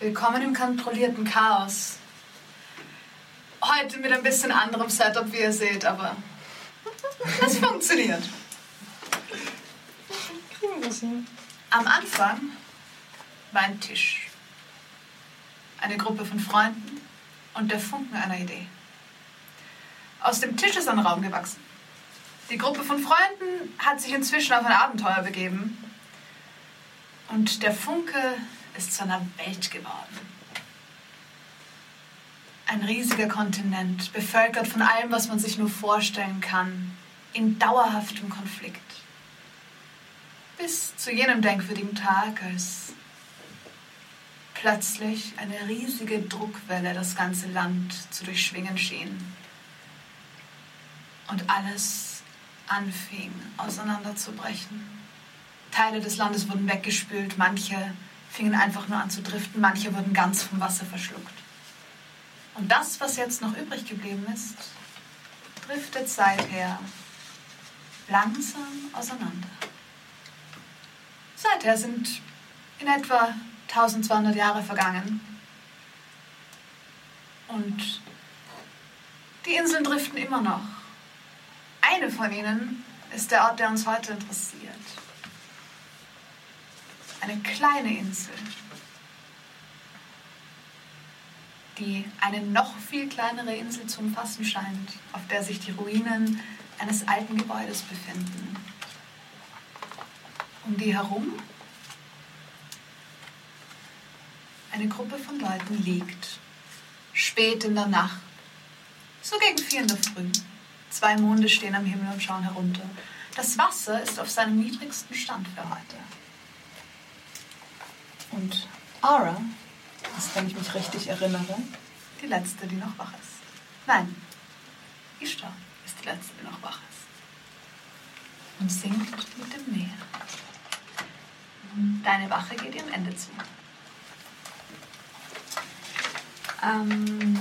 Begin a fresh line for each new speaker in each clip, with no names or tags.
Willkommen im kontrollierten Chaos. Heute mit ein bisschen anderem Setup, wie ihr seht, aber es funktioniert.
Kriegen wir das hin?
Am Anfang war ein Tisch, eine Gruppe von Freunden und der Funken einer Idee. Aus dem Tisch ist ein Raum gewachsen. Die Gruppe von Freunden hat sich inzwischen auf ein Abenteuer begeben und der Funke ist zu einer Welt geworden. Ein riesiger Kontinent, bevölkert von allem, was man sich nur vorstellen kann, in dauerhaftem Konflikt. Bis zu jenem denkwürdigen Tag, als plötzlich eine riesige Druckwelle das ganze Land zu durchschwingen schien und alles anfing auseinanderzubrechen. Teile des Landes wurden weggespült, manche fingen einfach nur an zu driften, manche wurden ganz vom Wasser verschluckt. Und das, was jetzt noch übrig geblieben ist, driftet seither langsam auseinander. Seither sind in etwa 1200 Jahre vergangen und die Inseln driften immer noch. Eine von ihnen ist der Ort, der uns heute interessiert. Eine kleine Insel, die eine noch viel kleinere Insel zu umfassen scheint, auf der sich die Ruinen eines alten Gebäudes befinden. Um die herum eine Gruppe von Leuten liegt. Spät in der Nacht, so gegen vier in der Früh. Zwei Monde stehen am Himmel und schauen herunter. Das Wasser ist auf seinem niedrigsten Stand für heute. Und
Ara ist, wenn ich mich richtig erinnere.
die letzte, die noch wach ist. Nein, Ishtar ist die letzte, die noch wach ist. Und singt mit dem Meer. Deine Wache geht ihrem Ende zu.
Ähm.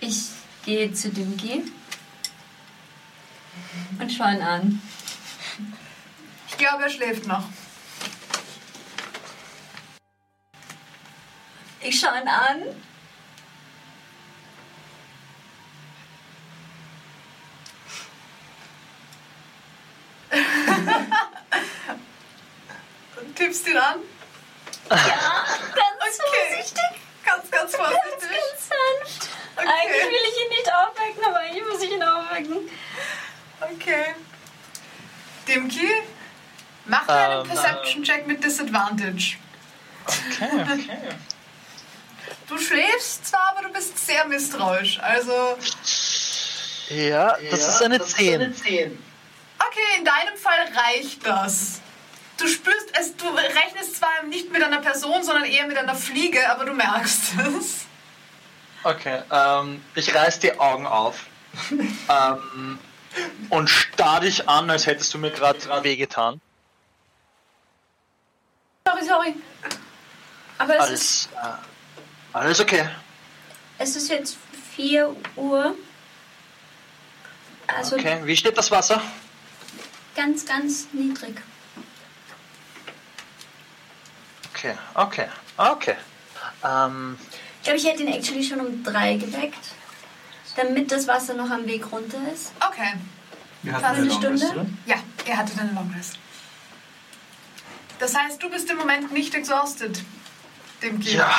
Ich gehe zu Dimki und schaue ihn an.
Ich glaube, er schläft noch.
Ich schaue ihn an.
Und tippst ihn an.
Ja, ganz vorsichtig,
Ganz, ganz
ganz,
vorsichtig.
ganz sanft.
Okay.
Eigentlich will ich ihn nicht aufwecken, aber eigentlich muss ich ihn aufwecken.
Okay. Dimki, mach einen
Ähm,
Perception-Check mit Disadvantage.
Okay, okay.
Du schläfst zwar, aber du bist sehr misstrauisch. Also,
Ja, das ist eine 10.
Okay, in deinem Fall reicht das. Du spürst es, du rechnest zwar nicht mit einer Person, sondern eher mit einer Fliege, aber du merkst es.
Okay, ähm, ich reiß die Augen auf ähm, und starr dich an, als hättest du mir gerade wehgetan.
Sorry, sorry. Aber es ist,
Alles, äh, alles okay.
es ist jetzt 4 Uhr. Also
Okay, wie steht das Wasser?
ganz, ganz niedrig.
Okay, okay, okay. Ähm,
Ich glaube, ich hätte ihn actually schon um 3 geweckt, damit das Wasser noch am Weg runter ist.
Okay,
Wir
Fast
hatten
eine
eine Long Rest,
Stunde.
oder?
ja, er hatte deine Long Rest. Das heißt, du bist im Moment nicht exhausted, dem Kind.
ja,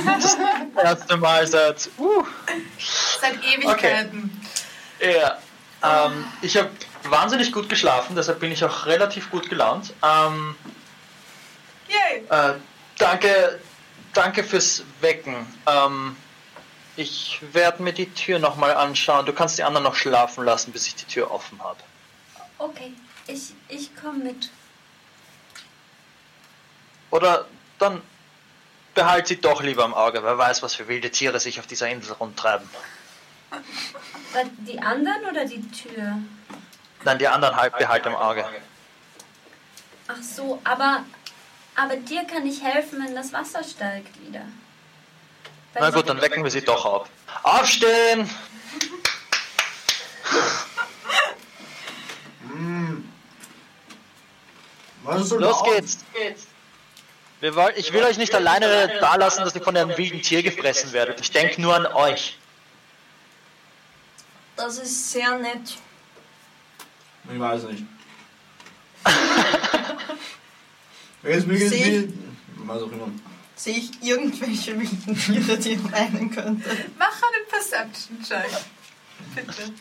das erste Mal seit, uh,
Seit Ewigkeiten.
Ja. Ähm, ich habe wahnsinnig gut geschlafen, deshalb bin ich auch relativ gut gelaunt. Ähm,
Yay!
äh, danke, danke fürs Wecken. Ähm, ich werde mir die Tür nochmal anschauen. Du kannst die anderen noch schlafen lassen, bis ich die Tür offen habe.
Okay, ich, ich komme mit.
Oder dann behalt sie doch lieber im Auge. Wer weiß, was für wilde Tiere sich auf dieser Insel rumtreiben.
Was, Die anderen oder die Tür?
Dann die anderen halt behalt im Auge.
Ach so, aber, aber dir kann ich helfen, wenn das Wasser steigt wieder. Weil
Na gut, dann wecken wir sie doch auf. Aufstehen!
Also
Los
laut.
geht's! Wir wollen, ich will euch nicht alleine da lassen, dass ihr von einem wilden Tier gefressen werdet. Ich denke nur an euch.
Das ist sehr nett.
Ich weiß nicht. Jetzt mir
Seh
geht's Was auch immer.
Sehe ich irgendwelche wilden Tiere, die ich meinen könnte?
Mach einen Perception-Check. Bitte.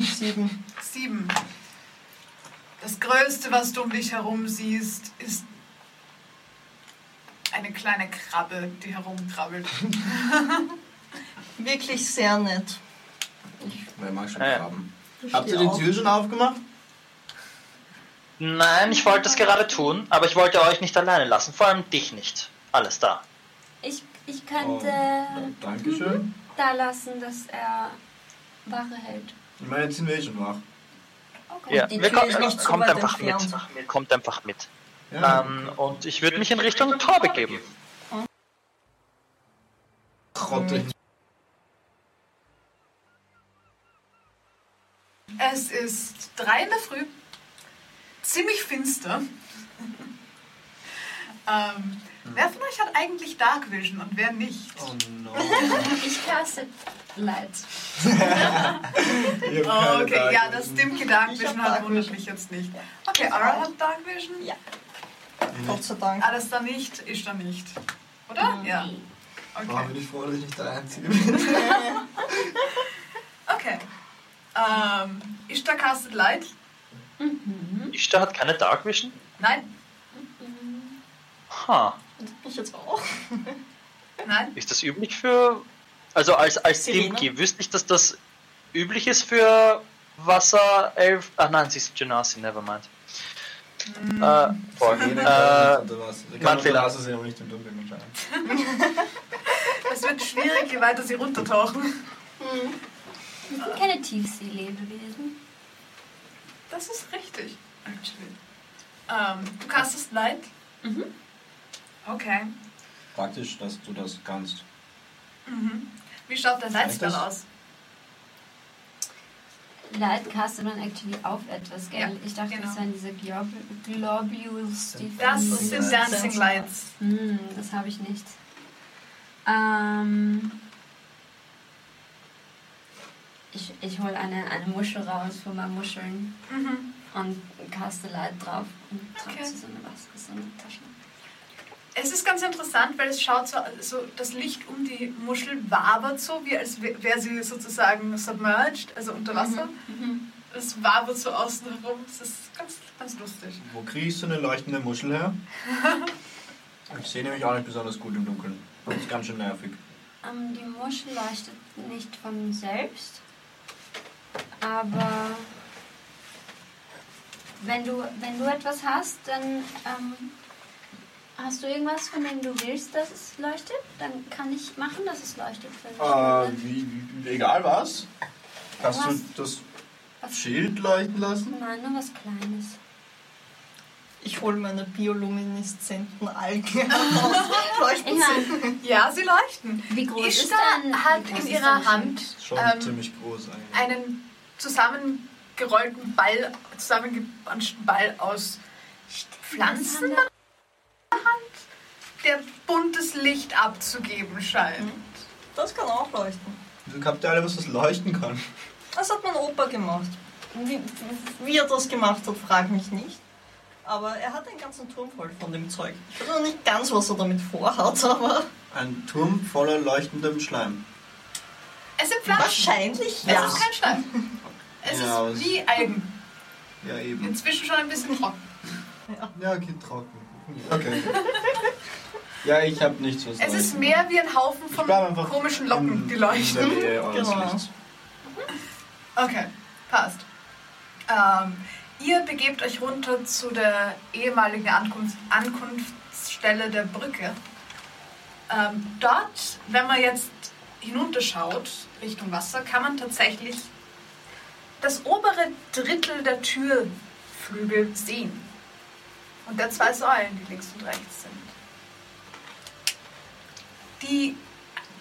Sieben.
Sieben. Das Größte, was du um dich herum siehst, ist eine kleine Krabbe, die herumkrabbelt.
Wirklich sehr nett.
Wer mag schon
Ah, Ja, ja.
Krabben? Habt ihr die Tür schon aufgemacht?
Nein, ich wollte es gerade tun, aber ich wollte euch nicht alleine lassen. Vor allem dich nicht. Alles da.
Ich, ich
Oh,
könnte Mhm.
da-
Mhm.
Dankeschön.
da lassen, dass er Wache hält.
Ich meine, jetzt sind wir eh schon wach.
Okay.
Ja,
die
wir
Tür
ko-
ist nicht so
kommt
weit
einfach mit.
entfernt. Mhm.
Kommt einfach mit.
Ja.
Ähm, und ich würde mich in Richtung Tor begeben.
Grotte.
mhm.
Es ist drei in der Früh, ziemlich finster. ähm, wer von euch hat eigentlich Dark Vision und wer nicht?
Oh no.
Ich caste Light.
Ich hab
Oh,
keine
okay,
Ahnung.
ja, dass Dimki Dark
Ich
Vision
hab
hat,
Dark
wundert
Vision.
mich jetzt nicht. Okay, Aura hat Dark Vision.
Ja. Gott sei Dank.
Alles da nicht, ist da nicht.
Mhm.
Oder? Ja.
Oh,
Okay.
bin ich froh, dass ich nicht der Einzige bin.
Okay. Ähm, ist da Casted Light?
Mhm.
Ishtar hat keine Dark Vision?
Nein,
Ha.
Ich jetzt auch.
nein.
Ist das üblich für. Also als, als
Sirene?
Dimki, wüsste ich, dass das üblich ist für Wasser, Elf. Ah nein, sie ist Genasi, nevermind.
Mhm.
Äh, voll. äh, Fehler.
Mann, Fehler. sehen, aber nicht im Dunkeln anscheinend.
Es wird schwierig, je weiter sie runtertauchen.
Wir sind keine Tiefseelebewesen.
Das ist richtig. Actually. Ähm, du castest Light?
Mhm.
Okay.
Praktisch, dass du das kannst.
Mhm. Wie schaut dein Lightspell
das?
aus?
Light castet man actually auf etwas, gell?
Ja,
ich dachte,
genau.
das wären diese Glob Globules, die
Das
von-
ist-
sind Dancing Lights.
Hm, das habe ich nicht. Ähm. Ich, ich hole eine, eine Muschel raus von meinen Muscheln
Mhm.
und caste Light drauf und trage
Okay.
okay. so eine was, so eine Tasche.
Es ist ganz interessant, weil es schaut so, so das Licht um die Muschel wabert so, wie als wäre sie sozusagen submerged, also
Mhm.
unter Wasser. Es wabert so außen herum. Es ist ganz, ganz lustig.
Wo kriege ich so eine leuchtende Muschel her? Ich sehe nämlich auch nicht besonders gut im Dunkeln. Das ist ganz schön nervig.
Ähm, die Muschel leuchtet nicht von selbst, aber wenn du, wenn du etwas hast, dann ähm, hast du irgendwas, von dem du willst, dass es leuchtet, dann kann ich machen, dass es leuchtet. Für dich,
Ähm,
Äh, wie, wie- egal was. Kannst du
Was?
das
Was?
Schild leuchten lassen?
Nein, nur was Kleines.
Ich hole meine biolumineszenten Algen raus. Leuchten
Ich
sie.
meine,
Ja, sie leuchten.
wie groß ist denn?
Ishtar hat
wie groß
in
ist
ihrer
denn das
Hand
Schon
ähm,
ziemlich groß eigentlich.
einen zusammengerollten Ball, zusammengepanschten Ball aus Pflanzen,
Schild?
der buntes Licht abzugeben scheint.
Das kann auch leuchten.
Wieso habt ihr alle was, das leuchten kann?
Das hat mein Opa gemacht. Wie, wie er das gemacht hat, frag mich nicht. Aber er hat einen ganzen Turm voll von dem Zeug. Ich weiß noch nicht ganz, was er damit vorhat, aber
Ein Turm voller leuchtendem Schleim.
Es sind Pflanzen.
wahrscheinlich
Es
ja.
ist kein Stein. Es
Ja, aber
ist
es-
wie Algen.
Ja, eben.
Inzwischen schon ein bisschen trocken.
Ja, geht trocken. Okay. ja, ich hab nichts, was
Es ist
leuchtet.
mehr wie ein Haufen
Ich
von
bleib einfach
komischen
in-
Locken, die leuchten.
In der Nähe eures
Genau.
Lichts.
Okay, passt. Ähm, ihr begebt euch runter zu der ehemaligen Ankunft, Ankunftsstelle der Brücke. Ähm, dort, wenn man jetzt hinunterschaut Richtung Wasser, kann man tatsächlich das obere Drittel der Türflügel sehen. Und der zwei Säulen, die links und rechts sind. Die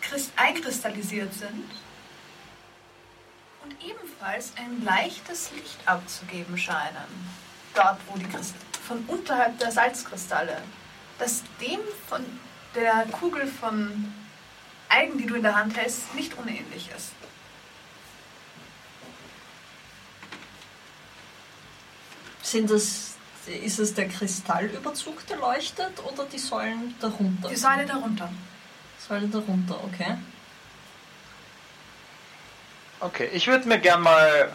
krist- einkristallisiert sind und ebenfalls ein leichtes Licht abzugeben scheinen. Dort, wo die Krist von unterhalb der Salzkristalle, das dem von der Kugel von Algen, die du in der Hand hältst, nicht unähnlich ist.
Sind das, ist es der Kristallüberzug, der leuchtet, oder die Säulen darunter?
Die Säule darunter.
Säule darunter, okay.
Okay, ich würde mir gern mal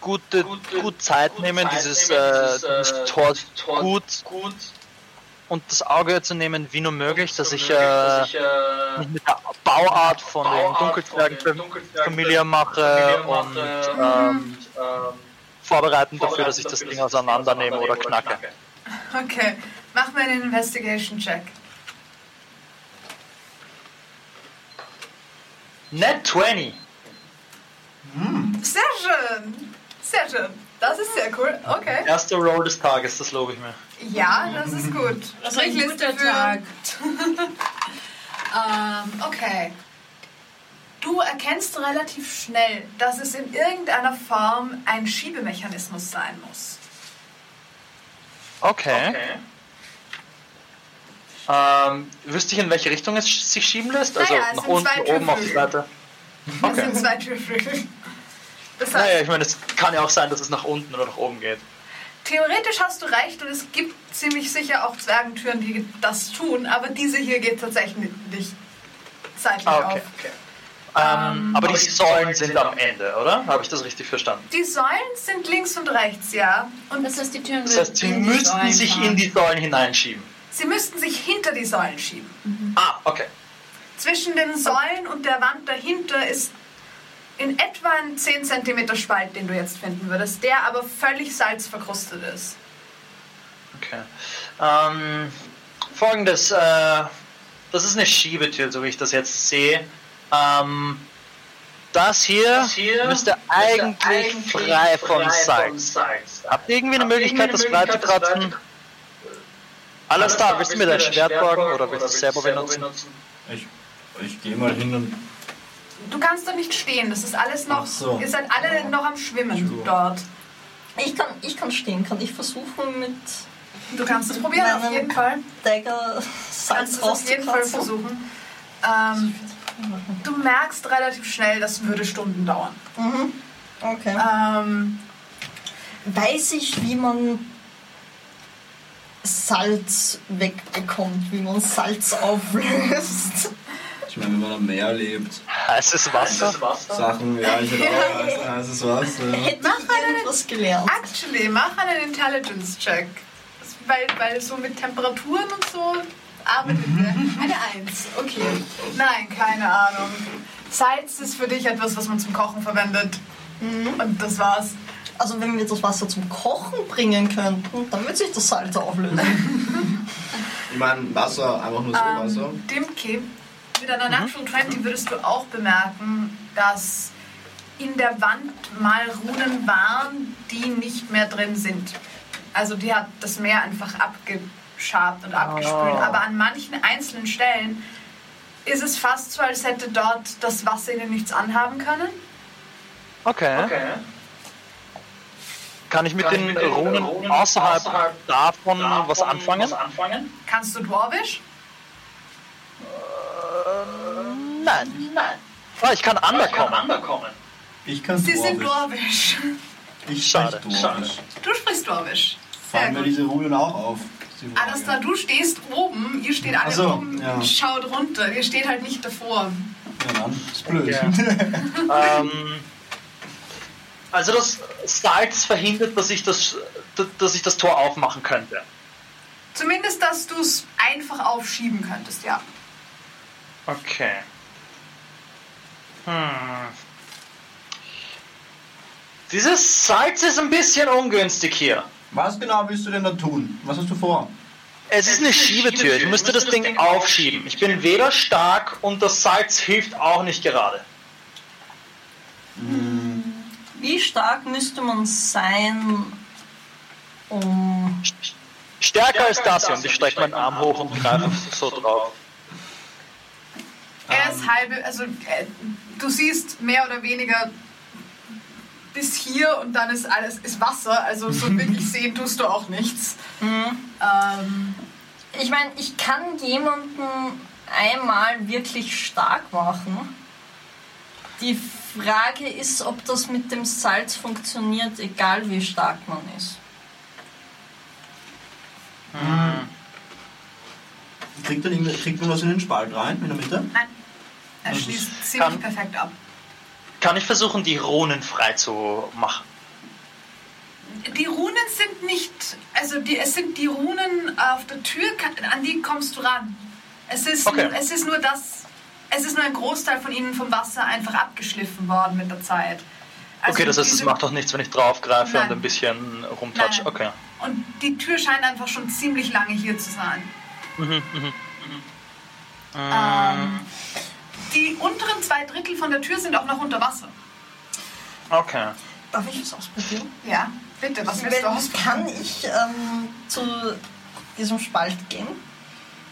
gute, gut Zeit nehmen, dieses, äh, dieses Tor, gut, und das Auge zu nehmen, wie nur möglich, dass ich äh, mich mit der Bauart von den Dunkelzwergenfamilien mache äh, und ähm, vorbereiten dafür, dass ich das Ding auseinandernehme oder knacke.
Okay, mach mal einen Investigation-Check.
Net 20!
Sehr schön! Sehr schön. Das ist sehr cool. Okay.
Erster Roll des Tages, das lobe ich mir.
Ja, das ist gut.
Das war ein
Strichliste
guter
für-
Tag.
ähm, okay. Du erkennst relativ schnell, dass es in irgendeiner Form ein Schiebemechanismus sein muss.
Okay. Ähm, wüsste ich, in welche Richtung es sch- sich schieben lässt? Also
Naja, es
nach
sind
unten,
zwei
oben, auf die
Würfel.
Seite.
Das
Okay.
sind zwei Türflügel. Das heißt,
Naja, ich meine, es kann ja auch sein, dass es nach unten oder nach oben geht.
theoretisch hast du recht und es gibt ziemlich sicher auch Zwergentüren, die das tun, aber diese hier geht tatsächlich nicht seitlich
Ah, okay.
auf.
Ähm, aber die Säulen sind am Ende, oder? Habe ich das richtig verstanden?
Die Säulen sind links und rechts, ja. Und
Das heißt, die Türen
Das heißt, sie
in die
müssten
Säulen
sich
fahren.
in die Säulen hineinschieben.
sie müssten sich hinter die Säulen schieben.
Ah, okay.
Zwischen den Säulen und der Wand dahinter ist in etwa ein 10 cm Spalt, den du jetzt finden würdest, der aber völlig salzverkrustet ist.
Okay. Ähm, Folgendes, äh, das ist eine Schiebetür, so wie ich das jetzt sehe. Ähm, das hier, müsste eigentlich, frei von Salz. Habt ihr irgendwie eine Möglichkeit, das frei zu kratzen? Alles da, willst du mir dein Schwert borgen oder willst du es selber benutzen?
Ich, ich gehe mal hin und
Du kannst doch nicht stehen, das ist alles noch,
Ach so.
ihr seid alle noch am Schwimmen
Entschuldigung.
dort.
Ich kann, ich kann stehen, kann ich versuchen mit
Du kannst es probieren, auf
Nein,
jeden Fall. Du
Dagger
kannst
Salz
es auf jeden Fall
rauszukratzen.
versuchen. Ähm, du merkst relativ schnell, das würde Stunden dauern.
Mhm. Okay.
Ähm,
Weiß ich, wie man Salz wegbekommt, wie man Salz auflöst.
ich meine, wenn man am Meer lebt,
Es ist Wasser.
Sachen, ja, ich hätte auch heiß- heißes Wasser. Ja.
Hätte ich irgendwas gelernt.
actually, mach einen Intelligence-Check. Das- Weil, weil so mit Temperaturen und so arbeitet der. Eine Eins, okay. Nein, keine Ahnung. Salz ist für dich etwas, was man zum Kochen verwendet. Und das war's.
Also wenn wir das Wasser zum Kochen bringen könnten, dann würde sich das Salz auflösen.
Ich meine, Wasser, einfach nur so
Ähm,
Wasser.
Dimke, mit einer Natural 20 würdest du auch bemerken, dass in der Wand mal Runen waren, die nicht mehr drin sind. Also die hat das Meer einfach abgeschabt und abgespült. Aber an manchen einzelnen Stellen ist es fast so, als hätte dort das Wasser ihnen nichts anhaben können.
Okay. Kann ich mit den Runen außerhalb davon Hm, was anfangen?
Kannst du Dwarvish?
Nein. Ah, ich kann underkommen.
Ich kann
Sie sind
Dwarfisch.
Dwarvish.
Ich
Schade.
schade. Dwarfisch.
Du sprichst Dwarvish.
Fallen mir diese Runen auch auf? Ist die Frage.
Adastar, du stehst oben, ihr steht alle
Ach so,
oben,
ja.
schaut runter, ihr steht halt nicht davor.
Ja, Mann, ist blöd.
Ja. Ähm, also das Salz verhindert, dass ich das, dass ich das Tor aufmachen könnte.
Zumindest, dass du es einfach aufschieben könntest, ja.
Okay. Hm. Dieses Salz ist ein bisschen ungünstig hier.
Was genau willst du denn da tun? Was hast du vor?
Es ist eine Schiebetür. Ich müsste das Ding aufschieben. Ich bin weder stark und das Salz hilft auch nicht gerade.
Wie stark müsste man sein, um...
Stärker als das hier. Und ich strecke meinen Arm hoch und greife so drauf.
Ähm.
Er ist halbe, also äh, du siehst mehr oder weniger bis hier und dann ist alles ist Wasser. Also so wirklich sehen tust du auch nichts.
Mhm.
Ähm,
Ich meine, ich kann jemanden einmal wirklich stark machen. Die Frage ist, ob das mit dem Salz funktioniert, egal wie stark man ist.
Kriegt, er irgend- kriegt man was in den Spalt rein in der Mitte?
nein, er
Also
schließt
kann-
ziemlich perfekt ab.
Kann ich versuchen, die Runen frei zu machen?
Die Runen sind nicht, also die, es sind die Runen auf der Tür, kann- an die kommst du ran. Es ist,
Okay.
nur, es ist nur das, es ist nur ein Großteil von ihnen vom Wasser einfach abgeschliffen worden mit der Zeit. Also
okay, das heißt, es
diese-
macht auch nichts, wenn ich draufgreife
Nein.
und ein bisschen rumtatsche.
Nein.
Okay.
Und die Tür scheint einfach schon ziemlich lange hier zu sein.
Mhm,
Ähm, die unteren zwei Drittel von der Tür sind auch noch unter Wasser.
Okay.
Darf ich was ausprobieren?
Ja, bitte, was willst du
Wenn,
ausprobieren?
kann ich ähm, zu diesem Spalt gehen?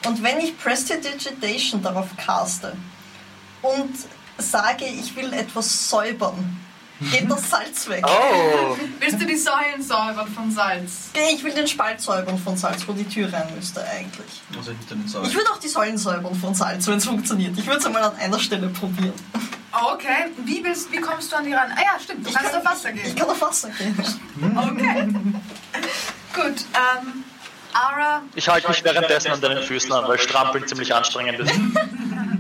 Und wenn ich Prestidigitation darauf caste und sage, ich will etwas säubern, geht das Salz weg.
Oh!
Willst du die Säulen säubern von Salz?
Ich will den Spalt säubern von Salz, wo die Tür rein müsste eigentlich.
Also hinter den Säulen.
Ich würde auch die Säulen säubern von Salz, wenn es funktioniert. Ich würde es einmal an einer Stelle probieren.
Okay, wie, willst, wie kommst du an die ran? Ah ja, stimmt, du kannst auf Wasser
Ich
gehen.
kann auf Wasser gehen.
Okay. Gut, ähm, Ara,
Ich halte mich währenddessen an deinen Füßen an, weil Strampeln ziemlich anstrengend ist.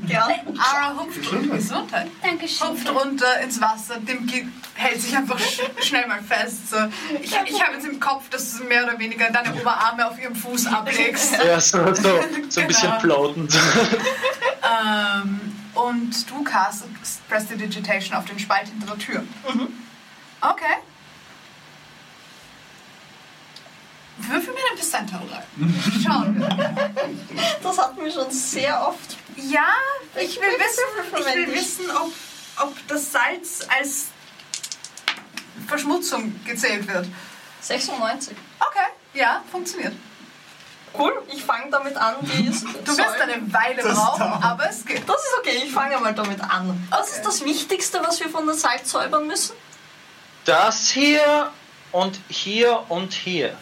Gern.
Ara hupft runter, Gesundheit,
Dankeschön.
hupft runter ins Wasser, dem Ge- hält sich einfach sch schnell mal fest. So. Ich, ich habe jetzt im Kopf, dass du mehr oder weniger deine Oberarme auf ihrem Fuß ablegst.
Ja, so, so, so ein bisschen
Genau.
floatend.
Ähm, und du castest Prestidigitation auf den Spalt hinter der Tür.
Mhm.
Okay. Würfel mir den Pistenta oder? Schauen.
Das hatten wir schon sehr oft.
Ja, ich will wissen, ich will
verwendet.
wissen ob, ob das Salz als Verschmutzung gezählt wird.
96.
Okay, ja, funktioniert.
Cool, ich fange damit an, die Säulen...
Du wirst eine Weile
Das
brauchen,
dauert.
aber es geht.
Das ist okay, ich fange mal damit an. Was ist das Wichtigste, was wir von der Salz säubern müssen?
Das hier und hier und hier.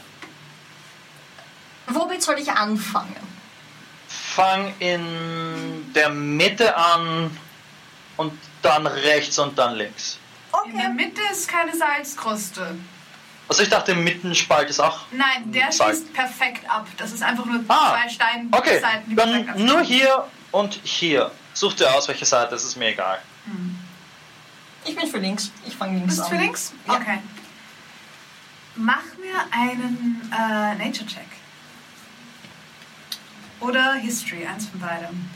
Womit soll ich anfangen?
Fang in der Mitte an und dann rechts und dann links.
In der Mitte ist keine Salzkruste.
Also ich dachte, im Mittenspalt ist auch.
Nein, der
Zeig.
schließt perfekt ab. Das ist einfach nur
Hm, Ah,
zwei Steine
Okay,
Seiten, die perfekt
dann
abschließen.
nur hier und hier. Such dir aus, welche Seite, es ist mir egal.
Ich bin für links. Ich fange links
Bist du
an.
für links?
Ja.
Okay. Mach mir einen äh, Nature-Check. Oder History, eins von beidem.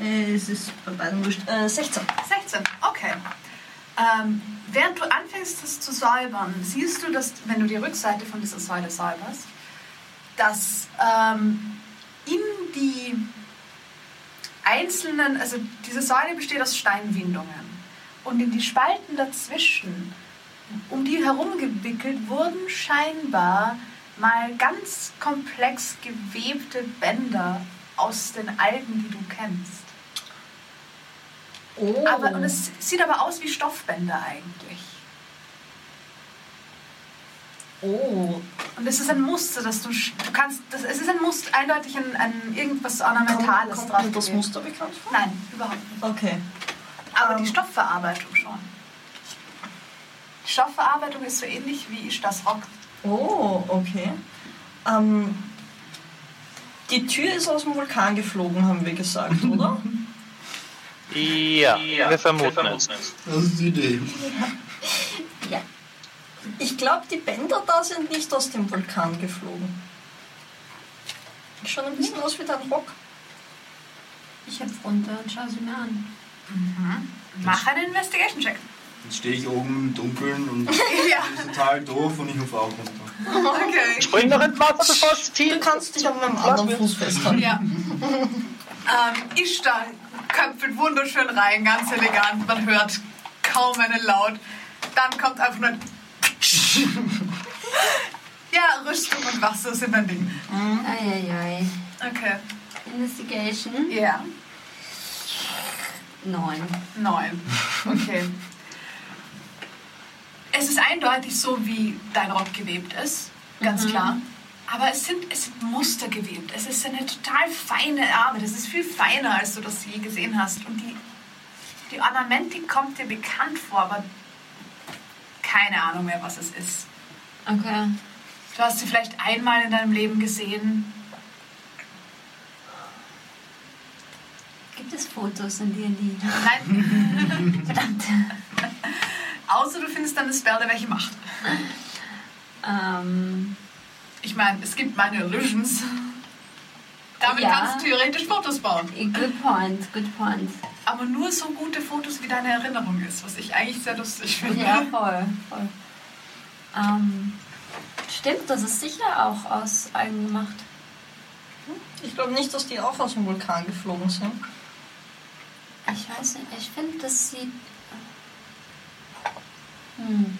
Äh, Es ist bei beiden wurscht. Äh, 16.
16, okay. Ähm, während du anfängst, das zu säubern, siehst du, dass, wenn du die Rückseite von dieser Säule säuberst, dass ähm, in die einzelnen, also diese Säule besteht aus Steinwindungen. Und in die Spalten dazwischen, um die herumgewickelt, wurden scheinbar mal ganz komplex gewebte Bänder aus den Algen, die du kennst.
Oh.
Aber, und es sieht aber aus wie Stoffbänder eigentlich.
oh.
Und es ist ein Muster, dass du, sch- du kannst, das, es ist ein Muster, eindeutig ein, ein irgendwas
Kommt,
Ornamentales
kommt
drauf.
mir das
gewesen.
Muster bekannt vor?
Nein, überhaupt nicht.
Okay.
Aber
Ähm.
die Stoffverarbeitung schon. Die Stoffverarbeitung ist so ähnlich wie ich das Rock.
Oh, okay. Ähm, die Tür ist aus dem Vulkan geflogen, haben wir gesagt, oder?
Ja, wir vermuten es.
Das ist die Idee.
Ich glaube, die Bänder da sind nicht aus dem Vulkan geflogen. Sieht Schon ein bisschen aus wie dein Rock.
Ich hab runter und schau sie mir an.
Mach einen Investigation-Check.
Jetzt stehe ich oben im Dunkeln und
ja,
das ist total doof und ich hupfe auch runter.
okay.
Spring noch ins Wasser, bevor es
Du
tief.
kannst dich an meinem anderen Fuß festhalten.
Ja. ähm, Ishtar köpfelt wunderschön rein, ganz elegant. Man hört kaum einen Laut. Dann kommt einfach nur ein Ja, Rüstung und Wasser sind ein Ding.
Eieiei.
Okay.
Investigation.
Ja.
Neun.
Neun. Okay. es ist eindeutig so, wie dein Rock gewebt ist, ganz klar. Aber es sind, es sind Muster gewebt. Es ist eine total feine Arbeit. Es ist viel feiner, als du das je gesehen hast. Und die, die Ornamentik kommt dir bekannt vor, aber keine Ahnung mehr, was es ist.
Okay.
Du hast sie vielleicht einmal in deinem Leben gesehen.
Gibt es Fotos in D&D?
Nein,
Verdammt.
außer du findest dann eine Spell, der welche macht.
Ähm,
Ich meine, es gibt meine Illusions. Damit
Ja.
kannst du theoretisch Fotos bauen.
good point, good point.
Aber nur so gute Fotos, wie deine Erinnerung ist, was ich eigentlich sehr lustig finde.
Ja, voll, voll. Ähm, stimmt, das ist sicher auch aus Algen gemacht.
Ich glaube nicht, dass die auch aus dem Vulkan geflogen sind.
Ich weiß nicht, ich finde, das sieht... Hm.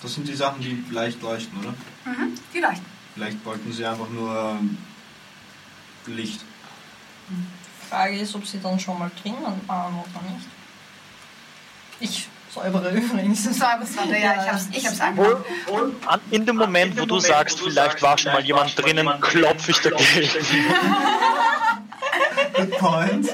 Das sind die Sachen, die leicht leuchten, oder?
Mhm, vielleicht.
Vielleicht wollten sie einfach nur ähm, Licht.
Frage ist, ob sie dann schon mal drinnen waren oder nicht. Ich säubere übrigens.
Das war aber das andere, ja, ich hab's, ich hab's angefangen.
Wohl, wohl, an, in dem Moment, wo du sagst, vielleicht war schon mal jemand drinnen, klopf ich dagegen.
Good point.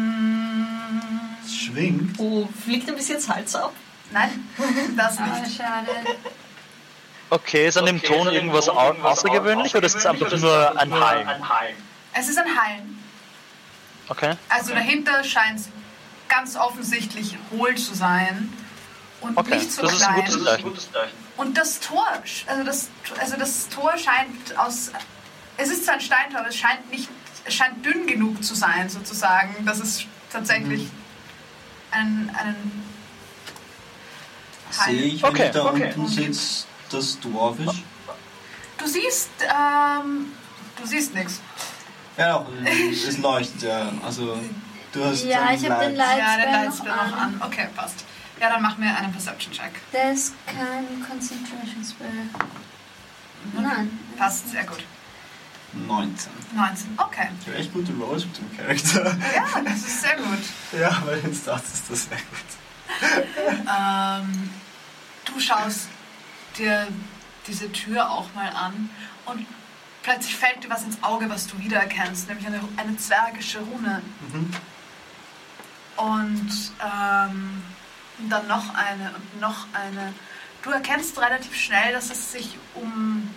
Dann-
Es schwingt.
Oh, fliegt ihm bis jetzt Hals ab?
Nein, das
Ah,
nicht.
schade.
Okay, ist an dem Ton irgendwas au- außergewöhnlich oder ist es einfach nur ein Hall?
Es ist ein Hallen.
Okay.
Also dahinter scheint es ganz offensichtlich hohl zu sein und
Okay,
nicht so
das ist ein
klein.
gutes Zeichen.
Und das Tor, sch- also das, also das Tor scheint aus. Es ist zwar ein Steintor, aber es scheint nicht, es scheint dünn genug zu sein, sozusagen, dass es tatsächlich einen, einen
Sehe ich, wenn
Okay,
ich da
okay.
unten sitze, das Dwarfisch?
Du siehst, ähm, du siehst nichts.
Ja, doch, es leuchtet, ja. Also, du hast
Ja,
ein
ich habe den Light
Light.
ja, der
Spell
Lights
noch
noch an.
an.
Okay, passt. Ja, dann machen wir einen Perception-Check.
Der ist kein Concentration Spell.
Mhm.
Nein.
Passt, sehr gut.
19.
19, okay.
Ich habe echt gute Rolls mit dem Charakter.
Ja, das ist sehr gut.
Ja, weil den Starts ist das sehr gut.
Ähm, du schaust dir diese Tür auch mal an und plötzlich fällt dir was ins Auge, was du wiedererkennst, nämlich eine, eine zwergische Rune.
Mhm.
Und ähm, dann noch eine und noch eine. Du erkennst relativ schnell, dass es sich um...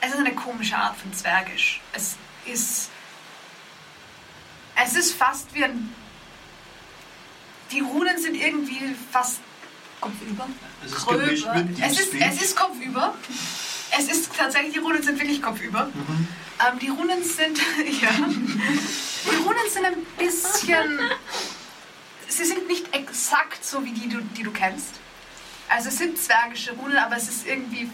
Es ist eine komische Art von Zwergisch. Es ist... Es ist fast wie ein die Runen sind irgendwie fast
Kopfüber?
Es ist
gröber.
gemischt mit Deep
Es ist,
Speech.
es ist kopfüber. Es ist tatsächlich, die Runen sind wirklich kopfüber.
Mhm.
Ähm, die Runen sind, ja, die Runen sind ein bisschen, sie sind nicht exakt so wie die, du, die du kennst. Also es sind zwergische Runen, aber es ist irgendwie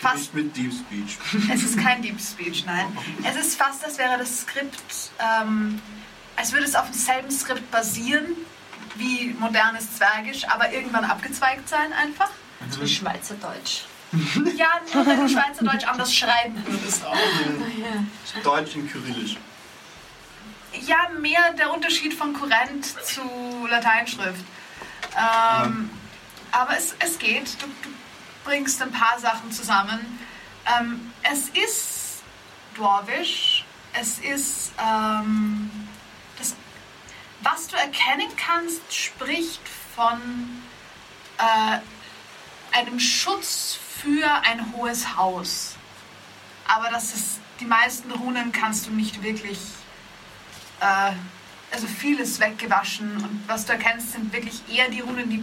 fast,
Gemischt mit Deep Speech.
es ist kein Deep Speech, nein. Es ist fast, als wäre das Skript, ähm, als würde es auf demselben Skript basieren wie modernes Zwergisch, aber irgendwann abgezweigt sein einfach.
Das ist Schweizerdeutsch.
Ja, nur wenn du Schweizerdeutsch anders schreiben würdest auch.
Ist Deutsch und Kyrillisch.
Ja, mehr der Unterschied von Kurrent zu Lateinschrift. Ähm, Aber es, es geht. Du, du bringst ein paar Sachen zusammen. Ähm, es ist Dwarvish. Es ist. Ähm, das, was du erkennen kannst, spricht von äh, einem Schutz für ein hohes Haus. Aber das ist. Die meisten Runen kannst du nicht wirklich äh, also vieles weggewaschen und was du erkennst, sind wirklich eher die Runen, die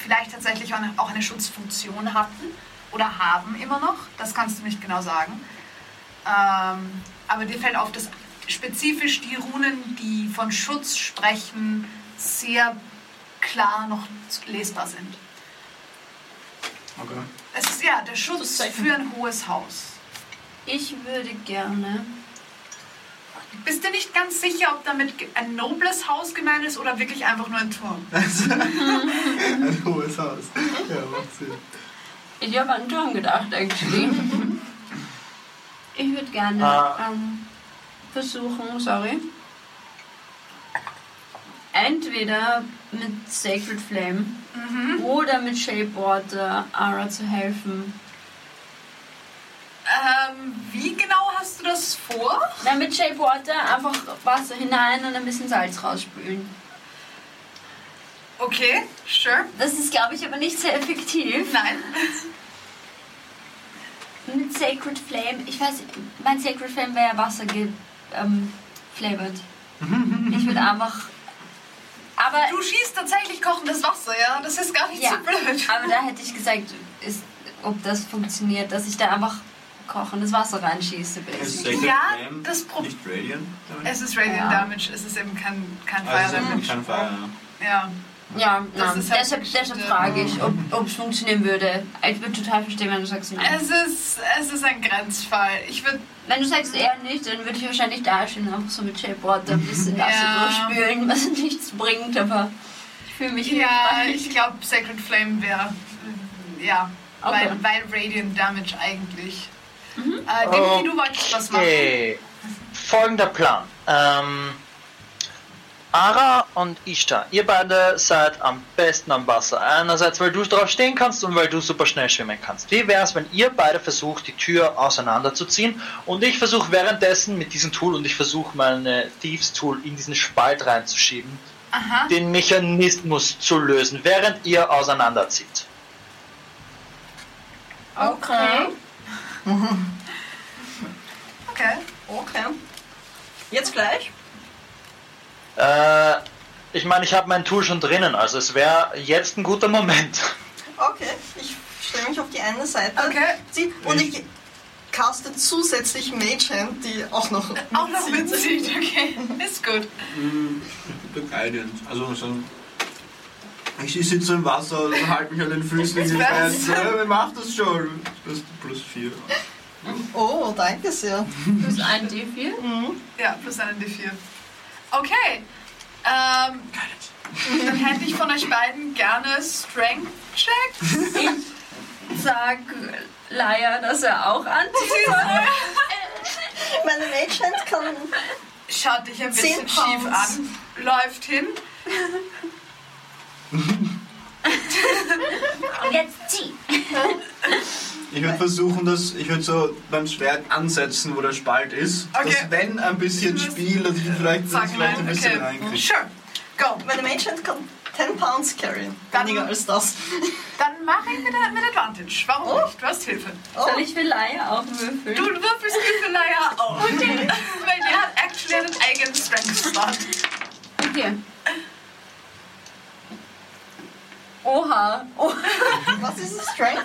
vielleicht tatsächlich auch eine, auch eine Schutzfunktion hatten oder haben immer noch. Das kannst du nicht genau sagen. Ähm, aber dir fällt auf, dass spezifisch die Runen, die von Schutz sprechen, sehr klar noch lesbar sind.
Okay.
Es ist ja der Schutz
Zeichen.
für ein hohes Haus.
Ich würde gerne...
Bist du nicht ganz sicher, ob damit ge- ein nobles Haus gemeint ist oder wirklich einfach nur ein Turm?
Ein hohes Haus. Ja, macht Sinn.
Ich habe an Turm gedacht, actually. ich würde gerne
Ah.
ähm, versuchen, sorry, entweder mit Sacred Flame oder mit Shape Water Ara zu helfen.
Ähm, wie genau hast du das vor?
Na, mit Shape Water einfach Wasser hinein und ein bisschen Salz rausspülen.
Okay, sure.
Das ist, glaube ich, aber nicht sehr effektiv.
Nein.
Mit Sacred Flame, ich weiß, mein Sacred Flame wäre ja Wasser ge ähm, flavored. ich würde einfach. Aber,
Du schießt tatsächlich kochendes Wasser, ja? Das ist gar nicht
Ja.
so blöd.
aber da hätte ich gesagt, ist, ob das funktioniert, dass ich da einfach kochendes Wasser reinschieße.
Ist
basically.
Sacred
Ja,
Flame
das Pro-
Nicht Radiant damit?
Es ist Radiant
Ja.
Damage, es ist eben kein, kein
Ah, es
Fire
ist
Damage.
kein Feuer.
Ja.
Ja,
Das
nein.
ist halt-
deshalb, deshalb frage ich, ob ob es funktionieren würde. Ich würde total verstehen, wenn du sagst nein.
Es ist, es ist ein Grenzfall. Ich würde
Wenn du sagst eher nicht, dann würde ich wahrscheinlich dastehen, einfach so mit Shapeboard ein bisschen Wasser
Ja.
durchspülen, was nichts bringt, aber ich fühle mich
Ja,
hilfreich.
ich glaube, Sacred Flame wäre. Ja,
Okay. Mhm.
weil, weil Radiant Damage eigentlich. Äh, Dimki, du wolltest was machen.
Okay. Folgender Plan. Ähm, Ara und Ishtar, ihr beide seid am besten am Wasser. Einerseits, weil du drauf stehen kannst und weil du super schnell schwimmen kannst. Wie wäre es, wenn ihr beide versucht, die Tür auseinanderzuziehen und ich versuche währenddessen mit diesem Tool und ich versuche meine Thieves Tool in diesen Spalt reinzuschieben,
Aha.
den Mechanismus zu lösen, während ihr auseinanderzieht.
Okay.
Okay.
Okay. Jetzt gleich?
Äh, ich meine, ich habe mein Tool schon drinnen, also es wäre jetzt ein guter Moment.
Okay. Ich stelle mich auf die eine Seite.
Okay.
Zieh, und ich caste zusätzlich Mage Hand, die auch noch
Auch noch
mitzieht.
mitzieht, okay. Ist gut.
Ich bin Guidance. Also so ein- ich sitze im Wasser und halte mich an den Füßen in die Fans. Wer macht das schon? Das ist plus vier.
Oh, danke sehr.
Plus ein D4.
Ja, plus eine D4. Okay. Ähm, dann hätte ich von euch beiden gerne Strength Check.
Sag Laia, dass er auch anziehen soll.
Meine Mage Hand kann.
Schaut dich ein
Zehn
bisschen schief
Pounds.
an. Läuft hin.
Und jetzt zieh.
Ich würde versuchen, dass ich würde so beim Schwert ansetzen, wo der Spalt ist.
Okay.
Dass wenn ein bisschen
Du musst-
Spiel, dass ich vielleicht, dass
Sag
ich vielleicht ein
nein.
bisschen
Okay.
reinkriege.
Sure. Go.
Meine Mage Hand kann 10 Pounds carryen.
Dann-
Weniger als das.
Dann mache ich mit, mit Advantage. Warum nicht? Du hast Hilfe.
Oh,
Soll ich für Laia auch würfeln?
Du würfelst Hilfe leider auch. Weil die hat actually einen eigenen Strength Spot.
Okay. Oha. Oh.
was ist das Strength?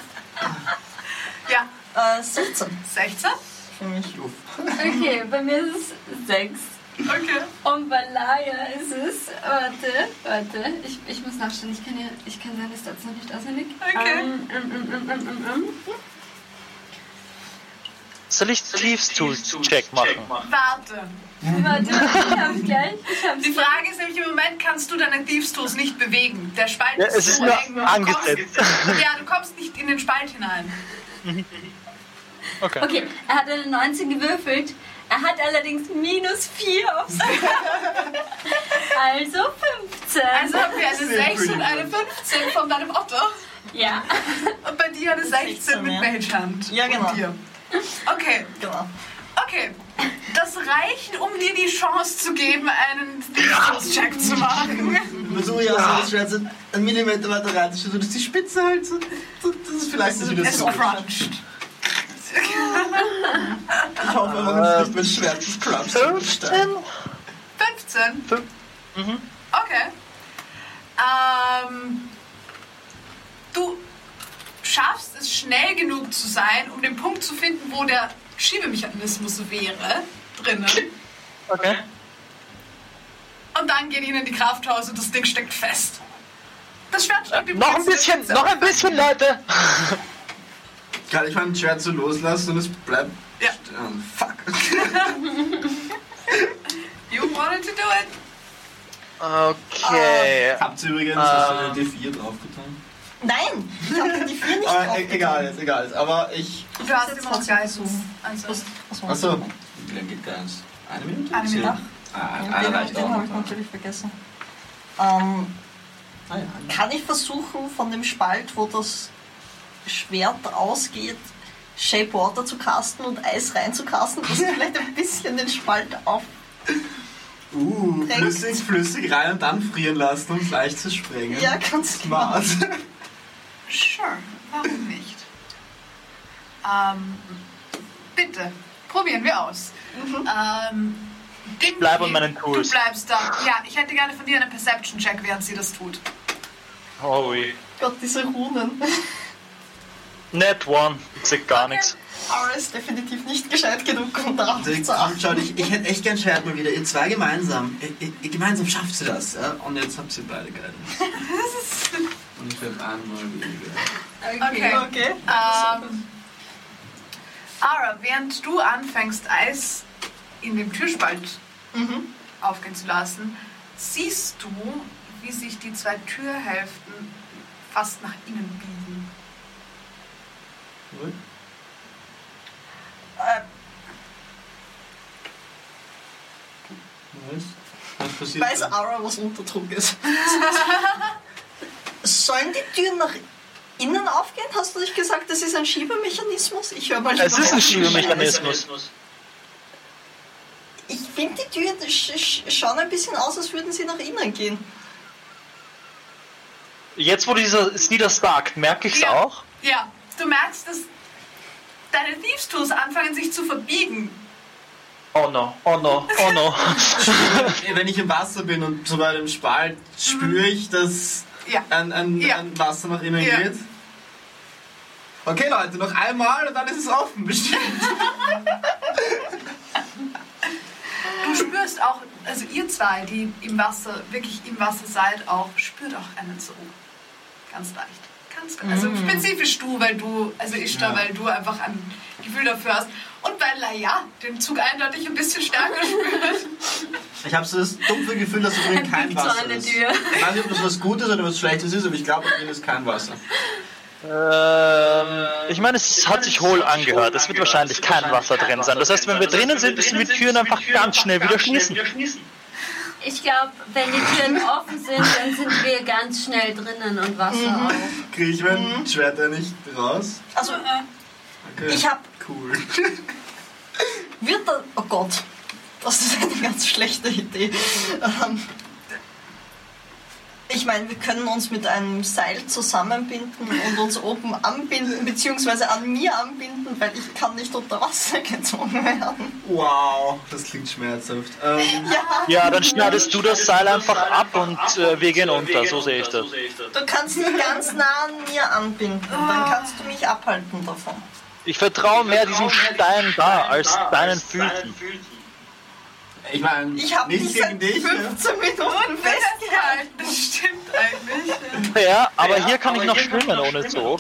Ja,
Äh, 17
16.
für mich.
Uff.
Okay, bei mir ist es 6.
Okay.
Und bei Laia ist es. Warte, warte. Ich, ich muss nachschauen. Ich kann, ja, ich kann seine Stats noch nicht auswendig.
Okay.
Ähm, ähm, ähm, ähm, ähm, ähm, ähm.
Soll ich Thieves Tool Check machen?
Warte.
Warte, ich hab's gleich. Ich hab's
Die Frage ist nämlich, im Moment kannst du deine Thieves Tools nicht bewegen. Der Spalt
Ja,
ist
es ist
so
nur
eng. Du
angesetzt.
Kommst, ja, du kommst nicht in den Spalt hinein.
Okay.
Okay, er hat eine 19 gewürfelt. Er hat allerdings minus 4 aufs Also 15.
Also haben wir eine 6 und eine 15 von deinem Otto.
ja.
Und bei dir eine 16 mit
ja.
Magehand.
Ja, genau.
Und dir. Okay.
Genau.
Okay, das reicht, um dir die Chance zu geben, einen Check zu machen.
Versuche ich auch so das Schwert so einen Millimeter weiter reinzuschauen, so dass die Spitze halt so. so das ist vielleicht ist wieder
Es
so.
cruncht.
Ich hoffe, man ist nicht mit Schwert des Clubs.
Äh,
15?
15?
Fünf.
Mhm.
Mhm.
Okay. Ähm, du schaffst es schnell genug zu sein, um den Punkt zu finden, wo der Schiebemechanismus wäre, drinnen.
Okay.
Und dann geht ihnen die Kraft aus und das Ding steckt fest. Das Schwert steckt im
Äh, Noch ein
Prinzip
bisschen,
jetzt
noch ein bisschen, Leute.
Kann ich mein Schwert so loslassen und es bleibt.
Ja.
Ah, fuck.
You wanted to do it.
Okay.
Habt ihr übrigens
Ah.
hast du eine D4 draufgetan?
Nein, ich habe die 4 nicht
Ah,
drauf.
e- egal, jetzt, egal. jetzt. Aber ich.
Du hast immer noch Geist.
Was-
Also,
was war das?
Achso. Wie lange geht Geist? Eine Minute?
Eine Minute.
Ah,
Ja,
eine
den
reicht
den
auch.
habe ich natürlich vergessen. Ähm,
Ah, ja.
kann ich versuchen, von dem Spalt, wo das Schwert ausgeht, Shape Water zu casten und Eis reinzukasten, dass ich vielleicht ein bisschen den Spalt auf.
Uh,
Trinkt.
flüssig, flüssig rein und dann frieren lassen, um gleich zu sprengen.
Ja, ganz genau. klar.
Smart.
Sure, warum nicht? Ähm, bitte, probieren wir aus. Ähm, Dinky,
bleib an meinen Tools.
Du bleibst da. Ja, ich hätte gerne von dir einen Perception-Check, während sie das tut.
Oh, ui.
Gott, diese Runen.
Net one. Ich seh gar nichts.
Aura ist definitiv nicht gescheit genug, um darauf
Also,
zu
komm,
achten.
schaut, ich, ich hätte echt gern Schwert mal wieder. Ihr zwei gemeinsam. Ihr- ihr- ihr gemeinsam schafft sie das. Ja? Und jetzt habt ihr beide geil. Und ich werde einmal weniger.
Okay.
okay.
Ähm, Ara, während du anfängst, Eis in dem Türspalt
Mhm.
aufgehen zu lassen, siehst du, wie sich die zwei Türhälften fast nach innen biegen.
Äh,
Was? Was passiert?
weiß
da?
Aura, was Unterdruck ist. Sollen die Türen nach innen aufgehen? Hast du nicht gesagt, das ist ein Schiebemechanismus? Ich höre mal
Es
lieber
ist ein
auf.
Schiebemechanismus.
Ich finde, die Türen sch sch schauen ein bisschen aus, als würden sie nach innen gehen.
Jetzt, wo dieser Sneeder sagt, merke ich's
Ja.
auch.
Ja, du merkst, dass deine Thieves Tools anfangen, sich zu verbiegen.
Oh no, oh no, oh no.
Wenn ich im Wasser bin und so bei dem Spalt spüre ich, dass
Ja.
ein, ein,
Ja.
ein Wasser nach innen
Ja.
geht. Okay, Leute, noch einmal und dann ist es offen, bestimmt.
Du spürst auch, also ihr zwei, die im Wasser, wirklich im Wasser seid, auch, spürt auch einen so. Ganz leicht. Ganz, also spezifisch du, weil du, also ich da,
Ja.
weil du einfach ein Gefühl dafür hast. Und weil Laia den Zug eindeutig ein bisschen stärker spürt.
Ich habe so das dumpfe Gefühl, dass es übrigens kein
Piep so
Wasser
an der
ist.
Tür.
Ich weiß nicht, ob das was Gutes oder was Schlechtes ist, aber ich glaube, es ist kein Wasser.
Ähm, ich meine, es hat sich hohl angehört. Es wird wahrscheinlich kein Wasser drin sein. Das heißt, wenn wir drinnen sind, müssen wir die Türen einfach ganz schnell wieder schließen.
Ich glaube, wenn die Türen offen sind, dann sind wir ganz schnell drinnen und Wasser auch.
Kriege ich mein Schwert da nicht raus?
Also,
Okay.
ich habe.
Cool.
Wird da. Oh Gott, das ist eine ganz schlechte Idee. Ähm, ich meine, wir können uns mit einem Seil zusammenbinden und uns oben anbinden, beziehungsweise an mir anbinden, weil ich kann nicht unter Wasser gezogen werden.
Wow, das klingt schmerzhaft. Ähm,
Ja,
Ja, dann schneidest du das Seil einfach ab und äh, wir gehen unter. So sehe ich das.
du kannst dich ganz nah an mir anbinden, dann kannst du mich abhalten davon.
Ich vertraue mehr diesem Stein da als deinen Füßen.
ich meine,
Ich habe
nichts
dich
gegen
seit
dich. ne?
15 Minuten festgehalten.
Festgehalten, das stimmt eigentlich.
Ja, aber hier kann ich noch schwimmen ohne Zoo.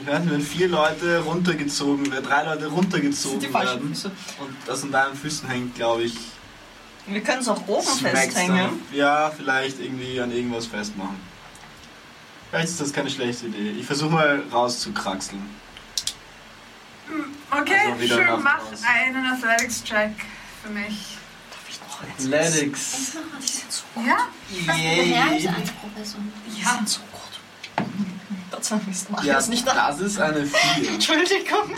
Ich weiß nicht, wenn vier Leute runtergezogen werden, drei Leute runtergezogen
Sind die falschen
werden
Füße.
und das an deinen Füßen hängt, glaube ich,
Wir können es auch oben
smackt's
festhängen.
ähm, dann. Ja, vielleicht irgendwie an irgendwas festmachen. Vielleicht ist das keine schlechte Idee. Ich versuche mal rauszukraxeln.
Okay,
Also wieder
schön,
Nacht
mach
raus.
einen Athletics-Check für mich.
Athletics.
Ah, Die sind so gut.
Ja?
Beherrschungsprofessoren.
Die sind so gut. Gott sei Dank ist Mario
Ja,
das nicht nach.
das ist eine 4.
Entschuldigung.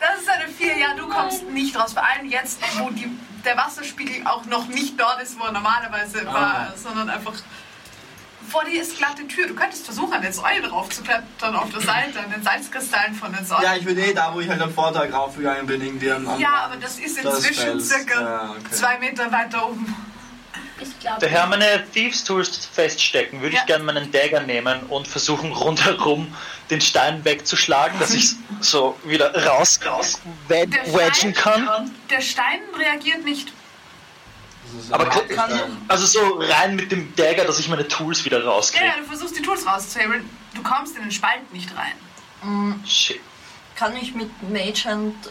Das ist eine 4. Ja, du kommst nicht raus. Vor allem jetzt, wo die, der Wasserspiegel auch noch nicht dort ist, wo er normalerweise
Ah.
war, sondern einfach. Vor dir ist glatte Tür. Du könntest versuchen, an den Säulen raufzuklettern auf der Seite, an den Salzkristallen von den Säulen.
Ja, ich bin eh da, wo ich halt am Vortag raufgegangen bin, irgendwie am,
Ja,
am
aber das ist
Das
inzwischen
Fels.
circa
Ja, okay.
zwei Meter weiter oben.
Ich glaube,
Daher meine Thieves Tools feststecken, würde
Ja.
ich gerne meinen Dagger nehmen und versuchen rundherum den Stein wegzuschlagen, dass ich so wieder raus, raus wed-
Der Stein-
wedgen kann.
Der Stein reagiert nicht.
Das ist
Aber
ein
kann-
Stein.
Also so rein mit dem Dagger, dass ich meine Tools wieder
Ja,
rauskriege.
ja, du versuchst die Tools rauszuhebeln. Du kommst in den Spalt nicht rein.
Shit.
Kann ich mit Mage Hand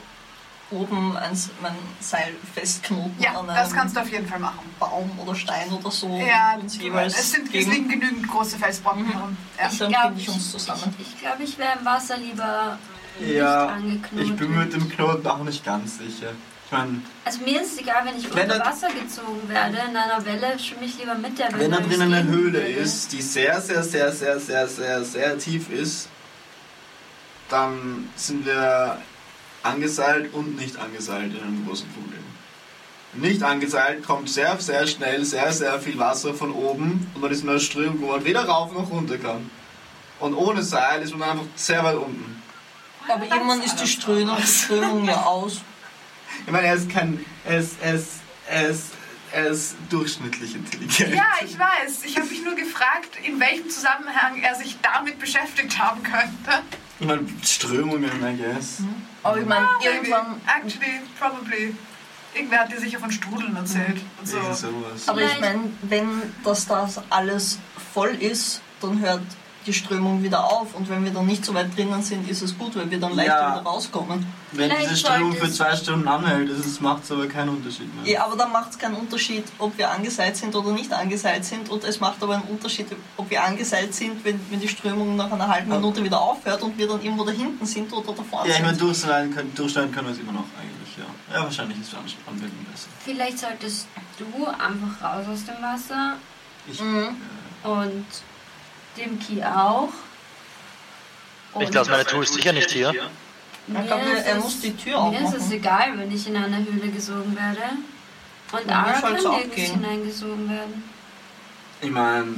oben ein, S- mein Seil festknoten
Ja,
an
das
einem
kannst du auf jeden Fall machen.
Baum oder Stein oder so?
Ja,
und uns jeweils
es, sind, es
gegen-
liegen genügend große Felsbrocken herum. Ja.
Dann
glaub,
binde ich uns zusammen.
Ich, ich glaube, ich wäre im Wasser lieber
Ja,
angeknotet.
Ich bin mir mit dem Knoten auch nicht ganz sicher. Ich meine,
Also mir ist es egal, wenn ich
Wenn
unter
da-
Wasser gezogen werde. In einer Welle schwimme ich lieber mit der Welle.
wenn da
als
drinnen eine
gegen die
Höhle
Welle.
ist, die sehr, sehr, sehr, sehr, sehr, sehr, sehr tief ist, dann sind wir angeseilt und nicht angeseilt in einem großen Problem. Nicht angeseilt kommt sehr, sehr schnell sehr, sehr viel Wasser von oben und dann ist man in einer Strömung, wo man weder rauf noch runter kann. Und ohne Seil ist man einfach sehr weit unten.
Aber
Aber irgendwann
das
ist die
alles
Strömung, die Strömung ja aus.
Ich meine, er ist kein. Er ist, er ist, er ist, er ist durchschnittlich intelligent.
Ja, ich weiß. Ich habe mich nur gefragt, in welchem Zusammenhang er sich damit beschäftigt haben könnte.
Ich meine, Strömungen, I guess.
Aber ich meine,
Maybe.
irgendwann.
Actually, probably. Irgendwer hat dir sicher von Strudeln erzählt und so.
Irgend sowas.
Aber ich
Vielleicht-
meine, wenn das da alles voll ist, dann hört die Strömung wieder auf. Und wenn wir dann nicht so weit drinnen sind, ist es gut, weil wir dann leichter
Ja.
wieder rauskommen.
Wenn diese
vielleicht
Strömung
sollte
für
es-
zwei Stunden anhält, macht es aber keinen Unterschied mehr.
Ja, aber dann macht es keinen Unterschied, ob wir angeseilt sind oder nicht angeseilt sind. Und es macht aber einen Unterschied, ob wir angeseilt sind, wenn, wenn die Strömung nach einer halben Minute wieder aufhört und wir dann irgendwo da hinten sind oder da vorne
Ja, ich meine,
sind.
durchschneiden können, durchschneiden können wir es immer noch eigentlich, ja. Ja, wahrscheinlich ist es anwenden besser.
Vielleicht solltest du einfach raus aus dem Wasser
Ich,
Mhm.
und dem Ki auch.
Ich lasse meine Tools sicher nicht hier.
Ich glaube,
Mir ist
er
es-
muss die Tür
Mir ist es
aufmachen.
egal, wenn ich in eine Höhle gesogen werde. Und
Mir
Ara kann
soll's auch
nirgends
gehen.
hineingesogen werden.
ich meine,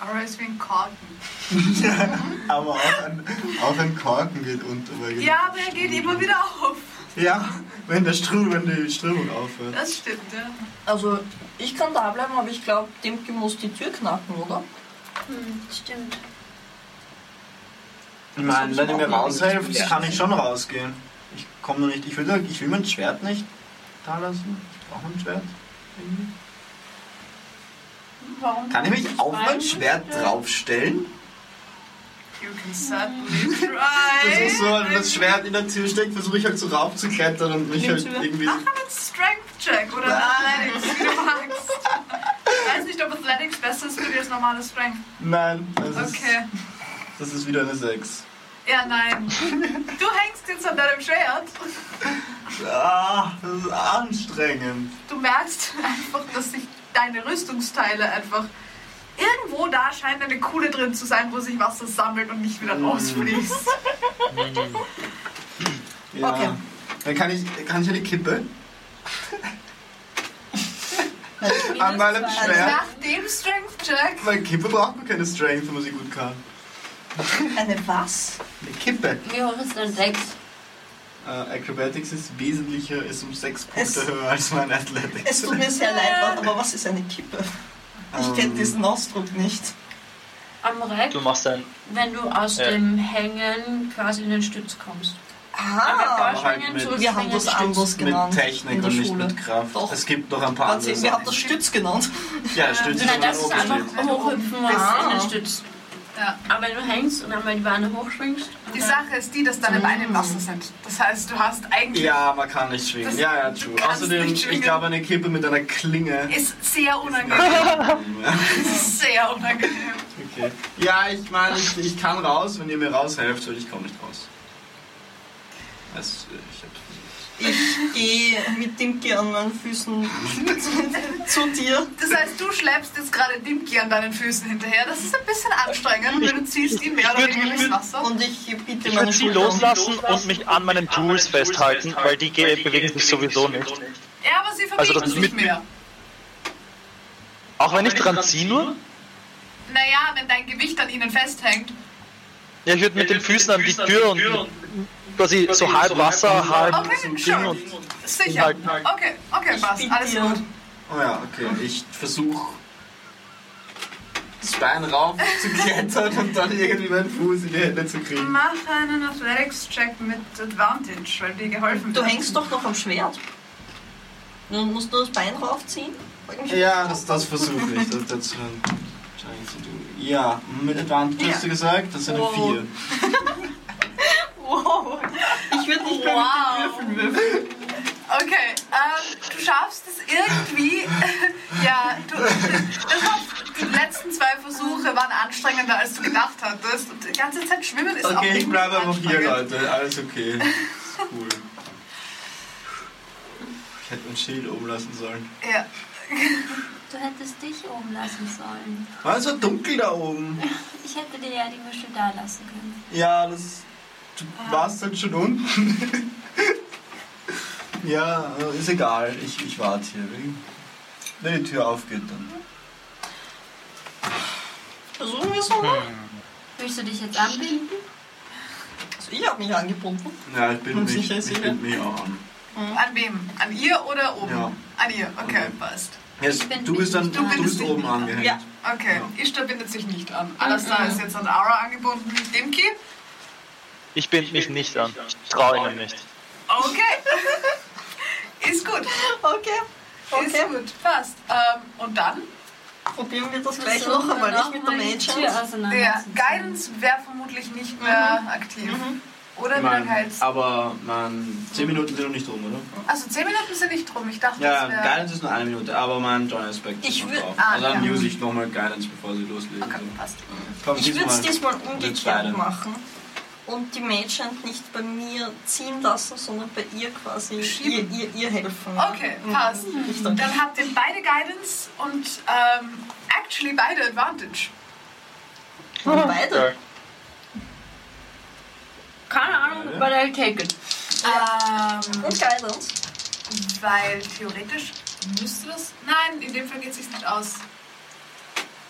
Ara ist wie ein Korken.
aber auch ein, auch ein Korken geht unter. weil-
Ja, aber er geht immer wieder auf.
Ja, wenn, der Ström, wenn die Strömung aufhört.
Das stimmt, ja.
Also, ich kann da bleiben, aber ich glaube, Dimki muss die Tür knacken, oder?
Hm, stimmt.
Ich meine, wenn ihr mir raushelft,
Ja.
kann ich schon rausgehen. Ich komme nur nicht. Ich will, ich will mein Schwert nicht da lassen. Ich brauche ein Schwert. irgendwie.
Warum?
Kann ich mich auf mein Schwert draufstellen?
You can certainly
Das ist so,
try.
Äh,
wenn das Schwert in der Tür steckt, versuche ich halt so raufzuklettern und mich halt
Nimmst du-
irgendwie.
Mach einen Strength-Check oder einen Athletics, wie du magst. Ich weiß nicht, ob Athletics besser ist für dir als normales Strength.
Nein, das ist,
Okay.
das ist wieder eine 6.
Ja, nein. Du hängst jetzt an deinem Schwert.
Ah, das ist anstrengend.
Du merkst einfach, dass sich deine Rüstungsteile einfach. Irgendwo da scheint eine Kuhle drin zu sein, wo sich Wasser sammelt und nicht wieder
Mm.
rausfließt.
Ja.
Okay.
Dann kann ich, kann ich eine Kippe
Minus
an meinem
zwei.
Also
Schwert.
nach dem Strength-Check
Meine Kippe braucht man keine Strength, wenn man sie gut kann.
Eine was?
Eine Kippe.
Wie hoch ist denn 6?
Äh, Acrobatics ist wesentlicher, ist um 6 Punkte
Es-
höher als mein Athletics.
Es tut mir sehr leid, Mann, aber was ist eine Kippe? Ich
Ähm,
kenne diesen Ausdruck nicht.
Am Reck,
Du machst ein.
wenn du aus
Ja.
dem Hängen quasi in den Stütz kommst.
Ah,
aber halt mit-
wir haben das anders
mit
genannt in
Technik
der
und nicht
Schule.
mit Kraft.
Doch.
Es gibt noch ein paar
Ganz
andere
eben, wir haben das
Sachen.
Stütz genannt.
Ja, stimmt.
Nein,
Nein, das
wenn
ist
man oben steht.
einfach hochhüpfen bis in den Stütz.
Ja.
Aber wenn du hängst und einmal die Beine hochschwingst. und
Die
dann-
Sache ist die, dass
Mm.
deine Beine im Wasser sind. Das heißt, du hast eigentlich.
Ja, man kann nicht schwingen.
Das-
ja, ja,
du
true.
kannst
Außerdem,
nicht schwingen.
ich glaube, eine Kippe mit einer Klinge.
Ist sehr unangenehm.
okay.
Ist sehr unangenehm.
Ja, ich meine, ich, ich kann raus, wenn ihr mir raushelft, weil ich komme nicht raus. Also, ich hab
Ich gehe mit Dimki an meinen Füßen zu, zu dir.
Das heißt, du schleppst jetzt gerade Dimki an deinen Füßen hinterher. Das ist ein bisschen anstrengend, weil du ziehst ihn mehr oder
Ich würd-
weniger ins Wasser.
Und ich biete
Ich
meine
würde sie
Schultern.
loslassen und mich an meinen Tools festhalten, weil die ge- bewegen sich sowieso nicht.
Ja, aber sie verbiegen
Also, das ist
sich
mit-
mehr.
Auch wenn ich dran ziehe nur?
Naja, wenn dein Gewicht an ihnen festhängt.
Ja, ich würde mit den Füßen an die Tür und quasi so halb Wasser, halb
Okay,
Ding
sure.
und
Sicher.
Inhalten.
Okay, okay, passt.
biet
Alles
dir-
gut.
Oh ja, okay. Ich versuche das Bein rauf zu klettern und dann irgendwie meinen Fuß in die Hände zu kriegen.
Mach einen Athletics-Check mit Advantage, weil dir geholfen wird.
Du hängst doch noch am Schwert. Nun musst du das Bein raufziehen.
Ja, das, das versuche ich. Das, das scheint scheint zu tun. Ja, mit Advantage hast du gesagt, das sind eine
Wow.
4.
Wow. Ich würde nicht mehr
Wow.
mit den Würfeln würfeln.
Okay, ähm, du schaffst es irgendwie. ja, du, das war, die letzten zwei Versuche waren anstrengender, als du gedacht hattest. Und die ganze Zeit schwimmen ist auch
Okay, ich
irgendwie
bleibe einfach hier,
anstrengend.
Leute. Alles okay. Ist Cool. Ich hätte ein Schild oben lassen sollen.
Ja.
Du hättest dich oben lassen sollen.
War so dunkel da oben.
Ich hätte dir ja die Muschel da lassen können.
Ja, das. Du warst dann schon unten. ja, ist egal. Ich, ich warte hier. Wenn- Wenn die Tür aufgeht, dann.
Versuchen wir es nochmal.
Willst du dich jetzt anbinden?
Also ich habe mich angebunden.
Ja, ich bin
Hm,
mich,
sicher,
ich
sicher.
bin mich auch an.
An wem? An ihr oder oben?
Ja.
An ihr, okay,
Okay.
passt.
Jetzt,
bin
du bist dann
nicht
du
dran.
bist
Ja.
oben angehängt.
Ja.
Okay,
Ja.
Ishtar bindet sich nicht an. Alastair ist jetzt an Aura angebunden mit Dimki.
Ich binde mich nicht an. Ich traue ihnen nicht.
Okay. ist gut.
Okay.
Ist
Okay,
gut, passt. Ähm, und dann?
probieren wir das gleich noch einmal. Ich mit dem Agent.
Ja,
Agent.
Guidance Mhm. wäre vermutlich nicht mehr aktiv. Oder wieder Guidance.
aber man, 10 Minuten sind noch nicht rum, oder?
Also 10 Minuten sind nicht drum. Ich dachte,
Ja,
das wäre...
Guidance ist nur eine Minute, aber mein Join Aspect
Ich
ist noch
würd-
drauf.
ah,
also dann
ja.
use ich nochmal Guidance, bevor sie loslegen.
Okay,
So.
passt.
Komm,
Ich würde es diesmal
Jetzt beide.
umgekehrt machen und die Magehand nicht bei mir ziehen lassen, sondern bei ihr quasi ihr,
Schieben.
ihr, ihr helfen.
Okay,
Mhm.
passt.
Richtung.
Dann habt ihr beide Guidance und ähm, actually beide Advantage.
Und beide.
Keine Ahnung, but I'll take it.
Ähm,
Und Guidance.
weil theoretisch müsste das... Nein, in dem Fall geht es sich nicht aus.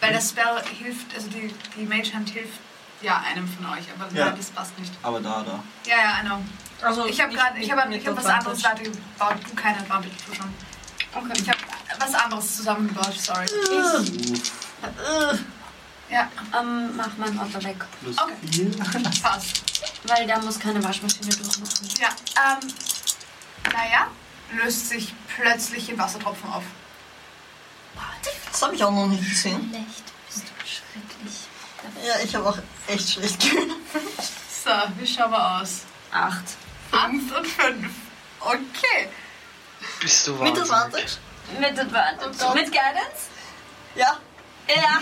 Weil das Spell hilft, also die, die Mage Hand hilft ja einem von euch, aber
Ja.
nein, das passt nicht.
Aber da, da.
Ja, ja, I know.
Also
Ich habe
nicht
gerade, ich
mit-
habe
mit
ich hab was
Advantage.
anderes weitergebaut. Du kein Advantage, du schon. Okay. Ich habe was anderes zusammengebaut, sorry.
Ich,
Uff,
Ja,
ähm, mach meinen Otto weg.
plus
Okay.
4.
passt.
Weil da muss keine Waschmaschine durchmachen.
Ja, ähm, naja, löst sich plötzlich in Wassertropfen auf.
Das habe ich auch noch nicht gesehen.
Schlecht, bist du schrecklich.
Ja, ich habe auch echt schlecht gehört.
So, wie schauen wir aus?
Acht.
8 und 5. Okay.
Bist du
Mit
wahnsinnig?
Advantage?
Mit Advantage. Mit Guidance?
Ja.
Ja.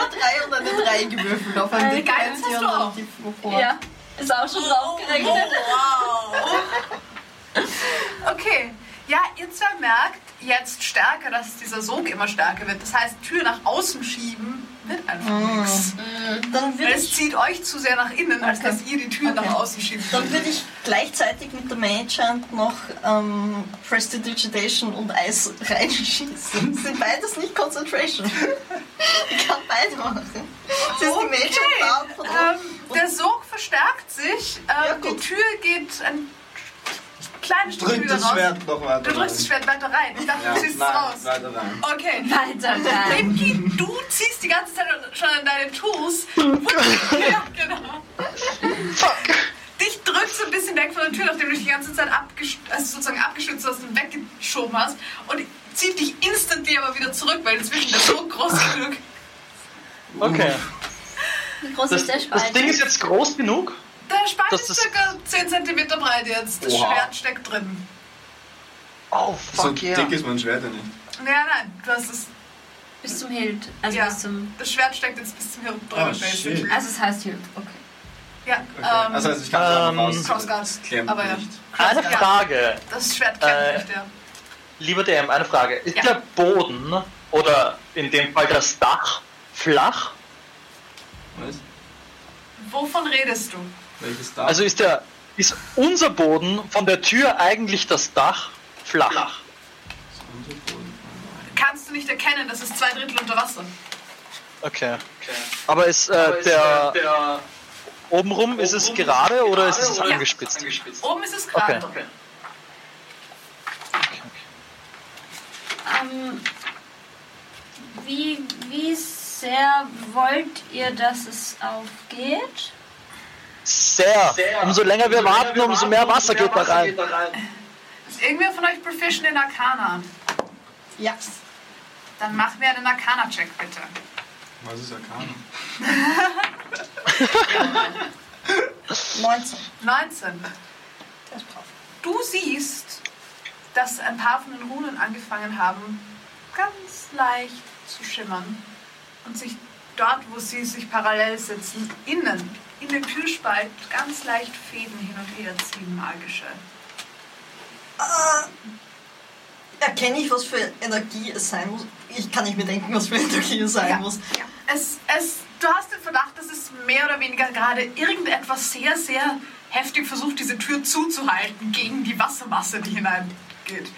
Eine 3 und eine 3 gewürfelt auf
Eine
einen
Guidance hast du auch.
Ja.
ja. Ist auch schon draufgerechnet.
wow. Okay. Ja, ihr zwei merkt jetzt stärker, dass dieser Sog immer stärker wird. Das heißt, Tür nach außen schieben wird einfach nichts.
Dann würde
Weil es
ich,
zieht euch zu sehr nach innen, als
Okay.
dass ihr die Tür
Okay.
nach außen schiebt.
dann würd ich gleichzeitig mit der Magehand noch ähm, Prestidigitation und Eis reinschießen. Das sind beides nicht Concentration. Ich kann beide machen. Das ist die Magehand da und von
Ähm,
oben.
der Sog verstärkt sich. Ähm,
Ja,
die
gut.
Tür geht ein kleines Stück
Drück
wieder
das
raus.
Schwert noch weiter.
Du drückst das Schwert weiter rein. Ich dachte,
Ja,
du ziehst es
nein,
raus.
weiter rein.
Okay.
Weiter rein.
Lemki, du ziehst die ganze Zeit schon an deine Toes. ja, genau.
Fuck!
Dich drückst du ein bisschen weg von der Tür, nachdem du dich die ganze Zeit abgesch also sozusagen abgeschützt hast und weggeschoben hast. Und zieht dich instantly aber wieder zurück, weil inzwischen der Sog groß genug
Okay.
Wie groß
Das,
ist der
das
Spalt?
Ding ist jetzt groß genug.
Der Spalt
Das
ist
ist-
circa 10 cm breit jetzt. Das
Oha.
Schwert steckt drin.
Oh,
So
fuck yeah.
dick ist mein Schwert ja nicht.
Naja, nein, du hast es.
bis zum Hilt. Also
ja,
bis zum.
das Schwert steckt jetzt bis zum Hirn drin.
Oh,
basically.
shit.
Also es heißt Hilt. Okay.
Ja,
Also-
Okay.
ähm,
das heißt, ich kann es auch
ähm,
noch raus.
Crossguard.
Das klemmt
Aber ja.
nicht.
Also
Eine
Ja.
Frage,
das Schwert klemmt
Äh,
nicht, ja.
lieber DM, eine Frage. Ist
Ja.
der Boden oder in dem Fall das Dach flach?
Was?
Wovon redest du?
Welches da?
Also ist der ist unser Boden von der Tür eigentlich das Dach flach?
Kannst du nicht erkennen, das ist zwei Drittel unter Wasser.
Okay. Aber ist, äh, der, obenrum ist es gerade oder ist es
Ja.
angespitzt?
Oben ist es gerade.
Okay.
Ähm, wie, wie sehr wollt ihr, dass es aufgeht?
Sehr. Umso länger wir warten, umso mehr Wasser geht da rein.
Ist irgendwer von euch proficient in Arcana?
Ja.
Dann mach mir einen Arcana-Check, bitte.
Was ist Arcana?
19.
19.
Das braucht.
Du siehst, dass ein paar von den Runen angefangen haben, ganz leicht zu schimmern und sich dort, wo sie sich parallel sitzen, innen, in den Kühlspalt, ganz leicht Fäden hin und her ziehen, magische.
Äh, Erkenne ich, was für Energie es sein muss? Ich kann nicht mir denken, was für Energie es sein
Ja.
muss.
Ja. Es, es, du hast den Verdacht, dass es mehr oder weniger gerade irgendetwas sehr, sehr heftig versucht, diese Tür zuzuhalten gegen die Wassermasse, die hineingeht.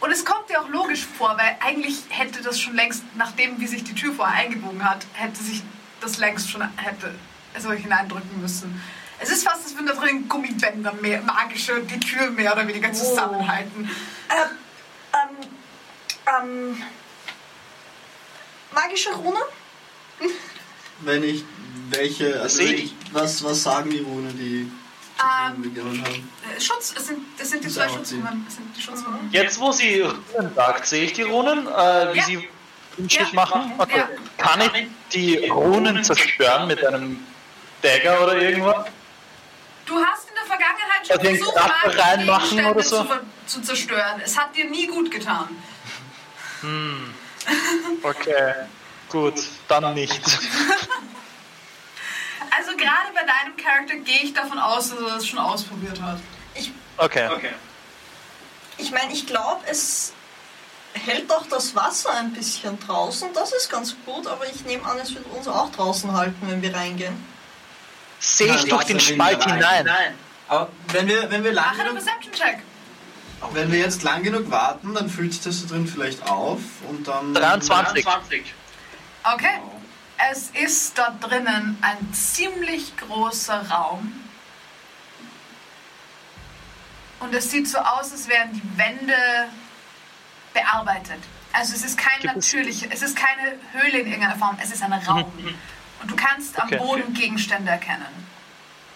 Und es kommt dir auch logisch vor, weil eigentlich hätte das schon längst, nachdem wie sich die Tür vorher eingebogen hat, hätte sich das längst schon hätte es euch hineindrücken müssen. Es ist fast, als würden da drin Gummibänder mehr, magische die Tür mehr oder
Oh.
weniger zusammenhalten.
Ähm, ähm, magische Rune?
Wenn ich welche, also
Seh
ich, was, was sagen die Rune, die
Ähm,
wir genommen haben?
Äh, Schutz, es sind, es sind die
Das
zwei
ist auch
Schutznummern. Es sind die Schutznummern.
Jetzt, wo sie Runen sagt, sehe ich die Runen, äh, wie
Ja.
sie einen Stich
Ja.
machen. Okay.
Ja.
Kann ich die Runen zerstören mit einem Dagger oder irgendwas?
Du hast in der Vergangenheit schon
Also den
versucht,
Krabbe
magische
reinmachen
Gegenstände
oder so?
zu, ver- zu zerstören. Es hat dir nie gut getan.
Okay, gut, dann nicht.
Also gerade bei deinem Charakter gehe ich davon aus, dass er das schon ausprobiert hat.
Okay.
Ich meine, ich glaube, es hält auch das Wasser ein bisschen draußen. Das ist ganz gut, aber ich nehme an, es wird uns auch draußen halten, wenn wir reingehen.
Sehe ich
Nein,
durch
lass
den
ihn
Spalt
rein.
hinein?
Aber wenn wir, wenn wir lang
Mach einen
genug,
Perception-Check.
wenn wir jetzt lang genug warten, dann füllt sich das da drin vielleicht auf und dann.
23.
Okay. Es ist dort drinnen ein ziemlich großer Raum. Und es sieht so aus, als wären die Wände bearbeitet. Also es ist kein
Gibt es-
natürliche, es ist keine Höhle in irgendeiner Form, es ist ein Raum.
Mhm.
Und du kannst am
Okay.
Boden Gegenstände erkennen.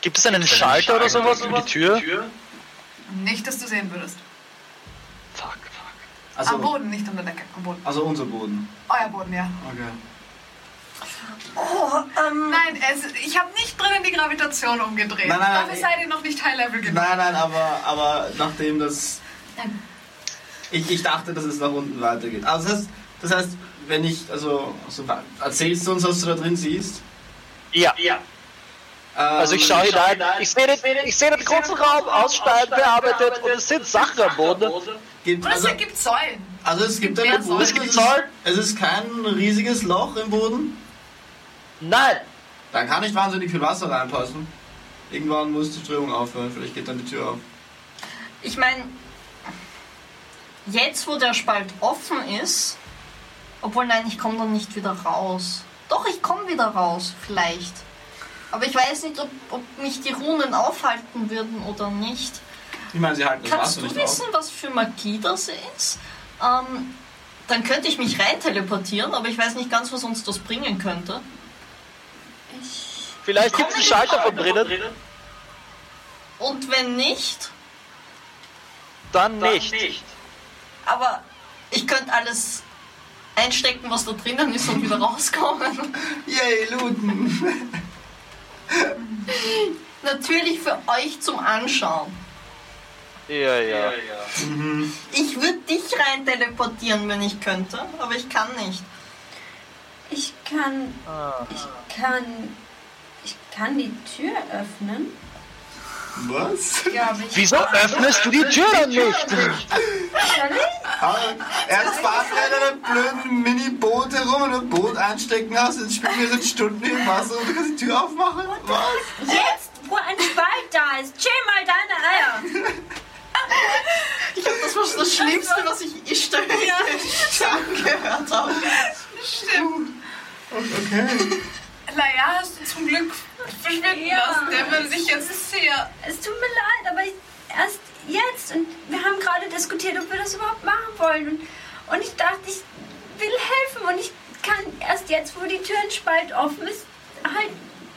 Gibt es einen Schalter oder sowas für die Tür?
Nicht, dass du sehen würdest.
Fuck.
am
Also,
Boden, nicht unter der Decke. Am Boden.
also unser Boden.
Euer Boden, ja.
Okay.
Oh, ähm,
Nein, es, ich habe nicht drinnen die Gravitation umgedreht.
Nein, nein, nein.
Dafür seid ihr noch nicht High-Level genug.
Nein, nein, aber, aber nachdem das.
Nein.
Ich, ich dachte, dass es nach unten weitergeht. Also das heißt, das heißt wenn ich. Also, also erzählst du uns, was du da drin siehst?
Ja,
Ähm,
also ich schaue hinein. Ich sehe den, ich sehe den großen Raum aussteigen, bearbeitet und es sind Sachen am Boden.
Gibt,
Und es
also,
ergibt Säulen.
also es gibt
gibt mehr
einen Boden.
Säulen.
Es gibt
ist-
Säulen.
Es ist kein riesiges Loch im Boden.
Nein,
Da kann nicht wahnsinnig viel Wasser reinpassen. Irgendwann muss die Strömung aufhören. Vielleicht geht dann die Tür auf.
ich meine, jetzt wo der Spalt offen ist, obwohl nein, ich komme dann nicht wieder raus. Doch, ich komme wieder raus, vielleicht. Aber ich weiß nicht, ob, ob mich die Runen aufhalten würden oder nicht.
Ich meine, sie halten das
Kannst
Wasser
du
nicht
wissen,
auf.
was für Magie das ist? Ähm, dann könnte ich mich rein teleportieren, aber ich weiß nicht ganz, was uns das bringen könnte.
Ich.
vielleicht gibt es einen Schalter von drinnen,
Und wenn nicht,
dann nicht.
aber ich könnte alles einstecken, was da drinnen ist und wieder rauskommen.
Yay, Looten!
Natürlich für euch zum Anschauen.
Ja, ja.
Ich würde dich rein teleportieren, wenn ich könnte, aber ich kann nicht.
Ich kann.
Ah.
Ich kann. Ich kann die Tür öffnen.
was?
Glaube ich.
Wieso öffnest du die Tür dann nicht?
Soll ich?
Aber Erst fahren wir in einem blöden Mini-Boot herum und ein Boot einstecken hast, jetzt spielen wir seit Stunden im Wasser und du kannst die Tür aufmachen. Was?
Jetzt, wo ein Spalt da ist, chill mal deine Eier.
Ich glaube, das war das Schlimmste, was ich ich ja. sagen gehört habe.
Stimmt.
Okay.
Naja, hast du zum Glück verschwinden
Ja.
lassen. Der würde sich jetzt sehr.
Es tut mir leid, aber ich, erst jetzt. Und wir haben gerade diskutiert, ob wir das überhaupt machen wollen. Und, und ich dachte, ich will helfen. Und ich kann erst jetzt, wo die Tür ein Spalt offen ist, halt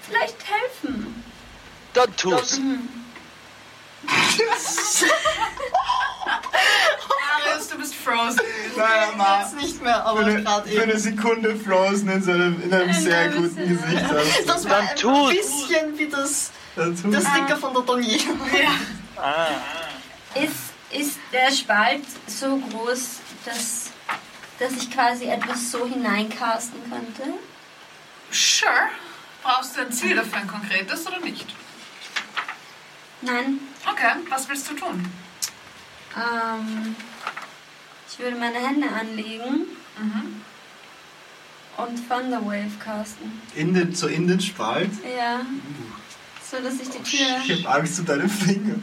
vielleicht helfen.
Dann tu's.
Marius, du bist frozen.
Naja,
Jetzt
Mann.
nicht mehr,
Für
aber
eine,
gerade
für
eben.
eine Sekunde frozen in, seinem, in einem sehr
bisschen,
guten
ja.
Gesicht. Also, hast du.
Das war
Dann
ein
tu's.
bisschen wie das,
Dazu.
das Sticker von der Donnie.
Ist, ist der Spalt so groß, dass, dass ich quasi etwas so hineincasten könnte?
Sure. Brauchst du ein Ziel dafür, ein konkretes oder nicht?
Nein,
Okay, was willst du tun?
ähm, ich würde meine Hände anlegen
Mhm.
und Thunderwave casten.
In den, so in den Spalt.
Ja. So, dass ich die
Ich
Tür
hab Angst um deine Finger.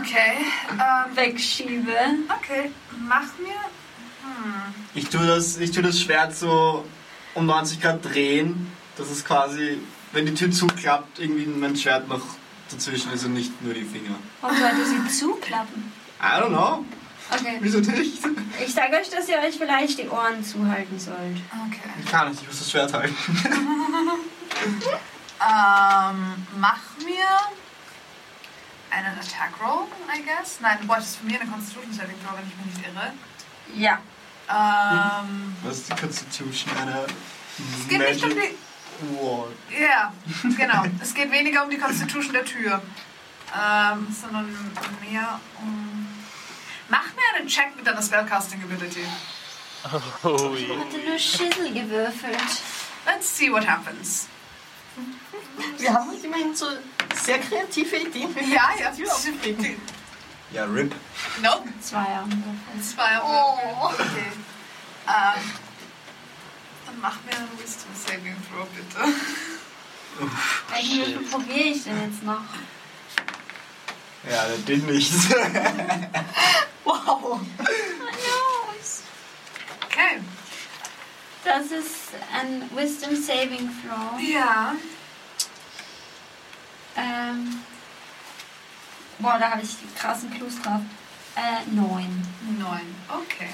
Okay, ähm,
wegschiebe.
okay, mach mir. Hm.
Ich tue das, ich tue das Schwert so um 90 Grad drehen, dass es quasi, wenn die Tür zuklappt, irgendwie mein Schwert noch dazwischen ist und nicht nur die Finger.
Warum sollte sie zuklappen?
I don't know.
Okay.
Wieso nicht?
Ich sage euch, dass ihr euch vielleicht die Ohren zuhalten sollt.
Okay.
Ich kann nicht, ich muss das Schwert halten.
Ähm, mach mir einen Attack Roll, I guess. Nein, du wolltest von mir eine Constitution Saving Throw, wenn ich mich nicht irre.
Ja.
Ähm,
Was ist die Constitution einer
es geht nicht um die.
Wall?
Ja, genau. Es geht weniger um die Constitution der Tür, ähm, sondern mehr um. Mach mir einen Check mit deiner Spellcasting Ability.
Ui.
Hatte nur Schissel gewürfelt.
Let's see what happens.
Wir haben uns immerhin so sehr kreative Ideen. wie wir
Ja,
diese
ja.
Tür aufkriegen.
Ja, RIP.
Nope.
Zwei Jahre.
Zwei. Oh. Okay. Ähm, dann mach mir einen Wisdom Saving Throw, bitte.
Welchen Würfel probiere Also, ich denn jetzt noch?
Ja, der did nichts.
Wow.
Okay.
Das ist ein Wisdom Saving Throw.
Ja.
Ähm, boah, da habe ich krassen Plus drauf. Äh, neun.
Neun, okay.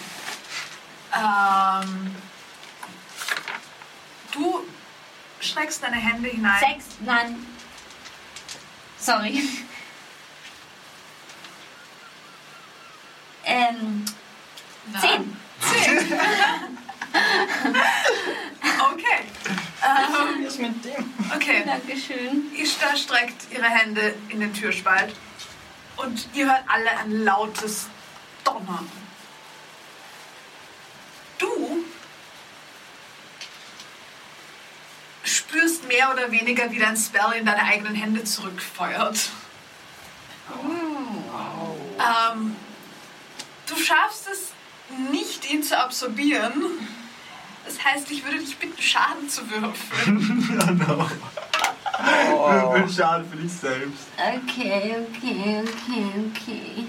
Ähm, du streckst deine Hände hinein.
Sechs, nein. Sorry. Ähm,
Na?
zehn.
Zehn. okay. Ähm,
Was ist mit dem?
okay.
Dankeschön.
Ishtar streckt ihre Hände in den Türspalt und ihr hört alle ein lautes Donnern. Du spürst mehr oder weniger, wie dein Spell in deine eigenen Hände zurückfeuert. Ähm, du schaffst es nicht, ihn zu absorbieren. Das heißt, ich würde dich bitten, Schaden zu würfeln.
oh no. Oh. Mit Schaden für dich selbst.
Okay, okay, okay, okay.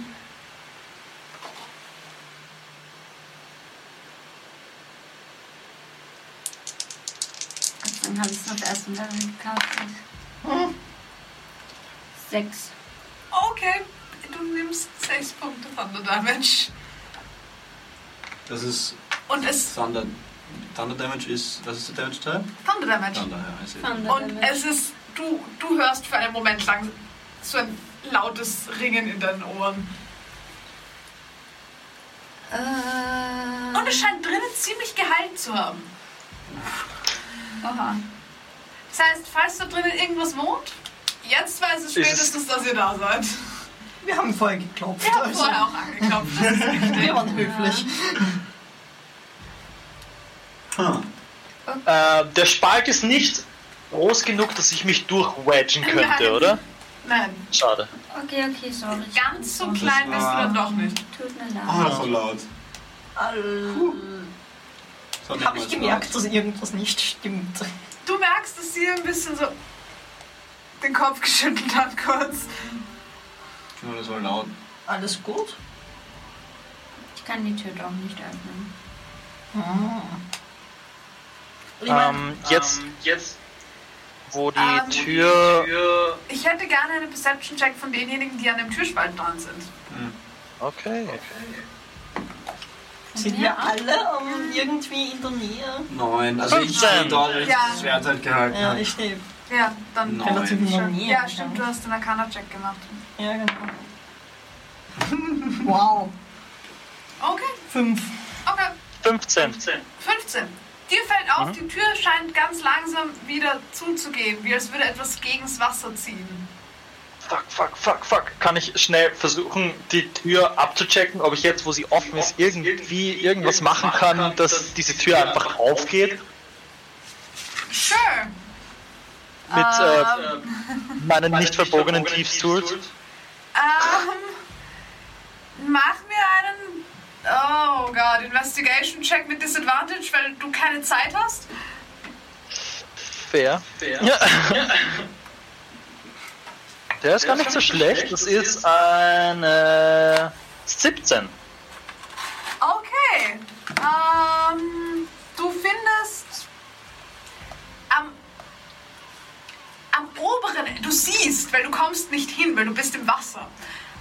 Dann habe ich es noch erst mal gekauft.
Hm.
Sechs.
Okay, du nimmst 6 Punkte Thunder Damage.
Das ist
Und es
Thunder. Thunder Damage ist. Was ist der Damage Teil?
Thunder Damage.
Thunder, ja, I see.
Und es ist, du, du hörst für einen Moment lang so ein lautes Ringen in deinen Ohren.
Äh,
Und es scheint drinnen ziemlich gehalten zu haben.
Oha.
Das heißt, falls da drinnen irgendwas wohnt, jetzt weiß es
Ist es-
spätestens, dass ihr da seid.
Wir haben vorher geklopft.
Wir haben
also.
vorher auch angeklopft. Das ist
Wir
richtig.
waren höflich.
Huh.
Äh, der Spalt ist nicht groß genug, dass ich mich durchwedgen könnte,
Nein.
oder?
Nein,
Schade.
Okay, okay, sorry.
ganz so klein bist du dann doch nicht.
Tut mir leid.
Oh, das war laut.
Habe
Das war nicht mal
ich
so
gemerkt,
laut.
dass irgendwas nicht stimmt.
Du merkst, dass sie ein bisschen so den Kopf geschüttelt hat kurz.
Genau, das war laut.
Alles gut?
Ich kann die Tür doch nicht öffnen.
Ich mein,
Ähm, jetzt,
jetzt
wo die
Ähm,
Tür.
für
Ich hätte gerne einen Perception-Check von denjenigen, die an dem Türspalt dran sind.
Okay.
sind wir alle ähm, irgendwie in der Nähe?
Neun. Also ich
15.
stehe dort, als ich
Ja.
das Schwert halt gehalten
Ja,
habe.
ich stehe
Ja, dann.
Neun.
relativ in der
Schon.
Nähe.
Ja, stimmt, du hast den Arcana-Check gemacht.
Ja, genau. Wow.
Okay,
Fünf.
okay.
15.
15. Dir fällt auf, die Tür scheint ganz langsam wieder zuzugehen, wie als würde etwas gegens Wasser ziehen.
Fuck, fuck, fuck, fuck. Kann ich schnell versuchen, die Tür abzuchecken, ob ich jetzt, wo sie offen ist, irgendwie irgendwas machen kann, dass diese Tür einfach aufgeht?
Sure.
mit äh,
Ähm,
meinen nicht verbogenen Thieves Tools.
ähm, mach mir einen. Oh Gott, Investigation Check mit Disadvantage, weil du keine Zeit hast.
Fair. Ja. Der ist gar nicht so schlecht. Das ist eine 17.
Okay. Ähm, du findest am, am oberen du siehst, weil du kommst nicht hin, weil du bist im Wasser.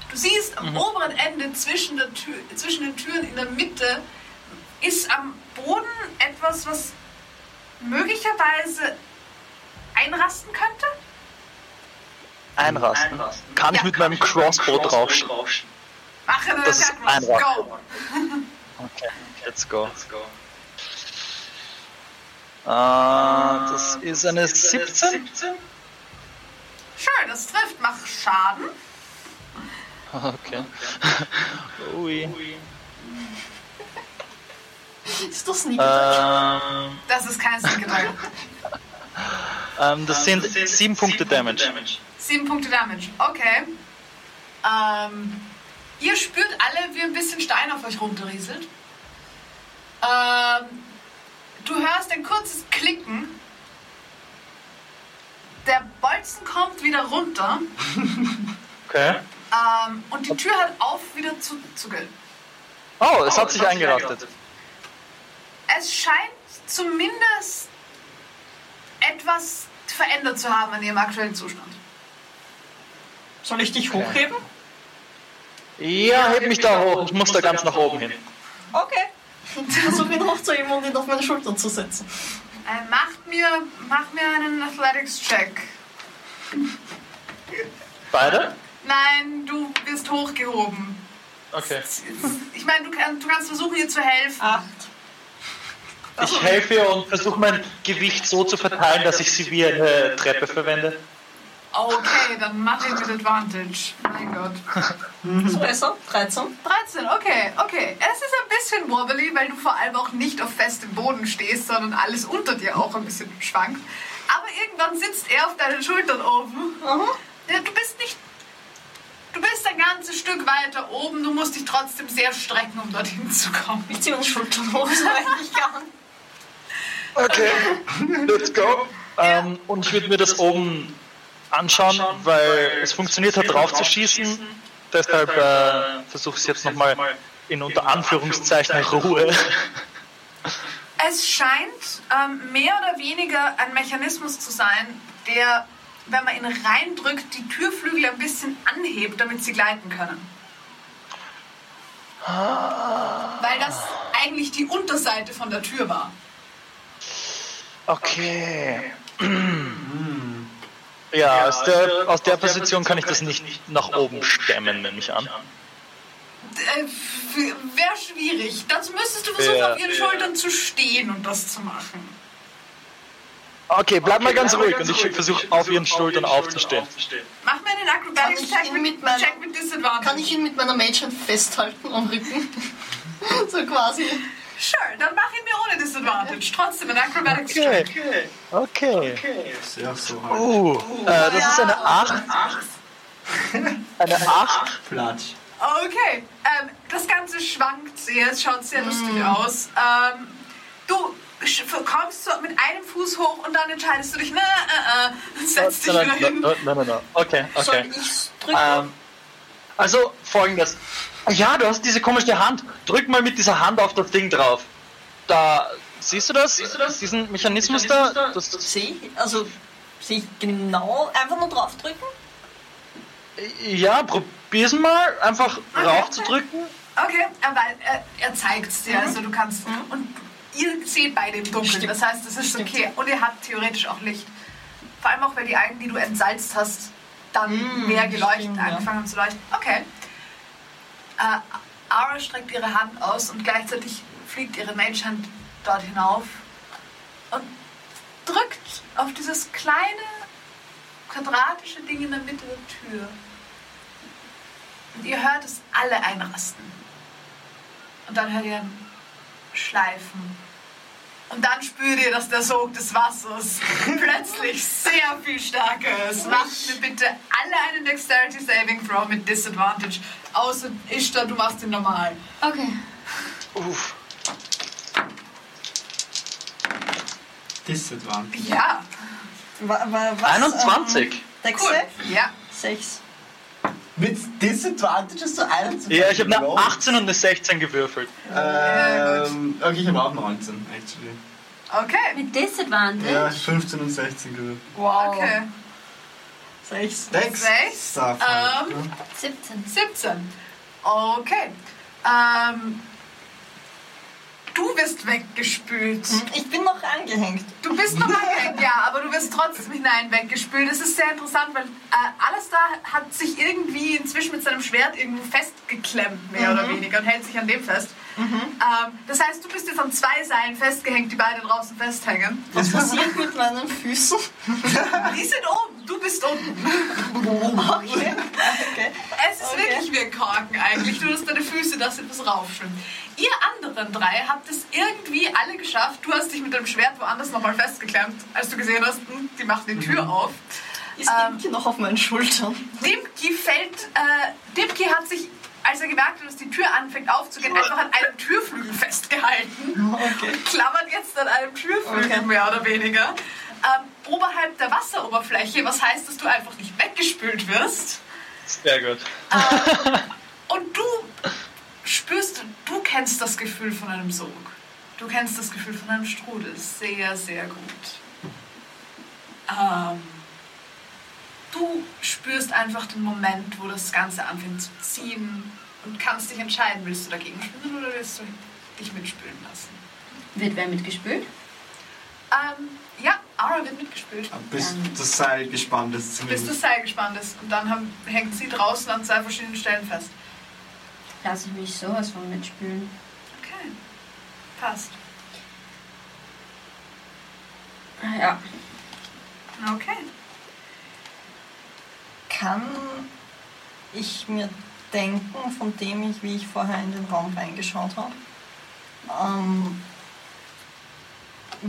Du siehst
Mhm.
am oberen Ende zwischen, der Tür, zwischen den Türen in der Mitte ist am Boden etwas, was möglicherweise einrasten könnte.
Einrasten. Kann ich
Ja.
mit meinem Crossbow draufschlagen?
Mache einen
Das ist
Attack Roll.
einrasten.
Go.
Okay, let's go. Ah, das ist eine 17.
Schön, das trifft. Mach Schaden.
Okay. Ui.
Ist das nicht?
Ähm,
Das ist kein Sneak-Attack.
ähm, das sind 7 Punkte Damage.
Sieben Punkte Damage. Okay. Ähm, ihr spürt alle, wie ein bisschen Stein auf euch runterrieselt. Ähm, du hörst ein kurzes Klicken. Der Bolzen kommt wieder runter.
Okay.
Ähm, und die Tür hat auf, wieder zuzugehen.
Oh, es hat sich eingerastet.
Es scheint zumindest etwas verändert zu haben an ihrem aktuellen Zustand.
Soll ich dich hochheben?
Ja, heb mich da hoch. Ich muss da ganz nach oben hin.
Okay.
Ich versuche ihn hochzuheben und ihn auf meine Schulter zu setzen.
Äh, macht, mir, macht mir einen Athletics-Check.
Beide?
Nein, du wirst hochgehoben.
Okay.
Ich meine, du, kann, du kannst versuchen, ihr zu helfen.
Acht.
Ich helfe ihr und versuche mein Gewicht so zu verteilen, dass ich sie wie eine Äh, Treppe verwende.
Okay, dann mach ich mit Advantage. Mein Gott.
So besser. 13.
13, okay, okay. Es ist ein bisschen wobbly, weil du vor allem auch nicht auf festem Boden stehst, sondern alles unter dir auch ein bisschen schwankt. Aber irgendwann sitzt er auf deinen Schultern oben. Ja, du bist nicht. Du bist ein ganzes Stück weiter oben, du musst dich trotzdem sehr strecken, um dorthin zu kommen.
Ich ziehe uns Schultern hoch, soweit ich kann.
Okay, let's go. Ähm, und ich würde mir das oben anschauen, weil es funktioniert hat, drauf zu schießen. Deshalb äh, versuche ich es jetzt nochmal in unter Anführungszeichen Ruhe.
Es scheint ähm, mehr oder weniger ein Mechanismus zu sein, der, wenn man ihn reindrückt, die Türflügel ein bisschen anhebt, damit sie gleiten können. Weil das eigentlich die Unterseite von der Tür war.
Okay. Ja, aus der, aus der Position kann ich das nicht nach oben stemmen, nehme ich an.
Äh, Wäre schwierig. Dazu müsstest du versuchen,
Ja.
auf ihren Schultern zu stehen und das zu machen.
Okay, bleib mal ganz ruhig und ich versuche auf ihren Schultern aufzustehen.
Mach mir einen
Kann ich
Acrobatics-Check
ihn
mit,
mit meiner-
Check mit Disadvantage.
Kann ich ihn mit meiner Mädchen festhalten am Rücken? so quasi.
Sure, dann mach ihn mir ohne Disadvantage. Trotzdem ein Acrobatics-Check.
Okay.
Sehr so hart.
Uh, äh, das ist eine 8. Eine 8.
halt Platsch.
Okay, ähm, das Ganze schwankt sehr, es schaut sehr
Mm.
lustig aus. Ähm, du sch- kommst so mit einem Fuß hoch und dann entscheidest du dich, ne, äh, äh, und setzt dich
Nein,
wieder
nein,
hin.
nein, nein, nein, nein. Okay, okay.
Soll ich drücken?
Ähm, also folgendes. Ja, du hast diese komische Hand. Drück mal mit dieser Hand auf das Ding drauf. Da. Siehst du das? Diesen Mechanismus, da? Das,
Sehe ich, also sehe ich genau, einfach nur draufdrücken?
ja, probier's mal. Einfach raufzudrücken.
Okay, er, wei- er, er zeigt's
Mhm.
dir, also du kannst. Und ihr seht beide im Dunkeln,
Stimmt.
das heißt, es ist okay. Und ihr habt theoretisch auch Licht. Vor allem auch, weil die Augen, die du entsalzt hast, dann mehr geleuchtet,
Mm, stimmt, ja.
angefangen haben zu leuchten. Okay. Äh, Ara streckt ihre Hand aus und gleichzeitig fliegt ihre Menschhand dort hinauf und drückt auf dieses kleine quadratische Ding in der Mitte der Tür. Und ihr hört es alle einrasten. Und dann hört ihr ein Schleifen. Und dann spürt ihr, dass der Sog des Wassers plötzlich sehr viel stärker ist. Macht mir bitte alle einen Dexterity Saving Throw mit Disadvantage. Außer Ishtar, du machst ihn normal.
Okay.
Uff.
Disadvantage.
Ja,
Wa- wa- was,
21.
Ähm, Dex
cool.
Save?
Ja,
6.
Mit Disadvantage hast du 21.
Ja, ich habe eine
Roll.
18 und eine 16 gewürfelt.
Ähm, okay, ich habe auch 19, actually.
okay.
Mit Disadvantage?
Ja, 15 und 16 gewürfelt.
Wow.
Okay.
6.
Dex.
Sechs.
Safran,
Ähm.
ja.
17.
17. Okay. Ähm, du wirst weggespült.
Ich bin noch angehängt.
Du bist noch angehängt, ja, aber du wirst trotzdem hinein weggespült. Das ist sehr interessant, weil äh, Alastar hat sich irgendwie inzwischen mit seinem Schwert irgendwo festgeklemmt, mehr oder weniger, und hält sich an dem fest. Ähm, das heißt, du bist jetzt an zwei Seilen festgehängt, die beide draußen festhängen.
Was passiert mit meinen Füßen?
Die sind oben, du bist unten.
Okay. okay.
Es ist
Okay.
wirklich wie ein Korken eigentlich, nur dass deine Füße das etwas raufschwimmen. Ihr anderen drei habt es irgendwie alle geschafft. Du hast dich mit deinem Schwert woanders nochmal festgeklemmt, als du gesehen hast, hm, die machen die Tür auf.
Ist
Ähm.
Imke noch auf meinen Schultern?
Dimki fällt, äh, Dimki hat sich, als er gemerkt hat, dass die Tür anfängt aufzugehen, einfach an einem Türflügel festgehalten.
Oh, Okay.
Klammert jetzt an einem Türflügel
Okay.
mehr oder weniger. Ähm, oberhalb der Wasseroberfläche, was heißt, dass du einfach nicht weggespült wirst.
Sehr gut.
Und du spürst, du kennst das Gefühl von einem Sog. Du kennst das Gefühl von einem Strudel sehr, sehr gut. Ähm, du spürst einfach den Moment, wo das Ganze anfängt zu ziehen und kannst dich entscheiden, willst du dagegen spülen oder willst du dich mitspülen lassen.
Wird wer mitgespült?
Ähm, ja, Ara wird mitgespült.
Bis das Seil gespannt ist
Bis das
zumindest.
Seil gespannt ist und dann haben, hängt sie draußen an zwei verschiedenen Stellen fest.
Lass ich mich sowas von mitspülen.
Okay, passt.
Ja.
Okay.
Kann ich mir denken, von dem ich, wie ich vorher in den Raum reingeschaut habe, ähm,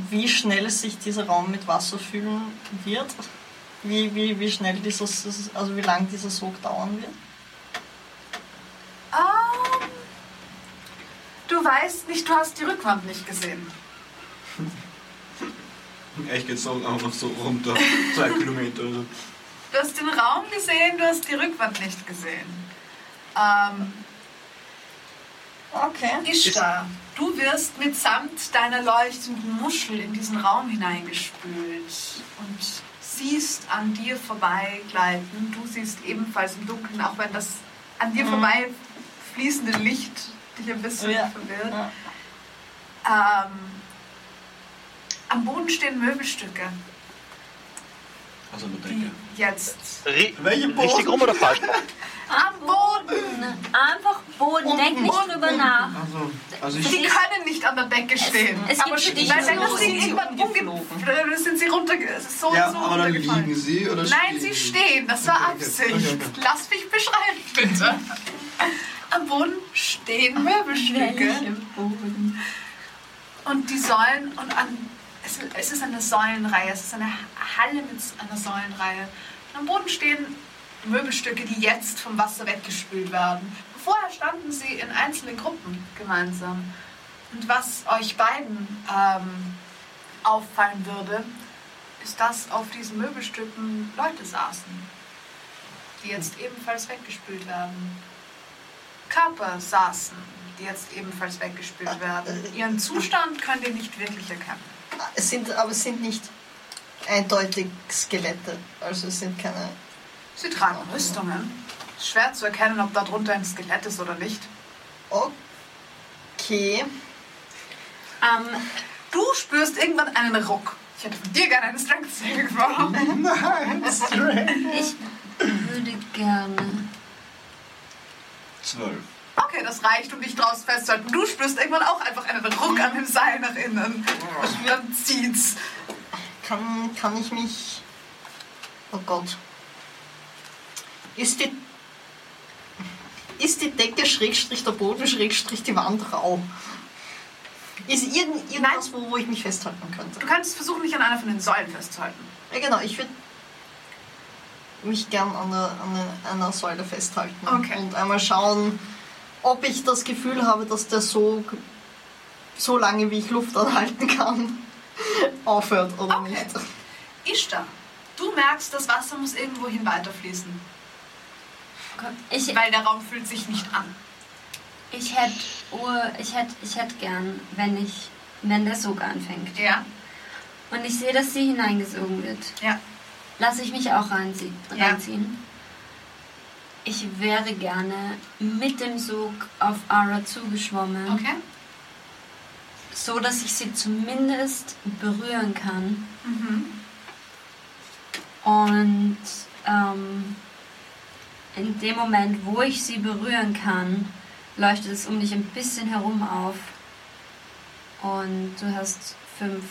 wie schnell sich dieser Raum mit Wasser füllen wird? Wie, wie, wie schnell dieses, also wie lang dieser Sog dauern wird?
Ähm, du weißt nicht, du hast die Rückwand nicht gesehen.
Echt geht's auch noch so runter. Zwei Kilometer oder so.
Du hast den Raum gesehen, du hast die Rückwand nicht gesehen. Ähm,
Okay.
Ishtar, du wirst mitsamt deiner leuchtenden Muschel in diesen Raum hineingespült und siehst an dir vorbeigleiten. Du siehst ebenfalls im Dunkeln, auch wenn das an dir vorbei fließende Licht dich ein bisschen
Ja.
verwirrt.
Ja.
Ähm, am Boden stehen Möbelstücke.
Also eine Decke.
die jetzt
Ri
Welche Boden?
richtig um- rum oder falsch? Ähm,
am Boden.
Einfach Boden. Denk nicht drüber nach.
Also, also ich.
Die können nicht an der Decke stehen.
es gibt für dich
weil wenn
nur-
das Ding
sind sie
irgendwann
umgeflogen.
umgeflogen sind sie runter, es ist so
Ja,
und um so
aber dann
runtergefallen.
liegen sie oder
Nein, sie stehen. Das war
Okay,
Absicht.
okay, okay.
Lass mich beschreiben, bitte. Am Boden stehen Möbelstücke
Boden.
und die Säulen und an es, es ist eine Säulenreihe, es ist eine Halle mit einer Säulenreihe. Und am Boden stehen Möbelstücke, die jetzt vom Wasser weggespült werden. Vorher standen sie in einzelnen Gruppen gemeinsam. Und was euch beiden ähm, auffallen würde, ist, dass auf diesen Möbelstücken Leute saßen, die jetzt ebenfalls weggespült werden. Körper saßen, die jetzt ebenfalls weggespült werden. Ihren Zustand könnt ihr nicht wirklich erkennen.
Es sind, aber es sind nicht eindeutig Skelette. Also es sind keine.
Sie tragen Rüstungen. Ist Schwer zu erkennen, ob darunter ein Skelett ist oder nicht.
Okay.
Ähm,
Du spürst irgendwann einen Ruck. Ich hätte von dir gerne einen Strength Saving Throw.
ich würde gerne.
Zwölf.
Okay, das reicht, um dich draußen festzuhalten. Du spürst irgendwann auch einfach einen Ruck an dem Seil nach innen. Und dann zieht's.
Kann, kann ich mich. Oh Gott. Ist die. Ist die Decke Schrägstrich der Boden Schrägstrich die Wand rau? Ist irgend, irgendwas, wo, wo ich mich festhalten könnte?
Du kannst versuchen, dich an einer von den Säulen festzuhalten.
Ja, genau, ich würde mich gern an einer, an einer, einer Säule festhalten
Okay.
und einmal schauen, ob ich das Gefühl habe, dass der Sog so lange, wie ich Luft anhalten kann, aufhört oder
Okay.
nicht.
Ishtar, du merkst, das Wasser muss irgendwohin weiterfließen.
Ich,
Weil der Raum fühlt sich nicht an.
ich hätte Uhr, ich hätte ich hätt gern, wenn ich, wenn der Sog anfängt.
Ja,
Und ich sehe, dass sie hineingesogen wird.
ja.
Lasse ich mich auch reinzie-
Ja.
reinziehen. Ich wäre gerne mit dem Sog auf Ara zugeschwommen,
Okay.
so dass ich sie zumindest berühren kann.
Mhm.
Und ähm, in dem Moment, wo ich sie berühren kann, leuchtet es um dich ein bisschen herum auf. Und du hast 5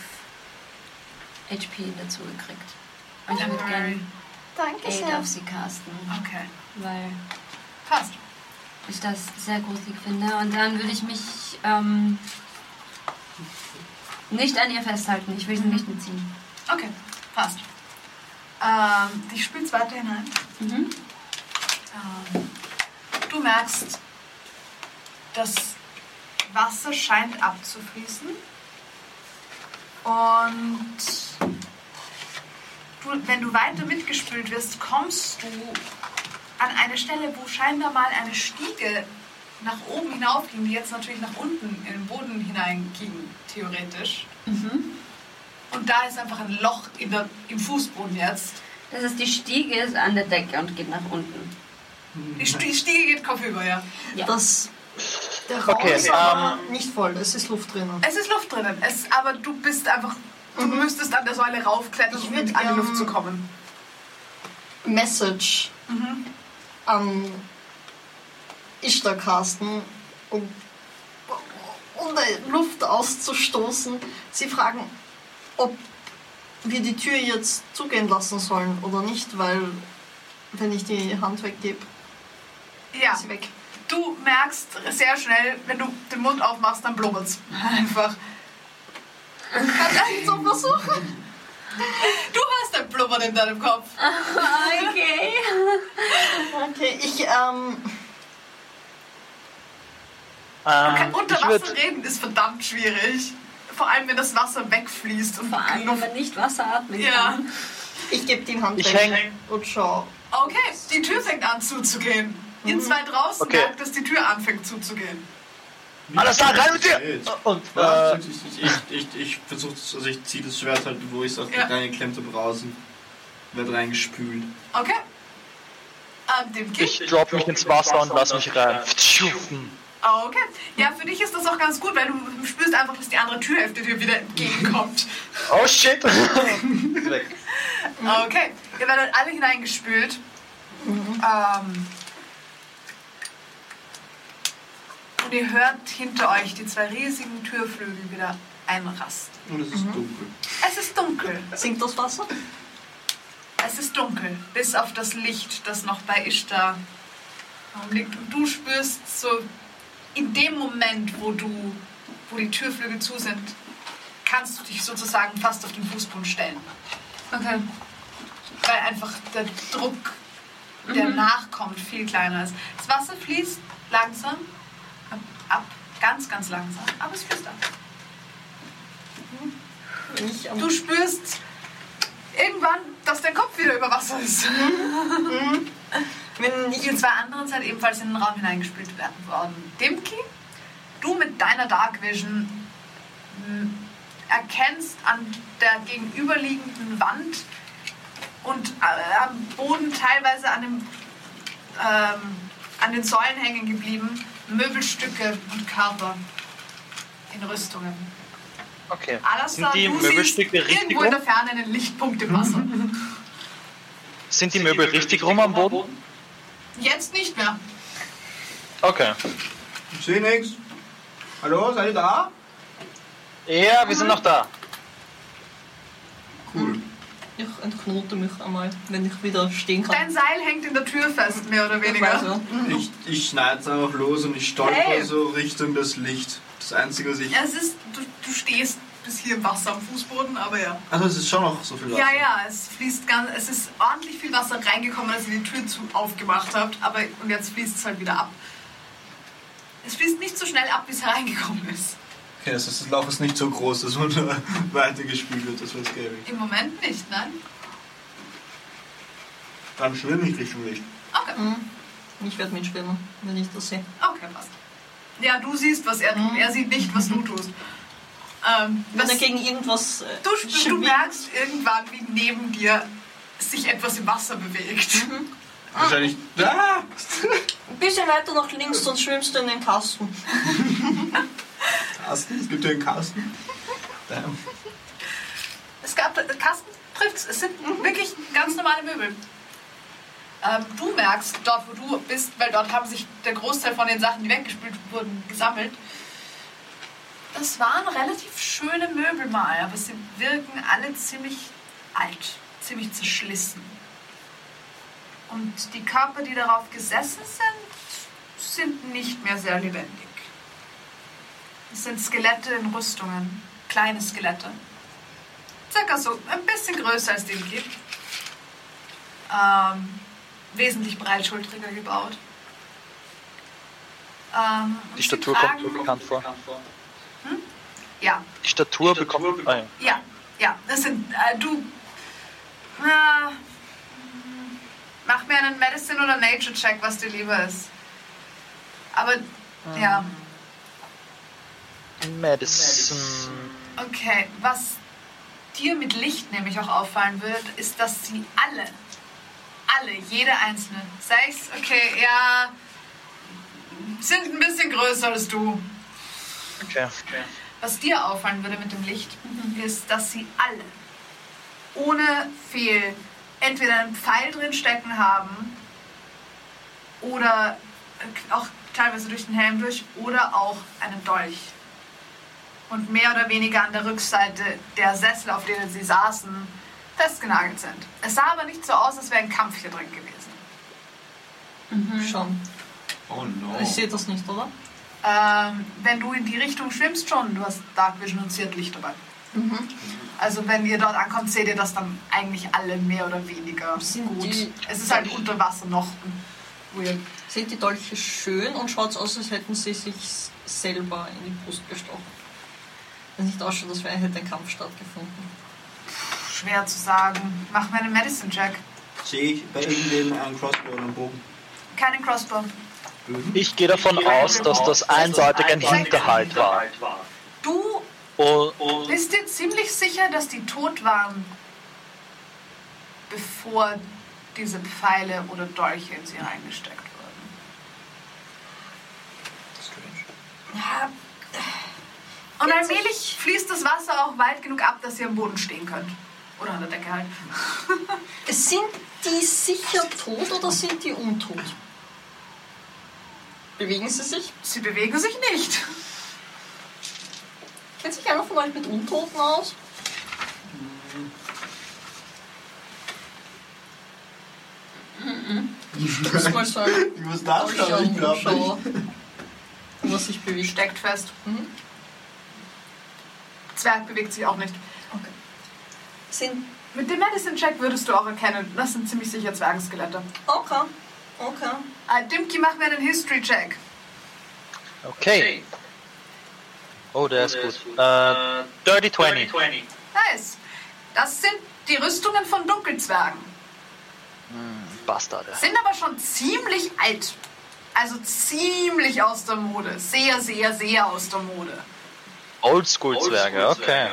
HP dazu gekriegt. Und ich
Oh,
würde gerne Aid auf sie casten,
Okay.
weil
Passt.
ich das sehr gruselig finde. Und dann würde ich mich ähm, nicht an ihr festhalten. Ich will sie nicht mitziehen.
Okay. Passt. Ähm, dich spült's weiter hinein.
Mhm.
Ähm, du merkst, das Wasser scheint abzufließen. Und du, wenn du weiter mitgespült wirst, kommst du an eine Stelle, wo scheinbar mal eine Stiege nach oben hinaufging, die jetzt natürlich nach unten in den Boden hineinging, theoretisch. Und da ist einfach ein Loch in der, im Fußboden jetzt.
Das ist die Stiege ist an der Decke und geht nach unten.
Die St- die Stiege geht kopfüber, ja.
Ja.
Das, ähm, der Raum
Okay,
ist aber nicht voll, es ist Luft drinnen.
Es ist Luft drinnen, es, aber du bist einfach. Du müsstest an der Säule raufklettern,
Ich
um
würd
in an die
gern-
Luft zu kommen.
Message Mhm. an Ishtar casten, um, um die Luft auszustoßen. Sie fragen, ob wir die Tür jetzt zugehen lassen sollen oder nicht, weil wenn ich die Hand weggebe,
Ja,
ist sie weg.
du merkst sehr schnell, wenn du den Mund aufmachst, dann blubbert's. Einfach.
Kann ich jetzt auch versuchen?
Du hast ein Blubbern in deinem Kopf.
Ah, Okay.
Okay, ich, ähm,
Ähm,
Kein Unter
Ah, ich
Wasser
würde
reden ist verdammt schwierig. Vor allem, wenn das Wasser wegfließt und
Vor allem, wenn
Luft.
man nicht Wasser atmen
Ja.
kann.
ich gebe die Hand
Ich
weg
häng-
und schau.
Okay, die Tür fängt an zuzugehen. Ihr zwei draußen
Okay.
merkt, dass die Tür anfängt zuzugehen.
alles da, rein mit dir!
Shit.
Und
Ja,
äh,
ich, ich, ich, ich, ich versuche, also ich ziehe das Schwert halt, wo ich es aus
Ja.
ja. reingeklemmt habe, raus und wird reingespült.
Okay? Ähm, dem Kind.
ich drop mich ins Wasser und lass mich rein.
Oh, Okay. Ja, für dich ist das auch ganz gut, weil du spürst einfach, dass die andere Türhälfte dir wieder entgegenkommt.
Oh shit! Weg.
Okay. Ihr werdet alle hineingespült. Ähm, und ihr hört hinter euch die zwei riesigen Türflügel wieder einrasten.
Und es ist dunkel.
Es ist dunkel.
Sinkt das Wasser?
Es ist dunkel. Bis auf das Licht, das noch bei Ishtar liegt. Und du spürst so in dem Moment, wo du, wo die Türflügel zu sind, kannst du dich sozusagen fast auf den Fußboden stellen.
Okay.
weil einfach der Druck, der nachkommt, viel kleiner ist. Das Wasser fließt langsam ab, ab, ganz, ganz langsam, aber es fließt ab.
Wenn ich am
Du spürst irgendwann, dass dein Kopf wieder über Wasser ist.
wenn ich
Die zwei anderen sind ebenfalls in den Raum hineingespült werden worden. Dimki, du mit deiner Dark Vision m, erkennst an der gegenüberliegenden Wand und äh, am Boden teilweise an, dem, ähm, an den Säulen hängen geblieben Möbelstücke und Körper in Rüstungen.
Okay.
Alastar,
Sind die
du
Möbelstücke
siehst
richtig
irgendwo in der Ferne einen Lichtpunkt im Wasser.
Sind die Möbel richtig rum am Boden?
Jetzt nicht mehr.
Okay.
Ich sehe nichts. Hallo, seid ihr da?
Ja, wir sind noch da.
Cool.
Ich entknote mich einmal, wenn ich wieder stehen kann.
Dein Seil hängt in der Tür fest, mehr oder
Ich
weniger.
weiß ja.
Ich, ich schneide es einfach los und ich stolper
Hey.
so Richtung das Licht. Das Einzige, was ich.
Ja, Es ist, du, du stehst bis hier im Wasser am Fußboden, aber ja.
Also es ist schon noch so viel Wasser.
Ja, ja, es fließt ganz, es ist ordentlich viel Wasser reingekommen, als ihr die Tür zu aufgemacht habt, aber und jetzt fließt es halt wieder ab. Es fließt nicht so schnell ab, wie es hereingekommen ist.
Okay, das, ist, das Loch ist nicht so groß, dass man da weitergespielt wird, das wird's gäbe.
Im Moment nicht, nein?
Dann schwimme ich Richtung Licht.
Okay,
Mhm. Ich werde mitschwimmen, wenn ich das sehe.
okay, passt. Ja, du siehst, was er tut. Er sieht nicht, was du tust. Ähm,
Wenn
was,
er
du,
gegen irgendwas. Äh,
sp- du
schwimmt-
merkst irgendwann, wie neben dir sich etwas im Wasser bewegt.
Wahrscheinlich. Ah!
Ein bisschen weiter nach links, sonst schwimmst du in den Kasten.
Carsten, es gibt ja einen Carsten. Damn.
Es gab Kasten, trifft's. Es sind wirklich ganz normale Möbel. Ähm, du merkst dort, wo du bist, weil dort haben sich der Großteil von den Sachen, die weggespült wurden, gesammelt. Das waren relativ schöne Möbel mal, aber sie wirken alle ziemlich alt, ziemlich zerschlissen. Und die Körper, die darauf gesessen sind, sind nicht mehr sehr lebendig. Es sind Skelette in Rüstungen, kleine Skelette circa so ein bisschen größer als den gibt. Ähm, wesentlich breitschultriger gebaut. Ähm, und
Die
sie
Statur
tragen-
kommt mir bekannt vor.
Ja,
Die Statur bekommt. Ah, ja.
ja, ja. Das sind äh, du. Na, hm, mach mir einen Medicine oder Nature Check, was dir lieber ist. Aber ja,
Medicine.
okay. Was dir mit Licht nämlich auch auffallen wird, ist, dass sie alle alle, jede einzelne. Sechs, okay, ja, sind ein bisschen größer als du.
Okay.
Was dir auffallen würde mit dem Licht, ist, dass sie alle ohne Fehl entweder einen Pfeil drin stecken haben oder auch teilweise durch den Helm durch oder auch einen Dolch. Und mehr oder weniger an der Rückseite der Sessel, auf denen sie saßen, festgenagelt sind. Es sah aber nicht so aus, als wäre ein Kampf hier drin gewesen.
Schon.
Oh no.
Ich sehe das nicht, oder?
Ähm, wenn du in die Richtung schwimmst schon, du hast Dark Vision und Ziertlicht dabei.
Mhm.
Also wenn ihr dort ankommt, seht ihr das dann eigentlich alle mehr oder weniger
Sind
gut.
die-
es ist halt unter Wasser noch. Weird.
Sind die Dolche schön und schaut aus, als hätten sie sich selber in die Brust gestochen. Wenn nicht ausschaut, als wäre hätte ein Kampf stattgefunden.
Schwer zu sagen. Mach mir einen Medicine-Check.
Sehe ich bei irgendwem einen Crossbow oder einen Bogen?
Keine Crossbow.
Ich gehe davon aus, dass das eindeutig ein Hinterhalt war. Oh,
Du
Und
bist dir ziemlich sicher, dass die tot waren, bevor diese Pfeile oder Dolche in sie reingesteckt wurden. Und allmählich fließt das Wasser auch weit genug ab, dass ihr am Boden stehen könnt. Oder an der Decke halt.
Sind die sicher tot oder sind die untot? Bewegen sie sich?
Sie bewegen sich nicht.
Kennt sich einer von euch mit Untoten aus? Ich muss mal sagen.
Ich muss nachschauen, ich glaube
Schau, was sich bewegt.
Steckt fest.
Mhm.
Zwerg bewegt sich auch nicht.
Sind
Mit dem Medicine-Check würdest du auch erkennen, das sind ziemlich sicher Zwergenskelette.
okay, okay.
Äh, Dimki, mach mir einen History-Check.
okay. Oh, der ist gut. Äh, Dirty 20.
Nice. Das sind die Rüstungen von Dunkelzwergen.
Bastarde.
Sind aber schon ziemlich alt. Also ziemlich aus der Mode. Sehr, sehr, sehr aus der Mode.
Oldschool-Zwerge, okay.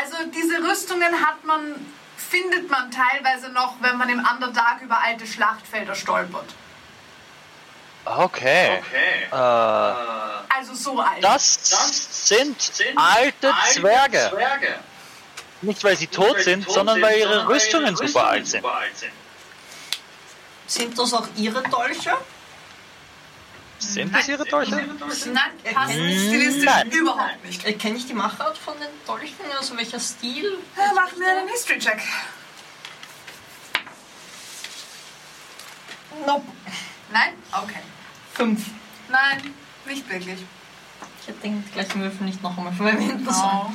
Also diese Rüstungen hat man, findet man teilweise noch, wenn man im Underdark über alte Schlachtfelder stolpert.
Okay. Äh,
Also so alt.
das sind alte Zwerge. Nicht, weil sie tot sind, sondern weil ihre Rüstungen super alt sind.
Sind das auch ihre Dolche?
Sind das ihre Dolche?
Nein, passt
Nein.
stilistisch
Nein.
überhaupt nicht.
Äh, Kenne ich die Machart von den Dolchen? Also welcher Stil?
Äh, Mach mir einen History-Check.
Nope.
Nein? Okay.
Fünf.
Nein, nicht wirklich.
Ich hätte den gleichen Würfel nicht noch einmal verwenden sollen.
Oh.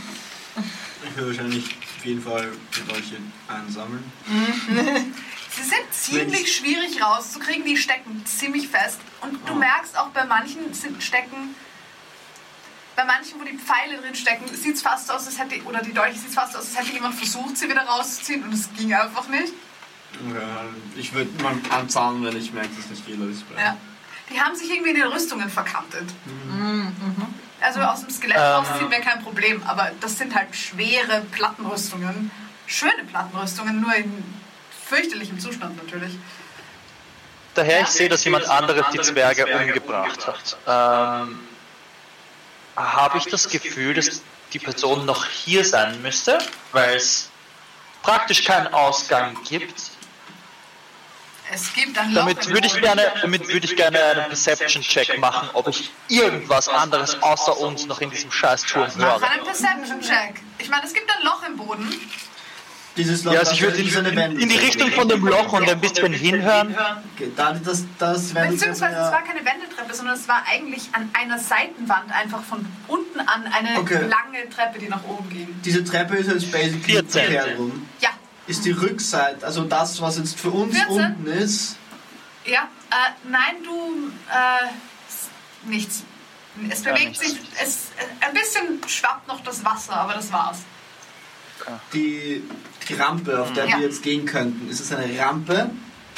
Ich würde wahrscheinlich auf jeden Fall mit euch hier einsammeln.
Sie sind ziemlich
Mensch.
schwierig rauszukriegen, die stecken ziemlich fest. Und du
Ah.
merkst auch bei manchen sind stecken, bei manchen, wo die Pfeile drin stecken, sieht es fast aus, als hätte, oder die Dolche sieht fast aus, als hätte jemand versucht, sie wieder rauszuziehen und es ging einfach nicht.
Ja, ich würde mal anzahlen, wenn ich merke, dass es nicht geht, dass ich bleibe.
Ja. Die haben sich irgendwie in den Rüstungen verkantet. Also aus dem Skelett
Ähm.
rausziehen wäre kein Problem, aber das sind halt schwere Plattenrüstungen. Schöne Plattenrüstungen, nur in fürchterlichem Zustand natürlich.
Daher ich
Ich
sehe, dass jemand anderes die Zwerge umgebracht hat. Ähm, Habe ich das Gefühl, dass die Person noch hier sein müsste, weil es praktisch keinen Ausgang gibt.
Es gibt ein Loch
Damit
im
würde ich
Boden.
gerne, damit würde ich gerne einen Perception-Check machen, ob ich irgendwas anderes außer uns noch in diesem scheiß Turm
Mach
höre.
einen Perception-Check. Ich meine, es gibt ein Loch im Boden.
Dieses Loch,
Ja, also ich
das
würde
ist eine
in,
Wendel-
in die Richtung von dem Loch und ein bisschen hinhören.
Okay, Da das, das Wendel-
Beziehungsweise
ja.
es war keine Wendetreppe, sondern es war eigentlich an einer Seitenwand einfach von unten an eine
Okay.
lange Treppe, die nach oben ging.
Diese Treppe ist jetzt basically
14.
verkehrt rum.
Ja,
Ist die Rückseite, also das, was jetzt für uns
14.
unten ist.
ja. Äh, nein, du. Äh, s- nichts. Es
Ja,
bewegt
nichts.
sich. Es, äh, ein bisschen schwappt noch das Wasser, aber das war's.
die, die Rampe, auf der
Mhm. Ja.
wir jetzt gehen könnten, ist es eine Rampe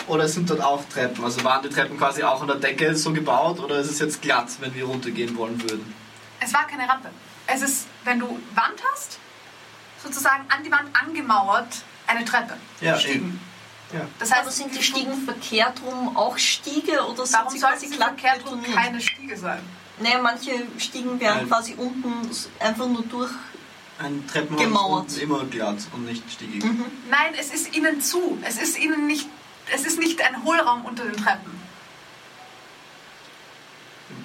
oder sind dort auch Treppen? Also waren die Treppen quasi auch an der Decke so gebaut oder ist es jetzt glatt, wenn wir runtergehen wollen würden?
Es war keine Rampe. Es ist, wenn du Wand hast, sozusagen an die Wand angemauert, eine Treppe.
Ja,
Stiegen.
Ja.
Das heißt,
Aber sind die Stiegen verkehrt rum auch Stiege oder sind
Warum
sie
sollte
quasi
sie
glatt
verkehrt rum
betoniert?
keine Stiege sein?
Nee, manche Stiegen werden
Nein.
quasi unten s- einfach nur durch.
Ein Treppenhaus
Gemauert.
ist unten immer glatt und nicht stiegig.
Nein, es ist ihnen zu. Es ist ihnen nicht. Es ist nicht ein Hohlraum unter den Treppen.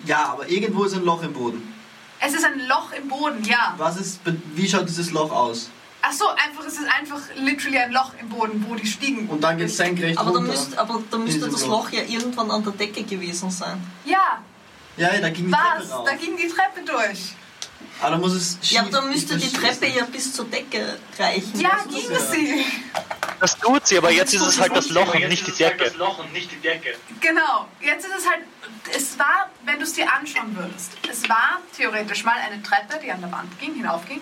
Ja, aber irgendwo ist ein Loch im Boden.
Es ist ein Loch im Boden, ja.
Was ist, wie schaut dieses Loch aus?
Ach so, einfach es ist einfach literally ein Loch im Boden, wo die Stiegen.
Und dann geht es senkrecht
Aber da,
runter.
müsst, aber da müsste
Dieses
das
Loch.
Loch ja irgendwann an der Decke gewesen sein.
Ja,
ja, ja, da ging die
was?
Treppe rauf.
Da ging die Treppe durch.
aber da muss es schief,
Ja, aber da müsste die
das
Treppe
schief-
ja bis zur Decke reichen.
Ja,
Also das-
ging sie.
Das tut sie, aber jetzt ist es halt das Loch und
Jetzt
nicht die
ist es halt
Decke.
Das Loch und nicht die Decke.
Genau. Jetzt ist es halt. Es war, wenn du es dir anschauen würdest, es war theoretisch mal eine Treppe, die an der Wand ging, hinaufging,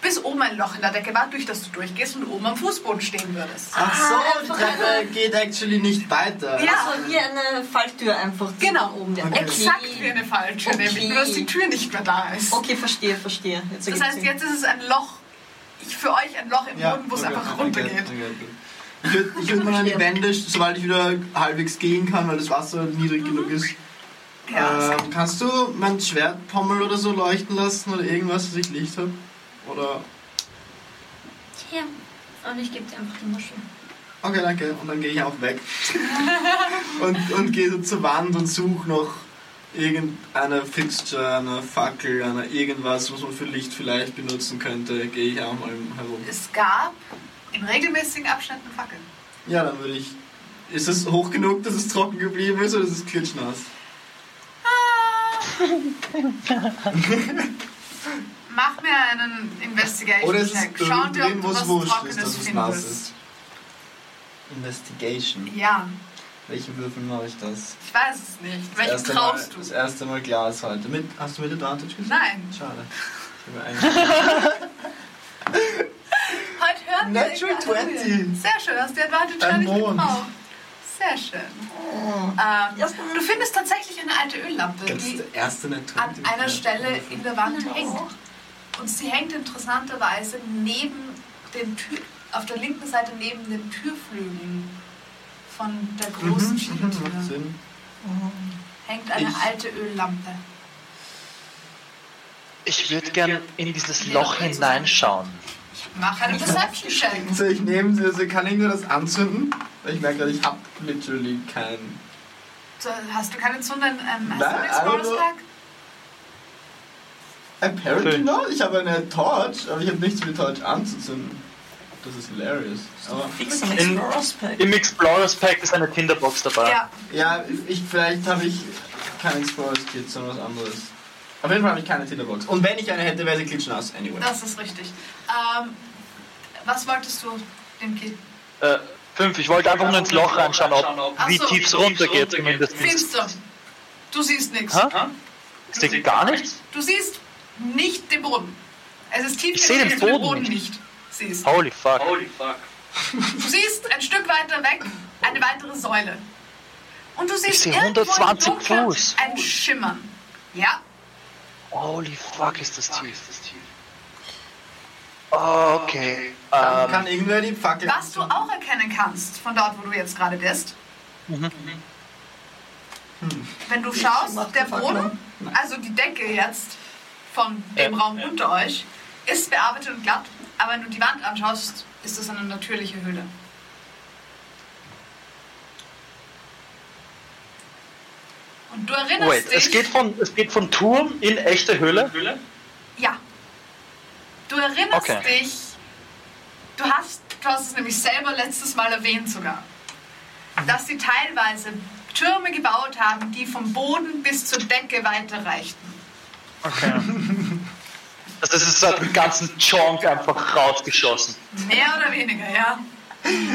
bis oben ein Loch in der Decke war, durch das du durchgehst und oben am Fußboden stehen würdest.
Ach so,
Ah,
die
einfach
Treppe geht actually nicht weiter.
Ja.
Also wie eine Falltür einfach. die
Genau.
da Also Oben der
Okay.
Exakt wie eine Falltür,
Okay.
nämlich nur dass die Tür nicht mehr da ist.
Okay, verstehe, verstehe. Jetzt
Das
ergibt's
heißt,
Sinn.
jetzt ist es ein Loch, ich- für euch ein Loch im Boden, wo es
okay,
einfach
okay,
runtergeht.
okay, okay. Ich würde ich würd mal an die Wände, sobald ich wieder halbwegs gehen kann, weil das Wasser niedrig genug ist.
Ja.
Ähm, kannst du mein Schwertpommel oder so leuchten lassen oder irgendwas, dass ich Licht habe? Oder.
Hier. Und ich gebe dir einfach die Muschel.
Okay, danke. Und dann gehe ich auch weg. und und gehe so zur Wand und suche noch irgendeine Fixture, eine Fackel, eine irgendwas, was man für Licht vielleicht benutzen könnte. Gehe ich auch mal herum.
Es gab in regelmäßigen Abständen Fackeln.
Ja, dann würde ich. Ist es hoch genug, dass es trocken geblieben ist oder ist es klitschnass?
Mach mir einen
Oder ist
Investigation-Check.
es
Schauen wir, ob
irgendwo
du was
wurscht ist,
Trockenes
dass es nass
findest.
ist? Investigation.
Ja,
Welche Würfel mache ich das?
ich weiß es nicht.
Das
Welchen
erste Mal,
traust
Das
du?
erste Mal Glas heute. Mit, hast du mit Advantage gesagt?
Nein. Also
Schade. Ich habe eigentlich-
Heute hören wir
Natural
dich alle.
20.
Sehr schön, hast du Advantage
Ein
gar nicht
Mond. Oh.
gebraucht. Sehr schön. Ähm, du findest tatsächlich eine alte Öllampe,
das ist
die
der erste Mhm. Natural
an einer Stelle in der Wand hängt. Und sie hängt interessanterweise neben den Tür, auf der linken Seite neben den Türflügeln von der großen Schiebetür.
Macht Mhm. Sinn.
Hängt eine
Ich-
alte Öllampe.
Ich würde gern in dieses Loch hineinschauen.
Mach einen Perception Check.
So, ich nehme sie, also kann ich nur das anzünden? Weil ich merke gerade, ich habe literally keinen.
So, Hast du keine Zunde? Ähm, hast
Nein,
du einen
also- I don't know.
Scrollstack?
Apparently not. Ich habe eine Torch, aber ich habe nichts mit Torch anzuzünden. Das ist hilarious. Aber,
Fixen
In-
Explorers Pack.
Im Explorers Pack ist eine Tinderbox dabei.
Ja,
ja, ich, vielleicht habe ich kein Explorers Kit, sondern was anderes. Auf jeden Fall habe ich keine Tinderbox. Und wenn ich eine hätte, wäre sie klitschnass. Anyway.
das ist richtig. Ähm, was wolltest du dem Kind?
Äh, fünf, ich wollte einfach nur ins Loch reinschauen, ob
Ach
wie
so.
tief es runtergeht. Zumindest.
Finster. Du siehst nichts.
Hä? Das Ding gar nichts?
Du siehst nicht den Boden. Es ist tief
Ich
genug,
seh den
dass
Boden
nicht. siehst.
Holy fuck.
Du siehst ein Stück weiter weg eine weitere Säule. Und du siehst
seh
irgendwo im
120
Dunkeln
Fuß.
ein Schimmern. Ja,
Holy fuck, ist das tief. Okay. Ähm,
kann irgendwer die Fackel.
was du auch erkennen kannst von dort, wo du jetzt gerade bist.
Mhm.
Wenn du schaust,
mach
der
die Fackel
Boden, also die Decke jetzt von dem
Ja.
Raum unter euch, ist bearbeitet und glatt. Aber wenn du die Wand anschaust, ist das eine natürliche Höhle. Und du erinnerst
Wait,
dich...
es geht, von, es geht von Turm in echte Höhle?
Ja. Du erinnerst
Okay.
dich, du hast, du hast es nämlich selber letztes Mal erwähnt sogar,
Mhm.
dass sie teilweise Türme gebaut haben, die vom Boden bis zur Decke weiterreichten.
Also das ist so den ganzen Chonk einfach rausgeschossen.
Mehr oder weniger, ja.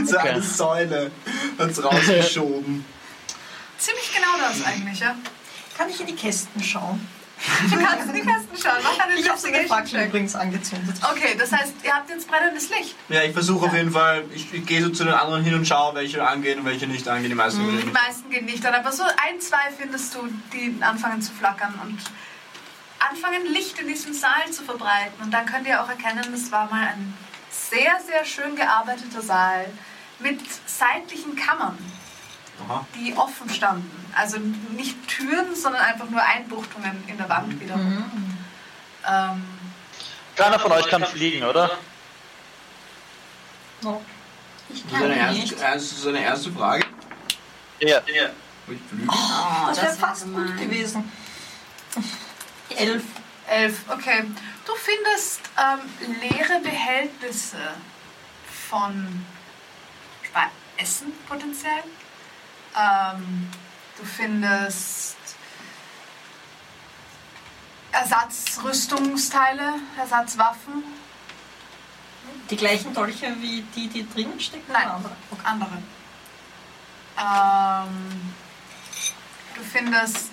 So
Okay.
eine Säule. Hat's rausgeschoben.
Ziemlich genau das eigentlich, ja.
Kann ich in die Kästen schauen?
Du kannst in die Kästen schauen. Mach einen
Ich habe sie gefragt
Investigation-Check.
übrigens angezündet.
Okay, das heißt, ihr habt jetzt brennendes Licht.
ja, ich versuche auf jeden Fall, ich, ich gehe so zu den anderen hin und schaue, welche angehen und welche nicht angehen. Die meisten
Die
mhm.
meisten gehen nicht an, aber so ein, zwei findest du, die anfangen zu flackern und anfangen Licht in diesem Saal zu verbreiten. Und dann könnt ihr auch erkennen, es war mal ein sehr, sehr schön gearbeiteter Saal mit seitlichen Kammern,
Aha.
die offen standen. Also nicht Türen, sondern einfach nur Einbuchtungen in der Wand wieder. Ähm,
Keiner von euch kann fliegen, oder?
No.
Das ist eine erste, das ist eine erste Frage.
Ja.
Wo ich flüge.
das wäre
das war
fast gut
gemein.
gewesen. Elf.
elf, okay. Du findest ähm, leere Behältnisse von Spa- Essen potenziell. Ähm, du findest Ersatzrüstungsteile, Ersatzwaffen,
Die gleichen Dolche wie die, die drinnen stecken?
Nein.
oder andere? Okay.
andere. Ähm, du findest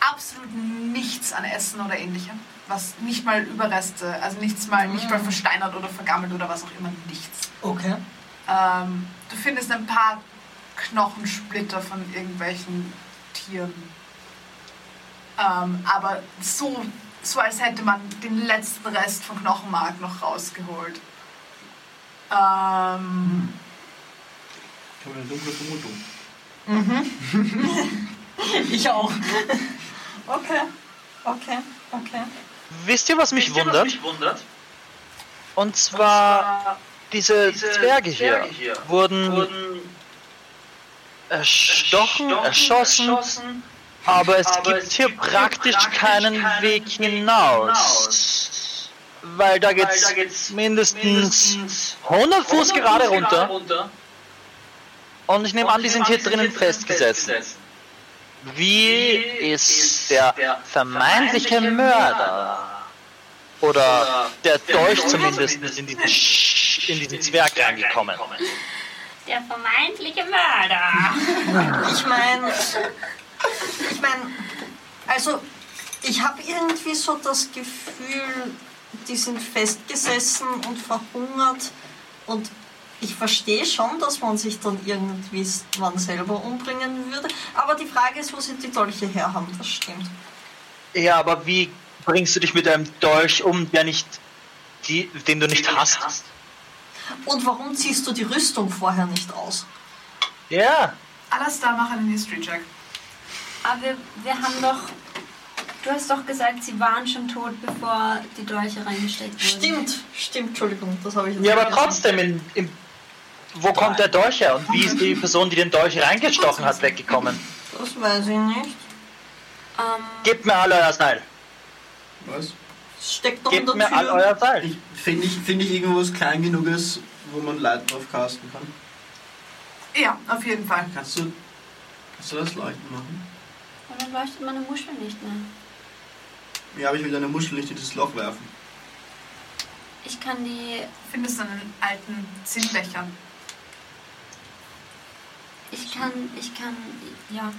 absolut nichts an Essen oder ähnlichem, was nicht mal Überreste, also nichts mal, nicht mal versteinert oder vergammelt oder was auch immer, nichts.
okay.
Ähm, du findest ein paar Knochensplitter von irgendwelchen Tieren. Ähm, aber so, so, als hätte man den letzten Rest von Knochenmark noch rausgeholt. Ähm,
Ich habe eine dunkle Vermutung.
Ich auch. Okay. Okay. Okay.
Wisst ihr, was mich wundert? Und zwar, diese Äh, Zwerge hier wurden erstochen, erschossen, aber es gibt hier praktisch keinen Weg hinaus. Weil da geht's mindestens 100 Fuß gerade runter und ich nehme an, die sind hier drinnen festgesetzt. Wie ist der vermeintliche Mörder oder der Dolch zumindest in diesen, Sch- in diesen Zwerg reingekommen?
Der vermeintliche Mörder.
Ich meine, ich meine, also ich habe irgendwie so das Gefühl, die sind festgesessen und verhungert und ich verstehe schon, dass man sich dann irgendwie s- man selber umbringen würde, aber die Frage ist, wo sie die Dolche her haben, das stimmt.
Ja, aber wie bringst du dich mit einem Dolch um, der nicht, die, den du nicht hast?
Und warum ziehst du die Rüstung vorher nicht aus?
Ja,
Alastar, mach einen History-Check.
Aber wir, wir haben doch. Du hast doch gesagt, sie waren schon tot, bevor die Dolche reingesteckt wurden.
Stimmt, stimmt, Entschuldigung, das habe ich jetzt
ja aber
nicht gedacht.
trotzdem, in, in, wo kommt der Dolch her und wie ist die Person, die den Dolch reingestochen hat, weggekommen?
Das weiß ich nicht.
Ähm,
Gebt mir alle euer Seil.
Was?
Steckt doch in
Gebt
der
mir all
Tür.
euer Teil.
Ich, Finde ich, find ich irgendwo was klein genug ist, wo man Light drauf casten kann.
Ja, auf jeden Fall.
Kannst du, kannst du das leuchten machen?
Warum leuchtet meine Muschel nicht mehr?
Ja, aber ich will eine Muschel nicht in das Loch werfen.
Ich kann die.
Findest du einen alten Zinnbecher?
Ich kann. Ich kann. Ja.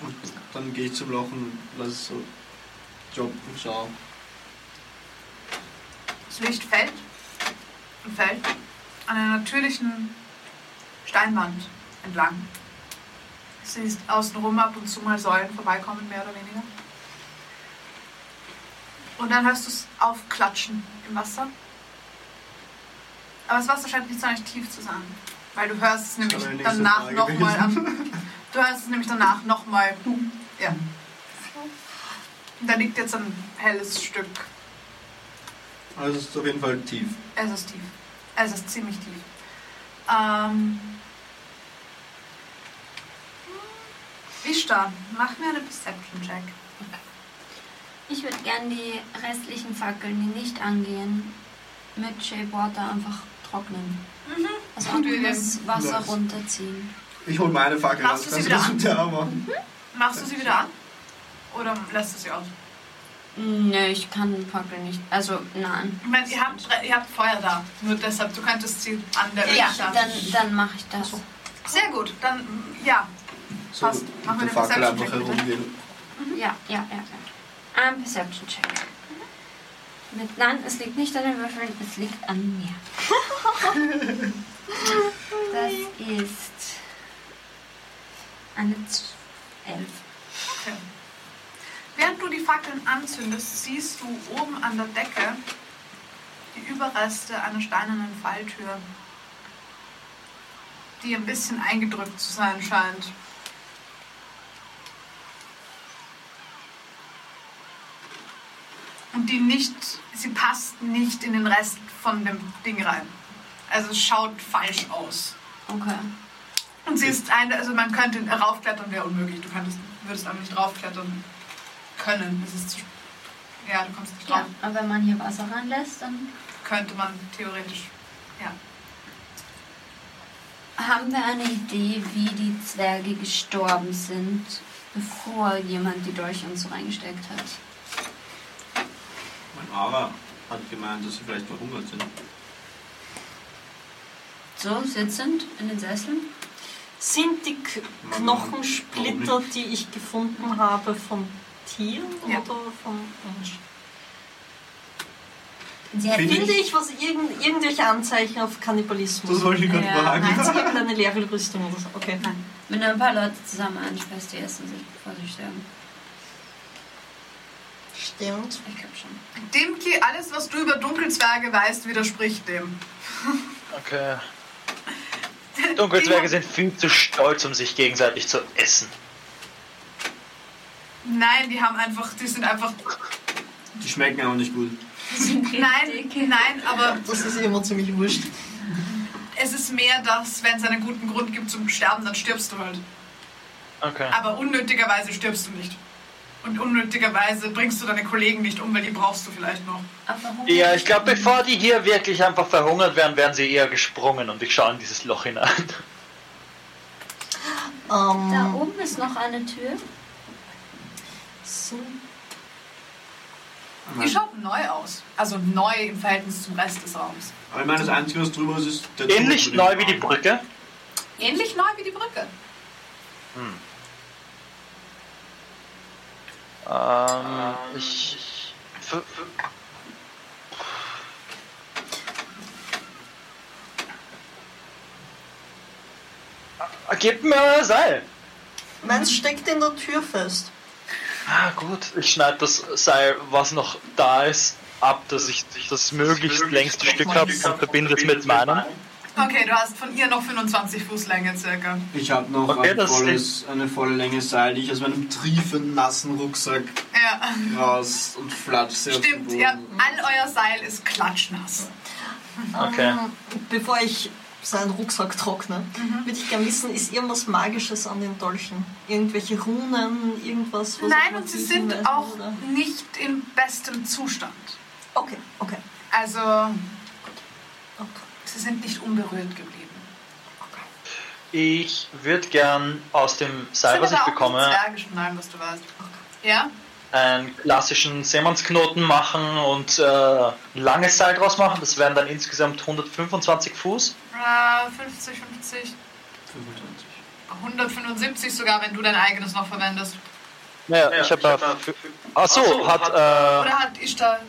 Und dann gehe ich zum Loch und lasse es so jobben und schau.
Das Licht fällt und fällt an einer natürlichen Steinwand entlang. Es ist außenrum ab und zu mal Säulen vorbeikommen, mehr oder weniger. Und dann hörst du es aufklatschen im Wasser. Aber das Wasser scheint nicht sonderlich tief zu sein, weil du hörst es
wäre die
nämlich
nächste
danach
Frage
nochmal an. Du hörst es nämlich danach nochmal. Ja. Und da liegt jetzt ein helles Stück
Also es ist auf jeden Fall tief.
es ist tief. Es ist ziemlich tief. Ähm. Ishtar, mach mir eine Perception-Check.
Ich würde gern die restlichen Fackeln, die nicht angehen, mit Shape Water einfach trocknen. Also
Natürlich.
das Wasser
Nice.
runterziehen.
Ich hole meine Fackel
Machst du sie wieder
das mit der Arm machen?
Machst du sie wieder an? Oder lässt du sie aus?
Nö, ich kann Fackeln nicht. Also, nein.
Ich meine, ihr habt, ihr habt Feuer da. Nur deshalb, du könntest sie an der
Ja,
Ishtar-
dann, dann mache ich das.
Sehr gut, dann mm, ja.
So,
Passt. Mach mir
mit der
den
Fackel
Perception-Check,
einfach
bitte.
herumgehen.
Ja, ja, ja, ja. Ein Perception-Check. Mit, nein, es liegt nicht an den Würfeln, es liegt an mir. das ist eine Z- Elf.
Okay. Während du die Fackeln anzündest, siehst du oben an der Decke die Überreste einer steinernen Falltür, die ein bisschen eingedrückt zu sein scheint. Und die nicht, sie passt nicht in den Rest von dem Ding rein. Also es schaut falsch aus.
Okay.
Und sie ist eine, also man könnte raufklettern, wäre unmöglich. Du könntest, würdest aber nicht raufklettern können. Es ist zu, ja, du kommst nicht drauf.
Ja, aber wenn man hier Wasser reinlässt, dann
Könnte man theoretisch. Ja.
haben wir eine Idee, wie die Zwerge gestorben sind, bevor jemand die Dolche und so reingesteckt hat.
Mein Ara hat gemeint, dass sie vielleicht verhungert sind.
So, sitzend in den Sesseln.
Sind die K Knochensplitter, die ich gefunden habe, von Tieren
Ja.
oder von Menschen?
Sie hätten
Finde
Finde ich was irgend, irgendwelche Anzeichen auf Kannibalismus?
Das wollte ich gerade
Ja,
Nein, es
fragen.
gibt eine leere Rüstung oder so. Okay.
Nein. Wenn du ein paar Leute zusammen einsperrst, die essen sich, bevor sie sterben.
Stimmt.
Ich glaube schon.
Dimki, alles, was du über Dunkelzwerge weißt, widerspricht dem.
Okay. Dunkelzwerge
Die-
sind viel zu stolz, um sich gegenseitig zu essen.
Nein, die haben einfach, die sind einfach.
Die schmecken auch nicht gut.
Nein, nein, aber
Das ist immer ziemlich wurscht.
es ist mehr, dass, wenn es einen guten Grund gibt zum Sterben, dann stirbst du halt.
Okay.
Aber unnötigerweise stirbst du nicht. Und unnötigerweise bringst du deine Kollegen nicht um, weil die brauchst du vielleicht noch.
Aber Hunger
Ja, ich glaube, bevor die hier wirklich einfach verhungert wären, wären sie eher gesprungen und ich schaue in dieses Loch hinein.
Da
Ähm,
oben ist noch eine Tür.
Sind
Die schaut neu aus. Also neu im Verhältnis zum Rest des Raums.
Aber ich meine, das Einzige, was drüber ist, ist der
Ähnlich
Tod
neu
mit
wie
dem
die
Arm.
Brücke.
Ähnlich neu wie die Brücke.
Ähm, ich. F Gebt mir euer Seil.
meins steckt in der Tür fest.
Ah, gut. Ich schneide das Seil, was noch da ist, ab, dass ich das möglichst längste Stück habe und verbinde es mit meinem.
Okay, du hast von ihr noch 25 Fuß Länge circa.
Ich habe noch
Okay,
ein
das
volles, eine volle Länge Seil, die ich aus meinem triefen, nassen Rucksack
Ja,
raus und flatsche auf den
stimmt.
Boden.
Ihr habt, all euer Seil ist klatschnass.
Okay.
Bevor ich
Ähm, seinen Rucksacktrockner,
Mhm.
würde ich gerne wissen, ist irgendwas Magisches an den Dolchen? Irgendwelche Runen, irgendwas?
Nein,
man
und sie
lesen
sind
weiß,
auch
oder?
nicht im besten Zustand.
Okay, okay,
Also,
okay.
sie sind nicht unberührt geblieben.
Ich würde gern aus dem
Das
Seil, was ich
aber auch
bekomme,
nicht Zwergisch von allem, was du warst. Ja?
einen klassischen Seemannsknoten machen und äh, ein langes Seil draus machen. Das wären dann insgesamt 125 Fuß.
Äh, 50, 50, 175 sogar, wenn du dein eigenes noch verwendest.
Ja, ich habe da. Achso, hat. Äh,
Oder hat Ishtar,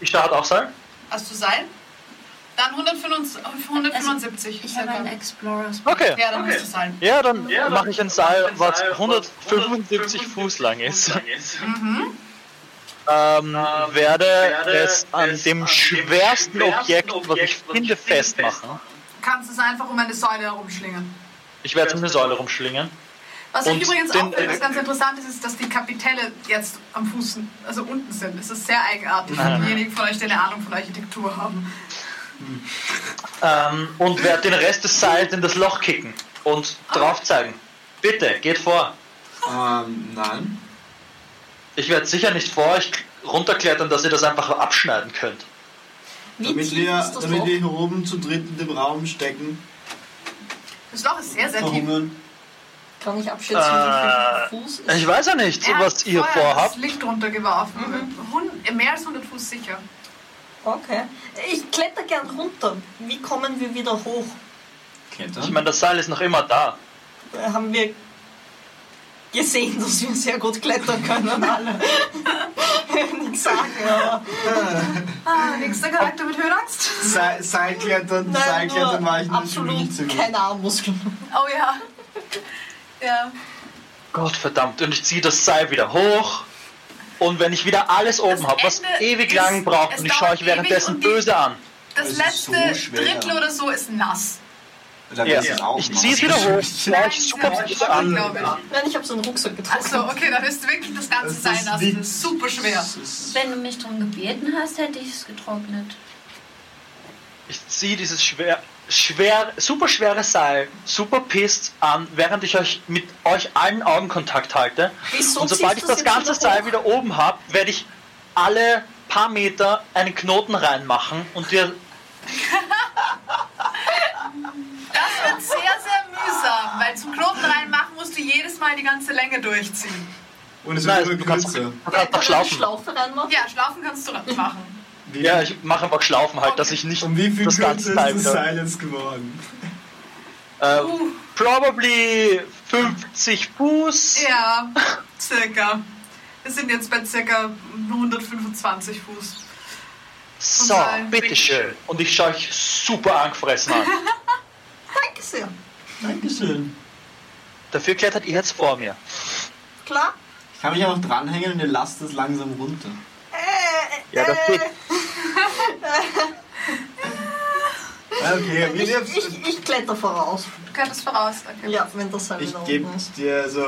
Ishtar hat auch Seil?
hast du Seil? Dann 175.
Ich habe
circa.
einen Explorers.
Okay.
ja, dann hast du Seil.
Ja, dann
Ja, dann
mache ich ein Seil, was
175
175 Fuß lang ist.
Mhm.
Ähm, werde
werde
es an
es
dem
an dem
schwersten
schwersten
Objekt, was ich
Objekt, was ich
finde,
finde,
festmachen.
Kannst es einfach um eine Säule herumschlingen.
Ich werde es um eine Säule rumschlingen.
Was
Und
ich übrigens
den-
auch finde, was ganz interessant ist, ist, dass die Kapitelle jetzt am Fuß, also unten sind. Es ist sehr eigenartig für
Nein.
diejenigen von euch, die eine Ahnung von Architektur haben.
Ähm, und werde den Rest des Seils in das Loch kicken und drauf zeigen. Bitte, geht vor.
Ähm, nein.
Ich werde sicher nicht vor euch runterklettern, dass ihr das einfach abschneiden könnt.
Wie
Damit
tief
wir,
ist das
damit
Loch?
wir hier oben zu dritt in dem Raum stecken,
Das Loch ist sehr, sehr tief.
verhungern.
Kann ich abschätzen, wie viel Fuß ist?
Äh, Ich weiß ja nicht,
Er
was
hat
ihr
vorher
vorhabt.
Das Licht runtergeworfen. Hund- Mehr als 100 Fuß sicher.
Okay. Ich kletter gern runter. Wie kommen wir wieder hoch?
Ich meine, das Seil ist noch immer da.
Da Äh, haben wir gesehen, dass wir sehr gut klettern können, alle. Nichts sagen, aber.
Ah, nächster Charakter mit Höhenangst.
Sei- Seilklettern,
Nein,
Seilklettern war ich
nur
in der Schule
absolut
nicht so gut.
keine Armmuskeln.
Oh ja. Ja.
Gott verdammt, und ich ziehe das Seil wieder hoch. Und wenn ich wieder alles oben habe, was
Ende
ewig
ist-
lang braucht,
es
und ich schaue
dauert
euch
ewig
währenddessen
und die-
böse an.
Das
Es ist
letzte
so schwer.
Drittel oder so ist nass.
Dann
Ja.
ist es auch
Ich
noch.
ziehe es wieder hoch, schaue
Nein,
euch
sie
super
haben
böse
Schock,
an.
glaube ich.
Nein, ich habe so einen Rucksack getrocknet.
Achso, Also, okay, dann ist wirklich das ganze
Das
Sein
ist
nass.
nicht-
Das ist super schwer.
Es ist-
Wenn du mich drum gebeten hast, hätte ich es getrocknet.
Ich ziehe dieses schwer, schwer, super schwere Seil, super pisst an, während ich euch mit euch allen Augenkontakt halte.
Wieso
und sobald ich
ziehst
das
du's
ganze
jetzt wieder
Seil wieder oben habe, werde ich alle paar Meter einen Knoten reinmachen und wir
Das wird sehr, sehr mühsam, weil zum Knoten reinmachen musst du jedes Mal die ganze Länge durchziehen.
Und es
Nein,
wird immer
du kannst-
kürzer.
man kann einfach
Kann man eine
schlaufen.
Schlaufe reinmachen?
Ja, schlaufen kannst du machen.
Wie-
Ja, ich mache einfach schlaufen halt, dass ich nicht
um wie viel
das
kürzer
ganze
ist
Teil
das
wieder.
Seil jetzt geworden?
Äh, probably 50 Fuß.
Ja, circa. Wir sind jetzt bei circa 125 Fuß.
so,
Seil.
bitteschön. Und ich schaue euch super angefressen an.
Danke sehr.
Dankeschön.
Dafür klettert ihr jetzt vor mir.
Klar.
Ich kann mich einfach dranhängen und ihr lasst es langsam runter.
Äh,
Ja, das geht.
Okay,
Ich, ich, ich kletter voraus.
Du könntest voraus, okay.
Ja, wenn das Seil wieder
Ich
oben
gebe
ist.
dir so.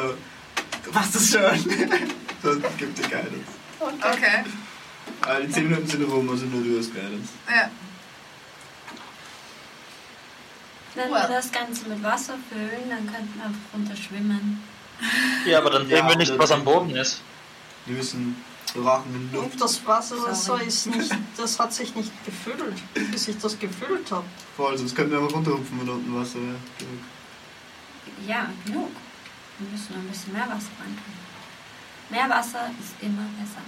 Was das schon? so, ich gebe dir Guidance.
Okay,
Aber die 10 Minuten sind rum, also nur du hast Guidance.
ja.
Wenn
Wow.
wir das Ganze mit Wasser füllen, dann könnten wir einfach runter schwimmen.
Ja, aber dann
Ja,
sehen wir nicht,
oder-
was am Boden ist.
Wir müssen rauchen.
Und das Wasser das so
Sorry.
ist nicht, das hat sich nicht gefüllt, bis ich das gefüllt habe.
Voll, sonst könnten wir einfach runterhupfen, wenn unten Wasser wäre. Genug.
Ja, genug. Wir müssen noch ein bisschen mehr Wasser reintun. Mehr Wasser ist immer besser.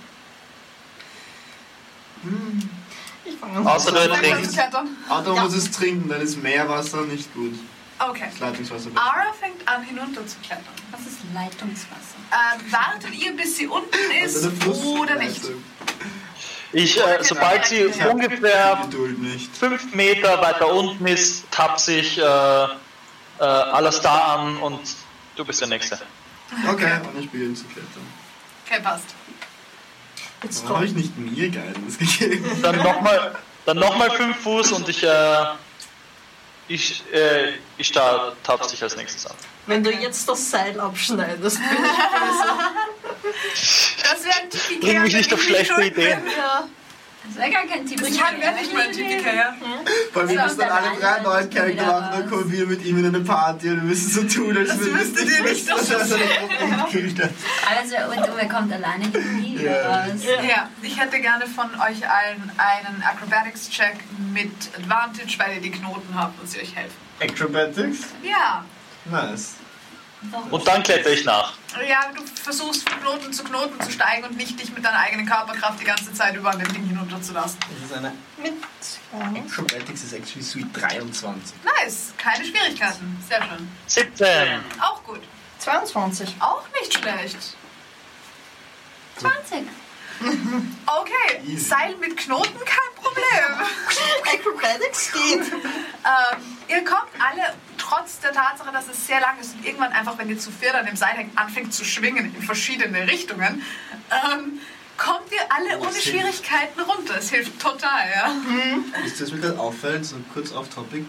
Ich fange an.
Außer du
Dann kannst du
trinkst.
klettern.
Auto Ah, muss es trinken, dann ist Meerwasser nicht gut.
Okay.
Das Leitungswasser besser.
Ara fängt an, hinunter zu klettern.
Was ist Leitungswasser?
Ähm, wartet ihr, bis sie unten ist
Also der Fluss-
oder nicht?
Ich, äh, sobald sie
Ja.
ungefähr
also Geduld nicht.
fünf Meter weiter unten ist, tappt sich äh, äh, Alastar an und du bist der Nächste.
Okay, und ich beginne zu klettern.
Okay, passt.
Jetzt
Warum habe ich
kommt.
nicht mir Guidance gegeben?
Dann nochmal dann noch mal fünf Fuß und ich, äh, ich, äh, ich da tappt sich als nächstes an.
Wenn du jetzt das Seil abschneidest, bin ich böse.
Das wäre ein Tiki
Bring mich nicht auf schlechte Ideen.
Ja.
Das war gar kein Team.
Ich kann gar nicht mehr ein Typiker, ja.
Weil wir
Ja,
Also
müssen dann
und
alle
dann
drei
alle
neuen Charakter
wieder
machen, dann
was.
kommen wir mit ihm in eine Party und wir müssen so tun, als würden wir es
müsstet
nicht
ihr nicht
wissen, dass er seine Gruppe gekillt hat.
Also, und er kommt alleine nie
Ja.
wieder raus.
Ja, ich hätte gerne von euch allen einen Acrobatics-Check mit Advantage, weil ihr die Knoten habt und sie euch helfen.
Acrobatics?
Ja,
Nice.
Und dann kletter ich nach.
ja, du versuchst von Knoten zu Knoten zu steigen und nicht dich mit deiner eigenen Körperkraft die ganze Zeit über an dem Ding hinunterzulassen.
Das ist eine
Mit. Ja.
Acrobatics ist actually Sweet 23.
Nice, keine Schwierigkeiten. Sehr schön.
17.
Auch gut.
22.
Auch nicht schlecht.
20.
Okay, Seil mit Knoten, kein Problem.
Acrobatics geht.
Ähm, ihr kommt alle, trotz der Tatsache, dass es sehr lang ist und irgendwann einfach, wenn ihr zu viert an dem Seil hängt, anfängt zu schwingen in verschiedene Richtungen, ähm, kommt ihr alle ohne
Sinn.
Schwierigkeiten runter. Es hilft total, ja.
Ist das mir gerade auffällt, so kurz off topic?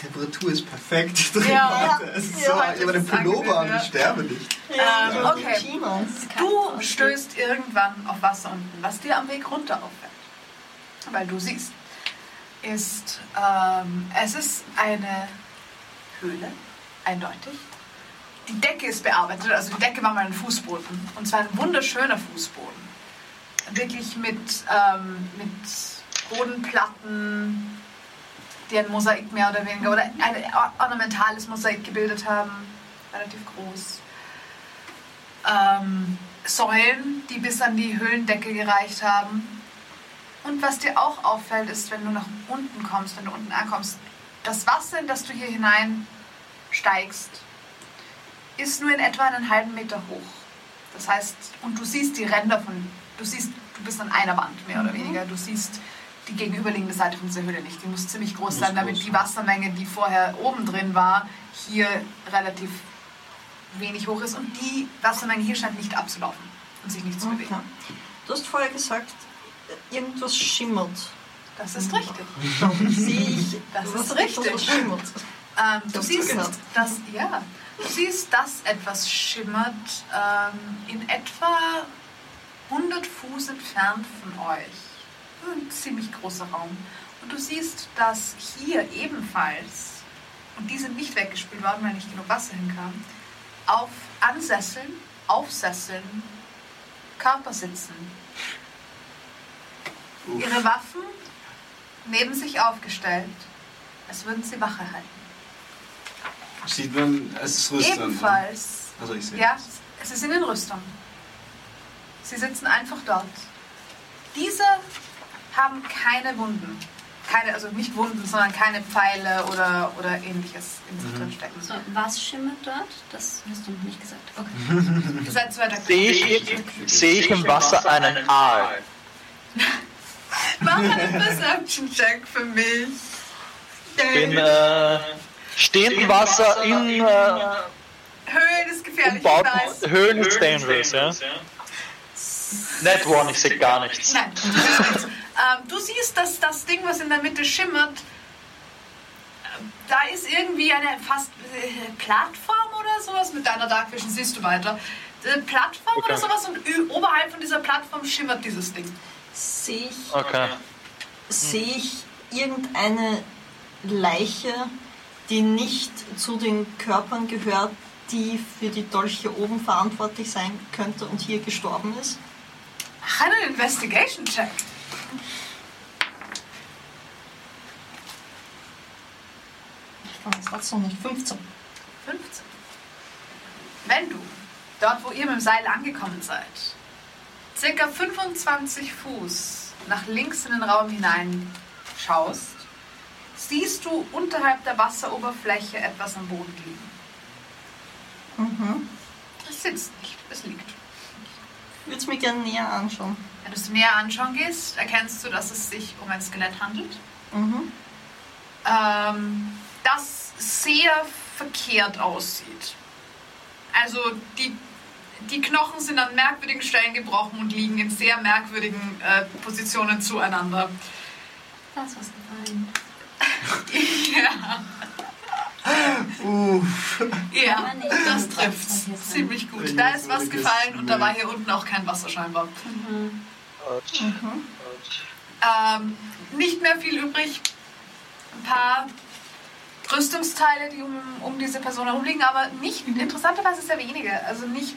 Temperatur ist perfekt. drin,
Ja.
Alter. Es ist
Ja,
so,
heute
ich habe den
ist es
Pullover an,
angenehm,
ich
ja.
sterbe nicht.
Ähm, okay,
Chinos.
du stößt irgendwann auf Wasser unten, was dir am Weg runter auffällt, weil du siehst, ist, ähm, es ist eine Höhle, eindeutig. Die Decke ist bearbeitet, also die Decke war mal ein Fußboden. Und zwar ein wunderschöner Fußboden. Wirklich mit, ähm, mit Bodenplatten, die ein Mosaik mehr oder weniger oder ein or- ornamentales Mosaik gebildet haben. Relativ groß. Ähm, Säulen, die bis an die Höhlendecke gereicht haben. Und was dir auch auffällt, ist, wenn du nach unten kommst, wenn du unten ankommst, das Wasser, in das du hier hinein steigst, ist nur in etwa einen halben Meter hoch. Das heißt, und du siehst die Ränder von, du siehst, du bist an einer Wand mehr oder weniger, du siehst die gegenüberliegende Seite von dieser Höhle nicht. Die muss ziemlich groß sein, damit die Wassermenge, die vorher oben drin war, hier relativ wenig hoch ist und die Wassermenge hier scheint nicht abzulaufen und sich nicht zu bewegen.
Okay. Du hast vorher gesagt, irgendwas schimmert.
Das ist richtig.
Sehe ich.
Das
was
ist richtig.
etwas schimmert.
Ähm, du
Hab's
siehst,
zugehört.
dass, ja, du siehst, dass etwas schimmert ähm, in etwa 100 Fuß entfernt von euch. Ein ziemlich großer Raum. Und du siehst, dass hier ebenfalls, und die sind nicht weggespült worden, weil nicht genug Wasser hinkam, auf Ansesseln, Aufsesseln, Körper sitzen. Ihre Waffen neben sich aufgestellt, als würden sie Wache halten.
Sieht man, es ist Rüstung. ne?
Ebenfalls.
Also ich sehe.
Ja, es ist in den Rüstungen. Sie sitzen einfach dort. Diese haben keine Wunden. Keine, also nicht Wunden, sondern keine Pfeile oder, oder ähnliches in sich drin stecken.
So, was schimmert dort? Das hast du noch nicht gesagt. Okay.
Mhm.
Ihr seid zu weit
Sehe
weg.
ich, sehe ich im Wasser einen Aal.
Mach einen Perception-Check für mich.
Bin äh, stehend im Wasser in äh,
Höhlen ist gefährlich, ich weiß.
umbauten Höhlen ist dangerous, ja? Net one, ich sehe gar nichts.
Nein, du siehst nichts. ähm, du siehst, dass das Ding, was in der Mitte schimmert, ähm, da ist irgendwie eine fast äh, Plattform oder sowas. Mit deiner Dark Vision siehst du weiter. Äh, Plattform
Okay.
oder sowas und ü- oberhalb von dieser Plattform schimmert dieses Ding.
Sehe ich,
Okay.
sehe ich irgendeine Leiche, die nicht zu den Körpern gehört, die für die Dolche oben verantwortlich sein könnte und hier gestorben ist?
Ach, einen Investigation-Check.
Ich kann das trotzdem nicht. 15.
15. Wenn du dort, wo ihr mit dem Seil angekommen seid, circa 25 Fuß nach links in den Raum hinein schaust, siehst du unterhalb der Wasseroberfläche etwas am Boden liegen.
Mhm.
Es sitzt nicht, es liegt.
Ich würde es mir gerne näher anschauen.
Wenn du es näher anschauen gehst, erkennst du, dass es sich um ein Skelett handelt.
Mhm.
ähm, das sehr verkehrt aussieht. Also die, die Knochen sind an merkwürdigen Stellen gebrochen und liegen in sehr merkwürdigen äh, Positionen zueinander.
Da ist was gefallen.
ja,
Uff.
ja,
nee,
das
das
trifft's
war hier drin.
ziemlich gut. Da ist was gefallen und da war hier unten auch kein Wasser scheinbar. Ähm, nicht mehr viel übrig. Ein paar Rüstungsteile, die um, um diese Person herumliegen, aber nicht, interessanterweise sehr wenige. Also nicht,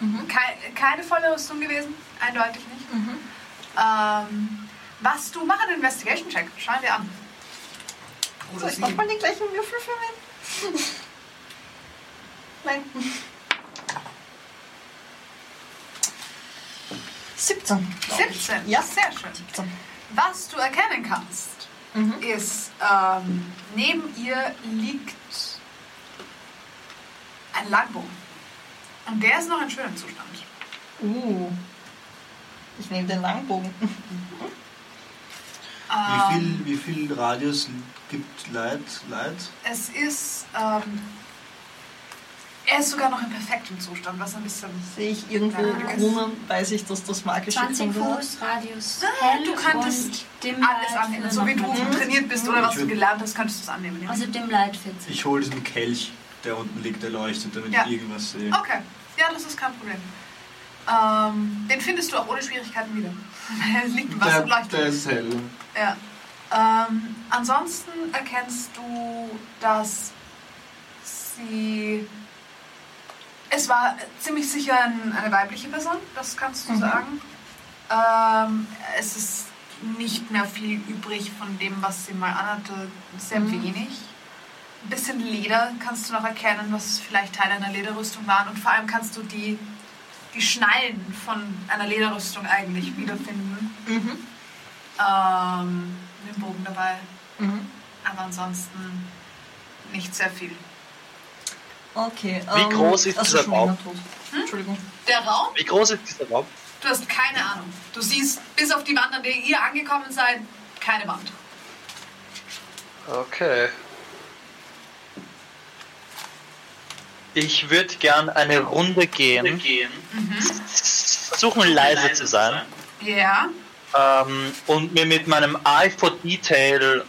Mhm.
kei- keine volle Rüstung gewesen, eindeutig nicht. Ähm, was du, mach einen Investigation-Check, schau ihn dir an.
Soll ich nochmal den gleichen Würfel verwenden? Nein. 17.
17,
Ja.
sehr schön.
17.
Was du erkennen kannst,
Mhm.
ist, ähm, neben ihr liegt ein Langbogen. Und der ist noch in schönem Zustand.
Uh. Ich nehme den Langbogen.
Ähm,
Wie viel, wie viel Radius gibt Light? Light?
Es ist, ähm, er ist sogar noch in perfektem Zustand, was ein bisschen...
Sehe ich irgendwo
Nice.
Krumen, weiß ich, dass das magische
20
Krumen hat.
Fuß Radius.
Ah, du könntest
und dem
Alles annehmen. So wie du Mhm. trainiert bist oder was du gelernt hast, könntest du es annehmen. Ja.
Also dem Light 40.
Ich hole diesen Kelch, der unten liegt, der leuchtet, damit
Ja.
ich irgendwas sehe.
Okay, ja, das ist kein Problem. Ähm, den findest du auch ohne Schwierigkeiten wieder. Er liegt was
der,
und leuchtet.
der ist hell.
Ja. Ähm, ansonsten erkennst du, dass sie. Es war ziemlich sicher ein- eine weibliche Person, das kannst du sagen. Ähm, es ist nicht mehr viel übrig von dem, was sie mal anhatte, sehr wenig. Ein bisschen Leder kannst du noch erkennen, was vielleicht Teil einer Lederrüstung waren. Und vor allem kannst du die, die Schnallen von einer Lederrüstung eigentlich wiederfinden
Mhm.
ähm, mit dem Bogen dabei.
Mhm.
Aber ansonsten nicht sehr viel.
Okay.
Wie groß ist
also
dieser
schon wieder
Baum?
tot. Entschuldigung.
Der Raum?
Wie groß ist dieser Raum?
Du hast keine Ahnung. Du siehst bis auf die Wand, an der ihr angekommen seid, keine Wand.
Okay. Ich würde gern eine Runde gehen, versuchen leise zu sein
Ja.
ähm, und mir mit meinem Eye for Detail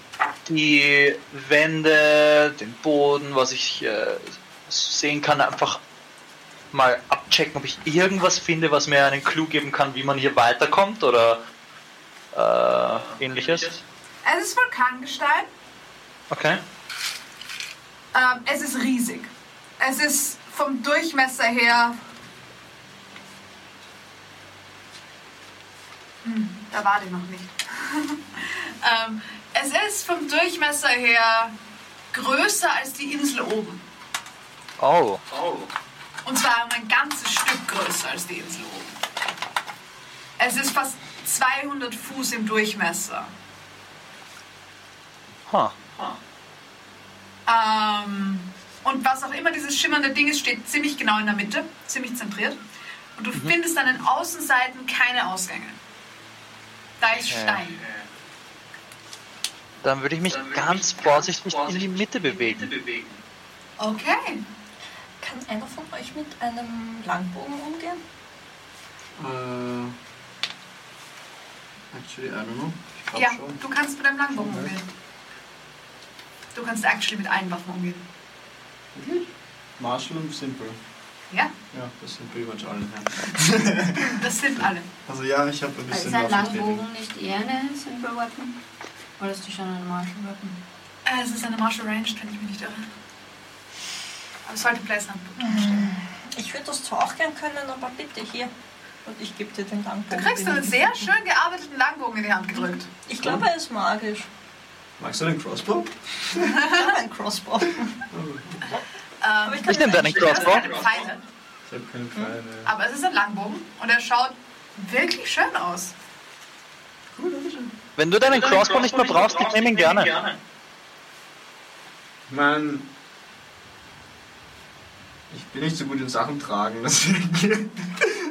die Wände, den Boden, was ich äh, sehen kann, einfach mal abchecken, ob ich irgendwas finde, was mir einen Clou geben kann, wie man hier weiterkommt oder äh, ähnliches.
Es ist Vulkangestein.
Okay.
Ähm, es ist riesig. Es ist vom Durchmesser her. Hm, da war die noch nicht. ähm, es ist vom Durchmesser her größer als die Insel oben.
Oh.
Und zwar um ein ganzes Stück größer als die Insel oben. Es ist fast 200 Fuß im Durchmesser.
Huh.
Ähm, und was auch immer dieses schimmernde Ding ist, steht ziemlich genau in der Mitte, ziemlich zentriert. Und du findest an den Außenseiten keine Ausgänge. Da ist
Okay.
Stein.
Dann würde ich mich ganz vorsichtig in die Mitte bewegen.
Okay.
Kann einer von euch mit einem Langbogen umgehen?
Äh, actually, I don't know. Ich glaub
Ja,
schon.
du kannst mit deinem Langbogen umgehen. Du kannst actually mit allen Waffen umgehen.
Martial und Simple.
Ja,
Ja, das sind pretty much alle. Ja.
das sind alle.
Also ja, ich habe ein
Also
bisschen
ist ein
Waffentraining.
Langbogen nicht eher eine Simple Weapon? Oder ist die schon eine Martial Weapon?
Äh, Es ist eine Martial Range, wenn ich mich nicht irre. Aber es sollte Place stehen.
Ich würde das zwar auch gern können, aber bitte hier. Und ich gebe dir den Langbogen.
Du kriegst
den
einen
ich-
sehr schön gearbeiteten Langbogen in die Hand gedrückt.
Ich glaube, er ist magisch.
Magst du den Crossbow?
Ich habe einen Crossbow.
Ähm,
ich
Ich nehme deinen
du hast
Crossbow.
keine Pfeile.
Ich habe keine Pfeile.
Aber es ist ein Langbogen und er schaut wirklich schön aus.
Wenn du deinen Crossbow nicht mehr brauchst, ich nehme ihn gerne.
Mann. Ich bin nicht so gut in Sachen tragen, deswegen.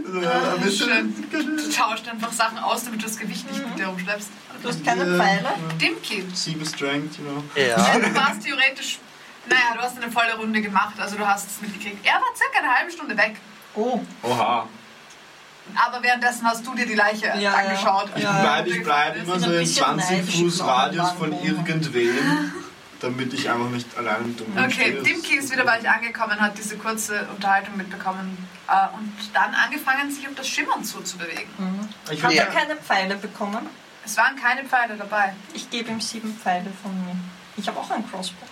so,
Ah,
ein bisschen.
Du tauscht einfach Sachen aus, damit du das Gewicht nicht
Mhm.
mit dir rumschleppst.
Du hast keine
Ja.
Pfeile.
Dimki,
Sieben Strength, you know.
Ja.
du warst theoretisch. Naja, du hast eine volle Runde gemacht, also du hast es mitgekriegt. Er war circa eine halbe Stunde weg.
Oh,
Oha.
Aber währenddessen hast du dir die Leiche
Ja,
angeschaut.
Ich
Ja.
bleibe ich bleib immer
bin
so
ein
in
bisschen
20
neidisch,
Fuß
glaub,
Radius von
Langbogen.
irgendwem, damit ich einfach nicht allein im Dunkeln
Okay,
stehe.
Dimki ist wieder bei euch angekommen, hat diese kurze Unterhaltung mitbekommen äh, und dann angefangen, sich auf das Schimmern zuzubewegen.
Ich
hat
würde
er keine Pfeile bekommen?
Es waren keine Pfeile dabei.
Ich gebe ihm sieben Pfeile von mir. Ich habe auch einen Crossbow.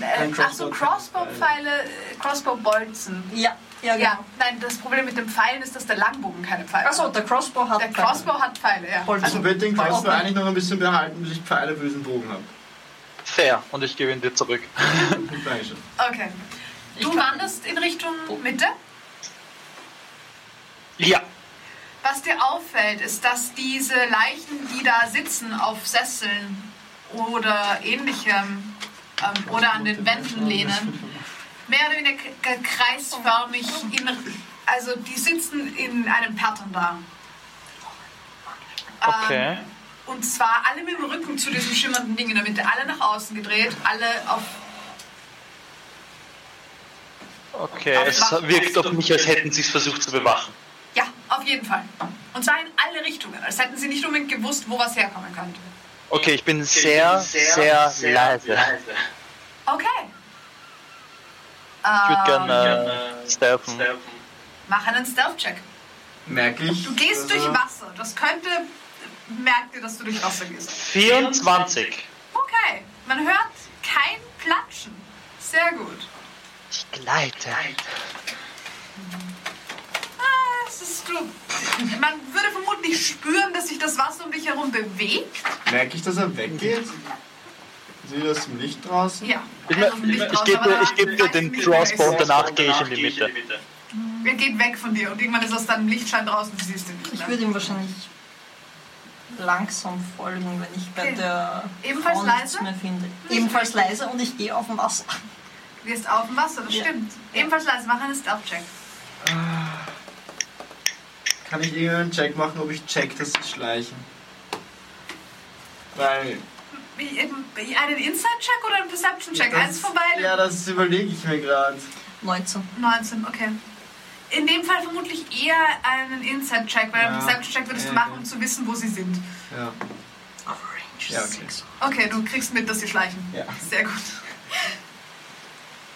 Äh,
Ein
ach so,
Crossbow-
Crossbow-Pfeile, äh, Crossbow-Bolzen.
Ja, ja, genau.
Ja, nein, das Problem mit den Pfeilen ist, dass der Langbogen keine Pfeile
Achso, Also, der Crossbow hat
hat. Der
Pfeile.
Crossbow hat Pfeile, ja.
Bolzen.
Also,
Also wird den Crossbow
Warum?
eigentlich noch ein bisschen behalten, bis ich Pfeile für diesen Bogen habe.
Fair. Und ich gebe ihn dir zurück.
Dankeschön.
okay.
Ich
Du
kann-
wanderst in Richtung Mitte.
Ja.
Was dir auffällt, ist, dass diese Leichen, die da sitzen auf Sesseln oder ähnlichem ähm, oder an den Wänden lehnen, mehr oder weniger k- kreisförmig, in, also die sitzen in einem Pattern da. Ähm,
Okay.
Und zwar alle mit dem Rücken zu diesem schimmernden Ding in der Mitte, alle nach außen gedreht, alle auf
Okay. Es wirkt auf mich, als hätten sie es versucht zu bewachen.
Ja, auf jeden Fall. Und zwar in alle Richtungen, als hätten sie nicht unbedingt gewusst, wo was herkommen könnte.
Okay, ich bin sehr, sehr, leise.
Okay.
Ich würde
Ähm,
gerne äh, sterben.
Mach einen Stealth-Check.
Merke ich.
Du gehst
dass er-
durch
Also-
Wasser. Das könnte. Merkt ihr, dass du durch Wasser gehst.
24.
Okay. Man hört kein Platschen. Sehr gut.
Ich gleite.
Ah, es ist du. Man würde vermutlich spüren, dass sich das Wasser um dich herum bewegt.
Merke ich, dass er weggeht? Sehe ich das im Licht draußen?
Ja.
Ich, mein,
Also nicht
ich
draußen,
gebe
aber
ich geb dir
weiß
den
nicht,
Crossbow
wo
und
er ist.
danach gehe ich in die Mitte.
Er geht weg von dir und irgendwann ist aus deinem Lichtschein draußen. Du siehst ihn nicht
ne?
Ich
mehr.
würde ihm wahrscheinlich langsam folgen, wenn ich bei
Okay.
der
Ebenfalls
Frau nichts
leise?
mehr finde. Ebenfalls leise und ich gehe auf dem Wasser.
Du gehst auf dem Wasser, das
Ja.
stimmt. Ebenfalls leise machen ist Stealth-Check.
Kann ich irgendeinen Check machen, ob ich check, dass sie schleichen? Weil.
Wie, ähm, Einen Inside-Check oder einen Perception-Check?
das-
Eins ne? von beiden.
Ja, das überlege ich mir gerade.
19.
19, okay. In dem Fall vermutlich eher einen Inside-Check, weil einen
Ja.
Perception-Check würdest du
Ja,
machen,
ja.
um zu wissen, wo sie sind.
Ja. Ja, okay.
Okay, du kriegst mit, dass sie schleichen.
Ja.
Sehr gut.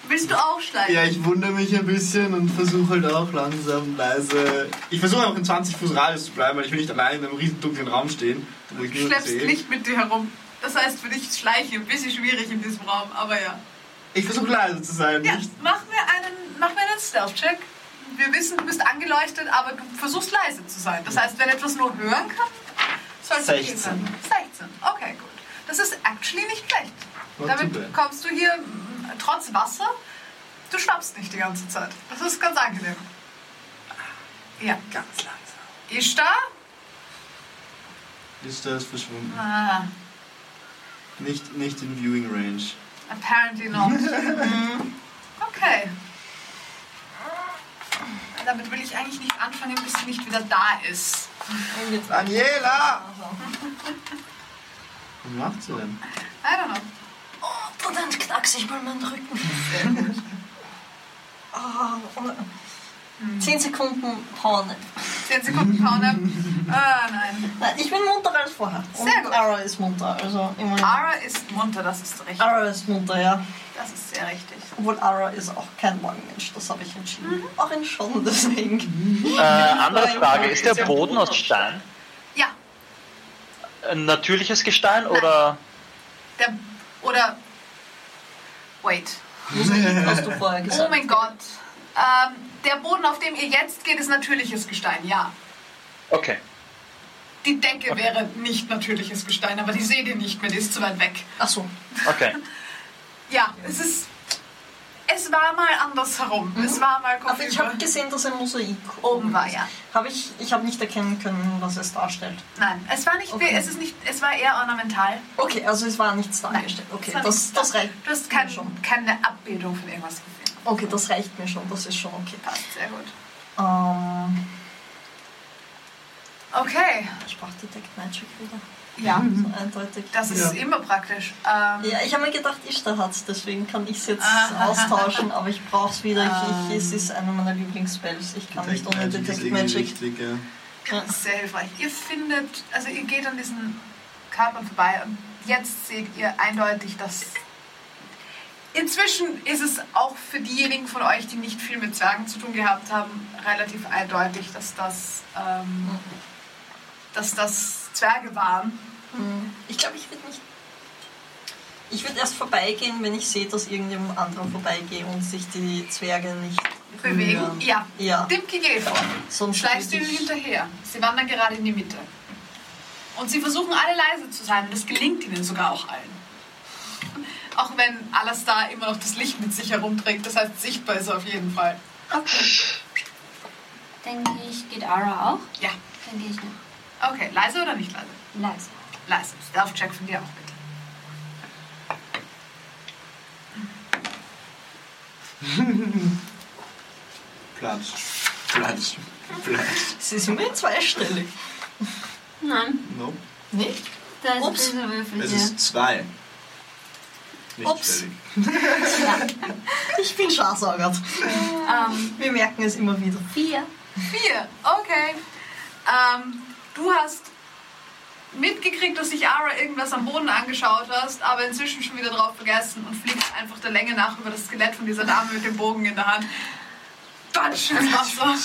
Willst du auch schleichen?
Ja, ich wundere mich ein bisschen und versuche halt auch langsam leise. Ich versuche auch in 20 Fuß Radius zu bleiben, weil ich will nicht allein in einem riesen dunklen Raum stehen. Wo ich
Du
nur
schleppst
sehe.
Licht mit dir herum. Das heißt, für dich ist Schleichen ein bisschen schwierig in diesem Raum, aber ja.
Ich versuche leise zu sein.
Ja,
Nicht?
mach mir einen, mach mir einen Stealth-Check. Wir wissen, du bist angeleuchtet, aber du versuchst leise zu sein. Das heißt, wenn etwas nur hören kann, soll es okay
16.
sein. 16. Okay, gut. Das ist actually nicht schlecht.
Not
Damit
too bad.
kommst du hier mm, trotz Wasser, du schnappst nicht die ganze Zeit. Das ist ganz angenehm. Ja, ganz langsam. Ist da?
Ist das verschwunden?
Ah,
Nicht, nicht in Viewing Range.
apparently not. Mhm. okay. Damit will ich eigentlich nicht anfangen, bis sie nicht wieder da ist.
Daniela! Was macht sie denn?
I don't know.
Oh, verdammt, knackse ich mal meinen Rücken. oh, oh. 10 Sekunden Hornet.
10 Sekunden Powernap. Ah, nein.
Nein, ich bin munterer als vorher. Und
Sehr gut.
Ara ist munter, also immerhin.
Ara ist munter, das ist richtig.
Ara ist munter, ja.
Das ist sehr richtig.
Obwohl Ara ist auch kein Morgenmensch, das habe ich entschieden.
Mhm.
Auch in schon, deswegen.
Äh, andere Frage, ist der Boden aus Stein?
Ja,
Ein natürliches Gestein oder...
der. Oder. Wait.
Hast du vorher
Oh
gesagt.
mein Gott. Ähm, der Boden, auf dem ihr jetzt geht, ist natürliches Gestein, ja.
Okay.
Die Decke wäre nicht natürliches Gestein, aber die seht ihr nicht mehr, die ist zu weit weg.
Achso,
Okay.
Ja, es ist. Es war mal andersherum.
Mhm.
Es war mal
aber ich
kopfüber.
habe gesehen, dass ein Mosaik
Oben war, ja.
Hab ich, ich habe nicht erkennen können, was es darstellt.
Nein, es war nicht,
Okay.
es ist nicht, es war eher ornamental.
Okay, also es war nichts dargestellt. Okay,
es war
das,
nichts
das reicht.
Du hast kein,
mir schon.
keine Abbildung von irgendwas gesehen.
Okay, das reicht mir schon. Das ist schon okay.
Passt sehr gut.
Ähm,
Okay,
sprach Detect Magic wieder.
ja,
So eindeutig.
das ist
Ja.
immer praktisch. Ähm,
Ja, ich habe mir gedacht, Ishtar hat's, deswegen kann ich's jetzt
Ah. Ähm.
austauschen, aber ich brauche es wieder. Ich, ich, es ist einer meiner Lieblingsspells. Ich kann nicht ohne
Detect
Detect
ist irgendwie
Magic.
wichtig, ja.
Das ist sehr hilfreich. Ihr findet, also ihr geht an diesen Körpern vorbei und jetzt seht ihr eindeutig, dass inzwischen ist es auch für diejenigen von euch, die nicht viel mit Zwergen zu tun gehabt haben, relativ eindeutig, dass das, ähm, dass das Zwerge waren.
Ich glaube, ich würde nicht.
Ich würde erst vorbeigehen, wenn ich sehe, dass irgendjemand anderer vorbeigeht und sich die Zwerge nicht
Bewegen.
rühren.
Ja.
Ja.
Dimke geht vor.
Sonst
Schleichst du
würd
ihnen
ich-
hinterher. Sie wandern gerade in die Mitte. Und sie versuchen alle leise zu sein. Und das gelingt ihnen sogar auch allen. Auch wenn Alastar immer noch das Licht mit sich herumträgt. Das heißt, sichtbar ist er auf jeden Fall.
Dann gehe ich, geht Ara auch?
Ja.
Dann gehe ich nach
Okay, leise oder nicht leise?
Leise.
Leise. Stealth-Check von dir auch bitte.
Platsch. Platsch. Platsch.
Es ist immerhin zweistellig.
Nein,
Nope.
Nicht?
da ist
Ups.
dieser Würfel
Es
hier.
ist zwei. Nicht
Ups.
stellig.
Ich bin scharfsaugert.
Ähm,
Wir merken es immer wieder.
Vier.
vier. Okay. Ähm, du hast mitgekriegt, dass sich Ara irgendwas am Boden angeschaut hast, aber inzwischen schon wieder drauf vergessen und fliegst einfach der Länge nach über das Skelett von dieser Dame mit dem Bogen in der Hand. Batsch ins Wasser.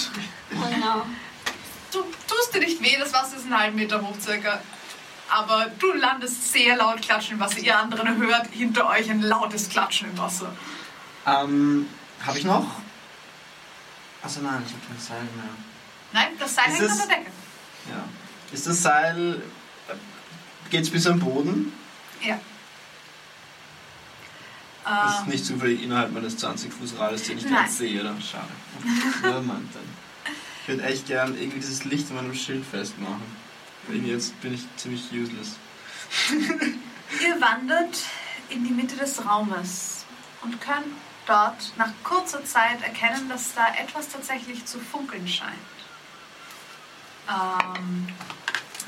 Genau.
Du tust dir nicht weh, das Wasser ist einen halben Meter hoch circa. Aber du landest sehr laut klatschen im Wasser. Ihr anderen hört hinter euch ein lautes Klatschen im Wasser.
Ähm, hab ich noch? Achso, nein, ich hab kein Seil mehr.
Nein, das Seil
Ist
hängt
es-
an der Decke.
Ja. Ist das Seil. äh, Geht's bis am Boden?
Ja.
Das
Ähm,
ist nicht zufällig innerhalb meines 20-Fuß-Rades, den ich
Nein.
gerade sehe, oder? Schade. Ja, Mann, dann. Ich würde echt gern irgendwie dieses Licht an meinem Schild festmachen. Wegen jetzt bin ich ziemlich useless.
Ihr wandert in die Mitte des Raumes und könnt dort nach kurzer Zeit erkennen, dass da etwas tatsächlich zu funkeln scheint. Ähm,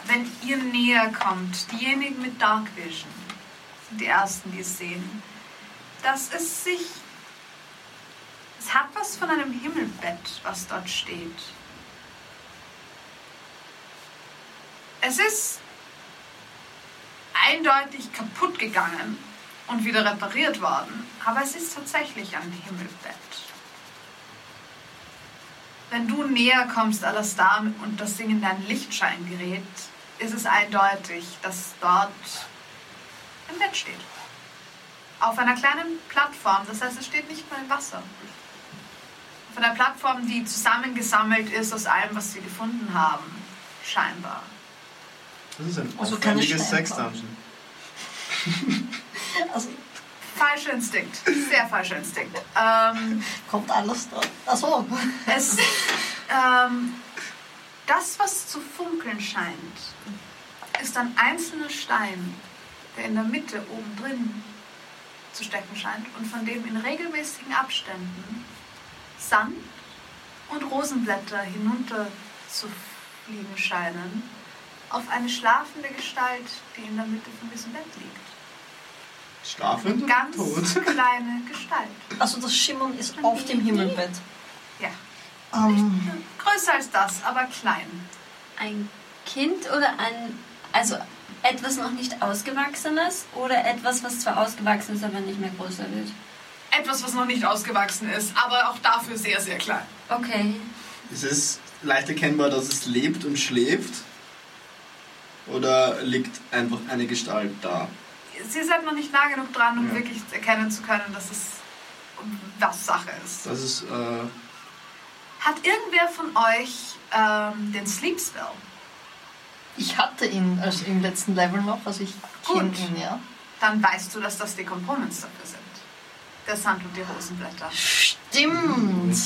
wenn ihr näher kommt, diejenigen mit Dark Vision sind die ersten, die es sehen. Das ist sich. Es hat was von einem Himmelbett, was dort steht. Es ist eindeutig kaputt gegangen und wieder repariert worden. Aber es ist tatsächlich ein Himmelbett. Wenn du näher kommst, Alastar, und das Ding in deinen Lichtschein gerät, ist es eindeutig, dass dort ein Bett steht. Auf einer kleinen Plattform, das heißt, es steht nicht mal im Wasser. Auf einer Plattform, die zusammengesammelt ist aus allem, was wir gefunden haben, scheinbar.
Das ist ein
Also keine
aufwendiges
Steine.
Sex-Dungeon.
Also
Falscher Instinkt. Sehr falscher Instinkt. Ähm,
kommt alles da. Achso.
es, ähm, das, was zu funkeln scheint, ist ein einzelner Stein, der in der Mitte oben drin zu stecken scheint und von dem in regelmäßigen Abständen Sand und Rosenblätter hinunter zu fliegen scheinen auf eine schlafende Gestalt, die in der Mitte von diesem Bett liegt.
Schlafend und
Ganz
tot.
kleine Gestalt.
Also das Schimmern ist auf dem Himmelbett.
Ja.
Ähm,
Größer als das, aber klein.
Ein Kind oder ein. Also etwas noch nicht ausgewachsenes oder etwas, was zwar ausgewachsen ist, aber nicht mehr größer wird.
Etwas, was noch nicht ausgewachsen ist, aber auch dafür sehr, sehr klein.
Okay.
Es ist leicht erkennbar, dass es lebt und schläft. Oder liegt einfach eine Gestalt da?
Sie ist halt noch nicht nah genug dran, um
Ja.
wirklich erkennen zu können, dass es um was Sache ist.
Das ist, äh,
Hat irgendwer von euch ähm, den Sleep Spell?
ich hatte ihn also im letzten Level noch, also ich kenne
Gut.
ihn, ja.
Dann weißt du, dass das die Components dafür sind. Der Sand und die Rosenblätter.
Stimmt.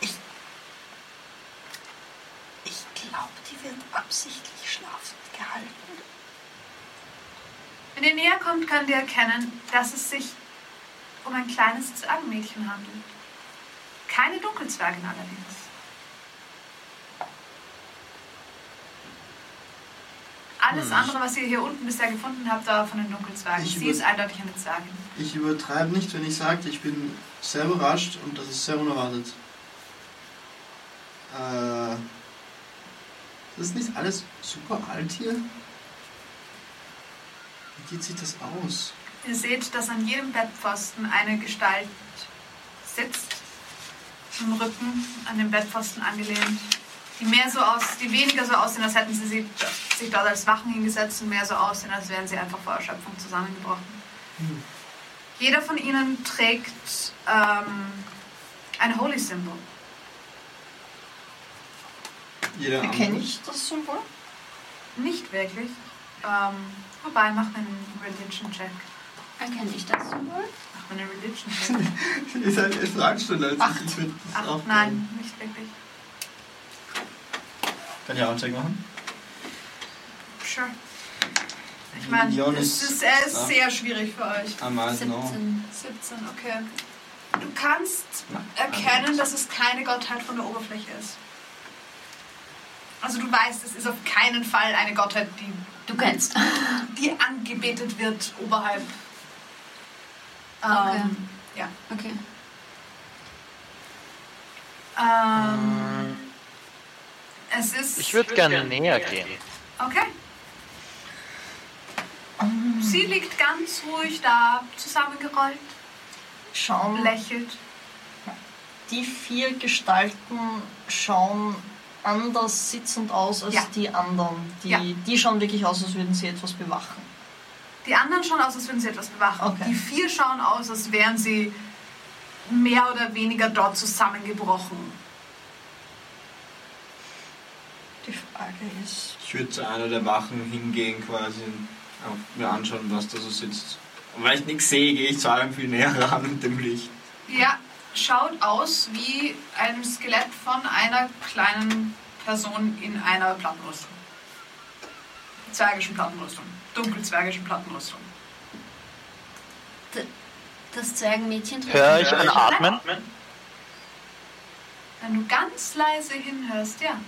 Ich, ich glaube, die wird absichtlich schlafend gehalten.
Wenn ihr näher kommt, könnt ihr erkennen, dass es sich um ein kleines Zwergenmädchen handelt. Keine Dunkelzwergin allerdings. Alles andere, was ihr hier unten bisher gefunden habt, war von den Dunkelzwergen.
Ich
Sie
über-
ist eindeutig eine Zwergin.
ich übertreibe nicht, wenn ich sage, ich bin sehr überrascht und das ist sehr unerwartet. Äh, das ist nicht alles super alt hier? Wie geht sich das aus?
Ihr seht, dass an jedem Bettpfosten eine Gestalt sitzt im Rücken an den Bettpfosten angelehnt, die mehr so aus, die weniger so aussehen, als hätten sie sie- sich dort als Wachen hingesetzt und mehr so aussehen, als wären sie einfach vor Erschöpfung zusammengebrochen. Jeder von ihnen trägt ähm, ein Holy Symbol.
Jeder
Erkenne ich das Symbol?
Nicht wirklich. Ähm, wobei, mach mir einen Religion-Check.
Erkenne ich das Symbol?
Mach mir einen Religion-Check.
andere. Ist halt eine Fragestellung. Also
Acht.
Ich würd das
Ach
auch
nein, nicht wirklich.
Kann ich auch einen Check machen?
Sure. Ich meine,
Jonas
es ist, es
da.
ist sehr schwierig für euch.
Ah,
I might
genau.
know.
17.
17, okay. Du kannst
Na,
erkennen, dass es keine Gottheit von der Oberfläche ist. Also du weißt, es ist auf keinen Fall eine Gottheit, die,
Du kennst.
die angebetet wird oberhalb.
Okay.
Ähm, ja.
Okay.
Ähm, es ist.
Ich würde gerne näher gehen.
Okay. Sie liegt ganz ruhig da, zusammengerollt,
Schauen
lächelt.
die vier Gestalten schauen anders sitzend aus als
Ja.
die anderen. Die,
Ja.
die schauen wirklich aus, als würden sie etwas bewachen.
Die anderen schauen aus, als würden sie etwas bewachen.
Okay.
Die vier schauen aus, als wären sie mehr oder weniger dort zusammengebrochen.
Die Frage ist,
Ich würde zu einer der Wachen hingehen quasi und auch mir anschauen, was da so sitzt. Und weil ich nichts sehe, gehe ich zu allem viel näher ran mit dem Licht.
Ja, schaut aus wie ein Skelett von einer kleinen Person in einer Plattenrüstung. Zwergischen Plattenrüstung. Dunkelzwergischen Plattenrüstung.
Das Zwergenmädchen trägt.
Höre ich ein Atmen?
Wenn du ganz leise hinhörst, ja,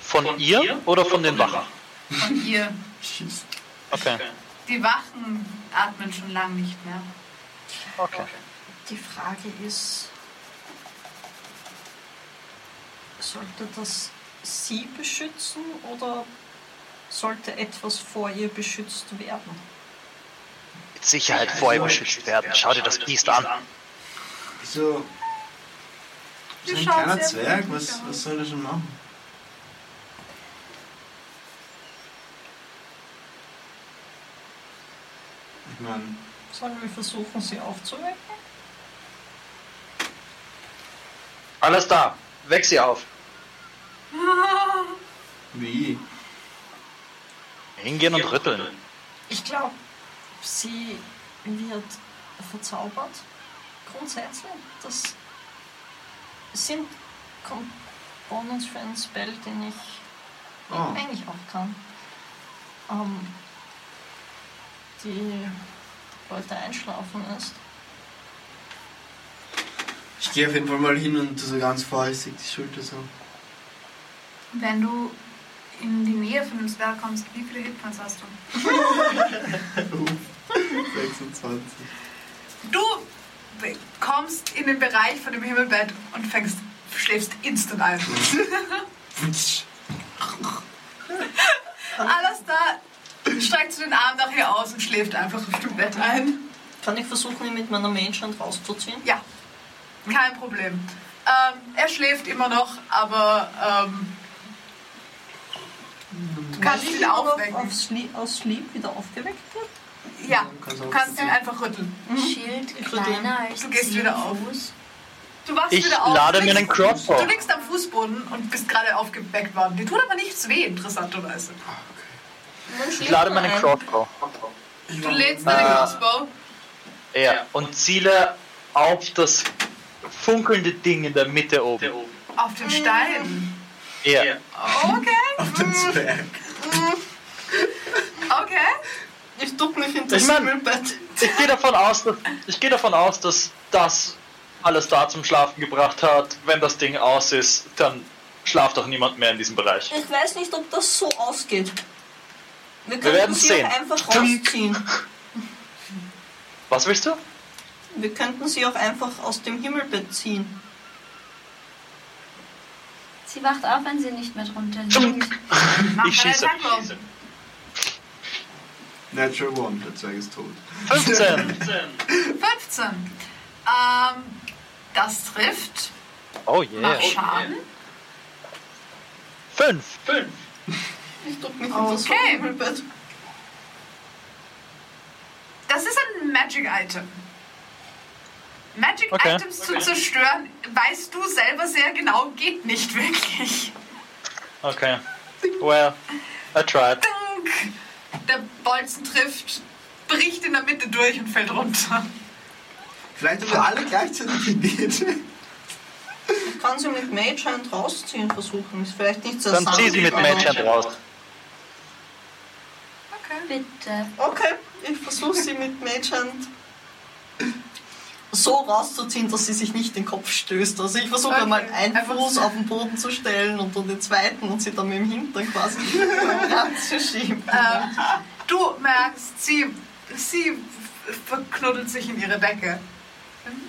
Von ihr oder von den Wachen?
von ihr.
Okay.
Die Wachen atmen schon lange nicht mehr.
okay.
die Frage ist, sollte das sie beschützen oder sollte etwas vor ihr beschützt werden?
Mit Sicherheit vorher beschützt werden. Schau dir das Biest an.
Wieso? Das
Sie
ist ein
schaut
kleiner
sehr
Zwerg,
freundlich
was,
aus.
was soll der schon machen? Ich meine,
Sollen wir versuchen, sie aufzuwecken?
Alles da. Weck sie auf.
wie?
Hingehen und rütteln.
Ich glaube, sie wird verzaubert. Grundsätzlich, das sind Components für einen Spell, den ich
Oh,
eigentlich auch kann. Ähm, die Leute einschlafen lässt.
ich gehe auf jeden Fall mal hin und tu so ganz vorsichtig die Schulter so.
Wenn du in die Nähe von dem Zwerg kommst, wie viele Hitpoints hast du?
26.
Du kommst in den Bereich von dem Himmelbett und fängst, schläfst instant ein. Alles da streckt zu den Arm nach ihr aus und schläft einfach auf dem Bett ein.
Kann ich versuchen, ihn mit meiner Mage Hand rauszuziehen?
Ja, kein Problem. Ähm, er schläft immer noch, aber ähm, du kannst ihn
aber
aufwecken.
Auf Sleep, aus Sleep wieder aufgeweckt wird?
Ja, du kannst ihn einfach rütteln.
Mhm. Schild kleiner als
Du gehst
10
wieder auf.
Fuß.
Du wachst
Ich
wieder auf.
lade
du
mir
liegst-
einen Crossbow.
Du liegst am Fußboden und bist gerade aufgeweckt worden. Die tut aber nichts weh, interessanterweise.
Ich lade meinen Crossbow.
Du lädst deinen
Ah.
Crossbow.
Ja. Und ziele auf das funkelnde Ding in der Mitte oben.
Auf den Stein. Oh,
Ja.
Okay,
Auf den Zwerg.
okay.
Ich duck mich hinter
Ich meine, ich gehe davon aus, dass, ich gehe davon aus, dass das alles da zum Schlafen gebracht hat. Wenn das Ding aus ist, dann schlaft doch niemand mehr in diesem Bereich.
Ich weiß nicht, ob das so ausgeht. Wir könnten
werden
sie
sehen.
auch einfach
Tunk.
rausziehen.
Was willst du?
Wir könnten sie auch einfach aus dem Himmelbett ziehen.
Sie wacht auf, wenn sie nicht mehr drunter
Schunk.
liegt.
Mach
Ich
deinen
schieße.
Attack Roll.
Natural One, der Zwerg ist tot.
15.
15. Ähm, Das trifft.
Oh yeah.
Mach Schaden.
Fünf.
Ich drück mich in
Okay.
das Himmelbett.
Das ist ein Magic Item. Magic
Okay.
Items zu zerstören, weißt du selber sehr genau, geht nicht wirklich.
Okay. Well, I tried.
Dunk. Der Bolzen trifft, bricht in der Mitte durch und fällt runter.
Vielleicht haben wir alle gleichzeitig gewählt.
Ich kann sie mit Mage Hand rausziehen versuchen. Ist vielleicht nicht so
Dann zieh sie mit
aber-
Mage Hand raus.
Okay.
Bitte.
Okay, ich versuche sie mit Mage Hand so rauszuziehen, dass sie sich nicht den Kopf stößt. Also ich versuche
Okay,
einmal einen
einfach
Fuß
so.
auf den Boden zu stellen und dann den zweiten und sie dann mit dem Hintern quasi ranzuschieben.
Ähm, du merkst, sie, sie verknuddelt sich in ihre Decke.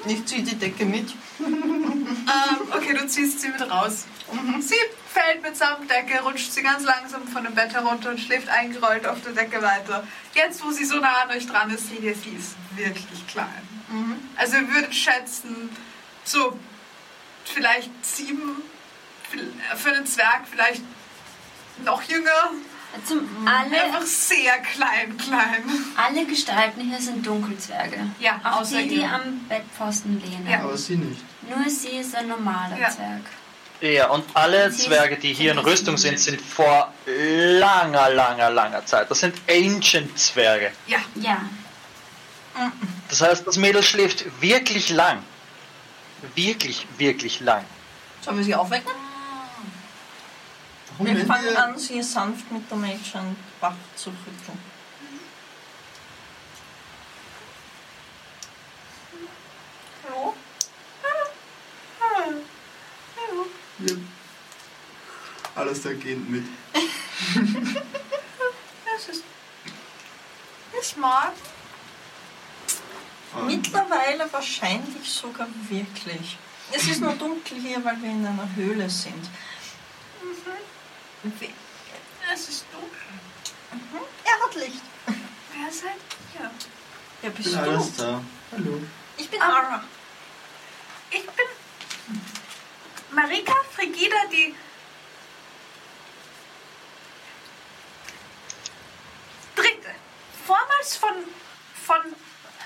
Ich ziehe die Decke mit.
Ähm, okay, du ziehst sie mit raus. Mhm. Sie fällt mit Samtdecke, rutscht sie ganz langsam von dem Bett herunter und schläft eingerollt auf der Decke weiter. Jetzt, wo sie so nah an euch dran ist, seht ihr, sie ist wirklich klein. Also wir würden schätzen, so vielleicht sieben, äh, für einen Zwerg vielleicht noch jünger.
Zum alle,
Einfach sehr klein, klein.
alle Gestalten hier sind Dunkelzwerge.
Ja,
Auch
außer
die, die
ihr.
am Bettpfosten lehnen.
Ja.
Aber sie nicht.
Nur sie ist ein normaler
Ja.
Zwerg.
Ja, und alle Zwerge, die hier in Rüstung sind, sind vor langer, langer, langer Zeit. Das sind Ancient Zwerge.
Ja,
Ja.
Das heißt, das Mädel schläft wirklich lang. Wirklich, wirklich lang.
Sollen wir sie aufwecken?
Warum
Wir
werden
fangen an, sie sanft mit der Mage Hand wach zu rütteln. Hallo?
wir alles da gehen mit?
das ist. Ich mag.
Ah.
Mittlerweile wahrscheinlich sogar wirklich. Es ist nur dunkel hier, weil wir in einer Höhle sind. We-
Mhm. Es ist dunkel.
Mhm. Er hat Licht.
Wer seid ihr?
Ja,
Ich
bist
bin
du?
alles da. Hallo.
Ich bin Ara.
Ich bin Marika Frigida, die. Dritte. Vormals von. von.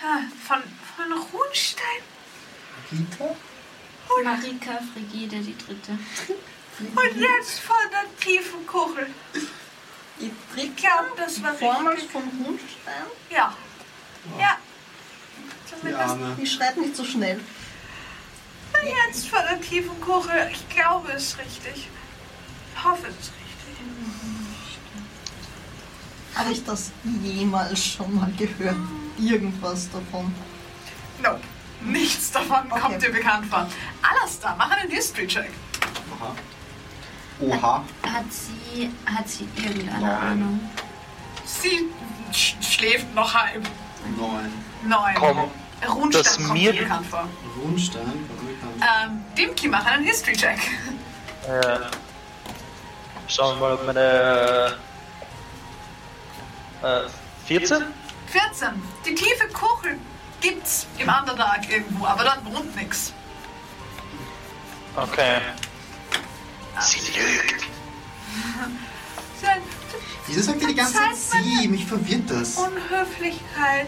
äh, von. von Runstein.
Rita?
Marika Frigide, die dritte.
Und jetzt von der tiefen Kuchel.
Die
Ich
Brick
glaube, das war
vormals
richtig.
von Hundstein.
Ja. Ja.
Die
Zumindest
Arme.
Ich schreibe nicht so schnell.
jetzt von der tiefen Kuchel. Ich glaube es ist richtig. Ich hoffe es ist richtig.
Habe ich das jemals schon mal gehört? Irgendwas davon.
Nope. Nichts davon
Okay.
kommt dir bekannt vor. Alastar, mach einen History-Check.
Oha. Oha.
Hat sie, hat sie irgendeine
Nein.
Ahnung?
Sie sch schläft noch halb.
Neun.
Neun.
Komm,
Rundstein
das
kommt
mir-
mir bekannt vor.
Rundstein, war bekannt.
Ähm, Dimki, mach einen History-Check.
Äh, schauen wir mal, ob meine. Äh, 14?
14. Die tiefe Kuchel gibt's im Underdark irgendwo, aber dort wohnt nix.
Okay. Sie lügt.
Sie hat
Wieso sagt ihr die ganze Zeit
Verzeih
sie? Mich verwirrt das.
Unhöflichkeit.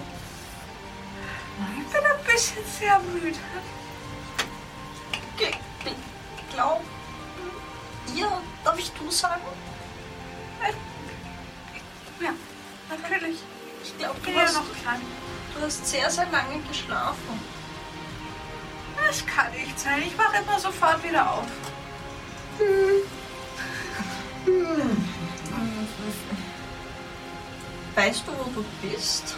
Ich bin ein bisschen sehr müde.
Gl- gl- Glaub ihr, darf ich du sagen?
Äh, Ja, natürlich.
Ich glaube,
Ich
du,
bin ja
hast-
noch klein.
du hast sehr, sehr lange geschlafen.
Das kann nicht sein. Ich wache immer sofort wieder auf.
Weißt du, wo du bist?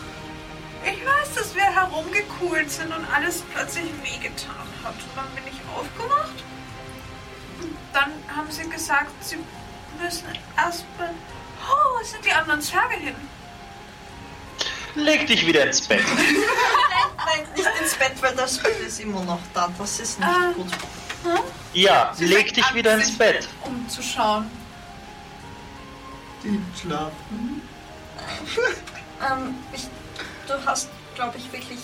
Ich weiß, dass wir herumgekugelt sind und alles plötzlich wehgetan hat. Und dann bin ich aufgewacht. Und dann haben sie gesagt, sie müssen erstmal. Oh, wo sind die anderen Zwerge hin?
Leg dich wieder ins Bett.
Nein, nicht ins Bett, weil das Bild ist immer noch da. Das ist nicht
Ähm,
Ah.
gut.
Ja,
Sie
leg
fängt
dich
an,
wieder
sich
ins Bett.
um Umzuschauen.
Die schlafen.
Ähm, ich, du hast, glaube ich, wirklich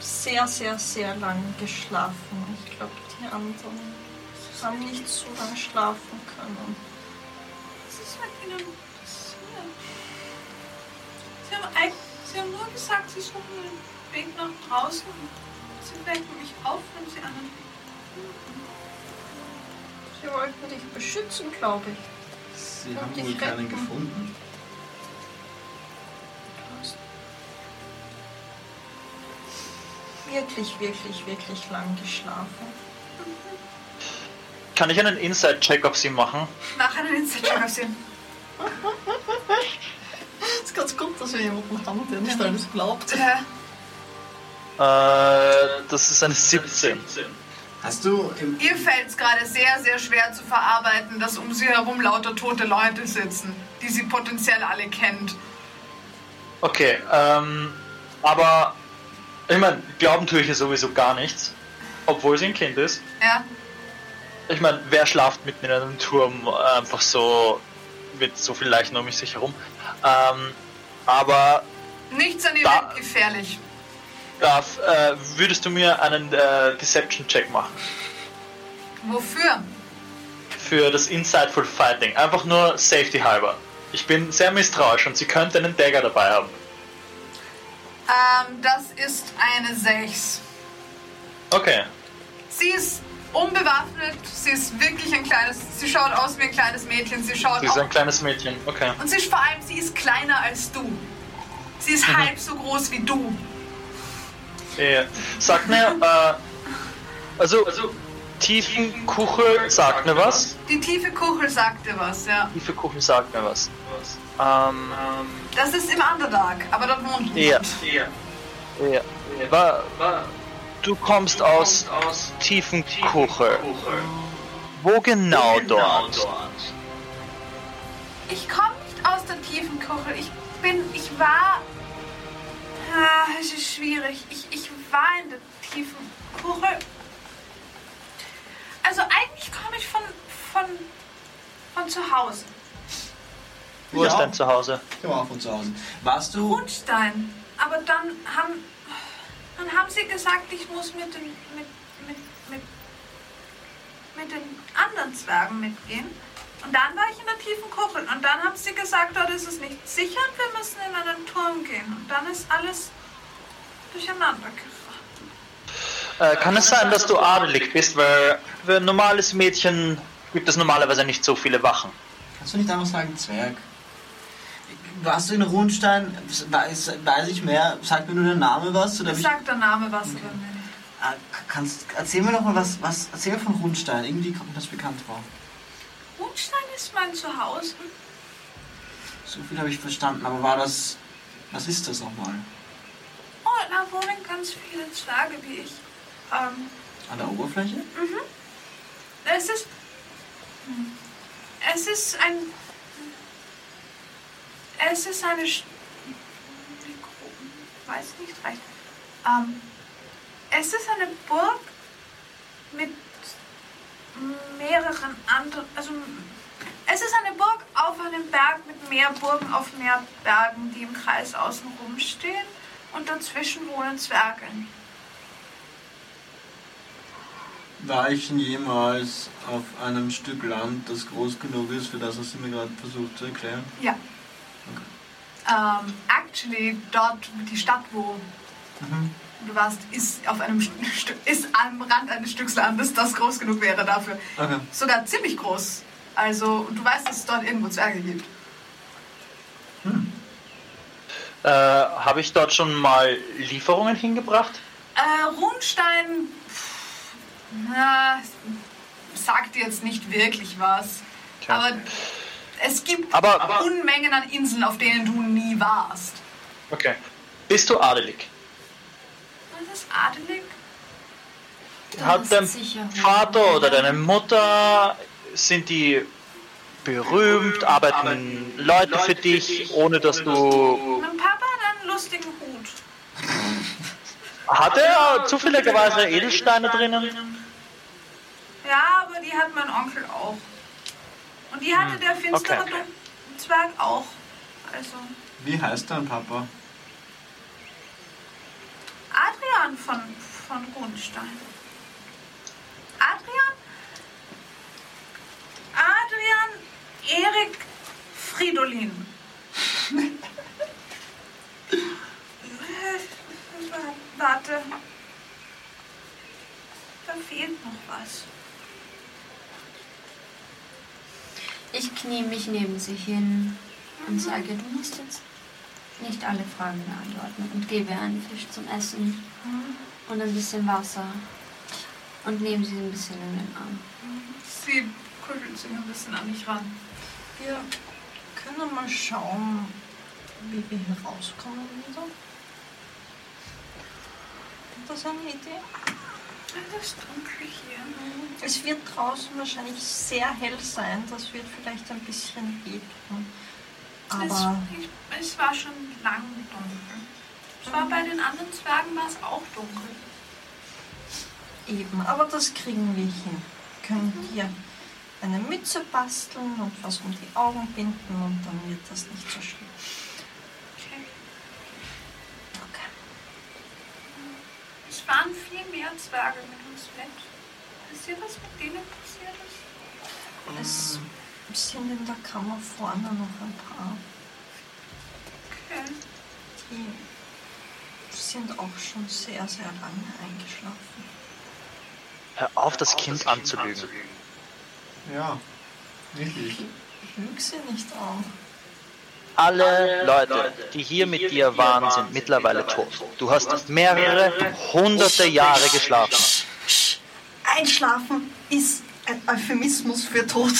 sehr, sehr, sehr lang geschlafen. Ich glaube, die anderen haben nicht so lange schlafen können.
Es ist halt ihnen passiert. Sie haben, eig- sie haben nur gesagt, sie suchen den Weg nach draußen. Sie wecken mich auf, wenn sie anderen.
Sie wollten dich beschützen, glaube ich.
Sie
Hab
haben
dich
wohl keinen
retten.
gefunden.
Du hast wirklich, wirklich, wirklich lang geschlafen.
Kann ich einen Inside-Check auf sie machen?
Mach einen Instagram sehen.
ist ganz gut, dass wir jemanden haben, der nicht alles glaubt.
Äh,
Äh, das ist eine 17.
Hast du im
ihr fällt es gerade sehr, sehr schwer zu verarbeiten, dass um sie herum lauter tote Leute sitzen, die sie potenziell alle kennt.
Okay, ähm, aber ich meine, glauben tue ich ihr sowieso gar nichts, obwohl sie ein Kind ist.
Ja?
Ich meine, wer schlaft mitten in einem Turm äh, einfach so mit so viel Leichen um sich herum? Ähm, aber
Nichts an ihr
Da-
wird gefährlich.
darf, äh, würdest du mir einen äh, Deception-Check machen
Wofür?
für das Insightful Fighting? Einfach nur Safety halber. Ich bin sehr misstrauisch und sie könnte einen Dagger dabei haben.
Ähm, das ist eine 6.
Okay.
Sie ist unbewaffnet, sie ist wirklich ein kleines, sie schaut aus wie ein kleines Mädchen, sie schaut
Sie ist
au-
ein kleines Mädchen. Okay.
Und sie ist vor allem, sie ist kleiner als du. Sie
Mhm.
ist halb so groß wie du.
Ja. Sag mir, äh, also, Tiefenkuchel sagt mir was.
Die tiefe Kuchel sagt dir was, ja.
Tiefenkuchel sagt mir was. Ähm,
Das ist im Underdark, aber dort wohnt niemand.
ja. Ja. Wa- Du kommst aus Tiefenkuchel. Wo genau dort?
Ich komme nicht aus der tiefen Kuchel. Ich bin, ich war. Ah, es ist schwierig. Ich, ich war in der tiefen Kuchel. Also eigentlich komme ich von, von, von zu Hause.
Wo ist
Ja.
dein Zuhause?
Ich komme auch von zu Hause. Warst du
Grundstein. Aber dann haben, dann haben sie gesagt, ich muss mit den, mit, mit, mit, mit den anderen Zwergen mitgehen. Und dann war ich in der tiefen Kuppel. Und dann haben sie gesagt, dort ist es nicht sicher und wir müssen in einen Turm gehen. Und dann ist alles durcheinander gefahren.
Äh, kann es sein, dass du adelig bist? Weil für ein normales Mädchen gibt es normalerweise nicht so viele Wachen.
Kannst du nicht einfach sagen, Zwerg? Warst du in Rundstein? Weiß, weiß ich mehr. Sag mir nur der Name was. Oder
Das
ich,
sagt der Name was über mich.
Ah, kannst, erzähl mir doch mal was, was. Erzähl mir von Rundstein. Irgendwie kommt mir das bekannt vor.
Grundstein ist mein Zuhause.
So viel habe ich verstanden, aber war das. Was ist das nochmal?
Oh, da wohnen ganz viele Zwerge wie ich. Ähm,
An der Oberfläche?
Es ist. Es ist ein. Es ist eine. Sch Mikro weiß nicht recht. Ähm, es ist eine Burg mit mehreren anderen. Also, es ist eine Burg auf einem Berg mit mehr Burgen auf mehr Bergen, die im Kreis außenrum stehen. Und dazwischen wohnen Zwerge.
War ich schon jemals auf einem Stück Land, das groß genug ist, für das, was sie mir gerade versucht zu erklären?
Ja. Ähm, actually, dort die Stadt, wo
Mhm.
du warst, ist auf einem St- Stück, ist am Rand eines Stücks Landes, das groß genug wäre dafür.
Okay.
Sogar ziemlich groß. Also, und du weißt, dass es dort irgendwo Zwerge gibt.
Äh, Habe ich dort schon mal Lieferungen hingebracht?
Äh, Runstein pff, na, sagt dir jetzt nicht wirklich was.
Tja.
Aber es gibt
Aber- aber-
Unmengen an Inseln, auf denen du nie warst.
Okay. Bist du adelig?
Das ist adelig.
Hat dein Vater oder deine Mutter, sind die berühmt, arbeiten Leute für dich, ohne dass du...
Mein Papa hat einen lustigen Hut.
Hat er zufälligerweise Edelsteine drinnen?
Ja, aber die hat mein Onkel auch. Und die hatte der finstere
okay.
Dun- Zwerg auch. Also,
Wie heißt dein Papa?
Adrian, von, von Grundstein. Adrian? Adrian Erik Fridolin. Äh, wa- Warte. Da fehlt noch was.
Ich knie mich neben sie hin und sage, du musst jetzt nicht alle Fragen beantworten und gebe ihr einen Fisch zum Essen
Mhm.
und ein bisschen Wasser und nehme sie ein bisschen in den Arm.
Sie kuschelt sich ein bisschen an mich ran.
Wir können mal schauen, wie wir hier rauskommen.
So. Das ist eine Idee.
Es ist dunkel hier.
Es wird draußen wahrscheinlich sehr hell sein. Das wird vielleicht ein bisschen weh tun. Aber
es, ich, es war schon lang dunkel. Es war bei den anderen Zwergen war es auch dunkel.
eben, aber das kriegen wir hin. Können wir eine Mütze basteln und was um die Augen binden und dann wird das nicht so schlimm.
Okay.
Okay.
Es waren viel mehr Zwerge mit uns mit. Wisst ihr, was mit denen passiert ist?
Es sind in der Kammer vorne noch ein paar.
Okay.
Die sind auch schon sehr, sehr lange eingeschlafen.
Hör auf, das Kind anzulügen.
Ja, wirklich.
Lüg sie nicht an.
Alle Leute, die hier mit dir waren, sind mittlerweile tot. Du hast mehrere hunderte Jahre geschlafen.
Einschlafen ist ein Euphemismus für tot.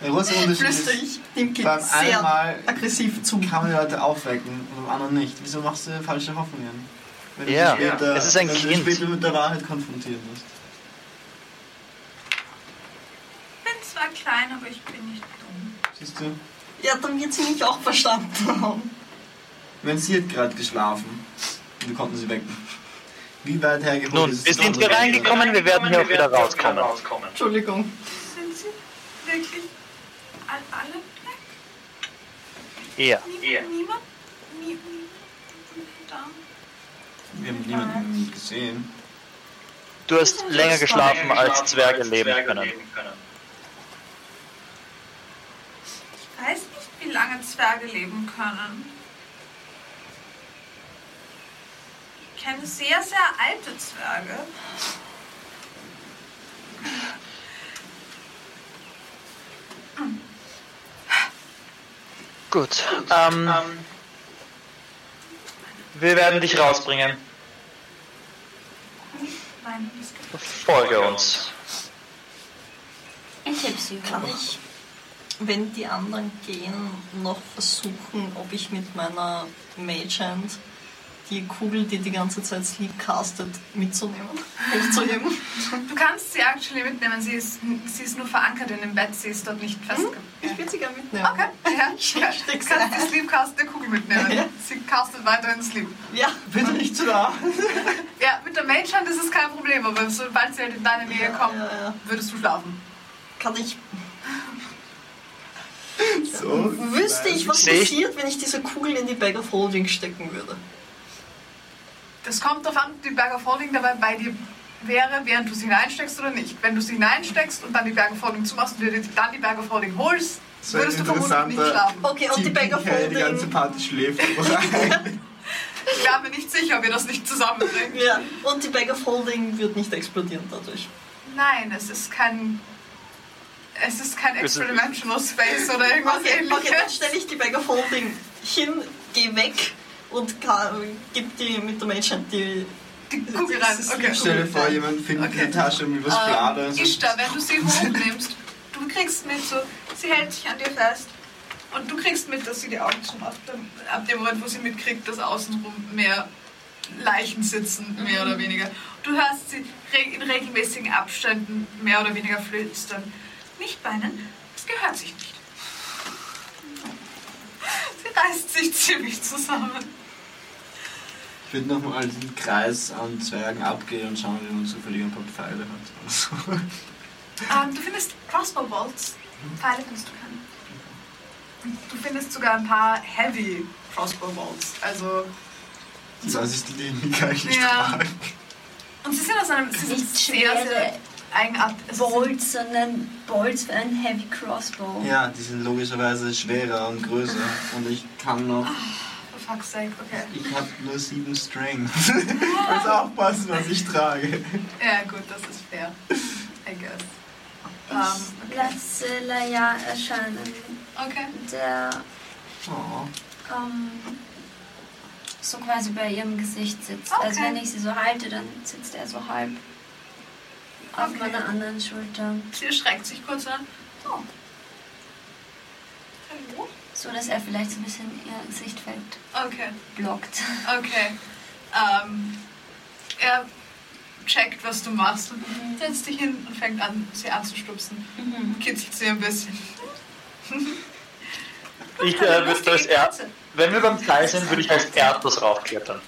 Der große Unterschied
Flüster
ist,
ich dem Kind
beim
sehr
einmal
aggressiv zu.
kann man die Leute aufwecken und beim anderen nicht. Wieso machst du falsche Hoffnungen? Wenn dich
Ja, es ist ein
wenn
Kind.
du dich später mit der Wahrheit konfrontieren musst.
Ich bin zwar klein, aber ich bin nicht dumm.
Siehst du?
Ja, dann wird sie mich auch verstanden haben.
Wenn sie hat gerade geschlafen und wir konnten sie wecken. Wie weit hergeholt
Nun,
ist es
wir
zu
sind hier
anderen?
reingekommen, wir werden hier auch wieder rauskommen.
Entschuldigung.
Sind sie wirklich all, alle weg?
Ja.
Nie, Niemand? Nie, nie, da?
Wir haben niemanden gesehen.
Du hast länger geschlafen, als Zwerge leben können.
Ich weiß nicht, wie lange Zwerge leben können. Ich kenne sehr, sehr alte Zwerge.
Gut. Ähm, wir werden dich rausbringen.
Nein, das gibt
Folge uns.
Ich heb sie
Kann
hoch.
ich, wenn die anderen gehen, noch versuchen, ob ich mit meiner Mage Hand die Kugel, die die ganze Zeit Sleep castet, mitzunehmen? Hochzuheben?
Du kannst sie actually mitnehmen. Sie ist, sie ist nur verankert in dem Bett. Sie ist dort nicht festgebunden.
Ich würde sie gerne mitnehmen.
Okay, ja. Du
steck's
kannst
ein.
die Sleepcastende Kugel mitnehmen.
Ja.
Sie castet weiterhin Sleep.
Ja,
Bitte nicht zu nah.
Ja, mit der Mage Hand ist es kein Problem, aber sobald sie halt in deine Nähe
Ja,
kommen,
ja, ja.
würdest du schlafen.
Äh, kann ich.
So.
Wüsste ich, was
Sehe ich-
passiert, wenn ich diese Kugel in die Bag of Holding stecken würde?
Das kommt darauf an, ob die Berg of Holding dabei bei dir wäre, während du sie hineinsteckst oder nicht. Wenn du sie hineinsteckst und dann die Berg of Holding zumachst und dir dann die Berg of Holding holst,
Das wäre
würdest du vermutlich nicht
interessanter-
schlafen.
Okay, und die Bag of
Kerl, Die ganze
Holding.
Party schläft. rein.
Ich wäre mir nicht sicher, ob ihr das nicht zusammenbringt.
Ja, und die Bag of Holding wird nicht explodieren dadurch.
Nein, es ist kein. Es ist kein
Es ist-
Experimental Space oder irgendwas
Okay, okay dann
ähnliches.
stelle ich die Bag of Holding hin, gehe weg und ka- gib die mit der Mage Hand die.
Die Kugel rein.
Das ist
Okay.
Stell dir vor, jemand findet
Okay.
eine Tasche und übers Also,
Ähm,
Blader. und so.
Ishtar, wenn du sie hochnimmst, du kriegst mit so, sie hält sich an dir fest und du kriegst mit, dass sie die Augen schon ab dem, ab dem Moment, wo sie mitkriegt, dass außenrum mehr Leichen sitzen, mehr oder weniger. Du hörst sie re in regelmäßigen Abständen mehr oder weniger flüstern. Nicht weinen, es gehört sich nicht. Sie reißt sich ziemlich zusammen.
Ich würde nochmal den Kreis an Zwergen abgehen und schauen, wie man zufällig ein paar Pfeile hat. oder so.
Ähm, du findest Crossbow Bolts. Pfeile kannst du können. Du findest sogar ein paar Heavy Crossbow Bolts. Also,
Die weiß ich die Linie gar nicht
Ja.
tragen.
Und sie sind aus einem sie sind
Nicht
sehr, sehr
schwere
eigenartig. Also sie sind-
Bolts, sondern Bolts für einen Heavy Crossbow.
Ja, die sind logischerweise schwerer und größer. Und ich kann noch.
For fuck's sake, okay.
Ich habe nur sieben Strength. Muss aufpassen, was ich trage.
Ja, gut, das ist fair. I guess. Ähm,
Lasse Laia erscheinen.
okay.
Der,
Oh.
ähm,
So quasi bei ihrem Gesicht sitzt. Also
Okay.
wenn ich sie so halte, dann sitzt er so halb auf
Okay.
meiner anderen Schulter.
Sie erschreckt sich kurz an. Oh. Hallo?
So dass er vielleicht so ein bisschen ihr Sichtfeld
Okay.
blockt.
Okay. Ähm, er checkt, was du machst und setzt dich hin und fängt an, sie anzustupsen. Kitzelt sie ein bisschen.
Ich äh, würde
Lustige
als er
Katze.
wenn wir beim Kai sind, würde ich als Erdnuss raufklettern.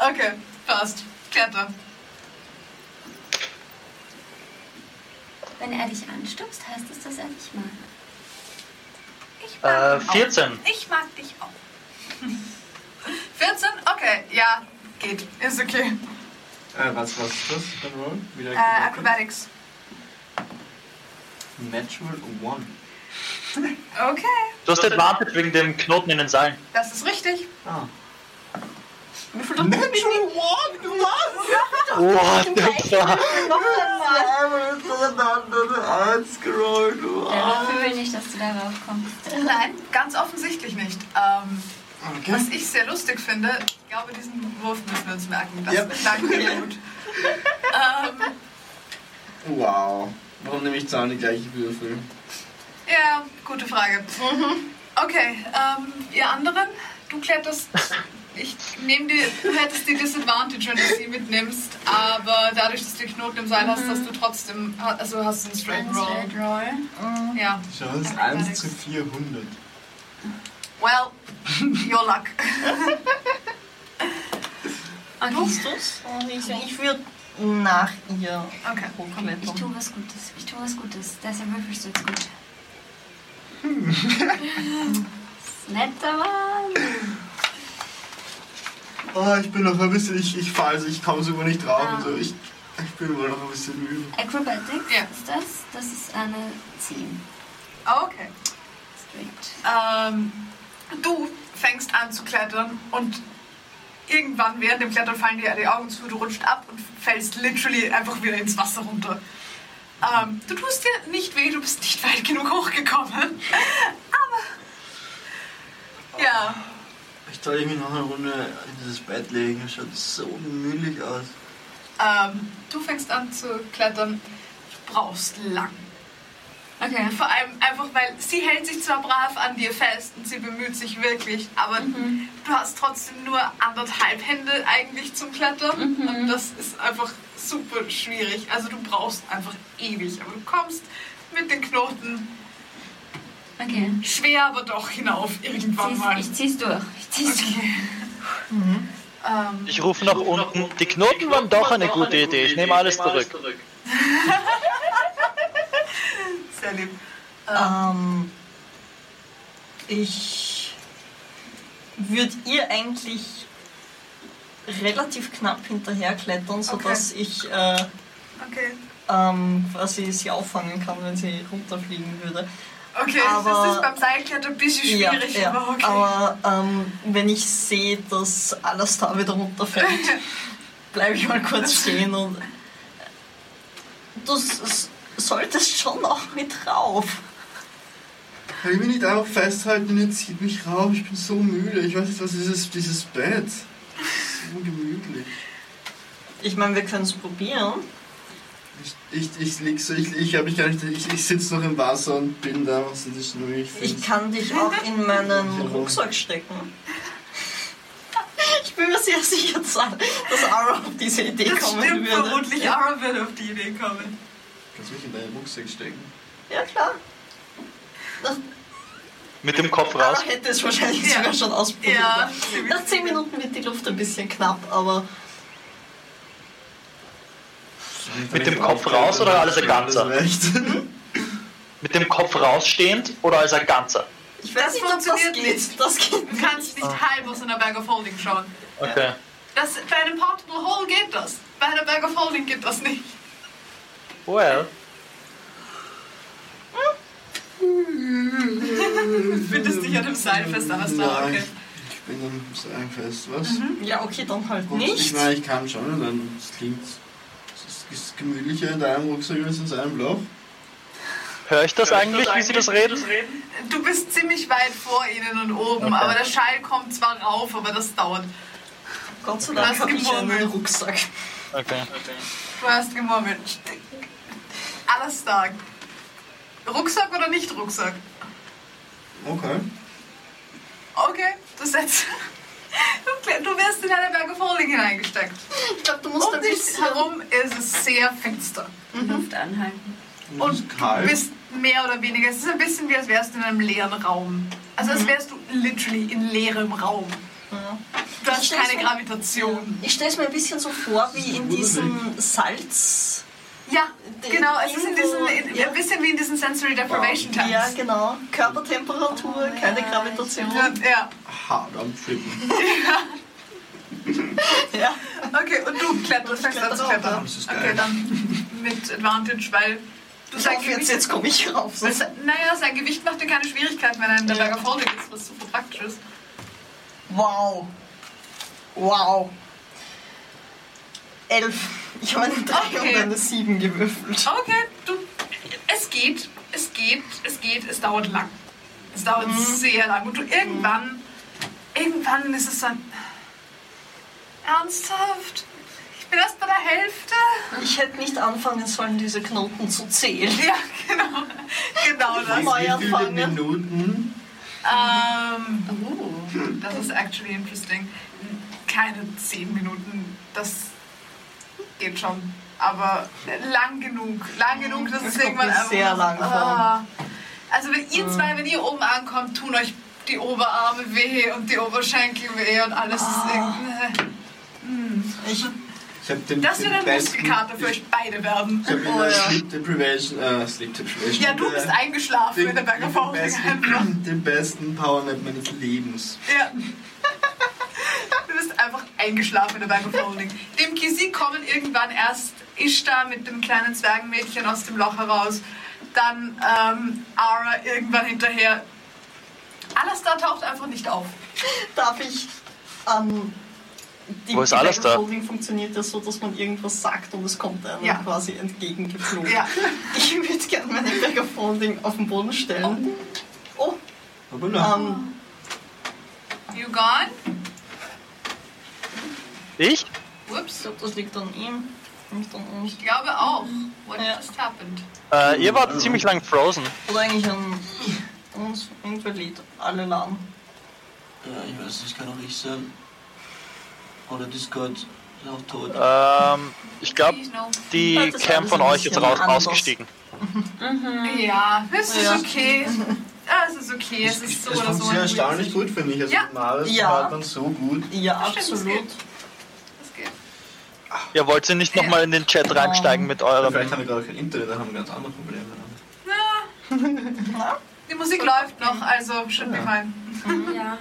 Okay, passt. Kletter.
Wenn er dich anstupst, heißt es, dass er dich mag.
Ich
Äh,
dich auch.
14.
Ich mag dich auch. 14? Okay, ja, geht. Ist okay.
Äh, was, was ist das? für ein Roll? Wieder
Äh, Acrobatics.
Natural One.
Okay,
Du hast Advantage wegen dem Knoten in den Seilen.
das ist richtig.
Ah. Natural One? Du machst?
What the fuck?
Noch einmal.
Eins gerollt.
Der
wow.
Löffel will nicht, dass du da raufkommst.
Nein, ganz offensichtlich nicht. Ähm,
Okay.
was ich sehr lustig finde, ich glaube, diesen Wurf müssen wir uns merken. Das
Ja.
klang mir gut. ähm,
Wow. Warum nehme ich da die gleichen Würfel?
ja, gute Frage. Okay, ähm, ihr anderen, du kletterst. Ich nehme dir, du hättest die Disadvantage, wenn du sie mitnimmst, aber dadurch, dass du die Knoten im Seil hast, hast du trotzdem, also hast du einen Straight
Ein
Roll.
Straight Roll.
Ja.
Chance 1 zu 400.
Well, your luck.
Tust du's?
Oh,
Und ich, ich würde nach ihr
Okay.
Ich
hochklettern.
tue was Gutes. Ich tue was Gutes. Deshalb würfelst du jetzt gut.
Hm.
Netter Mann.
Oh, ich bin noch ein bisschen, ich, ich fall, also ich komme sogar nicht drauf. und So. Ich, ich bin wohl noch ein bisschen müde.
Acrobatics
Ja.
ist das. Das ist eine 10.
Okay.
Straight.
Ähm, du fängst an zu klettern und irgendwann während dem Klettern fallen dir die Augen zu, du rutscht ab und fällst literally einfach wieder ins Wasser runter. Ähm, du tust dir nicht weh, du bist nicht weit genug hochgekommen. Aber. Ja,
Ich soll mich noch eine Runde in dieses Bett legen. Das schaut so mühlig aus.
ähm, du fängst an zu klettern. Du brauchst lang.
Okay.
Vor allem einfach, weil sie hält sich zwar brav an dir fest und sie bemüht sich wirklich, aber du hast trotzdem nur anderthalb Hände eigentlich zum Klettern und das ist einfach super schwierig. Also du brauchst einfach ewig, aber du kommst mit den Knoten
Okay.
schwer, aber doch hinauf irgendwann
Zieh's,
mal.
ich zieh's durch. Ich zieh's durch.
Ähm,
Ich rufe nach unten. Die Knoten waren doch eine gute Idee. Ich nehme alles zurück.
sehr lieb.
Ähm, ich würde ihr eigentlich relativ knapp hinterherklettern, sodass ich äh,
Okay.
ähm, quasi sie auffangen kann, wenn sie runterfliegen würde.
Okay,
Aber-
das ist beim Seilklettern ein bisschen schwierig,
ja,
aber okay.
aber ähm, wenn ich sehe, dass alles da wieder runterfällt, bleibe ich mal kurz stehen und du s- s- solltest schon auch mit rauf.
Kann ich mich nicht einfach festhalten und jetzt zieht mich rauf? Ich bin so müde. Ich weiß nicht, was ist dieses Bett? So gemütlich.
Ich meine, wir können es probieren.
Ich, ich, ich lieg so, ich, ich habe mich gar nicht, ich, ich sitze noch im Wasser und bin da, was ist das nur? Ich,
Ich
find's-
kann dich auch in meinen Rucksack stecken. Ich bin mir sehr sicher, dass dass Ara auf diese Idee
das
kommen
stimmt
würde.
vermutlich,
ne? ja.
Ara wird auf die Idee kommen.
Kannst du mich in deinen Rucksack stecken?
ja, klar. Nach,
Mit dem Kopf
Ara
raus.
hätte es wahrscheinlich
Ja.
sogar schon ausprobiert.
Ja,
Nach 10 Minuten wird die Luft ein bisschen knapp, aber
Mit dem Kopf raus oder alles ein Ganzer?
Das ist echt.
Mit dem Kopf rausstehend oder als ein Ganzer?
ich weiß
Das
nicht, ob das
funktioniert
geht. Das geht
Du
Ah.
kannst nicht halb aus einer Bag of Holding schauen.
Okay.
Das, bei einem Portable Hole geht das. Bei der Berg of Holding gibt das nicht.
Well.
Du findest dich an dem Seil fest, aber es war
Nein,
okay.
ich bin am Seinfest, was?
Mhm.
Ja, okay, dann halt
Und Ich
nicht.
meine, ich kann schon, und dann es klingt es ist- es ist gemütlicher in deinem Rucksack als in seinem Loch.
Höre ich das eigentlich, wie sie das reden?
Du bist ziemlich weit vor ihnen und oben, aber der Schall kommt zwar rauf, aber das dauert.
Gott sei
Was
Dank habe ich
gemurmelt.
einen Rucksack.
Okay.
Du hast gemurmelt. Alles stark. Rucksack oder nicht Rucksack?
Okay.
Okay, du setzt. Du- Du wirst in eine Berge Falling hineingesteckt.
Ich glaube, du musst
Um
ein
dich
bisschen
herum ist es sehr finster.
Luft anhalten.
Und es
Und
ist
du
kalt.
bist mehr oder weniger. Es ist ein bisschen wie als wärst du in einem leeren Raum. Also als wärst du literally in leerem Raum. Du hast
Ich stell's
keine
mir-
Gravitation.
Ich stelle es mir ein bisschen so vor, wie in diesem Salz.
Ja,
Den-
genau. Es ist in diesen,
irgendwo-
in,
ja.
ein bisschen wie in diesen Sensory Deprivation Tanks.
Ja, genau. Körpertemperatur, keine Gravitation.
Ja, ja.
hart am Flippen.
Ja.
Okay, und du kletterst, fängst an zu
kletter
klettern.
auch. Das ist geil.
Okay, dann mit Advantage, weil du
Ich hoffe, jetzt, jetzt komme ich rauf. So.
Das, naja, sein Gewicht macht dir keine Schwierigkeiten, wenn er in der
Ja.
Berg of Holding ist, was super praktisch ist.
Wow. Wow. Elf. Ich habe eine 3
Okay.
und eine 7 gewürfelt.
Okay, du. Es geht, es geht, es geht, es dauert lang. Es dauert sehr lang. Und du irgendwann, irgendwann ist es dann. Ernsthaft? Ich bin erst bei der Hälfte?
Ich hätte nicht anfangen sollen, diese Knoten zu zählen.
Ja, genau. Genau das.
Neu
Wie viele
anfangen.
Minuten?
Ähm,
Oh.
das ist actually interesting. Keine zehn Minuten, das geht schon. Aber lang genug, lang genug, dass
Das
es
kommt
irgendwann
mir sehr lang vor.
Ah. Also wenn ihr zwei, wenn ihr oben ankommt, tun euch die Oberarme weh und die Oberschenkel weh und alles
Ah.
ist irgendwie...
Ich,
Ich habe den,
Das
den
wird eine
besten-
Muskelkater für euch beide werden.
Ich habe
Oh,
wieder
ja.
Sleep Deprivation, äh, Sleep Deprivation.
Ja, du
äh,
bist eingeschlafen
den,
in der Berger
den,
Faultring einfach.
besten, den besten Powernap meines Lebens.
Ja. Du bist einfach eingeschlafen dabei Folding. Dem Kisi kommen irgendwann erst Ishtar mit dem kleinen Zwergenmädchen aus dem Loch heraus, dann ähm, Ara irgendwann hinterher. Alastar taucht einfach nicht auf.
darf ich. Ähm, die
Wo ist alles da?
Holding funktioniert ja so, dass man irgendwas sagt und es kommt einem
Ja.
quasi entgegengeflogen.
Ja.
Ich würde gerne meine Bag of Holding auf den Boden stellen. Oh,
Aber na,
ähm,
You gone?
Ich?
ich
Ups,
glaube, das liegt an ihm. Nicht an uns.
ich glaube auch. What
Ja.
just happened?
Äh, ihr wart ziemlich lang frozen.
Oder eigentlich an uns. Irgendwer lädt alle lang.
Ja, ich weiß nicht, kann auch ich sein. Oder Discord ist auch tot.
Ähm, ich glaube,
Please, no.
Ja,
die
das ist
Cam von
alles ein
euch ist
bisschen
raus
anders.
ausgestiegen.
Ja, es ist
Ja.
okay. Ja, es ist okay. Es
es
ist so
es
oder so.
funktioniert erstaunlich gut, finde ich. Also
Ja.
Marius
Ja.
hört man so gut.
Ja,
Stimmt, es
absolut.
geht. Es geht.
Ihr wollt sie nicht nochmal in den Chat reinsteigen mit
Vielleicht haben
eurem.
wir gerade kein Internet, dann haben wir ganz andere Probleme.
Äh, Die Musik läuft noch, also should be fine.
Ja.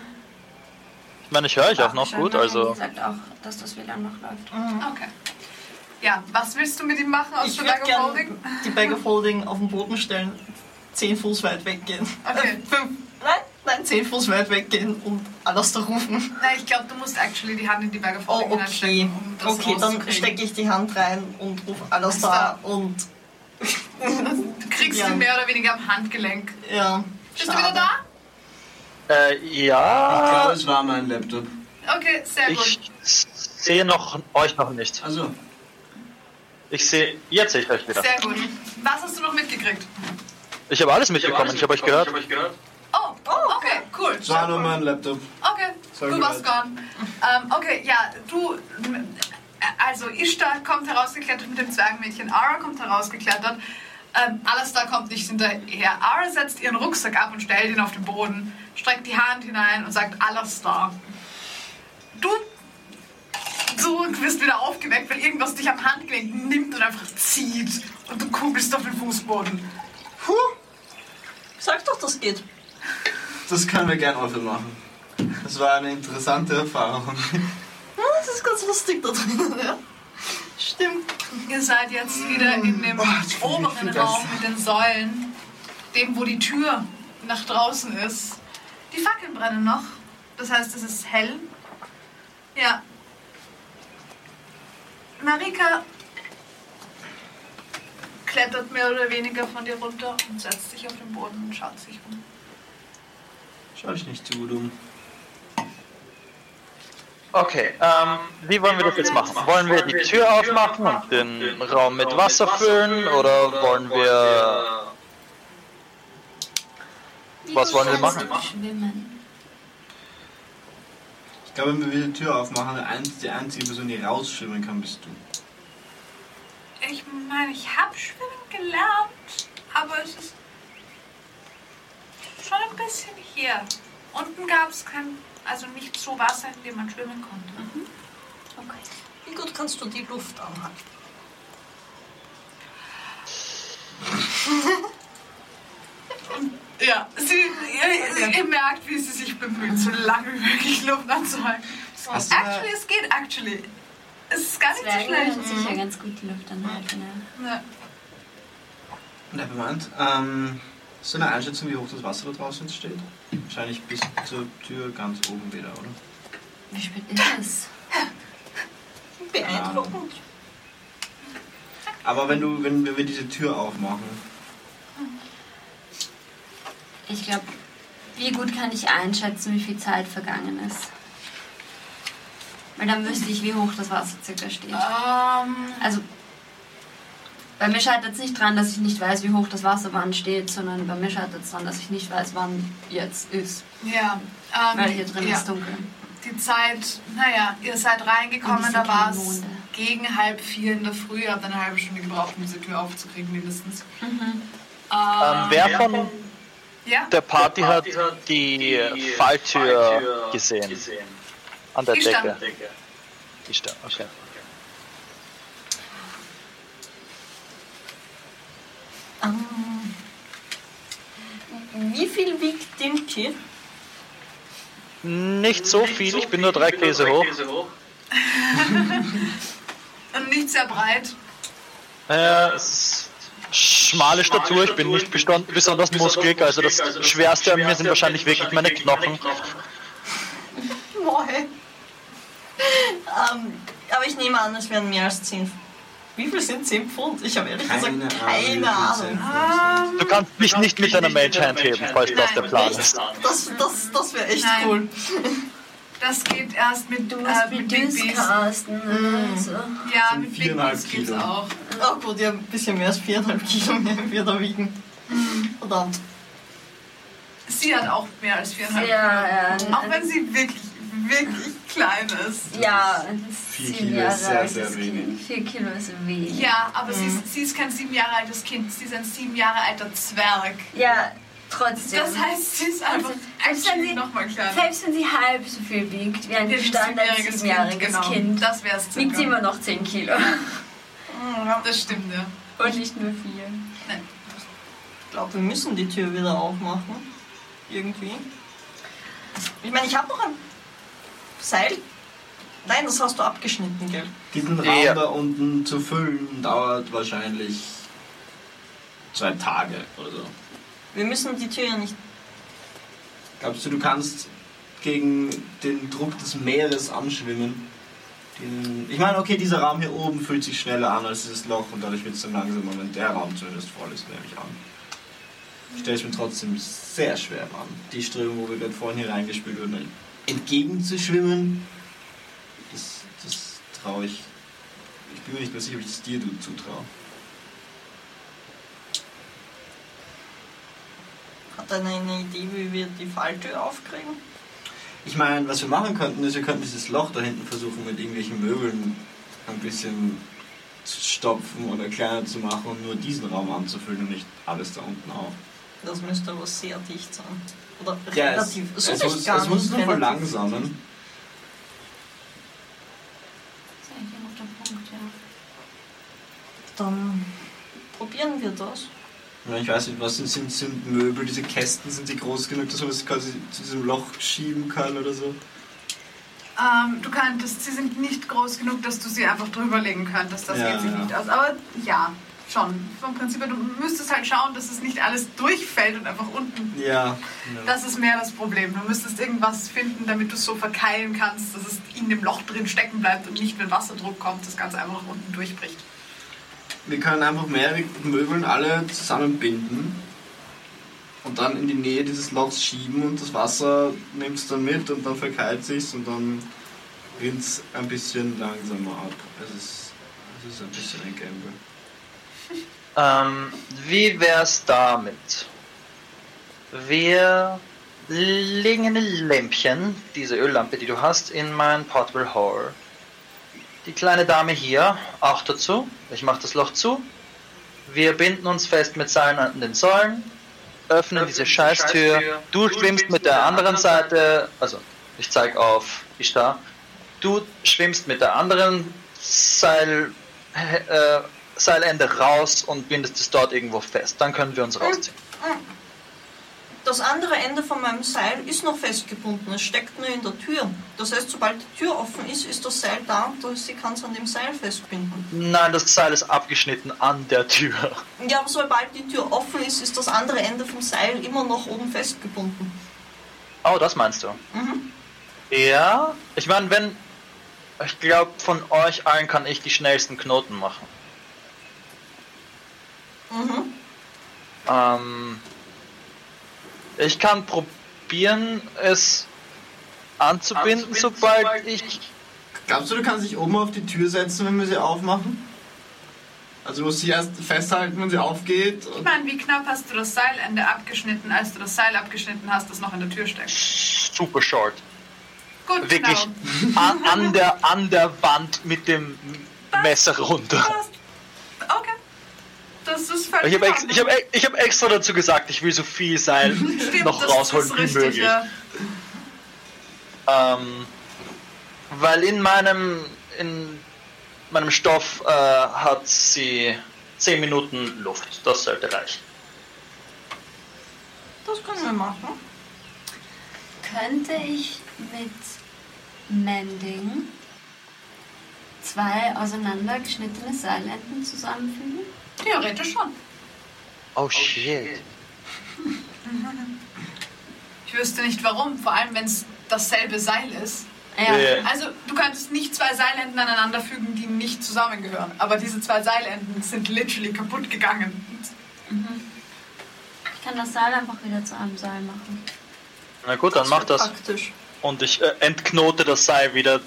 Ich meine, ich höre euch auch noch
Schau,
gut,
mein
also.
Handy sagt auch, dass das WLAN noch läuft.
Okay. Ja, was willst du mit ihm machen aus
Ich
der
würde
Bag of
gerne
Holding?
die Bag of Holding auf den Boden stellen, 10 Fuß weit weggehen.
Okay.
Äh, fünf, nein, nein, 10 Fuß weit weggehen und alles da rufen.
Nein, ich glaube, du musst actually die Hand in die Bag of
Oh,
Holding
okay.
hineinstecken, um das
Okay, dann
rauszukriegen.
stecke ich die Hand rein und rufe alles da und
Du kriegst
Ja.
ihn mehr oder weniger am Handgelenk.
ja.
Bist
schade.
du wieder da?
Äh,
Ich
ja.
glaube, es war mein Laptop.
Okay, sehr
Ich
gut.
sehe noch euch noch nicht.
Also,
Ich sehe. Jetzt sehe ich euch wieder.
Sehr gut. Was hast du noch mitgekriegt?
Ich habe alles mitbekommen, ich habe euch gehört.
Oh, okay, cool.
Es war nur mein Laptop.
Okay,
Sorry,
du warst
Leute.
gone. Ähm, okay, ja, du. m- Also, Ishtar kommt herausgeklettert mit dem Zwergenmädchen, Ara kommt herausgeklettert. Ähm, Alastar kommt nicht hinterher. Ara setzt ihren Rucksack ab und stellt ihn auf den Boden, streckt die Hand hinein und sagt: Alastar. Du. So, du wirst wieder aufgeweckt, weil irgendwas dich am Handgelenk nimmt und einfach zieht. Und du kugelst auf den Fußboden.
Puh. Sag doch, das geht.
Das können wir gerne offen machen. Das war eine interessante Erfahrung.
Ja, Das ist ganz lustig da drin, ja. Stimmt.
Ihr seid jetzt wieder in dem
Oh, ich fühl mich
oberen
viel
Raum
besser.
mit den Säulen, dem, wo die Tür nach draußen ist. Die Fackeln brennen noch, das heißt, es ist hell. Ja. Marika klettert mehr oder weniger von dir runter und setzt sich auf den Boden und schaut sich um.
Schau dich nicht zu gut um.
Okay, ähm, wie wollen wir das jetzt machen? Wollen wir die Tür aufmachen und den Raum mit Wasser füllen oder wollen wir Was wollen wir machen?
Schwimmen.
Ich glaube, wenn wir die Tür aufmachen, die einz- die einzige Person, die rausschwimmen kann, bist du.
Ich meine, ich habe schwimmen gelernt, aber es ist schon ein bisschen hier. Unten gab es kein, also nicht so Wasser, in dem man schwimmen konnte.
Okay.
Wie gut kannst du die Luft anhalten?
Ja, sie, ihr, ihr merkt, wie sie sich bemüht, so lange wie möglich Luft anzuhalten.
Oh.
So,
Hast du da-
actually, es geht actually. Es ist gar nicht so
Zwerge
schlecht.
können sich ja ganz gut die Luft halt, ne? anhalten. Ja.
Ja.
Na, bemannt. Ähm, hast du eine Einschätzung, wie hoch das Wasser da draußen jetzt steht? Wahrscheinlich bis zur Tür ganz oben wieder, oder?
Wie spät ist es?
Äh,
Beeindruckend.
Aber wenn du, wenn, wenn wir diese Tür aufmachen,
Ich glaube, wie gut kann ich einschätzen, wie viel Zeit vergangen ist? Weil dann wüsste ich, wie hoch das Wasser circa steht.
Ähm,
Also, bei mir scheitert es nicht dran, dass ich nicht weiß, wie hoch das Wasser wann steht, sondern bei mir scheitert es dran, dass ich nicht weiß, wann jetzt ist.
ja. Ähm,
Weil hier drin
ja.
ist dunkel.
die Zeit, naja, ihr seid
Und
reingekommen,
diese
da war es
Kanone.
gegen halb vier in der Früh. Ihr habt eine halbe Stunde gebraucht, um diese Tür aufzukriegen, mindestens. Ähm,
Ähm, wer von
ja,
der Party hat die Falltür gesehen an der
Die stand.
Decke? Die stand, okay.
Ähm, wie viel wiegt Dinky?
Nicht so viel, ich bin nur drei Gläser hoch.
und nicht sehr breit.
Äh, es ist schmale Statur, ich bin nicht bestand, besonders muskelig, also das Schwerste an mir sind wahrscheinlich wirklich meine Knochen.
Moin. Ähm, aber ich nehme an, es wären mehr als 10. Wie viel sind 10 Pfund? Ich habe ehrlich gesagt Also keine Ahnung. Ah.
Du kannst mich nicht mit deiner Mage Hand heben, falls das der Plan ist.
Das, das, das wäre echt
Nein.
cool.
Das geht erst mit,
Du
äh,
musst
mit
mit
Big
Dings
Bees.
casten. Also.
Ja, mit Big
viereinhalb
Bees geht's
Kilo.
auch.
Oh gut, ja, ein bisschen mehr als 4,5 Kilo mehr wird er wiegen. Verdammt.
Sie hat auch mehr als viereinhalb
Ja, ja.
Kilo. Auch wenn sie wirklich, wirklich klein ist.
Ja,
Vier
sieben
Kilo ist
Jahre
sehr,
altes
sehr
Kind.
wenig.
Vier Kilo ist wenig.
Ja, aber sie,
Mhm.
ist, sie ist kein sieben Jahre altes Kind, sie ist ein sieben Jahre alter Zwerg.
Ja, trotzdem.
Das heißt, sie ist einfach
Also, selbst wenn
actually
sie-
nochmal kleiner.
Selbst wenn sie halb so viel wiegt wie ein
Wie ein
Standard
siebenjähriges Kind,
siebenjähriges
genau.
Kind,
Das wär's
wiegt sie
circa.
immer noch 10 Kilo.
Das stimmt, ja.
Und nicht nur 4.
Ich glaube, wir müssen die Tür wieder aufmachen. Irgendwie. Ich meine, ich habe noch ein Seil. Nein, das hast du abgeschnitten, gell?
diesen Raum
Ja.
da unten zu füllen, dauert wahrscheinlich zwei Tage oder so.
Wir müssen die Tür ja nicht.
Glaubst du, du kannst gegen den Druck des Meeres anschwimmen? Den- Ich meine, okay, dieser Raum hier oben fühlt sich schneller an als dieses Loch und dadurch wird es dann langsamer, wenn der Raum zumindest voll ist, nehme ich an. Ich stelle es mir trotzdem sehr schwer an, die Strömung, wo wir gerade vorhin hier reingespült wurden, entgegenzuschwimmen. Das, das traue ich. Ich bin mir nicht mehr sicher, ob ich das dir du- zutraue.
Hat einer eine Idee, wie wir die Falltür aufkriegen?
Ich meine, was wir machen könnten, ist, wir könnten dieses Loch da hinten versuchen, mit irgendwelchen Möbeln ein bisschen zu stopfen oder kleiner zu machen und nur diesen Raum anzufüllen und nicht alles da unten auf.
Das müsste aber sehr dicht sein. Oder
Ja, es, also
relativ.
es,
ist
muss, es muss nur verlangsamen.
Das ist eigentlich ein guter Punkt, ja.
Dann probieren wir das.
Ja, Ich weiß nicht, was sind, sind, sind Möbel, diese Kästen, sind die groß genug, dass man es quasi zu diesem Loch schieben kann oder so?
Ähm, du könntest, sie sind nicht groß genug, dass du sie einfach drüberlegen könntest. Das
Ja,
geht sich
ja.
nicht aus. Aber ja, schon. Vom Prinzip her, du müsstest halt schauen, dass es nicht alles durchfällt und einfach unten.
Ja.
Das ist mehr das Problem. Du müsstest irgendwas finden, damit du es so verkeilen kannst, dass es in dem Loch drin stecken bleibt und nicht, wenn Wasserdruck kommt, das Ganze einfach nach unten durchbricht.
Wir können einfach mehrere Möbeln alle zusammenbinden und dann in die Nähe dieses Lochs schieben und das Wasser nimmst dann mit und dann verkeilt sich's und dann rinnt's ein bisschen langsamer ab. Es ist, es ist ein bisschen ein Gamble.
Ähm, wie wär's damit? Wir legen ein Lämpchen, diese Öllampe, die du hast, in mein Portable Hall. Die kleine Dame hier, auch dazu. Ich mache das Loch zu. Wir binden uns fest mit Seilen an den Säulen, öffnen diese Scheißtür. Du schwimmst mit der anderen Seite, also ich zeig auf Ishtar. Du schwimmst mit der anderen Seil, äh, Seilende raus und bindest es dort irgendwo fest. Dann können wir uns rausziehen.
Das andere Ende von meinem Seil ist noch festgebunden. Es steckt nur in der Tür. Das heißt, sobald die Tür offen ist, ist das Seil da und sie kann es an dem Seil festbinden.
Nein, das Seil ist abgeschnitten an der Tür.
Ja, aber sobald die Tür offen ist, ist das andere Ende vom Seil immer noch oben festgebunden.
Oh, das meinst du?
Mhm.
Ja. Ich meine, wenn. Ich glaube, von euch allen kann ich die schnellsten Knoten machen.
Mhm.
Ähm, ich kann probieren, es anzubinden, sobald, ich.
Glaubst du, du kannst dich oben auf die Tür setzen, wenn wir sie aufmachen? Also du musst sie erst festhalten, wenn sie aufgeht.
Ich
Und
meine, wie knapp hast du das Seilende abgeschnitten, als du das Seil abgeschnitten hast, das noch in der Tür steckt?
Super short.
Gut,
Wirklich
genau.
an, an, der, an der Wand mit dem Messer runter.
Passt. Okay. Das ist völlig
Ich habe
in
ex,
Ordnung.
ich hab, ex- ich hab extra dazu gesagt, ich will so viel Seil
Stimmt,
noch
das
rausholen
ist
wie
richtig,
möglich.
ja.
Ähm, weil in meinem, in meinem Stoff äh, hat sie 10 Minuten Luft. Das sollte reichen.
Das können wir machen.
Könnte ich mit Mending zwei auseinandergeschnittene Seilenden zusammenfügen?
Theoretisch schon.
Oh shit.
Ich wüsste nicht warum, vor allem wenn es dasselbe Seil ist.
Ja.
Ja.
Also du könntest nicht zwei Seilenden aneinander fügen, die nicht zusammengehören. Aber diese zwei Seilenden sind literally kaputt gegangen.
Ich kann das Seil einfach wieder zu einem Seil machen.
Na gut, dann mach das.
Praktisch.
Und ich äh, entknote das Seil wieder.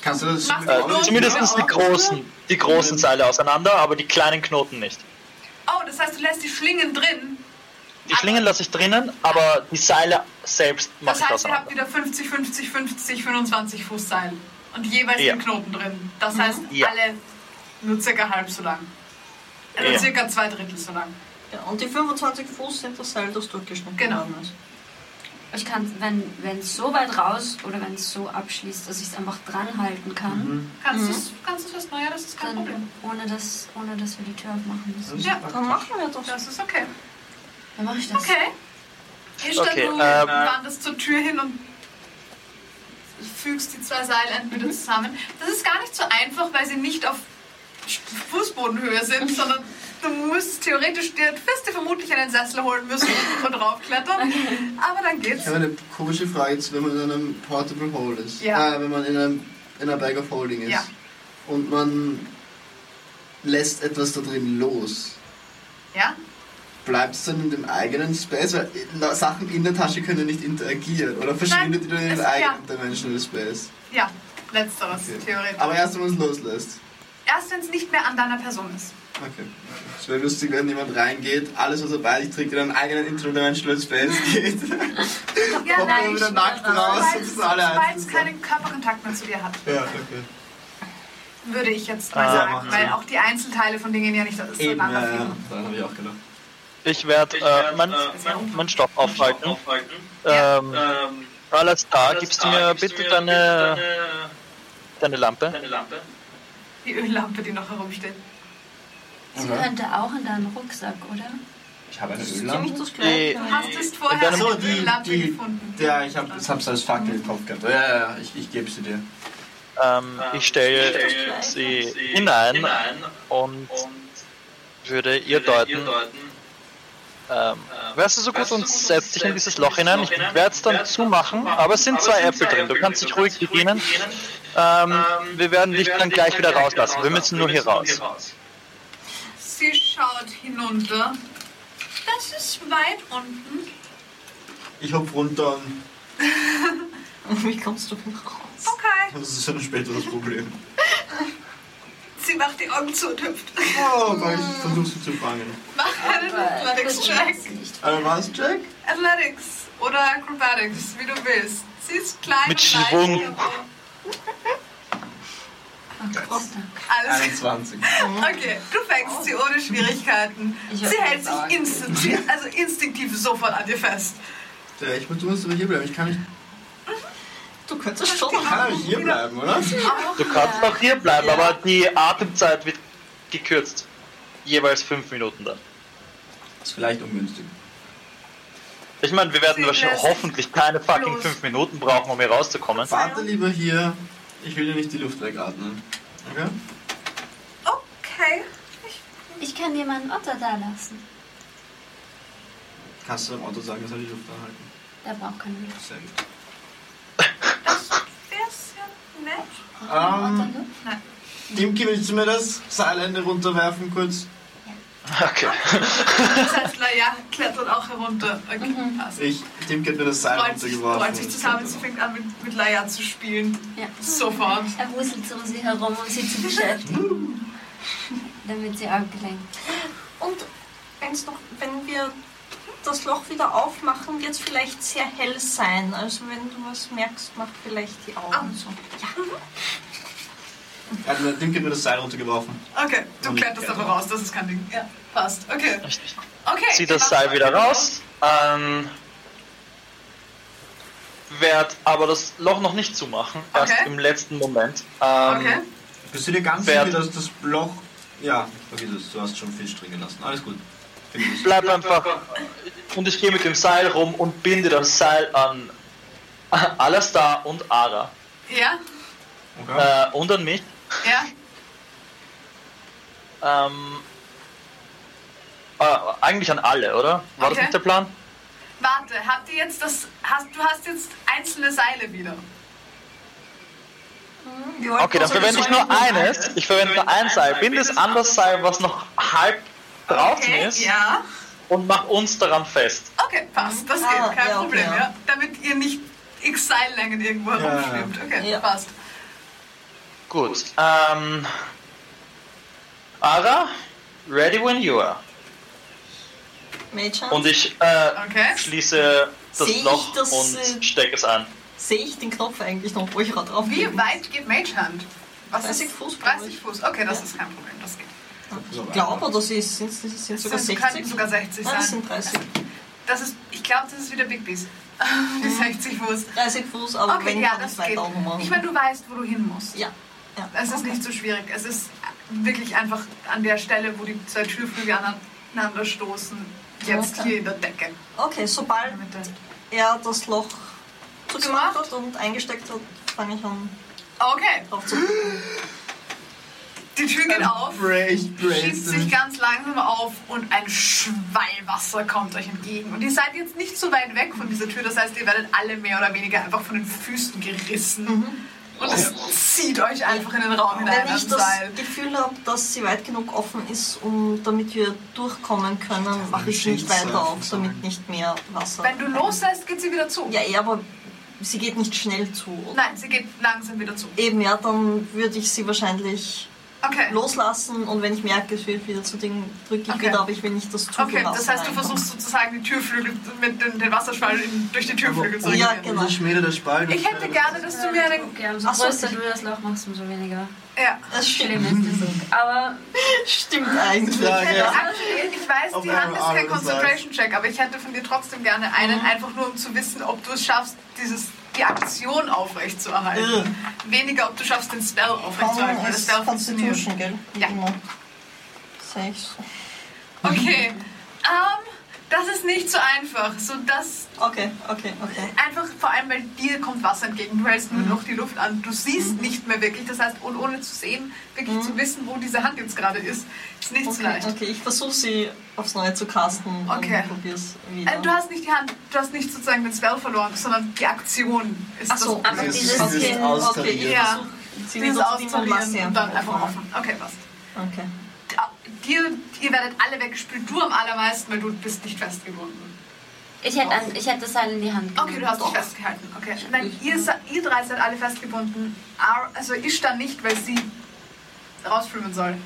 kannst du das
Mach's
mit-
gut.
Zumindest die großen, die großen Seile auseinander, aber die kleinen Knoten nicht.
Oh, das heißt, du lässt die Schlingen drin.
Die Schlingen lasse ich drinnen, aber die Seile selbst mache
Das
ich
heißt, ihr habt
auseinander.
wieder 50, 50, 50, 25 Fuß Seil. Und jeweils
Ja. Mhm.
den Knoten drin. Das heißt,
Ja.
alle nur circa halb so lang. Also
Ja.
circa zwei Drittel so lang.
Ja, und die 25 Fuß sind das Seil, das durchgeschnitten
Genau.
worden ist.
Ich kann, wenn wenn es so weit raus oder wenn es so abschließt, dass ich es einfach dran halten kann,
Kannst
Mhm.
du es kannst du's festmachen? Ja, das ist kein
dann
Problem.
ohne dass, ohne dass wir die Tür aufmachen müssen.
Ja,
Dann machen wir doch das.
das ist okay.
Dann mache ich das.
Okay. Ich stand
Okay,
du
ähm,
wanderst zur Tür hin und fügst die zwei Seilenden
Mhm.
wieder zusammen. Das ist gar nicht so einfach, weil sie nicht auf Fußbodenhöhe
Mhm.
sind, sondern du musst theoretisch dir wirst dir vermutlich einen Sessel holen müssen und draufklettern. Aber dann geht's.
Ich habe eine komische Frage, jetzt, wenn man in einem Portable Hole ist.
Ja.
Äh, wenn man in, einem, in einer Bag of Holding ist.
Ja.
Und man lässt etwas da drin los.
Ja?
Bleibt es dann in dem eigenen Space? Weil äh, Sachen in der Tasche können nicht interagieren. Oder verschwindet die dann in
es-
den
ja.
eigenen Dimensional Space?
Ja, letzteres, theoretisch.
Aber erst wenn man es loslässt.
Erst wenn es nicht mehr an deiner Person ist.
Okay. Es wäre lustig, wenn jemand reingeht, alles was er bei sich trägt, in einen eigenen Interdimensional Space geht.
Ja,
Kommt dann wieder nackt raus und das ist alle
Sobald
eins
es
zusammen.
keinen Körperkontakt mehr zu dir hat.
Ja, okay.
Würde ich jetzt mal
Ah,
sagen,
macht
weil
Sinn.
auch die Einzelteile von Dingen ja nicht
Eben, ja,
auseinander
ja.
führen.
Daran habe ich auch gedacht.
Ich werde äh, mein, meinen Stoff aufhalten.
Ja.
Ähm, Alastar, gibst du mir bitte deine, deine Lampe?
Die Öllampe, die noch herumsteht.
Sie könnte auch in deinen Rucksack, oder?
Ich habe eine
Das ist ziemlich
Öllampe.
das Gleiche.
Du
Äh,
hast es vorher
deinem-
so,
So, die-
die Lampe
die-
gefunden.
Ja, ich habe es als Fackel im Kopf gehabt. Ja, ja, ja, ich, ich gebe sie dir.
Ähm, ich stelle
stell
sie
sie
hinein
hinein
und
und
würde ihr
ihr deuten,
deuten, äh, ähm, wärst du so gut
wärst du
und
so gut
setzt dich in dieses Loch hinein. Ich werde es dann zumachen, aber es sind zwei Äpfel drin. Du kannst dich ruhig bedienen. Ähm, wir werden dich dann gleich wieder rauslassen. Wir müssen nur hier raus.
Sie schaut hinunter. Das ist weit unten.
Ich hop runter und
Wie kommst du denn raus?
Okay.
das ist ein späteres Problem.
Sie macht die Augen zu und hüpft.
Oh, aber ich versuche sie zu fangen.
Mach einen
Äh,
Athletics-Check.
Also was, Jack?
Athletics oder Acrobatics, wie du willst. Sie ist klein
Mit
und
Schwung.
Leicht, aber alles
21.
Okay, du fängst sie ohne Schwierigkeiten.
Ich hab
Sie hält
gesagt.
sich instinktiv, also instinktiv sofort an dir fest.
Ja, ich muss, du musst aber hier bleiben. Ich kann nicht.
Du könntest schon
Kann aber hier bleiben, oder?
Du kannst noch hier bleiben, aber die Atemzeit wird gekürzt. Jeweils fünf Minuten dann.
Ist vielleicht ungünstig.
Ich meine, wir werden
Sie
wahrscheinlich
lässt
hoffentlich keine fucking
los.
fünf Minuten brauchen, um hier rauszukommen.
Warte lieber hier. Ich will dir nicht die Luft wegatmen. Okay?
Okay.
Ich kann dir meinen Otter da lassen.
Kannst du dem Auto sagen, dass er die Luft anhalten?
Der braucht keine Luft.
Sehr gut.
Das wär's ja nett.
Braucht ein
Ähm.
Otter ne? Luft?
Dimki, willst du mir das Seilende runterwerfen kurz?
Okay.
Das heißt, ja, klettert auch herunter. Okay, passt.
Ich, Dimki hat mir das Seil
Rollt sich, rollt sich zusammen, sie
runtergeworfen.
fängt an mit, mit Laia zu spielen.
Ja.
Sofort.
Er wuselt um sie herum, um sie zu beschäftigen. Damit sie abgelenkt.
Und wenn's noch, wenn wir das Loch wieder aufmachen, wird es vielleicht sehr hell sein. Also wenn du was merkst, mach vielleicht die Augen so.
Er hat mir- Dimki hat mir das Seil runtergeworfen.
Okay, du
Und
kletterst aber
klettert.
raus, das ist kein Ding. Ja, passt. Okay. Okay.
zieh das
ihr
Seil
macht-
wieder raus. Ähm, werd aber das Loch noch nicht zumachen, erst
Okay.
im letzten Moment. Ähm,
Okay.
Bist du dir ganz
Wer-
sicher, dass das Loch. Ja, vergiss es, du hast schon Fisch drin gelassen. Alles gut. Vergiss es.
Bleib einfach. Und ich gehe mit dem Seil rum und binde das Seil an Alastar und Ara
Ja,
Okay.
äh, und an mich.
ja.
Ähm, äh, eigentlich an alle, oder? War das
Okay.
nicht der Plan?
Warte, habt ihr jetzt das. Hast, du hast jetzt einzelne Seile wieder.
Okay, dann verwende ich nur eines. Ich verwende nur ein Seil. Binde es an das Seil, was noch halb draußen
Okay,
ist.
ja.
und mach uns daran fest.
Okay, passt. Das
Ah,
geht, kein
ja,
Problem,
ja.
ja. Damit ihr nicht x Seillängen irgendwo
Ja.
herumschwimmt. Okay,
Ja.
passt.
Gut. Ähm, Ara, ready when you are.
Mädchen,
Und ich äh,
Okay.
schließe das
Seh ich
Loch
das,
und
äh,
stecke es an.
sehe ich den Knopf eigentlich noch, wo ich gerade drauf
Wie
gehe?
weit geht Magehand? Was
30
ist-
Fuß, glaub
30
ich.
Fuß. Okay, das
Ja.
ist kein Problem, das geht.
Ich glaube, oder sie sind, sie sind sogar
Das
60.
könnten sogar 60
Nein, das
sein.
sind 30.
Das ist, ich glaube, das ist wieder Big Bees. Die 60 Fuß.
30 Fuß, aber
Okay,
Also wenn
ja,
kann
das
ich
geht.
weiter auch machen.
Ich meine, du weißt, wo du hin musst.
ja. ja.
Es ist nicht so schwierig. Es ist wirklich einfach an der Stelle, wo die zwei Türflügel aneinander stoßen. Jetzt
Okay.
hier in der Decke.
Okay, sobald
Damit der-
er das Loch zugemacht hat und eingesteckt hat, fange ich an
Okay,
drauf zu drücken.
die Tür geht auf.
Break, break.
schiebt sich ganz langsam auf und ein Schwall Wasser kommt euch entgegen. Und ihr seid jetzt nicht so weit weg von dieser Tür, das heißt, ihr werdet alle mehr oder weniger einfach von den Füßen gerissen. Und es zieht euch einfach in den Raum hinein.
Mhm. Wenn ich
am
das
Seil.
Gefühl habe, dass sie weit genug offen ist, um damit wir durchkommen können, mache ich sie nicht
Schicksal
weiter auf,
versagen.
damit nicht mehr Wasser.
Wenn du loslässt, geht sie wieder zu.
Ja, eh, aber sie geht nicht schnell zu. oder?
Nein, sie geht langsam wieder zu.
Eben, ja, dann würde ich sie wahrscheinlich
Okay.
loslassen und wenn ich merke, es wird wieder zu Dingen, drücke ich
Okay.
wieder, aber ich will nicht das zu genau
Okay, das heißt, du versuchst sozusagen die Türflügel mit dem, den Wasserschwall in, durch die Türflügel zu
Ja,
regieren.
genau.
Das Schmiede der Spalt.
Ich hätte gerne, dass du mir eine.
Okay, umso
Ach so,
größer
ich-
du das Loch machst, umso weniger.
Ja.
Das
Schlimm
stimmt,
ist das auch. Aber
stimmt eigentlich.
Ja,
Ich hätte
ja.
actually- Genau. Ich weiß,
Auf
die Hand ist
einmal
kein
alles
Concentration-Check, aber ich hätte von dir trotzdem gerne einen, einfach nur um zu wissen, ob du es schaffst, dieses, die Aktion aufrechtzuerhalten. Weniger, ob du schaffst, den Spell aufrechtzuerhalten,
Dann
weil der
ist
Spell funktioniert.
Constitution, gell? Wie
Ja.
immer. Sechs.
Okay. Mhm. Ähm, Das ist nicht so einfach. So das
Okay, okay, okay.
einfach vor allem, weil dir kommt Wasser entgegen. Du hältst nur noch die Luft an. Du siehst nicht mehr wirklich. Das heißt, und ohne zu sehen, wirklich zu wissen, wo diese Hand jetzt gerade ist, ist nicht so
Okay,
leicht.
okay ich versuche sie aufs Neue zu casten
Okay.
und probier's wieder.
Äh, Du hast nicht die Hand, du hast nicht sozusagen den Spell verloren, sondern die Aktion ist
Ach so,
das.
einfach
Das ist
dieses
dieses
Kind.
okay,
austariert.
ich
Ja.
versuche sie
Dieses
wieder zu nehmen und lass sie
Austarieren und dann einfach
offen.
offen. Okay, passt.
Okay.
Dir, ihr werdet alle weggespült, du am allermeisten, weil du bist nicht festgebunden.
Ich hätte, an, ich hätte das Seil in die Hand genommen.
Okay, du hast dich festgehalten. Okay. Nein, ihr, sa- ihr drei seid alle festgebunden. Ar- Also ich dann nicht, weil sie rausfilmen soll.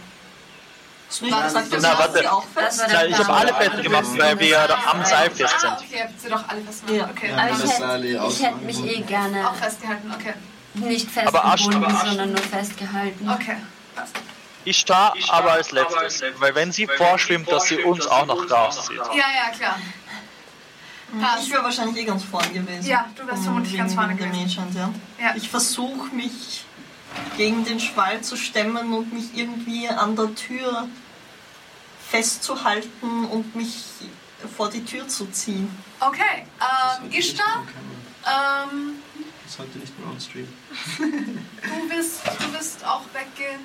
Smiley sagt,
Na,
du machst
warte.
sie auch
Das
fest.
war
Na,
der
ich habe
Plan.
alle festgemacht, weil wir ja da am Seil fest
Ah,
sind.
okay, ihr habt sie doch alle festgemacht.
Ja.
Okay,
Ja,
dann
Aber
das
ich
ist
hast
alle
hätte, ich hätte
ausgehalten.
mich eh
du
gerne
auch festgehalten. Okay,
nicht
Aber Arsch-
festgebunden,
aber Arsch-
sondern nur festgehalten.
okay, passt.
Ich starr aber als letztes, weil wenn sie vorschwimmt, dass sie uns auch noch rauszieht.
Ja, ja, klar.
Ich
Passt.
wäre wahrscheinlich eh ganz vorne gewesen.
Ja, du wärst vermutlich ganz vorne
Wegen der
gewesen.
Mädchen, ja.
Ja.
Ich versuche mich gegen den Schwall zu stemmen und mich irgendwie an der Tür festzuhalten und mich vor die Tür zu ziehen.
Okay, ähm, Ishtar, ähm,
Das heute nicht mehr on stream.
du bist, du bist auch wegge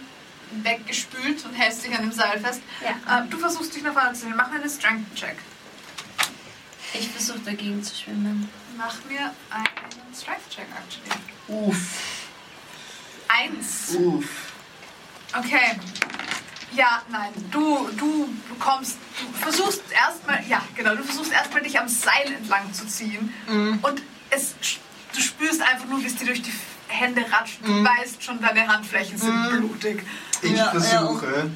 weggespült und hältst dich an dem Seil fest.
Ja.
Ähm, du versuchst dich nach vorne zu ziehen. Mach mir einen Strength-Check.
Ich versuche dagegen zu schwimmen.
Mach mir einen Strength-Check, actually.
Uff,
Eins.
uff.
Okay. Ja, nein. Du, du kommst, du versuchst erstmal, ja, genau, du versuchst erstmal dich am Seil entlang zu ziehen und es, du spürst einfach nur, wie es dir durch die Hände ratscht. Du weißt schon, deine Handflächen sind blutig.
Ich
Ja,
versuche,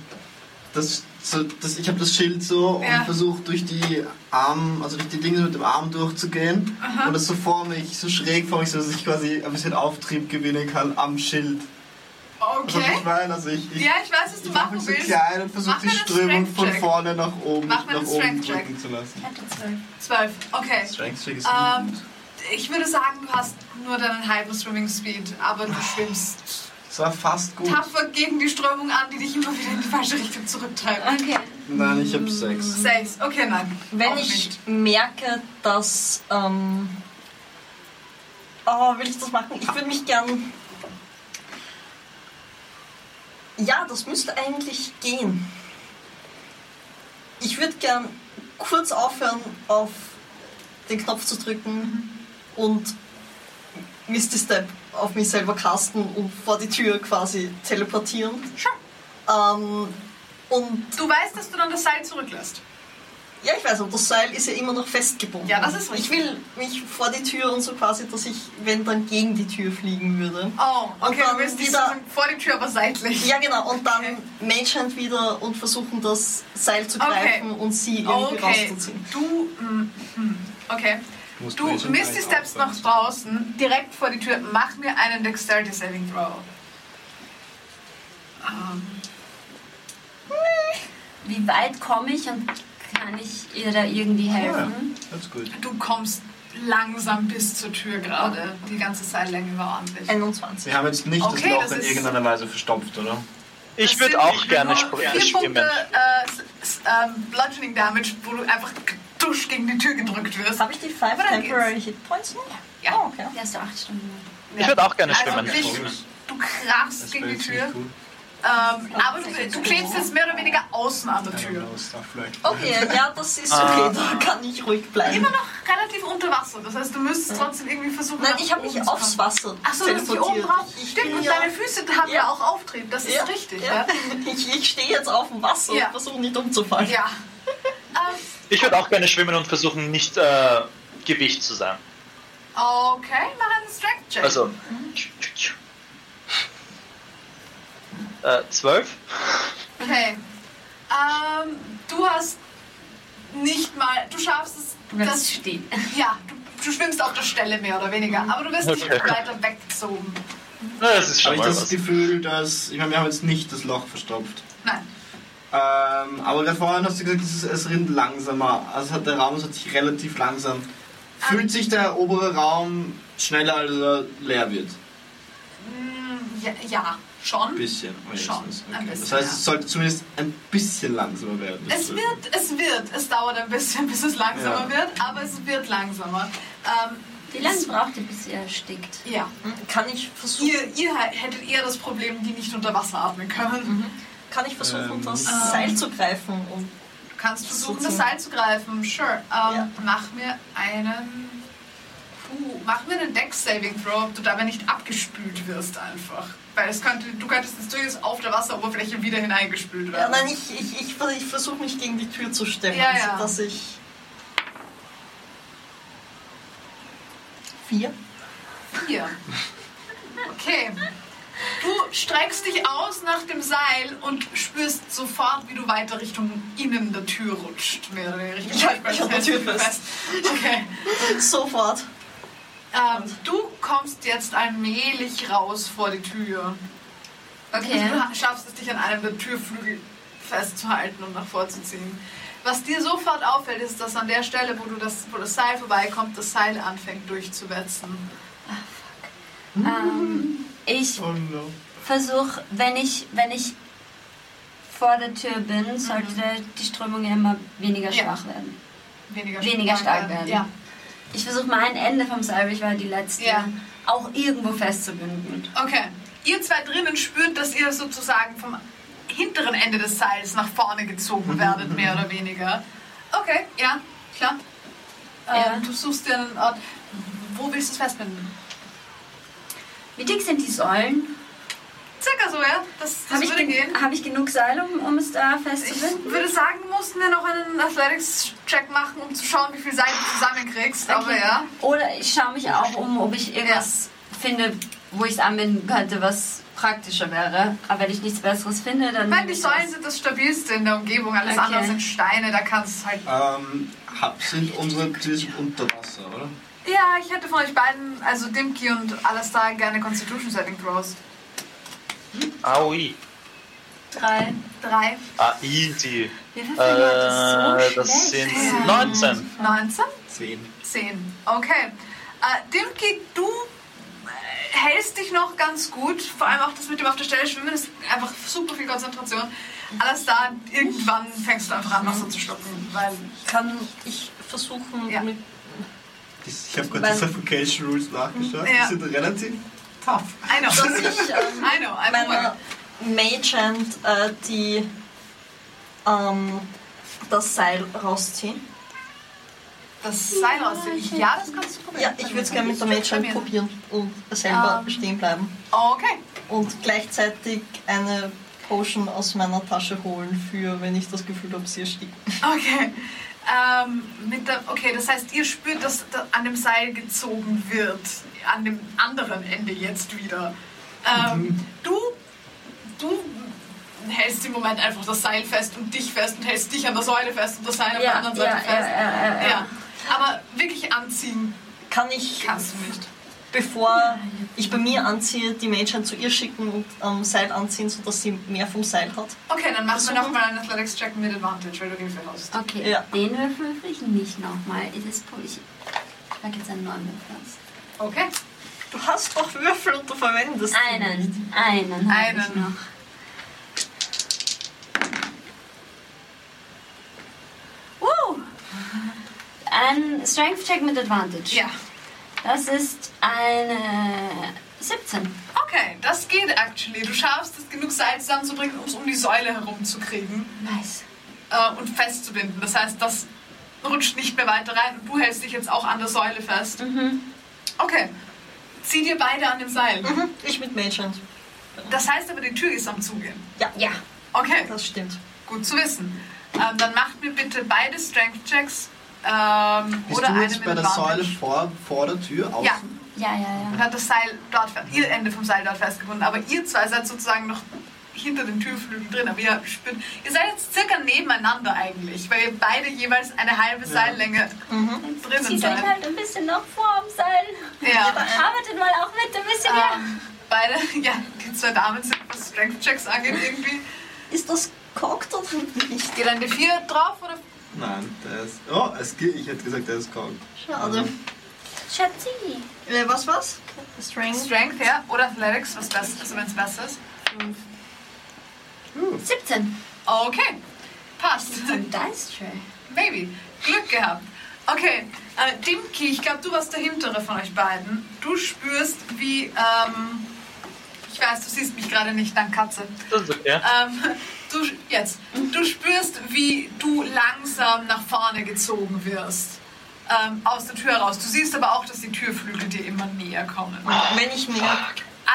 das, so, das, ich habe das Schild so
Ja.
und versuche durch die Arm, also durch die Dinge mit dem Arm durchzugehen und das so vor mich, so schräg vor mich, so dass ich quasi ein bisschen Auftrieb gewinnen kann am Schild. Also ich
Okay.
meine, also ich, ich,
Ja, ich weiß, was du
ich mache
machen
mich so
willst.
klein und
Mach
versuche die
mir einen
Strömung von
Strength-Check.
vorne nach oben,
Mach mir
nach
einen
oben
Strength-Check.
drücken zu lassen.
Ich hatte zwölf.
Zwölf. Okay.
Strength Check ist
Ähm,
gut.
Ich würde sagen, du hast nur deinen halben Swimming Speed, aber du schwimmst
Das war fast gut.
tapfer gegen die Strömung an, die dich immer wieder in die falsche Richtung zurücktreibt.
Okay.
Nein, ich habe sechs.
Sechs. Okay, nein.
Wenn
Auch
ich
nicht.
merke, dass. Ähm, oh, will ich das machen? Ich würde mich gern. Ja, das müsste eigentlich gehen. Ich würde gern kurz aufhören, auf den Knopf zu drücken und Misty Step auf mich selber casten und vor die Tür quasi teleportieren.
Sure.
Ähm, und
Du weißt, dass du dann das Seil zurücklässt.
Ja, ich weiß, aber das Seil ist ja immer noch festgebunden.
Ja, das ist richtig.
Ich will mich vor die Tür und so quasi, dass ich, wenn dann gegen die Tür fliegen würde.
Oh,
Und
okay,
dann
du bist
wieder-
sozusagen vor die Tür, aber seitlich.
Ja, genau, und dann
Okay.
Magehand wieder und versuchen, das Seil zu
Okay.
greifen und sie irgendwie
Okay,
rauszuziehen.
du, mm, mm, okay.
musst
Du
Rage und
Misty
Eis
Steps nach
aufbauen.
draußen, direkt vor die Tür. Mach mir einen Dexterity Saving Throw. Ähm,
Wie weit komme ich und kann ich ihr da irgendwie helfen?
That's good.
du kommst langsam bis zur Tür gerade. Die ganze Seillänge war ordentlich.
21.
Wir haben jetzt nicht
Okay, das
das Loch in
ist-
irgendeiner Weise verstopft, oder?
Ich
Das sind genau
würde auch gerne
vier
sp- äh,
Punkte
schwimmen.
äh, s- s- ähm, Bludgeoning Damage, wo du einfach dusch gegen die Tür gedrückt wirst.
Habe ich die 5
Aber dann
Temporary Hit Points noch?
Ja.
Oh, okay.
Die hast du acht Stunden. lang.
Ich würde auch gerne
Also
schwimmen.
dich- Du krachst gegen die Tür,
Cool.
ähm, aber du, du klebst jetzt mehr oder weniger außen an der Tür.
Okay, ja, das ist okay, da kann ich ruhig bleiben.
Immer noch relativ unter Wasser, das heißt, du müsstest trotzdem irgendwie versuchen.
Nein,
nach
ich habe
oben
mich
zu
aufs
kommen.
Wasser
Ach so, du bist hier oben
teleportiert.
drauf.
Ich
Stimmt,
bin
und
ja-
deine Füße haben ja
Ja.
auch Auftrieb, das ist richtig, ne? ja?
ja. Ich, ich stehe jetzt auf dem Wasser
Ja.
und versuche nicht umzufallen.
Ja. Ähm,
Ich würde auch gerne schwimmen und versuchen, nicht äh, Gewicht zu sein.
okay, mach einen Strength-Check.
Also. Äh, 12?
Okay. Ähm, du hast nicht mal, du schaffst es,
Du bleibst
das
stehen.
Ja, du, du schwimmst auf der Stelle mehr oder weniger, aber du wirst nicht
Okay.
weiter weggezogen.
Na, das ist schon
Habe ich
mal
das
was.
Gefühl, dass. Ich meine, wir haben jetzt nicht das Loch verstopft.
Nein.
Ähm, aber gerade vorhin hast du gesagt, es, ist, es rinnt langsamer. Also hat der Raum es hat sich relativ langsam. Fühlt sich der obere Raum schneller, als er leer wird?
Ja, ja schon.
bisschen. wenigstens.
Schon, ein bisschen,
das heißt,
ja.
es sollte zumindest ein bisschen langsamer werden.
Es wird, es wird. Es dauert ein bisschen, bis es langsamer
Ja.
wird, aber es wird langsamer. Ähm,
Wie lange braucht ihr, bis ihr erstickt?
ja.
Kann ich versuchen,
Ihr, ihr hättet eher das Problem, die nicht unter Wasser atmen können.
kann ich versuchen
Ähm,
das
Ähm.
Seil zu greifen? Und
Du kannst versuchen, das
Sozusagen.
Seil zu greifen. Sure. Ähm,
Ja.
Mach mir einen. Puh, mach mir einen Deck-Saving Throw, ob du dabei nicht abgespült wirst einfach. Weil es könnte, du könntest jetzt durchaus auf der Wasseroberfläche wieder hineingespült
ja,
werden.
äh, nein, ich, ich, ich, vers- ich versuche mich gegen die Tür zu stemmen,
Ja, ja.
sodass ich. Vier?
Hier. Okay. Du streckst dich aus nach dem Seil und spürst sofort, wie du weiter Richtung innen der Tür rutscht. Mehr oder weniger.
Ich halt- ich halt die Tür fest.
Okay.
Sofort.
Ähm, du kommst jetzt allmählich raus vor die Tür.
Okay.
Du ha- schaffst es, dich an einem der Türflügel festzuhalten, um nach vorzuziehen. Was dir sofort auffällt, ist, dass an der Stelle, wo, du das, wo das Seil vorbeikommt, das Seil anfängt durchzuwetzen.
Ähm, ich
Oh no.
versuche, wenn ich, wenn ich vor der Tür bin, sollte die Strömung ja immer weniger
Mhm. Ja.
schwach werden.
Weniger,
Weniger stark werden.
Ja.
Ich versuche mein Ende vom Seil, weil ich war die letzte,
Ja.
auch irgendwo festzubinden.
Okay. Ihr zwei drinnen spürt, dass ihr sozusagen vom hinteren Ende des Seils nach vorne gezogen werdet, mehr oder weniger. Okay, ja, klar.
Ja.
Ähm, du suchst dir einen Ort. Wo willst du es festbinden?
Wie dick sind die Säulen?
Circa so, ja. Das, das
Habe ich,
würde gehen.
gen hab ich genug Seil, um, um es da
Ich
festzubinden?
würde sagen, du musst mir noch einen Athletics-Check machen, um zu schauen, wie viel Seiten du zusammenkriegst. Aber ja.
Oder ich schaue mich auch um, ob ich irgendwas finde, wo ich es anbinden könnte, was praktischer wäre. Aber wenn ich nichts Besseres finde, dann...
Nein, die Säulen sind das stabilste in der Umgebung. Alles
Okay.
andere sind Steine, da kannst du halt.
Ähm, hab- sind unsere Tisch unter Wasser, oder?
Ja, ich hätte von euch beiden, also Dimki und Alastar, gerne Constitution Setting Throws.
Aui.
Drei.
Drei,
Ah, easy.
Wie viel
Äh,
hat das so
das
schlecht?
sind 19.
19,
Zehn.
10. Okay. Äh, Dimki, du äh, hältst dich noch ganz gut. Vor allem auch das mit dem auf der Stelle schwimmen ist einfach super viel Konzentration. Alastar, irgendwann fängst du einfach an, Wasser zu schlucken, weil
Kann ich versuchen,
Ja.
mit
Ich habe gerade die Suffocation Rules nachgeschaut.
Ja.
Die sind relativ tough.
I know.
dass ich ähm,
I know, I'm
meiner
aware.
Mage Hand äh, die, ähm, das Seil rausziehen.
Das Seil aussehen. Ja, das kannst du probieren.
Ja, ich würde es gerne mit der Mage Hand probieren und selber stehen bleiben.
Okay.
Und gleichzeitig eine Potion aus meiner Tasche holen für, wenn ich das Gefühl habe, sie erstickt.
Okay. Ähm, mit der, okay, das heißt, ihr spürt, dass da an dem Seil gezogen wird. An dem anderen Ende jetzt wieder. Ähm, Du, du hältst im Moment einfach das Seil fest und dich fest und hältst dich an der Säule fest und das Seil auf der
Ja, ja,
anderen
ja,
Seite
ja,
fest.
ja, ja,
ja. Aber wirklich anziehen
Kann ich,
kannst du nicht.
bevor ich bei mir anziehe, die Mage Hand zu ihr schicken und ähm, Seil anziehen, sodass sie mehr vom Seil hat?
Okay, dann machen wir
Versuchen.
nochmal einen Athletics-Check mit Advantage, weil du Hilfe hast.
Okay,
Ja.
den Würfel würfel ich nicht nochmal. Ich, ich pack jetzt einen neuen Würfel aus.
Okay.
Du hast doch Würfel und du verwendest die nicht.
Einen, einen, hab Ich
Einen.
noch. Uh, ein Strength Check mit Advantage.
Ja.
Das ist eine 17.
Okay, das geht actually. Du schaffst es, genug Seil zusammenzubringen, um es um die Säule herumzukriegen
Nice.
äh, und festzubinden. Das heißt, das rutscht nicht mehr weiter rein und du hältst dich jetzt auch an der Säule fest. Okay, zieh dir beide an dem Seil.
Mhm, ich mit Mage Hand.
Das heißt aber, die Tür ist am Zugehen.
Ja.
Okay,
Das stimmt.
gut zu wissen. Ähm, dann macht mir bitte beide Strength Checks ähm,
Bist
oder
du
eine
jetzt
mit
bei der Säule
Advantage.
vor, vor der Tür außen?
Ja.
Ja, ja, ja.
hat das Seil dort, fe- ihr Ende vom Seil dort festgebunden, aber ihr zwei seid sozusagen noch hinter den Türflügeln drin, aber ihr spürt, ihr seid jetzt circa nebeneinander eigentlich, weil ihr beide jeweils eine halbe Seillänge drinnen
Zieht euch
seid.
halt ein bisschen noch vor am Seil.
Ja,
Arbeitet mal auch mit ein
Ah.
bisschen mehr.
ähm, beide, ja, die zwei Damen sind, was Strength-Checks angeht, irgendwie.
Ist das cockt oder nicht?
Geht dann die vier drauf oder
Nein, der ist. Oh, es geht. Ich hätte gesagt, der ist kaum.
Schade.
Schatzi.
Äh, was was? Strength.
Strength, ja. Oder Athletics, was best, also wenn es besser ist.
17.
Okay. Passt.
Zum Dice Tray.
Maybe. Glück gehabt. Okay, äh, Dimki, ich glaube, du warst der Hintere von euch beiden. Du spürst, wie. Ähm, ich weiß, du siehst mich gerade nicht, dann Katze.
Das ist okay.
Ähm, du, jetzt, du spürst, wie du langsam nach vorne gezogen wirst. Ähm, aus der Tür raus. Du siehst aber auch, dass die Türflügel dir immer näher kommen.
Wenn ich mir.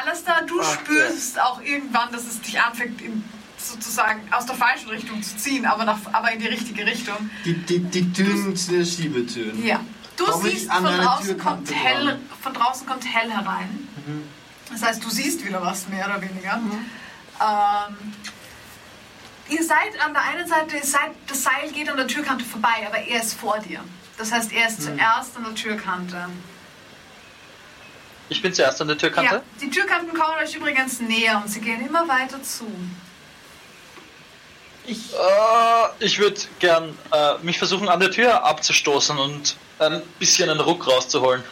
Alles da, du spürst auch irgendwann, dass es dich anfängt, in, sozusagen aus der falschen Richtung zu ziehen, aber, nach, aber in die richtige Richtung.
Die, die, die Türen sind ja Schiebetüren.
Ja. Du
Komm ich
siehst,
an
von
eine
draußen,
Türkante
kommt hell,
dran?
von draußen kommt hell herein. Das heißt, du siehst wieder was, mehr oder weniger. Ähm, ihr seid an der einen Seite, ihr seid, das Seil geht an der Türkante vorbei, aber er ist vor dir. Das heißt, er ist zuerst an der Türkante.
Ich bin zuerst an der Türkante.
Ja, die Türkanten kommen euch übrigens näher und sie gehen immer weiter zu.
Äh, ich würde gern äh, mich versuchen, an der Tür abzustoßen und ein bisschen einen Ruck rauszuholen.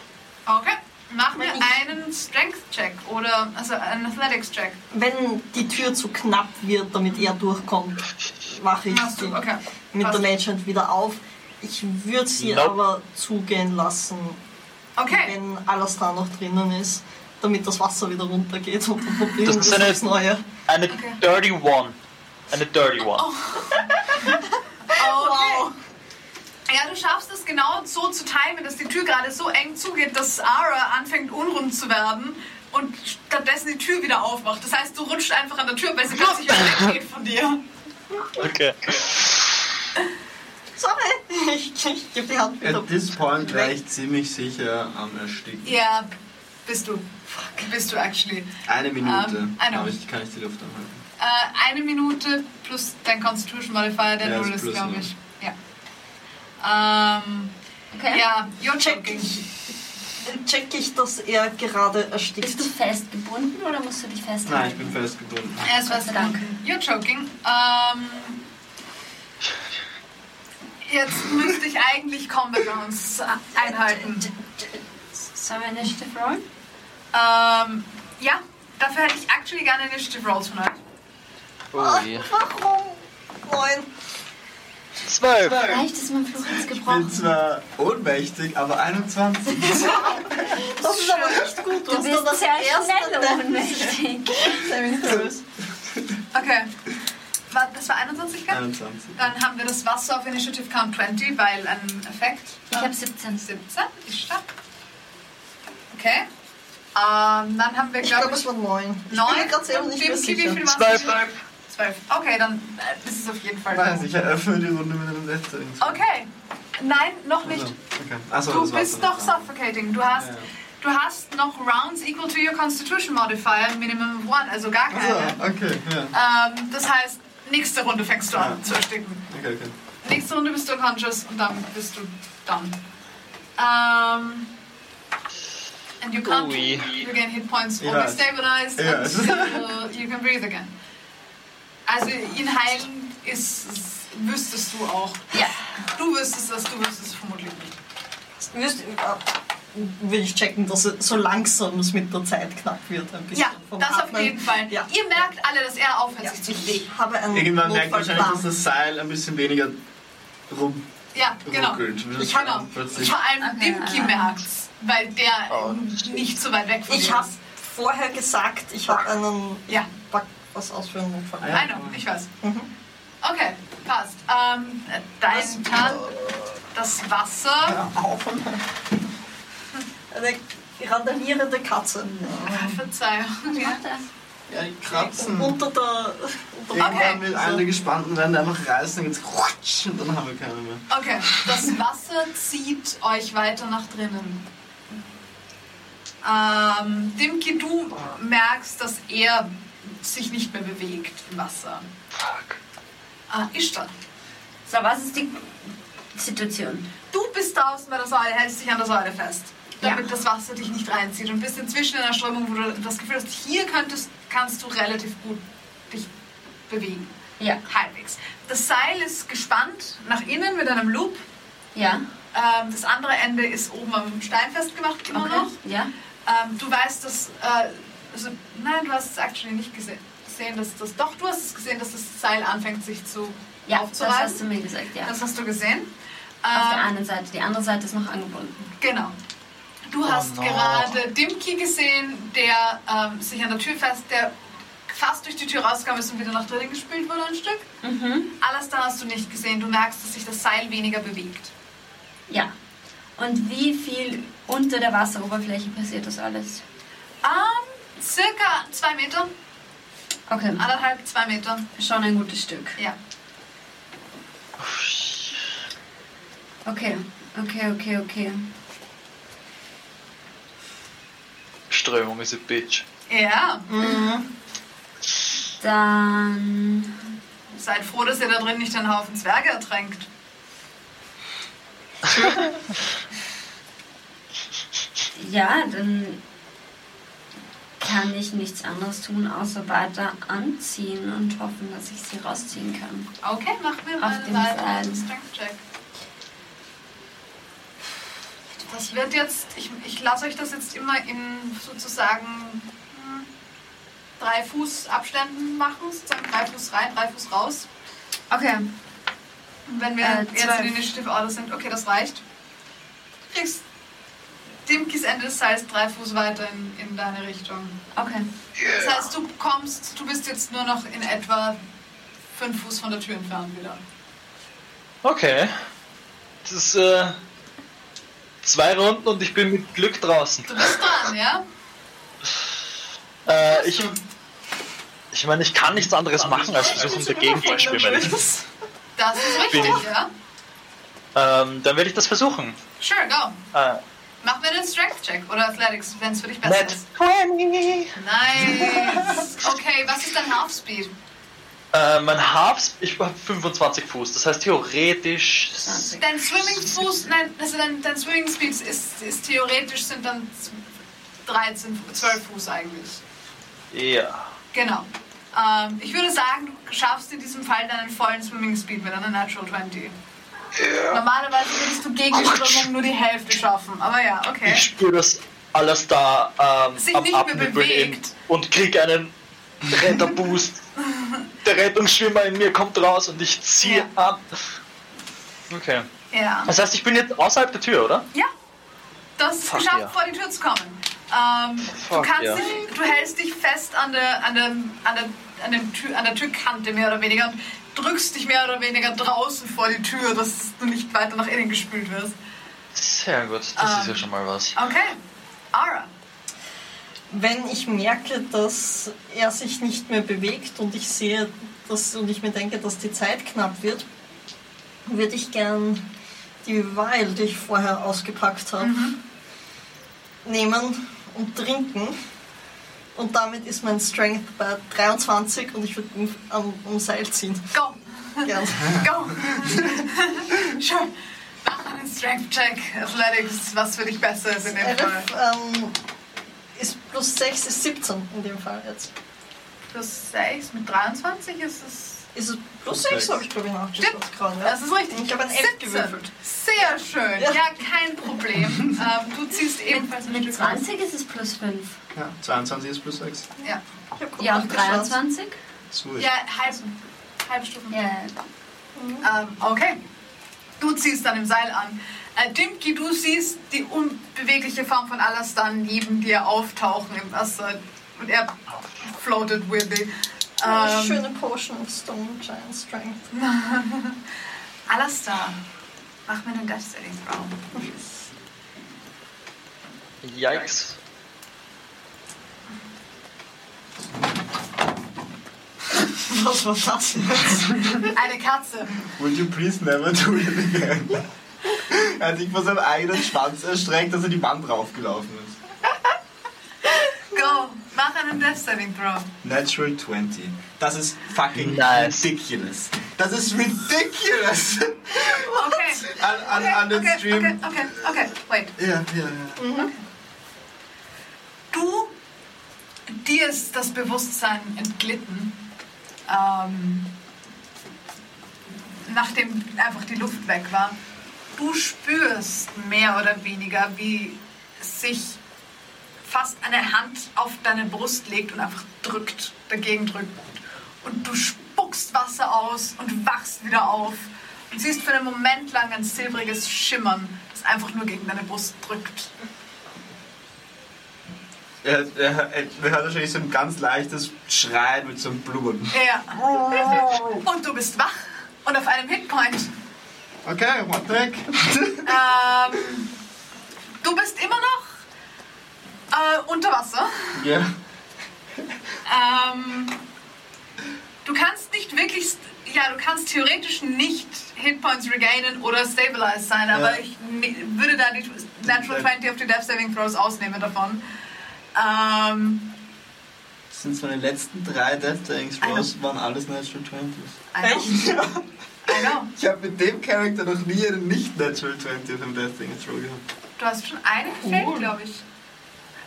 Okay, mach mir einen Strength-Check oder also einen Athletics-Check.
Wenn die Tür zu knapp wird, damit er durchkommt, mache ich
Machst
sie
du, okay.
mit
Passt.
der Legend wieder auf. Ich würde sie
Nope.
aber zugehen lassen,
Okay,
wenn alles da noch drinnen ist, damit das Wasser wieder runtergeht und dann probieren
Das
wir
ist
es
eine-
aufs Neue.
Eine Dirty One. Eine Dirty One.
okay. Ja, du schaffst es genau so zu timen, dass die Tür gerade so eng zugeht, dass Ara anfängt unrund zu werden und stattdessen die Tür wieder aufmacht. Das heißt, du rutscht einfach an der Tür, weil sie plötzlich weggeht von dir.
Okay.
Sorry, ich, ich gebe die
Äh,
Hand wieder.
At this point wäre ich ziemlich sicher am Ersticken.
Ja, bist du. Bist du actually.
Eine Minute.
Ähm, eine
aber ich kann ich die Luft anhalten.
Äh, eine Minute plus dein Constitution Modifier, der
Ja,
Null
ist
ist,
plus
glaube
null.
ich. Ja. Ähm,
Okay.
ja, you're
Check
checking.
ich, check ich, dass er gerade erstickt.
Bist du festgebunden oder musst du dich festhalten?
Nein, ich bin festgebunden.
Ja, es war
Gott sei Dank.
You're joking. Ähm, jetzt müsste ich eigentlich Combat Rounds einhalten.
Sollen wir Initiative rollen?
Ähm, ja, dafür hätte ich actually gerne Initiative Rolls von euch.
Ah, Warum? Nein.
Zwölf.
Vielleicht ist mein Fluch jetzt
Ich bin
gebrochen.
zwar ohnmächtig, aber 21.
Das ist aber nicht gut.
Du bist
das
sehr
erste
schnell ohnmächtig.
Saving Throws.
Okay. War- Das war 21, gell?
21.
Dann haben wir das Wasser auf Initiative Count 20, weil ein Effekt.
Ich habe 17.
17, ist stark. Okay. Ähm, dann haben wir,
Ich
glaube
glaube, es war neun. Ich
Neun?
bin mir gerade selber nicht mehr
Dimki, wie
sicher.
viel war's?
Zwölf.
Zwölf. Okay, dann äh, ist es auf jeden Fall.
Nein, ich eröffne die Runde mit einem letzten.
Okay. Nein, noch nicht.
Also, okay. Achso,
Du
das war's
bist
dann.
noch suffocating. Du hast,
Ja, ja.
du hast noch rounds equal to your constitution modifier, minimum of one, also gar keine.
Achso, okay, ja.
Ähm, das heißt, nächste Runde fängst du an
Ja.
zu ersticken.
Okay, okay.
Nächste Runde bist du conscious und dann bist du done. Ähm, and you can't
Ui.
regain hit points or
Ja.
be stabilized
Ja.
until you can breathe again. Also ihn heilen ist, wüsstest du auch.
Ja.
Du wüsstest das, du wüsstest es vermutlich nicht.
Wirst- äh, Will ich checken, dass es so langsam es mit der Zeit knapp wird. Ein bisschen
Ja,
vom
das auf
Atmen.
jeden Fall.
Ja.
Ihr merkt alle, dass er aufhört,
Ja,
sich zu bewegen.
ich habe einen
Irgendwann merkt wahrscheinlich, dass
Notfallplan.
das Seil ein bisschen weniger rum
Ja, genau.
ruckelt. Das
Ich
ist
genau.
plötzlich-
Vor allem
Okay.
Dimki merkt's, weil der
Oh.
nicht so weit weg von
Ich
dir
habe
ist.
vorher gesagt, ich habe einen
Ja.
Back was aus für einen Notfall.
Ja.
I know, ich weiß.
Äh? Mhm.
Okay, passt. Ähm, dein Plan, das Wasser.
Hör auf. Eine randalierende Katze.
Verzeihung. Ja.
Warte.
Ja, die kratzen.
Unter der. Unter
Irgendwann
Okay.
wird alle gespannt und werden einfach reißen und jetzt rutsch und dann haben wir keine mehr.
Okay, das Wasser zieht euch weiter nach drinnen. Ähm, Dimki, du merkst, dass er sich nicht mehr bewegt im Wasser.
Fuck.
Ah, ist er.
So, was ist die Situation?
Du bist draußen bei der Säule, hältst dich an der Säule fest, damit
Ja.
das Wasser dich nicht reinzieht und bist inzwischen in einer Strömung, wo du das Gefühl hast, hier könntest, kannst du relativ gut dich bewegen.
Ja.
Halbwegs. Das Seil ist gespannt nach innen mit einem Loop
Ja.
Ähm, das andere Ende ist oben am Stein festgemacht immer noch.
Ja.
Ähm, du weißt, dass. Äh, also, nein, du hast es actually nicht gese gesehen, dass das. Doch, du hast es gesehen, dass das Seil anfängt, sich zu
Ja, das
aufzureißen.
hast du mir gesagt, ja.
Das hast du gesehen.
Auf
Ähm,
der einen Seite. Die andere Seite ist noch angebunden.
Genau. Du hast
no.
gerade Dimki gesehen, der ähm, sich an der Tür fest, der fast durch die Tür rauskam ist und wieder nach drinnen gespült wurde ein Stück. Alles da hast du nicht gesehen. Du merkst, dass sich das Seil weniger bewegt.
Ja. Und wie viel unter der Wasseroberfläche passiert das alles?
Ähm, circa zwei Meter,
Okay.
anderthalb, zwei Meter.
Schon ein gutes Stück.
Ja.
Okay, okay, okay, okay.
Strömung ist ein Bitch.
Ja.
Dann.
Seid froh, dass ihr da drin nicht einen Haufen Zwerge ertränkt.
Ja, dann kann ich nichts anderes tun, außer weiter anziehen und hoffen, dass ich sie rausziehen kann.
Okay, mach mir
Auf
mal
dem
mal einen
Seil.
Strength Check. Das wird jetzt, ich, ich lasse euch das jetzt immer in sozusagen hm, drei Fuß Abständen machen, sozusagen drei Fuß rein, drei Fuß raus.
Okay.
Und wenn wir
Äh,
jetzt
zwölf.
in Initiative Order sind, okay, das reicht. Du kriegst Dimkis Ende des Seils drei Fuß weiter in, in deine Richtung.
Okay.
Das heißt, du kommst, du bist jetzt nur noch in etwa fünf Fuß von der Tür entfernt wieder.
Okay. Das ist äh, zwei Runden und ich bin mit Glück draußen.
Du bist dran, ja?
Äh, ich ich meine, ich kann nichts anderes machen, als versuchen, dagegen zu schwimmen.
Das ist richtig,
Bin ich.
ja?
Ähm, dann werde ich das versuchen.
Sure, go.
Äh,
Mach mir den Strength-Check oder Athletics, wenn es für dich besser
net
ist.
20!
Nice. Okay, was ist dein Half-Speed?
Äh, mein Half, ich habe 25 Fuß, das heißt theoretisch.
Dein Swimming-Fuß, nein, also dein, dein Swimming-Speed ist, ist theoretisch sind dann z- 13, Fu- 12 Fuß eigentlich.
Ja.
Genau. Ähm, ich würde sagen, du schaffst in diesem Fall deinen vollen Swimming-Speed mit einer Natural 20. Normalerweise würdest du gegen die Strömung nur die Hälfte schaffen, aber ja, okay.
Ich spüre das alles da ähm,
Sich nicht
am
mehr
Abnippeln in-
bewegt.
und krieg einen Retterboost. Der Rettungsschwimmer in mir kommt raus und ich ziehe an. Okay.
Ja.
Das heißt, ich bin jetzt außerhalb der Tür, oder?
Ja. Du hast es
Fuck
geschafft,
ja.
vor die Tür zu kommen. Ähm, du
Fuck
kannst
ja.
dich, du hältst dich fest an der, an der, an der, an dem Tür, an der Türkante mehr oder weniger und drückst dich mehr oder weniger draußen vor die Tür, dass du nicht weiter nach innen gespült wirst.
Sehr gut, das
Ähm.
ist ja schon mal was.
Okay. Ara.
Wenn ich merke, dass er sich nicht mehr bewegt und ich sehe das und ich mir denke, dass die Zeit knapp wird, würde ich gern die Weil, die ich vorher ausgepackt habe,
Mhm.
nehmen und trinken. Und damit ist mein Strength bei 23 und ich würde ihn am, am Seil ziehen.
Go.
Gern.
Go. sure. Mach einen Strength Check. Athletics, was für dich besser ist in dem
11
Fall.
ähm, ist plus 6 ist 17 in dem Fall jetzt.
Plus 6 mit 23 ist es.
Ist es plus
Plus
6
sechs.
habe ich glaube ich nachgeschaut
Stimmt. Also,
gerade. Ja.
Das ist richtig.
Ich habe ein Elf
17.
gewürfelt.
Sehr schön. Ja,
Ja.
kein Problem. ähm, du ziehst ebenfalls ein
Mit
Stück raus.
20 ist es plus 5.
Ja, 22 ist plus 6.
Ja,
Ich hab gut
Ja, und
nachgeschaut.
23?
So ist
ja halb, halbe Stufe.
Ja.
Ähm, okay. Du ziehst dann im Seil an. Äh, Dimki, du siehst die unbewegliche Form von Alastan neben dir auftauchen im Wasser. Und er floated with it.
Eine
Ähm,
schöne Potion of Stone Giant Strength.
Alastan, mach mir einen Death Saving Throw.
Yikes.
Was war das jetzt?
Eine Katze.
Would you please never do it again? er hat sich vor seinem eigenen Schwanz erstreckt, dass er die Wand raufgelaufen ist.
Go, mach einen Death Saving Throw.
Natural 20. Das ist fucking
Nice.
ridiculous. Das ist ridiculous!
Okay.
An, an, an den
okay,
Stream.
okay, okay, okay, wait.
Ja, ja, ja.
Du, dir ist das Bewusstsein entglitten, ähm, nachdem einfach die Luft weg war. Du spürst mehr oder weniger, wie sich fast eine Hand auf deine Brust legt und einfach drückt, dagegen drückt. Und du spuckst Wasser aus und wachst wieder auf und siehst für einen Moment lang ein silbriges Schimmern, das einfach nur gegen deine Brust drückt.
Er, er, er hört wahrscheinlich so ein ganz leichtes Schreien mit so einem Blumen.
Ja. Und du bist wach und auf einem Hitpoint.
Okay, one take.
Ähm, du bist immer noch äh, unter Wasser.
Ja.
Ähm, du kannst nicht wirklich, ja, du kannst theoretisch nicht Hitpoints regainen oder stabilize sein, aber ich ne- würde da die Natural 20 auf die Death Saving Throws ausnehmen davon. Ähm,
Das sind meine letzten drei Death Savings Throws, waren alles Natural 20s.
I know. I know.
Ich habe mit dem Charakter noch nie einen nicht-Natural 20 auf dem Death Savings Throw gehabt.
Du hast schon eine gefällt, glaube ich.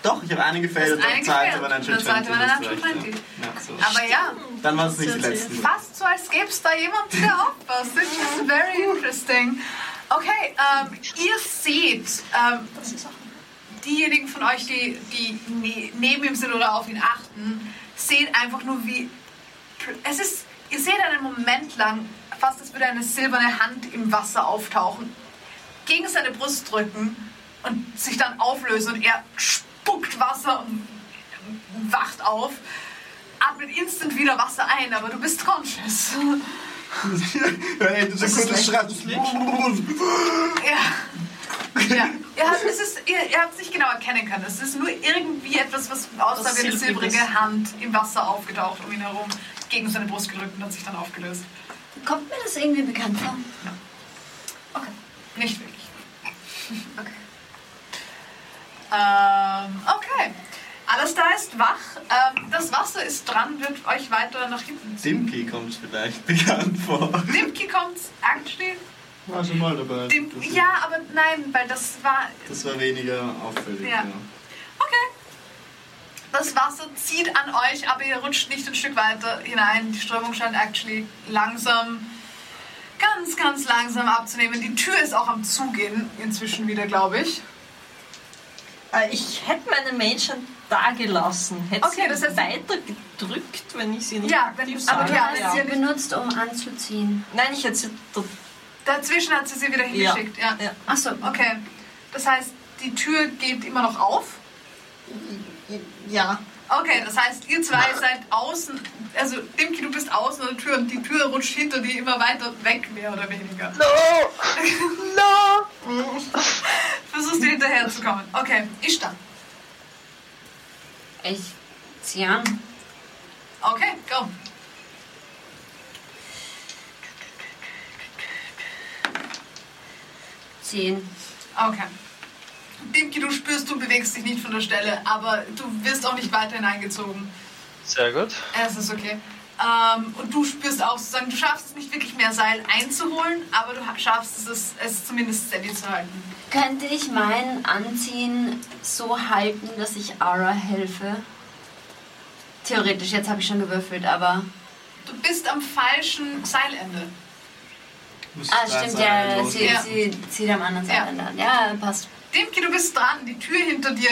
Doch, ich habe einen gefailt,
Du hast
der
einen
zweite
gefailt,
war
der
Natural 20.
zweite war
das
Natural
reicht,
20.
Ja. Ja, so.
Aber ja,
Dann waren es nicht die letzten.
fast so, als gäbe es da jemand, der aufpasst. This is very interesting. Okay, ähm, ihr seht, ähm, diejenigen von euch, die, die ne neben ihm sind oder auf ihn achten, sehen einfach nur wie... Es ist, ihr seht einen Moment lang, fast als würde eine silberne Hand im Wasser auftauchen, gegen seine Brust drücken und sich dann auflösen und er spuckt Wasser und wacht auf, atmet instant wieder Wasser ein, aber du bist conscious.
Hey, du so kurz schreibst.
ja. ja. Ihr, habt, es ist, ihr, ihr habt es nicht genau erkennen können. Es ist nur irgendwie etwas, was aussah wie eine silbrige Hand im Wasser aufgetaucht um ihn herum, gegen seine Brust gedrückt und hat sich dann aufgelöst.
Kommt mir das irgendwie bekannt vor?
Nicht wirklich. Okay. Ähm, okay. Alles da ist wach. Ähm, das Wasser ist dran, wird euch weiter nach hinten ziehen.
Dimki kommt vielleicht bekannt vor.
Dimki kommt actually.
War schon mal dabei.
Dim
das,
ja, aber nein, weil das war
das war weniger auffällig.
Ja.
Ja.
Okay. Das Wasser zieht an euch, aber ihr rutscht nicht ein Stück weiter hinein. Die Strömung scheint actually langsam, ganz, ganz langsam abzunehmen. Die Tür ist auch am Zugehen inzwischen wieder, glaube ich.
Äh, ich hätte meine Mädchen da gelassen. Hätte
Okay,
sie
das heißt-
weiter gedrückt, wenn ich sie nicht
Ja, wenn-
aktiv
aber
Aber
sage.
du
ja,
hast sie benutzt, um anzuziehen.
Nein, ich hätte sie da
Dazwischen hat sie sie wieder
Ja.
hingeschickt. Ja.
Ja.
Achso,
Okay. Das heißt, die Tür geht immer noch auf.
Ja,
Okay, das heißt, ihr zwei seid außen, also Dimki, du bist außen an der Tür und die Tür rutscht hinter dir immer weiter weg, mehr oder weniger.
No! No!
Versuchst dir hinterherzukommen. Okay, ich dann.
ich zieh an.
Okay, go.
Zehn.
Okay. Dimki, du spürst, du bewegst dich nicht von der Stelle, aber du wirst auch nicht weiter hineingezogen.
Sehr gut.
Es ist okay. Ähm, und du spürst auch sozusagen, du schaffst es nicht wirklich mehr Seil einzuholen, aber du ha- schaffst es, es, es zumindest steady zu halten.
Könnte ich meinen Anziehen so halten, dass ich Ara helfe? Theoretisch, jetzt habe ich schon gewürfelt, aber.
Du bist am falschen Seilende.
Muss
Ah,
da
stimmt,
sein, also
ja,
los.
sie,
Ja.
sie zieht am anderen
Ja.
Seil an. Ja, passt.
Dimki, du bist dran. Die Tür hinter dir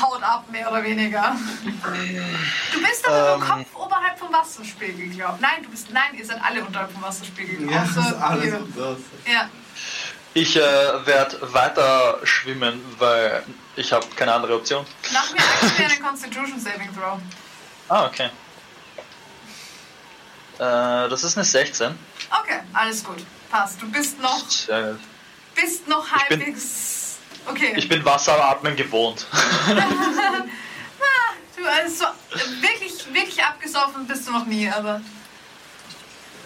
haut ab, mehr oder weniger. Du bist aber nur
Ähm.
Kopf oberhalb vom Wasserspiegel, glaube ich. Nein, du bist, nein, ihr seid alle unterhalb vom Wasserspiegel.
Ja, das
außer
ist alles
ihr.
und das.
Ja,
Ich äh, werde weiter schwimmen, weil ich habe keine andere Option.
mach mir eigentlich einen Constitution Saving Throw.
Ah, okay. Äh, das ist eine 16.
Okay, alles gut. Passt. Du bist noch,
Sehr gut.
bist noch
Ich bin-
halbwegs. Okay.
Ich bin Wasseratmen gewohnt.
du also so, wirklich, wirklich abgesoffen bist du noch nie, aber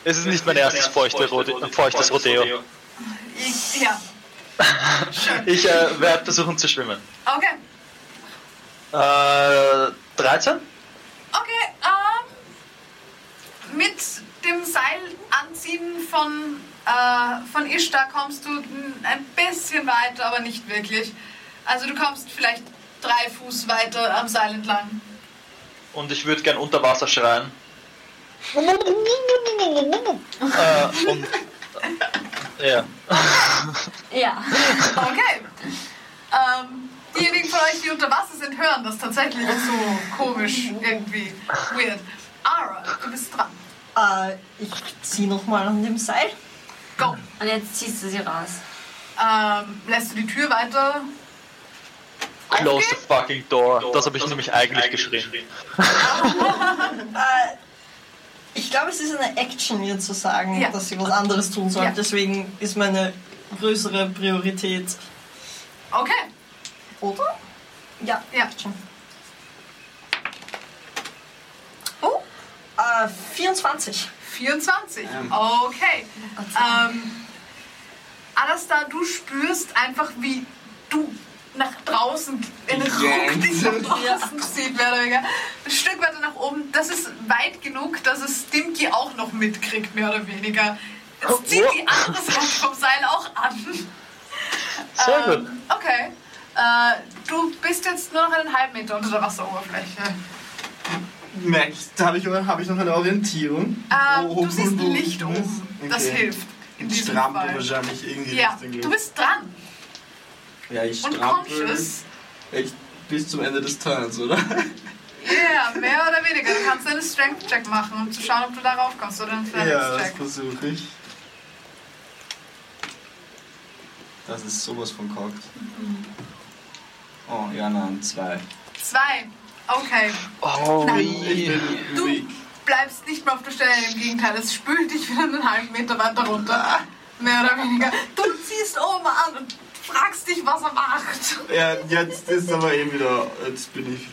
Es ist nicht mein erstes feuchte Rode- feuchtes Rodeo.
ich, ja. Schön.
Ich äh, werde versuchen zu schwimmen.
Okay.
Äh, 13?
Okay, ähm, mit dem Seil anziehen von, äh, von Ishtar kommst du n- ein bisschen weiter, aber nicht wirklich. Also du kommst vielleicht drei Fuß weiter am Seil entlang.
Und ich würde gern unter Wasser schreien. äh, und Ja.
Ja.
Okay. Ähm, diejenigen von euch, die unter Wasser sind, hören das tatsächlich so komisch, irgendwie weird. Ara, du bist dran.
Äh, ich zieh nochmal an dem Seil.
Go.
Und jetzt ziehst du sie raus.
Ähm, lässt du die Tür weiter?
Close
Aufgehen?
the fucking door. Das habe ich nämlich eigentlich, geschrien.
Äh, ich glaube, es ist eine Action, ihr zu sagen,
Ja.
dass sie was anderes tun soll.
Ja.
Deswegen ist meine größere Priorität.
Okay.
Oder? Ja,
Ja.
Action. Oh, äh, 24.
24.
Ähm.
Okay. Ähm, Alastar, du spürst einfach, wie du nach draußen, in den
Ja.
Ruck dich nach draußen zieht, mehr oder weniger. Ein Stück weiter nach oben. Das ist weit genug, dass es Dimki auch noch mitkriegt, mehr oder weniger.
Oh.
Es zieht die andere Seite vom Seil auch an.
Sehr
Ähm,
gut.
Okay. Äh, du bist jetzt nur noch einen halben Meter unter der Wasseroberfläche.
Merk ich, da habe ich, hab ich noch eine Orientierung.
Ähm,
Wo-
du siehst
wo- wo-
Licht oben. Das
Okay.
hilft. In
Ich
diesem
strampel
Fall.
wahrscheinlich irgendwie
Ja,
Richtung
du bist dran
Ja, ich
und
strampel.
conscious.
Echt bis zum Ende des Turns, oder?
Ja, mehr oder weniger. Du kannst einen Strength-Check machen, um zu schauen, ob du da raufkommst oder einen
ja, das
Athletics-Check.
versuche ich. Das ist sowas von cocked.
Mhm.
Oh, ja, nein, zwei.
Zwei. Okay.
Oh,
Ich
je.
bin
Du
weak.
bleibst nicht mehr auf der Stelle, im Gegenteil, es spült dich wieder einen halben Meter weiter runter. Mehr oder weniger. Du ziehst oben an und fragst dich, was er macht.
Ja, jetzt ist aber eben wieder. Jetzt bin ich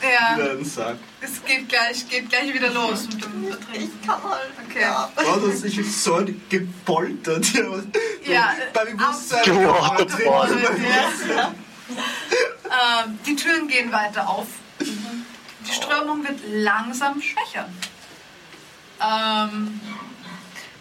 Ja,
wieder
Ähm,
ein Sack.
es geht gleich, geht gleich wieder los mit dem Vertrinken.
Ich kann halt.
Okay.
Ja.
Was ist, ich so gepoltert. Ja,
Ja,
bei Bewusstsein.
äh,
gepoltert.
gewartet worden.
Ja. Ähm, die Türen gehen weiter auf. Die Strömung wird langsam schwächer. Ähm,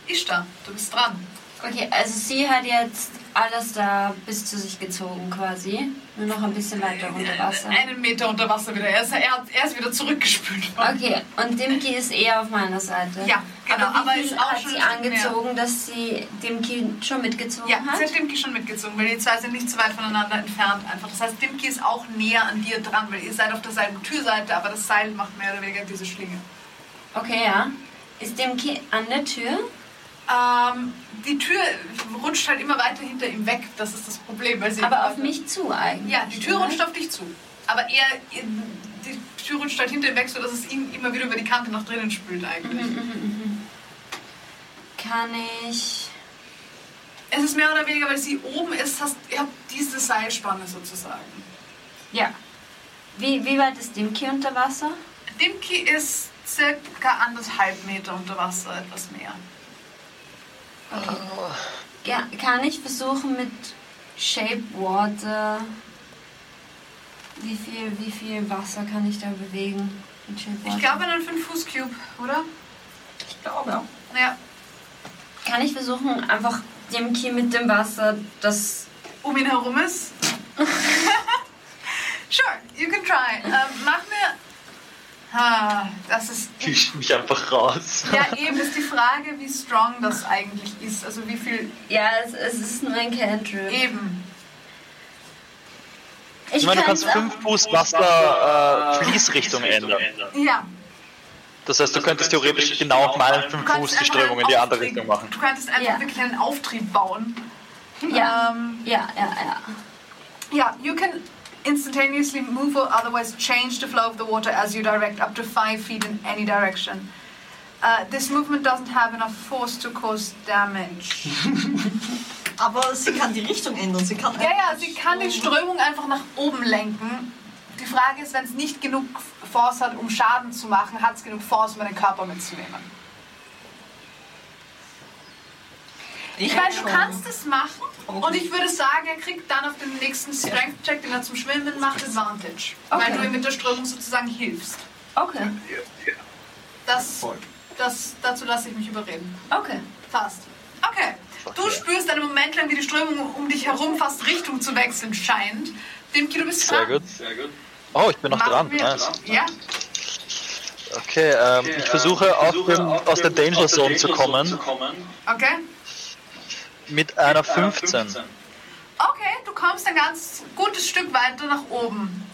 Ishtar, du bist dran.
Okay, also sie hat jetzt alles da bis zu sich gezogen quasi. Nur noch ein bisschen weiter unter Wasser.
Einen Meter unter Wasser wieder. Er ist, er, er ist wieder zurückgespült worden.
Okay, und Dimki ist eher auf meiner Seite.
Ja, genau,
Aber,
aber
wie viel
ist auch
hat
schon
sie
ein bisschen
angezogen, dass sie Dimki schon mitgezogen
Ja,
hat?
sie hat Dimki schon mitgezogen, weil die zwei sind nicht so weit voneinander entfernt einfach. Das heißt, Dimki ist auch näher an dir dran, weil ihr seid auf derselben Türseite, aber das Seil macht mehr oder weniger diese Schlinge.
Okay, ja. Ist Dimki an der Tür?
Ähm, die Tür rutscht halt immer weiter hinter ihm weg, das ist das Problem. Weil sie
Aber auf mich zu eigentlich. ne?
Ja, die Tür
oder?
rutscht auf dich zu. Aber er, er- die Tür rutscht halt hinter ihm weg, sodass es ihn immer wieder über die Kante nach drinnen spült eigentlich.
Kann ich.
Es ist mehr oder weniger, weil sie oben ist, hast, ihr habt diese Seilspanne sozusagen.
Ja. Wie, wie weit ist Dimki unter Wasser?
Dimki ist circa anderthalb Meter unter Wasser, etwas mehr.
Ja, kann ich versuchen mit Shape Water. Wie viel, wie viel Wasser kann ich da bewegen? Mit Shape Water?
Ich glaube einen 5-Fuß-Cube, oder?
Ich glaube, ja.
Naja,
Kann ich versuchen, einfach Dimki mit dem Wasser das.
um ihn herum ist. sure, you can try. Ähm, mach mir... Ah, das ist
Ich mich einfach raus.
Ja, eben ist die Frage, wie strong das eigentlich ist. Also wie viel
Ja, es, es ist nur ein Cantrip.
eben.
Ich,
Ich meine, du
kann's
kannst
auch-
5 Fuß Wasser äh, Fließrichtung ändern.
Ja.
Das heißt, du könntest theoretisch genau auf meinen 5 Fuß die Strömung in die andere
Auftrieb-
Richtung machen.
Du könntest einfach
Ja.
wirklich einen Auftrieb bauen.
Ja.
Ähm,
Ja, ja, ja.
ja, you can instantaneously move or otherwise change the flow of the water as you direct up to 5 feet in any direction. Uh, this movement doesn't have enough force to cause damage.
Aber sie kann die Richtung ändern. Sie kann
Ja, ja, sie kann die Strömung einfach nach oben lenken. Die Frage ist, wenn es nicht genug Force hat, um Schaden zu machen, hat es genug Force, um einen Körper mitzunehmen. Ich meine, du
Äh, schon.
kannst es machen und ich würde sagen, er kriegt dann auf den nächsten Strength-Check, den er zum Schwimmen macht, Advantage. Weil
Okay.
du ihm mit der Strömung sozusagen hilfst.
Okay,
Das,
Voll.
das, dazu lasse ich mich überreden.
okay.
Fast. Okay. Du spürst einen Moment lang, wie die Strömung um dich herum fast Richtung zu wechseln scheint. Dimki, du bist
Sehr
dran.
gut. Oh, ich bin noch
Machen
dran.
wir-
Nice.
Ja,
Okay, ähm, ich versuche, auf dem, aus der Danger Zone zu kommen.
okay.
mit einer 15.
Okay, du kommst ein ganz gutes Stück weiter nach oben.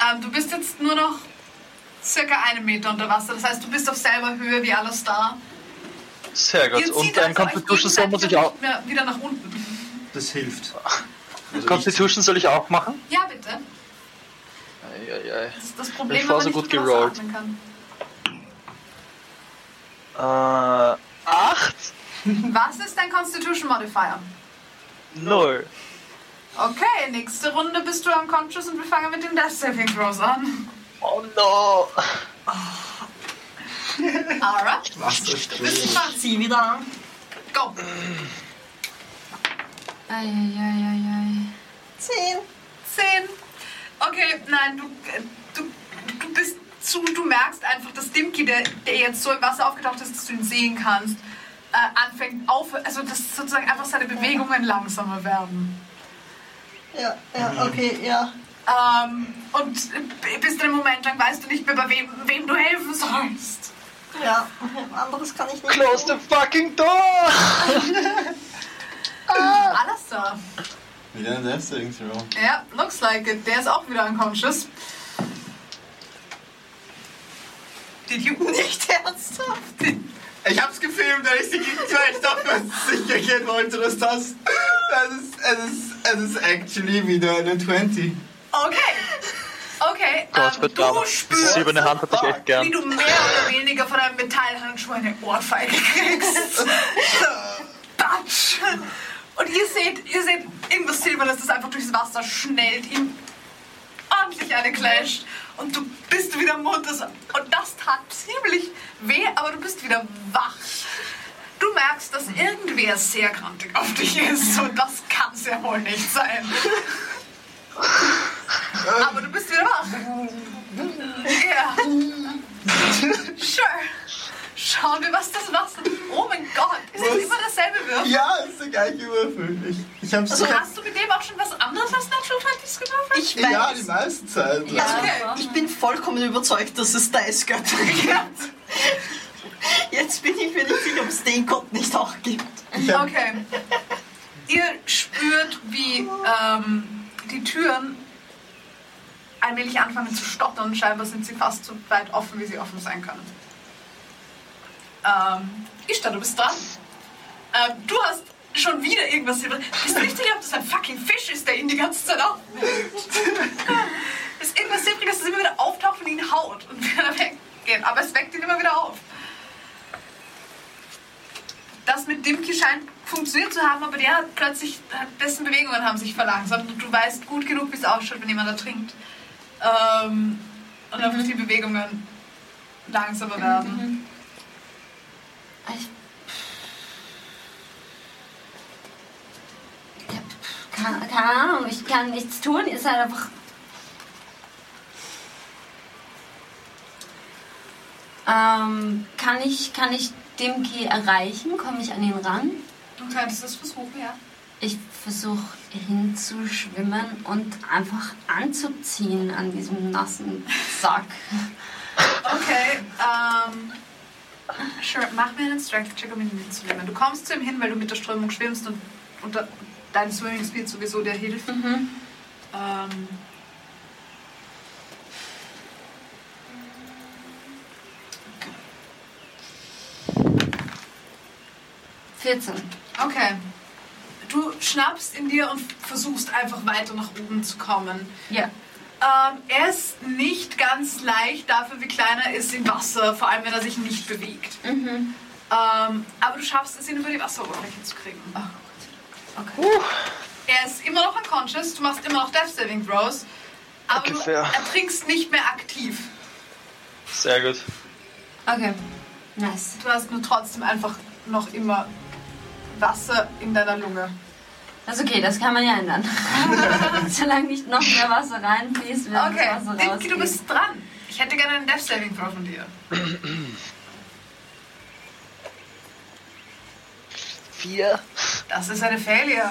Ähm, du bist jetzt nur noch circa einen Meter unter Wasser. Das heißt, du bist auf selber Höhe wie alles da.
Sehr gut.
Ihr zieht
Und ein
also euch
Constitution Save muss ich
gegenseitig
auch.
nicht mehr wieder nach unten.
Das hilft. Also
Constitution soll ich auch machen?
Ja, bitte.
Eieiei.
Das ist das Problem,
Ich
wenn
war
man
so
nicht
gut
genau
gerollt.
atmen kann.
Äh, 8?
Was ist dein Constitution Modifier?
0.
Okay, nächste Runde bist du unconscious und wir fangen mit dem Death Saving Throws an.
Oh no!
Alright,
ich- Was das
bist du
ist.
dran.
Zieh wieder an.
Go.
Eieieiei.
Zehn.
Zehn. Okay, nein, du, du, du bist zu, du merkst einfach, dass Dimki, der, der jetzt so im Wasser aufgetaucht ist, dass du ihn sehen kannst, äh, anfängt auf, also dass sozusagen einfach seine Bewegungen langsamer werden.
Ja, ja, okay, ja.
Ähm, und b- bis zu einem Moment lang weißt du nicht mehr, bei wem, wem du helfen sollst.
Ja, anderes kann ich nicht.
Close the fucking door!
Alles da.
Wieder ein Selbstsaving Throw.
Ja, looks like it. Der ist auch wieder unconscious. Did you nicht ernsthaft?
Ich hab's gefilmt, weil ich sie gekriegt hab, dass ich sicher gehen wollte, dass das. Das ist, es ist, es ist actually wieder eine 20.
Okay. Okay,
Gott,
ähm,
wird
du
aber. Diese
spürst,
silberne Hand hatte ich echt
wie
gern.
du mehr oder weniger von einem Metallhandschuh eine Ohrfeige kriegst. Batsch. Und ihr seht, ihr seht irgendwas Silbernes, das einfach durchs Wasser schnellt, ihm ordentlich eine clasht und du bist wieder munter. Und das tat ziemlich weh, aber du bist wieder wach. Du merkst, dass irgendwer sehr krantig auf dich ist und das kann sehr wohl nicht sein. Aber du bist wieder wach. Ja. Sure. Schauen wir, was das macht. Oh mein Gott, ist das
Was?
immer dasselbe Würfel?
Ja, ist der gleiche Würfel. Ich, ich hab's
Also hast du mit dem auch schon was anderes als Natural 20s gewürfelt?
Ich
Ja, die
weiß.
meiste Zeit.
Also,
Ja.
ich bin vollkommen überzeugt, dass es Dice Götterin gibt. Jetzt bin ich mir nicht sicher, ob es den Gott nicht auch gibt.
Ich hab,
Okay. Ihr spürt, wie ähm, die Türen allmählich anfangen zu stottern. Scheinbar sind sie fast so weit offen, wie sie offen sein können. Ähm, Ishtar, du bist dran. Ähm, du hast schon wieder irgendwas hier. Bist du nicht sicher, ob das ein fucking Fisch ist, der ihn die ganze Zeit aufhält? ist irgendwas Silbriges, das immer wieder auftaucht und ihn haut und wieder weggeht. Aber es weckt ihn immer wieder auf. Das mit Dimki scheint funktioniert zu haben, aber der hat plötzlich, dessen Bewegungen haben sich verlangsamt und du weißt gut genug, wie es ausschaut, wenn jemand ertrinkt. Ähm, und einfach die Bewegungen langsamer werden.
Ich. Ja, keine, keine Ahnung, ich kann nichts tun. Ihr seid einfach. Ähm, kann ich, kann ich Dimki erreichen? Komme ich an ihn ran?
Du könntest es versuchen, ja.
Ich versuche hinzuschwimmen und einfach anzuziehen an diesem nassen Sack.
Okay, ähm. Sure, mach mir einen Strength-Check, um ihn mitzunehmen. Du kommst zu ihm hin, weil du mit der Strömung schwimmst und, und da- dein Swimming Speed sowieso dir hilft. Ähm, okay.
14.
okay. Du schnappst in dir und versuchst einfach weiter nach oben zu kommen.
Ja.
Ähm, er ist nicht ganz leicht dafür, wie klein er ist im Wasser, vor allem wenn er sich nicht bewegt.
Mhm.
Ähm, aber du schaffst es, ihn über die Wasseroberfläche zu kriegen.
Oh Okay.
Er ist immer noch unconscious, du machst immer noch Death Saving Throws, aber du
Ungefähr.
ertrinkst nicht mehr aktiv.
Sehr gut.
Okay. Nice.
Du hast nur trotzdem einfach noch immer Wasser in deiner Lunge.
Das ist Also okay, das kann man ja ändern. Solange nicht noch mehr Wasser reinfließt, wird
Okay,
das Wasser
Dinky,
rausgehen.
du bist dran. Ich hätte gerne einen Death Saving Throw von dir.
4.
Das ist eine Failure.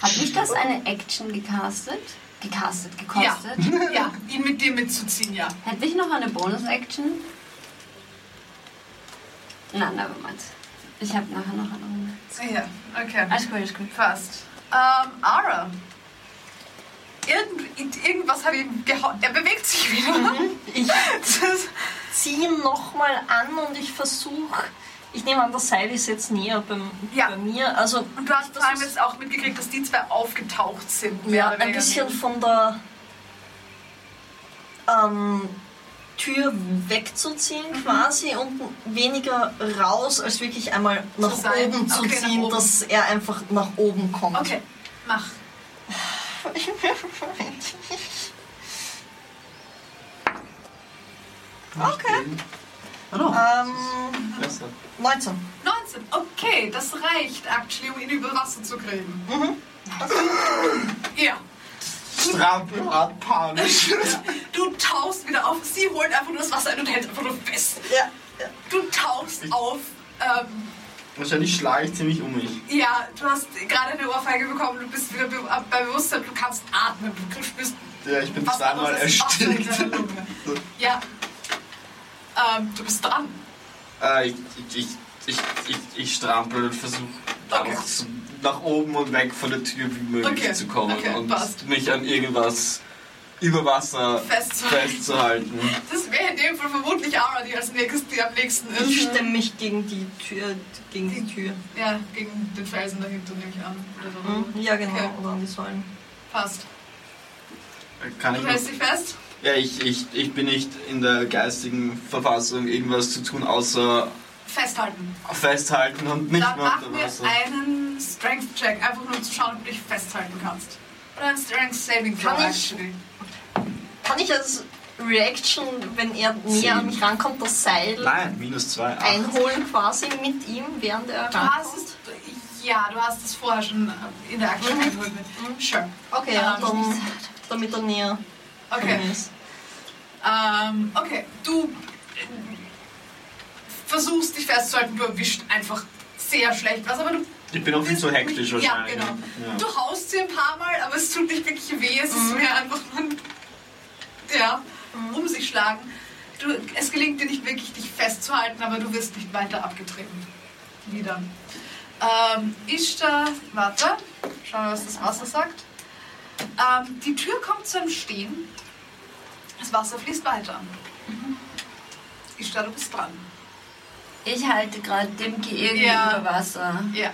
Hat mich das eine Action gecastet? Gecastet,
Ja,
gekostet?
ja, ihn mit dir mitzuziehen, ja.
Hätte ich noch eine Bonus-Action? Na, nevermind. Ich habe nachher noch eine Runde.
jetzt.
Ja, okay.
Also-
Alles gut, alles gut.
Fast. Ähm, Ara. Irgend, irgendwas habe ich ihm gehauen. Er bewegt sich wieder.
Mhm.
Ich
Das ist-
Zieh ihn nochmal an und ich versuche. Ich nehme an, das Seil ist jetzt näher beim,
Ja.
bei mir. Also
Und du hast
Das
vor allem
ist-
jetzt auch mitgekriegt, dass die zwei aufgetaucht sind. mehr
ja,
oder
ein
weniger.
bisschen von der ähm, Tür wegzuziehen
Mhm.
quasi und weniger raus, als wirklich einmal nach
sein.
oben zu
Okay, nach
ziehen,
oben.
dass er einfach nach oben kommt.
Okay, mach.
Okay.
Ah, no.
Ähm,
Besser.
19.
19. Okay, das reicht actually, um ihn über Wasser zu kriegen. Ja.
Strampel ab, panisch.
Du tauchst wieder auf. Sie holt einfach nur das Wasser ein und hält einfach nur fest.
Ja.
Du tauchst auf. Ähm,
Wahrscheinlich schlage ich ziemlich um mich.
ja, du hast gerade eine Ohrfeige bekommen. Du bist wieder be ab- bei Bewusstsein. Du kannst atmen. Du spürst
Ja, ich bin
was
zweimal
anderes als Wasser in
erstickt.
deiner Lunge. Ja. Ähm, du bist dran.
Äh, ich, ich, ich, ich, ich, ich strampel und versuche
Okay.
auch zu, nach oben und weg von der Tür wie möglich
Okay,
zu kommen
okay,
und
passt.
mich an irgendwas über Wasser
Festzuhalten.
festzuhalten.
Das wäre in dem Fall vermutlich Ara, die, als nächstes, die am nächsten ist.
Ich stemme mich gegen die Tür. Gegen die Tür.
Ja, gegen den Felsen dahinter nehme ich an. Oder so.
Mhm.
Hm? Ja, genau.
Okay.
Oder an die Säulen.
Passt.
Kann ich
Du
noch,
hältst dich fest?
ja, ich, ich, ich bin nicht in der geistigen Verfassung, irgendwas zu tun, außer
Festhalten.
festhalten und nicht
Dann
mehr
mach
unter
mir
Wasser.
einen Strength-Check, einfach nur um zu schauen, ob du dich festhalten kannst. Oder einen Strength-Saving-Throw.
Kann ich?
actually.
kann ich als Reaction, wenn er näher an mich rankommt, das Seil
Nein, minus zwei. acht.
einholen quasi mit ihm, während er
Du hast
rankommt?
es. Ja, du hast es vorher schon äh, in der
Mhm.
Action eingeholt. mit- Sure.
Okay, ja,
Ähm,
dann, damit er näher
Okay.
dran ist.
Ähm, okay, du äh, versuchst dich festzuhalten, du erwischt einfach sehr schlecht was, aber du
Ich bin auch viel zu hektisch
Ja,
wahrscheinlich.
genau.
Ja.
Du haust sie ein paar Mal, aber es tut nicht wirklich weh. Es ist mehr einfach nur ein, ja, um sich schlagen. Du, es gelingt dir nicht wirklich, dich festzuhalten, aber du wirst nicht weiter abgetreten. Wieder. Ähm, Ishtar, warte. Schauen wir, was das Wasser sagt. Ähm, die Tür kommt zum Stehen. Das Wasser fließt weiter. Ishtar, du bist dran.
Ich halte gerade Dimki irgendwie
Ja.
über Wasser.
Ja,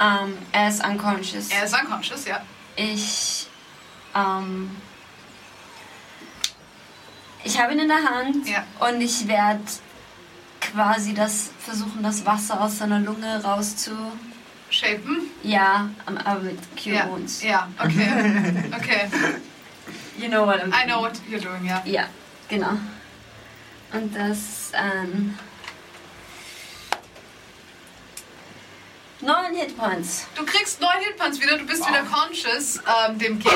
Ähm, er ist unconscious.
er ist unconscious, ja.
Ich. Ähm, ich habe ihn in der Hand
Ja.
und ich werde quasi das versuchen, das Wasser aus seiner Lunge rauszu.
Shapen.
Ja, am- aber mit Cure
Ja,
Wounds.
ja, okay. okay.
You know what I'm
I know what you're doing, ja.
Ja, genau. Und das ähm, neun Hitpoints.
Du kriegst neun Hitpoints wieder, du bist wieder conscious, ähm, dem Kind.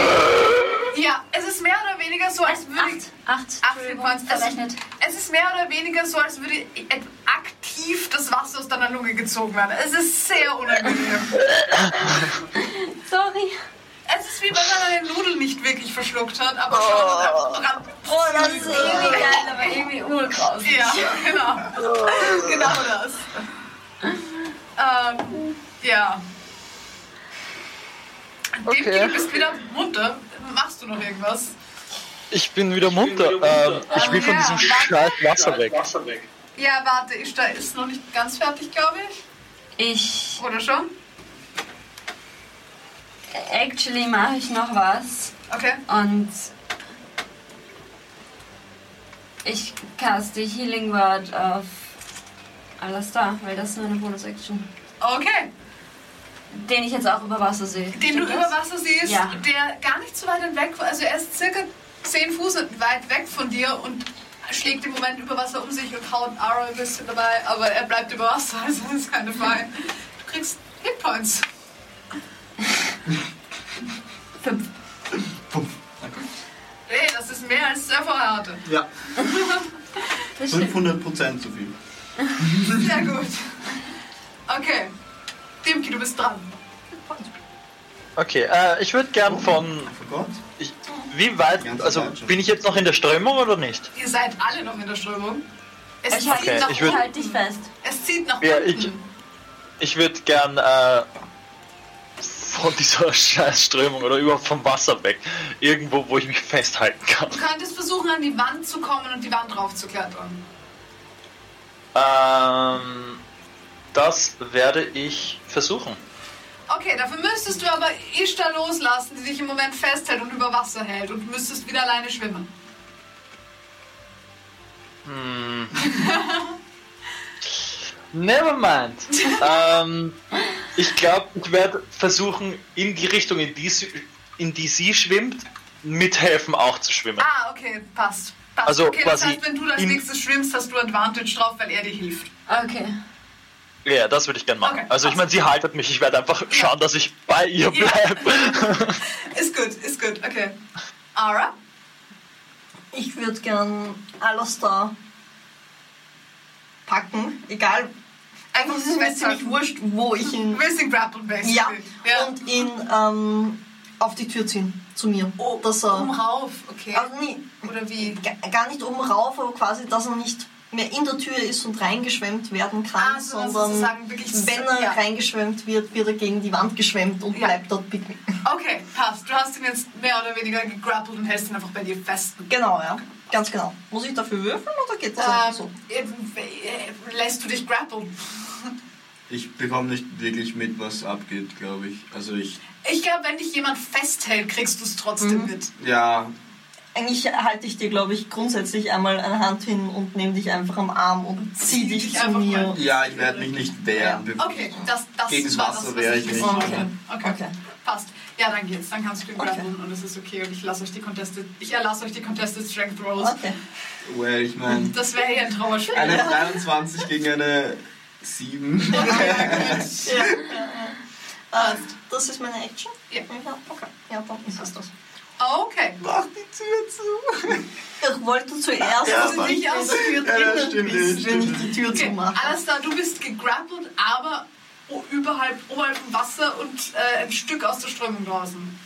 Ja, es ist mehr oder weniger so, als würde ich...
Acht, acht,
Acht Hitpoints, also-
verrechnet.
Es ist mehr oder weniger so, als würde et- aktiv das Wasser aus deiner Lunge gezogen werden. Es ist sehr unangenehm.
Sorry.
Es ist wie wenn man eine Nudel nicht wirklich verschluckt hat, aber oh. schon einfach dran.
Oh, das ist
äh,
irgendwie geil, aber irgendwie urgrausig.
Ja, genau. Genau das. Ähm, ja. Dem
Okay.
Kind, du bist wieder munter. Machst du noch irgendwas?
Ich bin wieder munter. Ähm, ich will von
Oh, Ja,
diesem
warte.
scheiß Wasser weg.
Ja, warte, ich, da ist noch nicht ganz fertig, glaube ich.
Ich,
Oder schon?
actually mache ich noch was
Okay.
und ich caste Healing Word auf Alastar, weil das ist nur eine Bonus-Action.
Okay.
Den ich jetzt auch über Wasser sehe.
Den du
Stimmt
über
das?
Wasser siehst,
Ja.
der gar nicht so weit weg, also er ist circa 10 Fuß weit weg von dir und schlägt im Moment über Wasser um sich und haut Arrow ein bisschen dabei, aber er bleibt über Wasser, also ist keine Frage. Du kriegst Hitpoints.
Fünf.
Nee, das ist mehr als der vorher hatte.
Ja,
Das stimmt.
500% zu viel.
Sehr gut. Okay. Dimki, du bist dran.
Okay, äh, ich würde gern von.
Oh Gott.
Ich, wie weit.
Ganz
Also
weit schon.
bin ich jetzt noch in der Strömung oder nicht?
Ihr seid alle noch in der Strömung. Es
Ich halte
Okay,
dich-
nach
ich
halt
ich
würd-
halte dich fest.
Es zieht nach
Ja,
unten.
ich- Ich würde gern äh, von dieser Scheißströmung oder überhaupt vom Wasser weg. Irgendwo, wo ich mich festhalten kann.
Du könntest versuchen, an die Wand zu kommen und die Wand drauf zu klettern.
Ähm, das werde ich versuchen.
Okay, dafür müsstest du aber Ishtar loslassen, die dich im Moment festhält und über Wasser hält und müsstest wieder alleine schwimmen.
Hm. Never mind. ähm, ich glaube, ich werde versuchen, in die Richtung, in die, sie- in die sie schwimmt, mithelfen auch zu schwimmen.
Ah, okay, passt. passt.
Also
okay, das
quasi
heißt, wenn du als
in-
nächstes schwimmst, hast du Advantage drauf, weil er dir hilft.
Okay.
Ja, das würde ich gern machen.
Okay,
also ich meine, sie haltet mich. Ich werde einfach schauen, dass ich bei ihr
Ja.
bleibe.
Ist gut, ist gut, okay. Ara?
Ich würde gern Alastar packen, egal. Einfach es ist mir Mhm. ziemlich wurscht, wo ich ihn.
Racing Grapple basically.
Ja, und ihn ähm, auf die Tür ziehen, zu mir.
Oh,
dass er,
oben rauf, okay.
äh, also nee,
Oder wie?
ga- gar nicht oben rauf, aber quasi, dass er nicht mehr in der Tür ist und reingeschwemmt werden kann,
Ah, so dass
sondern
sozusagen wirklich.
wenn er
ja.
reingeschwemmt wird, wird er gegen die Wand geschwemmt und
Ja.
bleibt dort picken.
Okay, passt. Du hast ihn jetzt mehr oder weniger gegrappelt und hältst ihn einfach bei dir fest.
Genau, ja, ganz genau. Muss ich dafür würfeln oder geht das einfach so?
Ähm, äh, lässt du dich grappeln?
Ich bekomme nicht wirklich mit, was abgeht, glaube ich. Also ich.
Ich glaube, wenn dich jemand festhält, kriegst du es trotzdem
Mhm.
mit.
Ja,
Eigentlich halte ich dir, glaube ich, grundsätzlich einmal eine Hand hin und nehme dich einfach am Arm und zieh dich
Dich
zu
einfach
mir.
mal.
ja, ich werde mich nicht wehren.
Okay, das, das
Gegen das
war
Wasser
das, was
wär ich nicht.
wissen wollte.
Okay.
Okay.
Okay.
passt. Ja, dann geht's. Dann kannst du ihn
Okay.
grappeln und es ist okay. Und ich lasse euch die Contested, ich erlasse euch die Contested Strength Rolls.
Okay.
Well, ich meine.
Das wäre ja ein Trauerspiel.
Eine 23 gegen eine 7.
Ja. Äh, das ist meine Action?
Ja.
Okay. Ja, dann ist es das.
Okay.
Mach die Tür zu.
Ich wollte zuerst,
Ja,
dass
Mann.
ich nicht aus der Tür
Ja,
drinnen
das stimmt,
bin,
das
wenn ich
stimmt.
die Tür
okay.
zumache.
Alles da, du bist gegrappelt, aber o- überhalb, oberhalb vom Wasser und äh, ein Stück aus der Strömung draußen.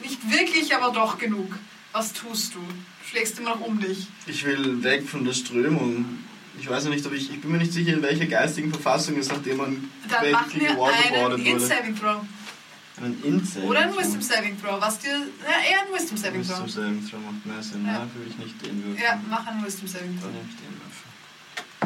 Nicht wirklich, aber doch genug. Was tust du? Schlägst immer noch um dich.
Ich will weg von der Strömung. Ich weiß noch nicht, ob ich. Ich bin mir nicht sicher, in welcher geistigen Verfassung ist, nachdem man
Dann mach mir einen
wurde.
In-Saving Throw.
Ein Insekt.
Oder einen Wisdom Saving Throw. Was dir. Ja, eher einen Wisdom Saving Throw.
Wisdom Saving Throw macht mehr Sinn.
Ja.
Ja. also will ich nicht den würfeln.
Ja, mach einen Wisdom Saving Throw.
Dann nehme ich den Würfel.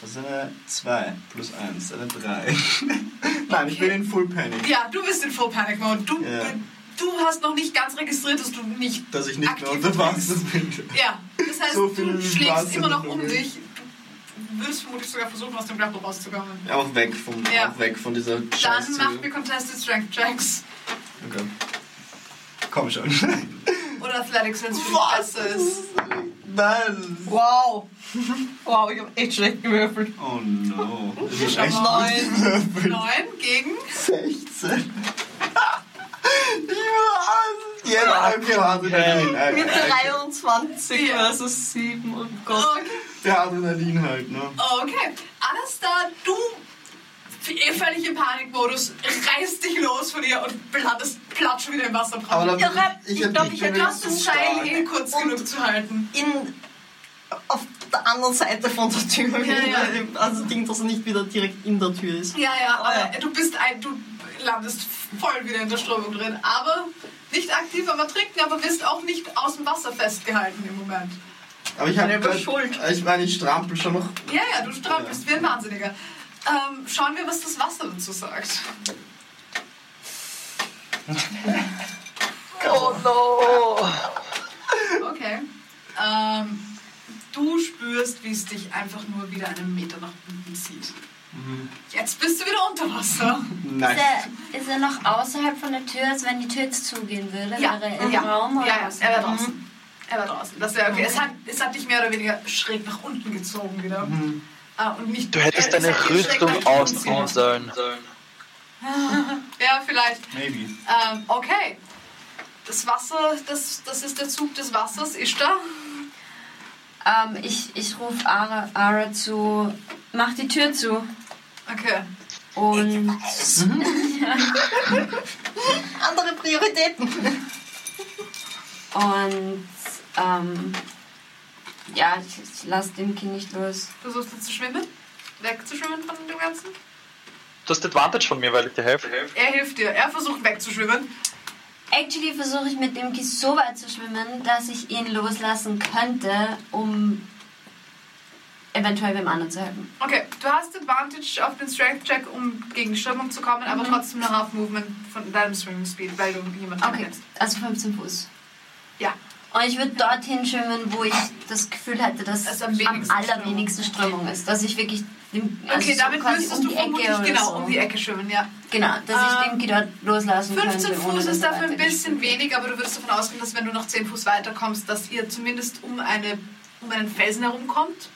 Das ist eine 2 plus 1, eine 3. Nein, ich bin in Full Panic.
Ja, du bist in Full Panic Mode. Du,
Ja.
du hast noch nicht ganz registriert, dass du nicht.
Dass ich nicht mehr
Aktiv
unter Wasser bin.
Ja, das heißt,
So
du
viel
schlägst
Wasser
immer noch
drin.
um dich. Du würdest vermutlich sogar versuchen, aus dem Grapple rauszukommen.
Ja, Auch weg, vom,
Ja.
auch weg von dieser
Dann
Scheiß-Tür.
machen wir Contested Strength Checks.
Okay. Komm schon.
Oder Athletics, wenn es für dich
Was?
besser ist.
Nein.
Wow. wow, ich habe echt schlecht gewürfelt.
Oh no. Das ist echt
Nein.
Neun gegen.
16. also, ja, jetzt abgewartet.
Mit
Adrenalin.
23
Ja.
versus 7 und Gott.
Okay.
Der Adrenalin halt, ne?
Okay, alles da, du eh völlig im Panikmodus, reißt dich los von ihr und landest platt schon wieder im Wasser
Aber dann,
Ja, ich
hab-
glaub,
ich
ich
bin
Du hast
zu
das Seil
stark.
eh kurz
Und-
genug zu halten.
In, auf der anderen Seite von der Tür.
Ja, ja.
Also Ding, dass er nicht wieder direkt in der Tür ist.
Ja, ja,
Ah, ja.
aber du bist ein, du landest voll wieder in der Strömung drin. Aber nicht aktiv, aber trinken, aber bist auch nicht aus dem Wasser festgehalten im Moment.
Aber ich habe
Selber schuld.
Ich meine, ich strampel schon noch.
Ja, ja, du strampelst wie ein Wahnsinniger. Ähm, schauen wir, was das Wasser dazu sagt.
Oh no.
Okay. Ähm, du spürst, wie es dich einfach nur wieder einen Meter nach unten zieht. Jetzt bist du wieder unter Wasser.
Nein.
Ist er, ist er noch außerhalb von der Tür, als wenn die Tür jetzt zugehen würde? Wäre er im
ja.
Raum?
ja, ja,
Oder was? Mhm.
er war draußen. Er war draußen. Das wär okay. es, hat, es hat dich mehr oder weniger schräg nach unten gezogen wieder. Ah, und nicht,
Du hättest
äh, es
deine
hat dich schräg nach
Rüstung
unten
ausziehen
gezogen.
sollen.
Ja, vielleicht.
Maybe.
Ähm, okay. Das Wasser, das, das ist der Zug des Wassers, ist da.
Ähm, ich ich rufe Ara, Ara zu, mach die Tür zu.
Okay.
Und
Andere Prioritäten.
Und ähm, ja, ich, ich lasse dem Kind nicht los.
Versuchst du zu schwimmen? Wegzuschwimmen von dem Ganzen?
Du hast Advantage von mir, weil ich dir helfe.
Er hilft dir. Er versucht wegzuschwimmen.
Actually versuche ich mit dem Kies so weit zu schwimmen, dass ich ihn loslassen könnte, um eventuell beim anderen zu helfen.
Okay, du hast Advantage auf den Strength-Check, um gegen die Strömung zu kommen,
Mhm.
aber trotzdem nur Half-Movement von deinem Swimming-Speed, weil du jemanden
Okay,
kennst.
also 15 Fuß.
Ja.
Und ich würde dorthin schwimmen, wo ich das Gefühl hätte, dass
Dass
es
am
am,
wenigsten
allerwenigsten Strömung ist. Dass ich wirklich dem, also
Okay,
so
damit
quasi
müsstest
um
du
die Ecke
vermutlich
oder
genau
so.
um die Ecke schwimmen, ja.
Genau, dass ich
Ähm,
den dort loslassen
15
könnte. ohne
Fuß
dass
ist
er
dafür ein
weiter
bisschen
geschwimmt wird.
wenig, aber du würdest davon ausgehen, dass wenn du noch 10 Fuß weiterkommst, dass ihr zumindest um, eine, um einen Felsen herumkommt,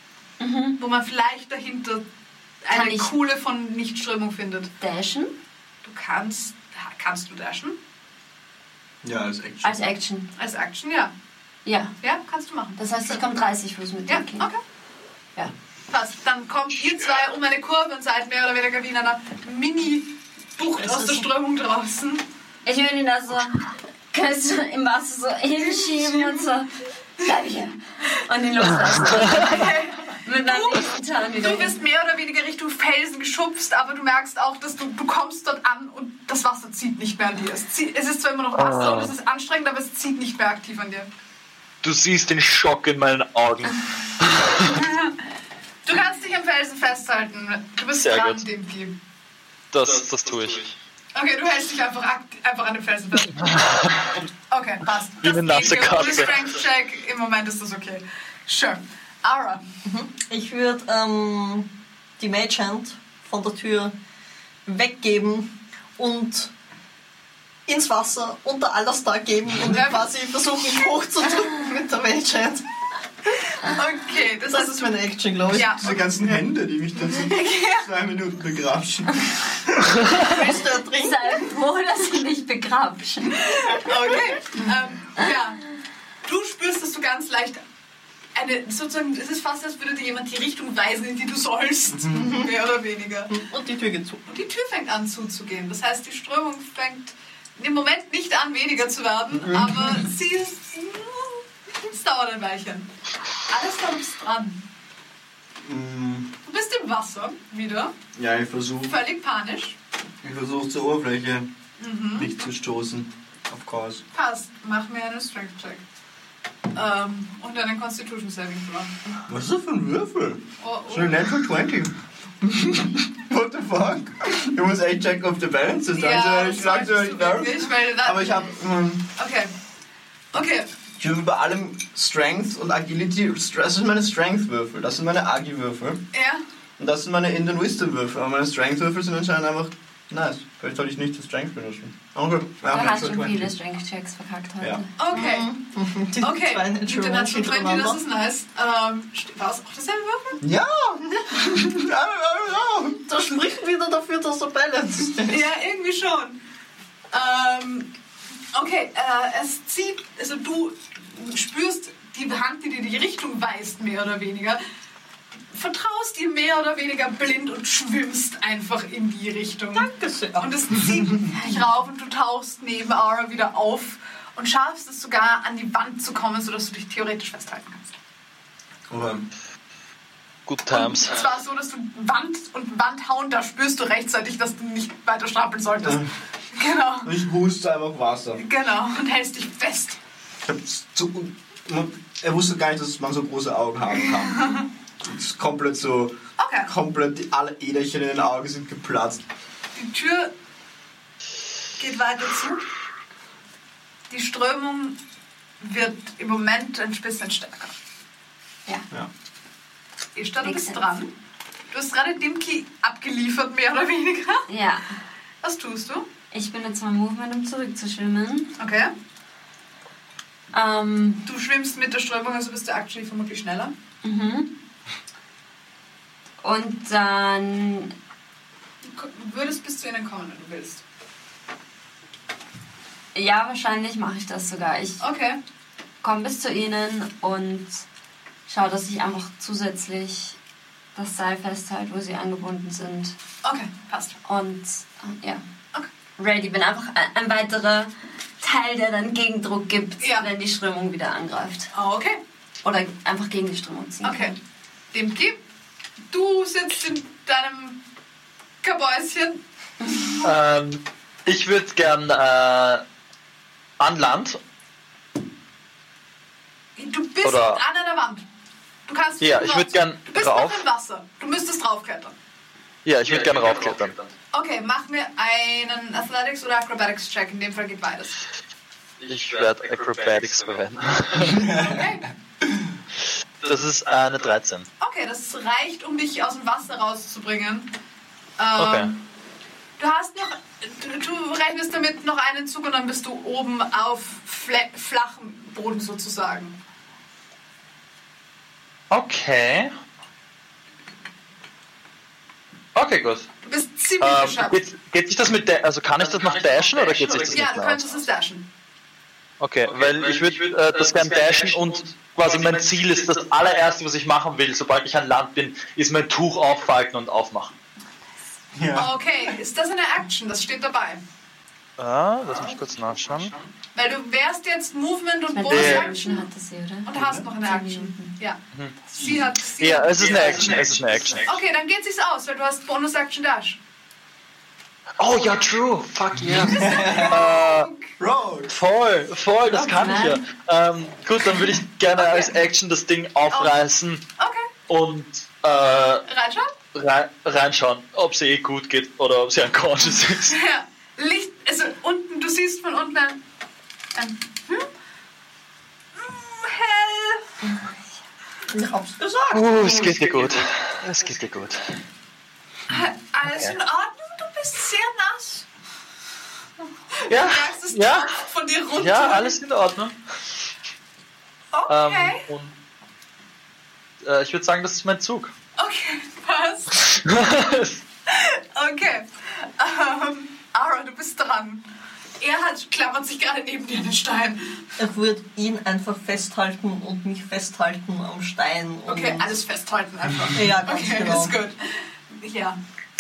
wo man vielleicht dahinter
Mhm. Kann
eine
ich-
Kuhle von Nichtströmung findet.
Dashen
Du kannst, kannst du dashen?
Ja, als Action.
Also-
als Action.
Als Action, ja.
Ja,
Ja, kannst du machen.
das heißt, ich komme 30 Fuß mit
Ja,
dem Kind.
okay.
Ja.
Passt. Dann kommt ihr zwei um eine Kurve und seid mehr oder weniger wie in einer Mini-Bucht aus der Strömung draußen.
Ich würde ihn da so kannst du im Wasser so hinschieben und so. Bleib hier. Und ihn loslassen. Mit meinem nächsten Zahn wieder.
Du
hin.
wirst mehr oder weniger Richtung Felsen geschubst, aber du merkst auch, dass du, du kommst dort an und das Wasser zieht nicht mehr an dir. Es, zieht, es ist zwar immer noch Wasser
Ah.
und es ist anstrengend, aber es zieht nicht mehr aktiv an dir.
Du siehst den Schock in meinen Augen.
Du kannst dich am Felsen festhalten. Du bist
Sehr
dran,
gut.
Dimki.
Das, das, tue ich.
Okay, du hältst dich einfach, akt- einfach an dem Felsen fest. Okay, passt.
Wie eine
Das
nasse
geht. Ohne
Katze.
Strength-Check, im Moment ist das okay. Sure. Ara.
Ich würde ähm, die Mage Hand von der Tür weggeben und ins Wasser unter Alastar geben und
Ja.
quasi versuchen hochzudrücken mit der Mage Hand.
Okay, das,
Das
ist
ist meine Action, glaube ich.
Ja.
Diese ganzen Hände, die mich dann sind zwei Minuten begrapschen.
Willst du ertrinken?
Sei froh, dass ich nicht begrapschen.
Okay. Ähm, ja. Du spürst, dass du ganz leicht eine, sozusagen, es ist fast, als würde dir jemand die Richtung weisen, in die du sollst. Mehr oder weniger.
Und die Tür geht zu.
Und die Tür fängt an zuzugehen. Das heißt, die Strömung fängt im Moment nicht an, weniger zu werden, aber sie ist. Es dauert ein Weilchen. Alles da ist dran.
Mm,
Du bist im Wasser wieder,
Ja, ich versuche
völlig panisch.
ich versuch zur Oberfläche nicht zu stoßen. Of course.
Passt, mach mir einen Strength-Check. Ähm, und einen Constitution-Saving-Throw.
Was ist das für ein Würfel?
Oh,
So
oh.
eine Natural 20. What the fuck? Ich muss echt checken, ob der Balance ist. also, ich
das
schlag's
solltest
euch
du
nervös.
wirklich, weil da-
Aber ich habe ähm,
Okay. Okay.
ich würfel bei allem Strength und Agility. Das sind meine Strength-Würfel, das sind meine Agi-Würfel
Ja.
und das sind meine Indian Wisdom-Würfel. Aber meine Strength-Würfel sind anscheinend einfach nice. Vielleicht sollte ich nicht das Strength benutzen. Okay, ja,
Du hast
Natural
schon
20.
viele Strength-Checks verkackt heute.
Ja.
Okay.
Mhm.
Die
Okay.
zwei
Mit der
Natural
Natural
Ones
20, das
hintereinander.
ist nice. Ähm, st- war es auch dasselbe Würfel?
Ja! ja.
Das spricht wieder dafür, dass er balanced ist.
Ja, irgendwie schon. Ähm, okay, äh, es zieht, also du spürst die Hand, die dir die Richtung weist, mehr oder weniger. Vertraust ihr mehr oder weniger blind und schwimmst einfach in die Richtung.
Dankeschön.
Und es zieht dich rauf und du tauchst neben Aura wieder auf und schaffst es sogar an die Wand zu kommen, sodass du dich theoretisch festhalten kannst.
Okay.
Good times.
Es war so, dass du Wand und Wand hauen, da spürst du rechtzeitig, dass du nicht weiter stapeln solltest. Genau,
Ich huste einfach Wasser.
genau. Und hältst dich fest.
Ich hab's zu, er wusste gar nicht, dass man so große Augen haben kann. Es ist komplett so.
Okay.
Komplett die, alle Äderchen in den Augen sind geplatzt.
Die Tür geht weiter zu. Die Strömung wird im Moment ein bisschen stärker.
Ja.
Ihr stand
Makes
bist
sense.
dran. Du hast gerade Dimki abgeliefert, mehr oder weniger.
Ja.
Was tust du?
Ich benutze mein Movement, um zurückzuschwimmen.
Okay.
Ähm,
Du schwimmst mit der Strömung, also bist du actually vermutlich schneller.
mhm. Und dann
Du k- würdest bis zu ihnen kommen, wenn du willst.
Ja, wahrscheinlich mache ich das sogar. Ich
Okay.
komme bis zu ihnen und schaue, dass ich einfach zusätzlich das Seil festhalte, wo sie angebunden sind.
Okay, passt.
Und äh, ja,
Okay.
ready bin. Einfach ein, ein weiterer Teil, der dann Gegendruck gibt,
Ja.
wenn die Strömung wieder angreift.
Oh, Okay.
Oder einfach gegen Mhm. die Strömung ziehen.
Okay.
kann.
Demki, du sitzt in deinem Kabäuschen.
Ähm, ich würde gern äh, an Land.
Du bist
Oder-
an einer Wand. Du kannst
Ja,
du
ich würd
brauchst-
gern
Du bist
drauf.
noch im Wasser. Du müsstest draufklettern.
Ja, ich würde gern raufklettern.
Okay, mach mir einen Athletics oder Acrobatics Check. In dem Fall geht beides.
Ich werde Acrobatics verwenden.
Okay.
Das ist eine 13.
Okay, das reicht, um dich aus dem Wasser rauszubringen. Ähm,
Okay.
Du hast noch, du, du rechnest damit noch einen Zug und dann bist du oben auf fle- flachem Boden sozusagen.
Okay. Okay, gut.
Du bist ziemlich
Ähm,
geschafft.
geht, geht sich das mit da also kann ich das noch dashen oder geht sich das
ja,
nicht
du
mehr aus?
könntest es dashen.
Okay, weil ich würde äh, das gern dashen und quasi mein Ziel ist, das allererste, was ich machen will, sobald ich an Land bin, ist mein Tuch auffalten und aufmachen.
Ja.
Okay, ist das eine Action? Das steht dabei.
Ah, lass mich kurz nachschauen.
Weil du wärst jetzt Movement und
Meine
Bonus
Ja.
Action
hatte sie, oder?
und hast noch eine
Zehn
Action.
Minuten.
Ja. Sie hat. Sie
Mhm. Ja, also-
hat
es ist eine Action, es ist eine Action.
okay, dann geht sich's aus, weil du hast Bonus Action Dash.
Oh ja, true. Fuck yeah. äh,
Road!
voll, voll, das kann ich ja. Ähm, gut, dann würde ich gerne
Oh, Okay. Oh.
als Action das Ding aufreißen
Okay,
und äh,
reinschauen.
rein, reinschauen, ob sie eh gut geht oder ob sie unconscious ist.
Ja, Licht, also unten, du siehst von unten ein, ein hm? Mm,
Ich hab's gesagt.
Uh, es geht dir gut. Es geht dir gut.
hell. Alles in Ordnung, du bist sehr nass.
Ja,
Du merkst es
ja,
tropft von dir runter.
ja, alles in Ordnung. Ähm,
Okay,
und, äh, ich würde sagen, das ist mein Zug.
okay, passt. Okay. Ähm, Ara, du bist dran. Er hat, klammert sich gerade neben dir an den Stein.
Ich würde ihn einfach festhalten und mich festhalten am Stein. Und
Okay, alles festhalten einfach.
Ja, ganz
okay,
genau.
ist gut. Ja,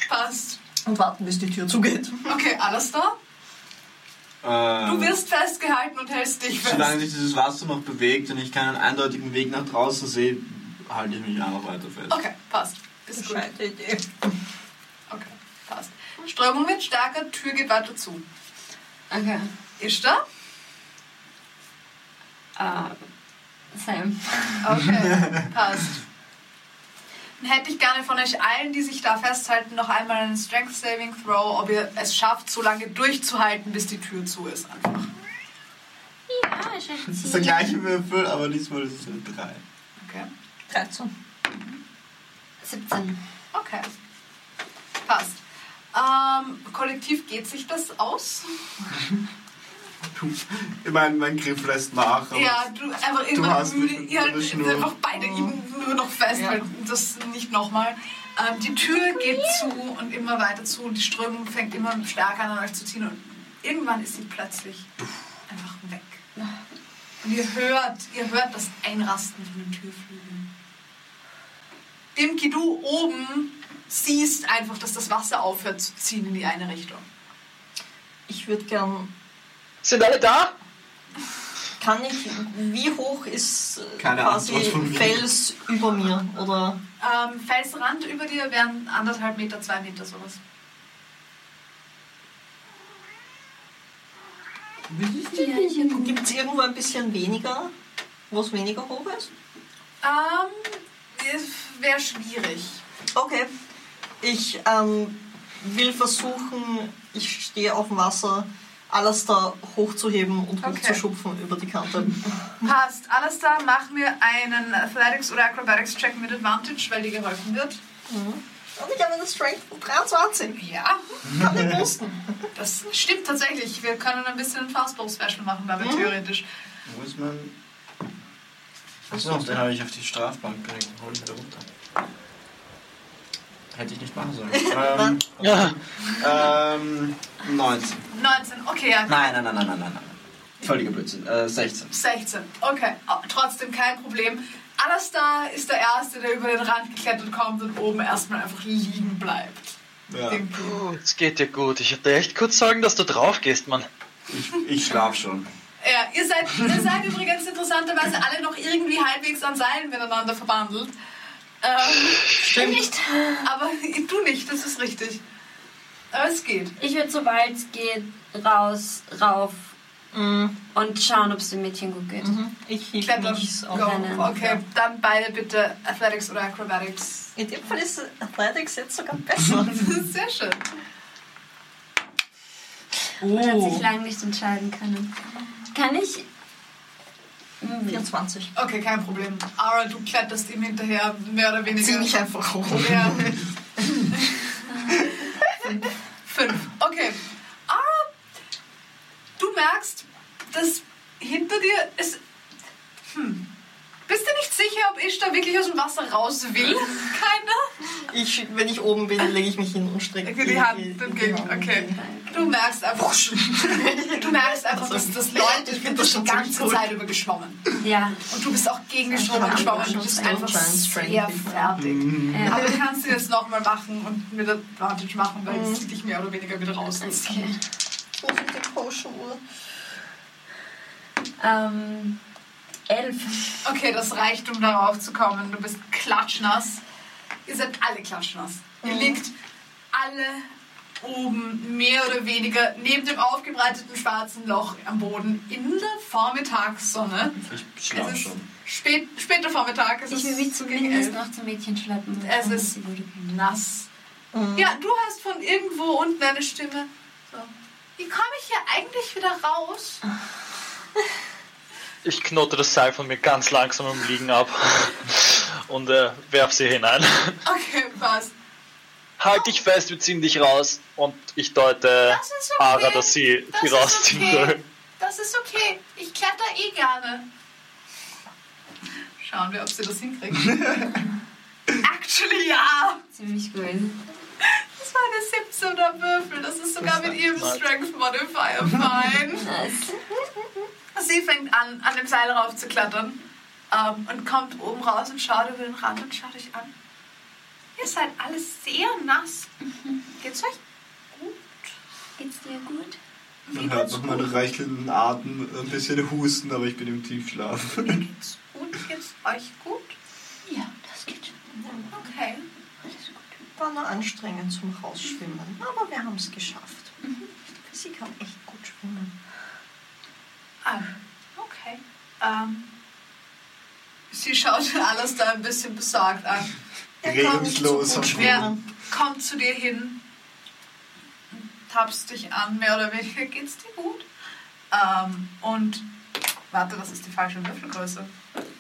passt.
Und warten, bis die Tür zugeht.
Okay, alles da?
Äh,
Du wirst festgehalten und hältst dich fest.
Solange sich dieses Wasser noch bewegt und ich keinen eindeutigen Weg nach draußen sehe, halte ich mich einfach weiter fest.
Okay, passt. Ist gut.
Gescheite Idee.
Okay, passt. Strömung wird starker, Tür geht weiter zu.
Okay.
Ist da? Ah,
Äh, Sam.
Okay, passt. Dann hätte ich gerne von euch allen, die sich da festhalten, noch einmal einen Strength Saving Throw, ob ihr es schafft, so lange durchzuhalten, bis die Tür zu ist. Einfach.
Ja, ich
Das ist der gleiche Würfel, aber diesmal ist es eine 3.
Okay.
13.
17.
Okay. Passt. Ähm, kollektiv geht sich das aus?
Ich meine, mein Griff lässt nach. aber-
ja, du einfach irgendwann
hast
müde,
mich
ihr
unter der
halt
Schnur.
einfach beide eben nur noch fest, weil das nicht nochmal. Ähm, die Tür geht zu und immer weiter zu und die Strömung fängt immer stärker an an euch zu ziehen und irgendwann ist sie plötzlich einfach weg. Und ihr hört, ihr hört das Einrasten von den Türflügeln. Dimki, du oben siehst einfach, dass das Wasser aufhört zu ziehen in die eine Richtung.
Ich würde gern.
Sind alle da?
Kann ich. Wie hoch ist äh,
Keine
quasi
Antwort von mir.
Fels über mir? Oder.
Ähm, Felsrand über dir wären anderthalb Meter, zwei Meter sowas.
Ja, ich hab
Gibt es irgendwo ein bisschen weniger, wo es weniger hoch ist?
Ähm, es wäre schwierig.
Okay. Ich ähm, will versuchen, ich stehe auf dem Wasser, alles da hochzuheben und
Okay.
hochzuschupfen über die Kante.
Passt. Alles da, mach mir einen Athletics oder Acrobatics Check mit Advantage, weil dir geholfen wird.
Und ich habe eine Strength von 23.
Ja,
Ich kann den Brüsten.
das stimmt tatsächlich. Wir können ein bisschen ein Fastball-Special machen damit, theoretisch.
Wo ist mein. Achso, den habe ich auf die Strafbank gelegt. Hol ihn wieder runter. Hätte ich nicht machen sollen. ähm, ähm, 19.
19, okay, ja.
Nein, nein, nein, nein, nein, nein. nein. Völliger Blödsinn. Äh, 16.
16, okay. Oh, Trotzdem kein Problem. Alastar ist der Erste, der über den Rand geklettert kommt und oben erstmal einfach liegen bleibt.
Ja.
Dem-
Oh, es geht dir gut. Ich hätte echt kurz sagen, dass du drauf gehst, Mann.
Ich, ich schlaf schon.
Ja, ihr seid, ihr seid übrigens interessanterweise alle noch irgendwie halbwegs an Seilen miteinander verbandelt. Ähm,
Stimmt. Nicht.
aber du nicht, das ist richtig. Aber es geht.
Ich würde, sobald es geht, raus, rauf und schauen, ob es dem Mädchen gut geht.
Ich hieb
Klettern.
mich auf.
Go.
Rennen.
Okay, dann beide bitte Athletics oder Acrobatics.
In dem Fall ist Athletics jetzt sogar besser.
Das ist sehr schön.
Und
Oh.
hat sich lange nicht entscheiden können. Kann ich. Hm.
24.
Okay, kein Problem. Ara, du kletterst ihm hinterher, mehr oder weniger.
Ziemlich einfach hoch.
Ja. Fünf. Okay. Ara, du merkst, dass hinter dir ist. Hm. Bist du nicht sicher, ob ich da wirklich aus dem Wasser raus will? Keiner?
Ich, wenn ich oben bin, lege ich mich hin und strecke
Okay, die Hand entgegen. Okay. Du merkst einfach. Du merkst einfach, dass das Leute, ich bin
das
die
schon ziemlich
ganze
cool.
Zeit über geschwommen.
Ja.
Und du bist auch gegen den Strom geschwommen. Du bist einfach sehr fertig.
Äh,
Aber du kannst du das nochmal machen und mit Advantage machen, weil
Mhm.
es dich mehr oder weniger wieder rauszieht.
okay.
Wo sind die Potion-Uhr?
Ähm, elf.
Okay, das reicht, um darauf zu kommen. Du bist klatschnass. Ihr seid alle klatschnass.
Mhm.
Ihr liegt alle oben, mehr oder weniger, neben dem aufgebreiteten schwarzen Loch am Boden in der Vormittagssonne.
Ich
Es
schlafe
ist
schon.
spät, später Vormittag. Es
Ich will
ist
mich
so gegen
zumindest
elf.
noch zum Mädchen schleppen. und
Es
schauen, ob
ist-
sie gut geht.
nass.
Mhm.
Ja, du hast von irgendwo unten eine Stimme. So. Wie komme ich hier eigentlich wieder raus?
Ich knote das Seil von mir ganz langsam im Liegen ab und äh, werf sie hinein.
Okay, passt.
Halt dich fest, wir ziehen dich raus. Und ich deute
Das ist okay.
Ara, dass sie
Ah, Das
sie
ist
rausziehen
okay.
soll.
Das ist okay. Ich kletter eh gerne. Schauen wir, ob sie das hinkriegen. Actually, ja.
Ziemlich gut.
Das war eine 17er Würfel. Das ist sogar mit ihrem
smart.
Strength Modifier fein.
Nice.
Sie fängt an, an dem Seil rauf zu klettern ähm, und kommt oben raus und schaut über den Rand und schaut euch an. Ihr seid alles sehr nass. Geht's euch?
Geht's dir gut?
Man hört noch meine reichelnden Atem, ein bisschen Husten, aber ich bin im Tiefschlaf.
Mir geht's gut. Geht's euch gut?
Ja, das geht schon.
Okay.
War nur anstrengend zum Rausschwimmen, aber wir haben es geschafft. Sie kann echt gut schwimmen.
Ah, okay. Ähm, sie schaut alles da ein bisschen besorgt an.
Regungslos am
Wer
Boden.
kommt zu dir hin, tapst dich an, mehr oder weniger geht's dir gut. Ähm, und warte, das ist die falsche Würfelgröße.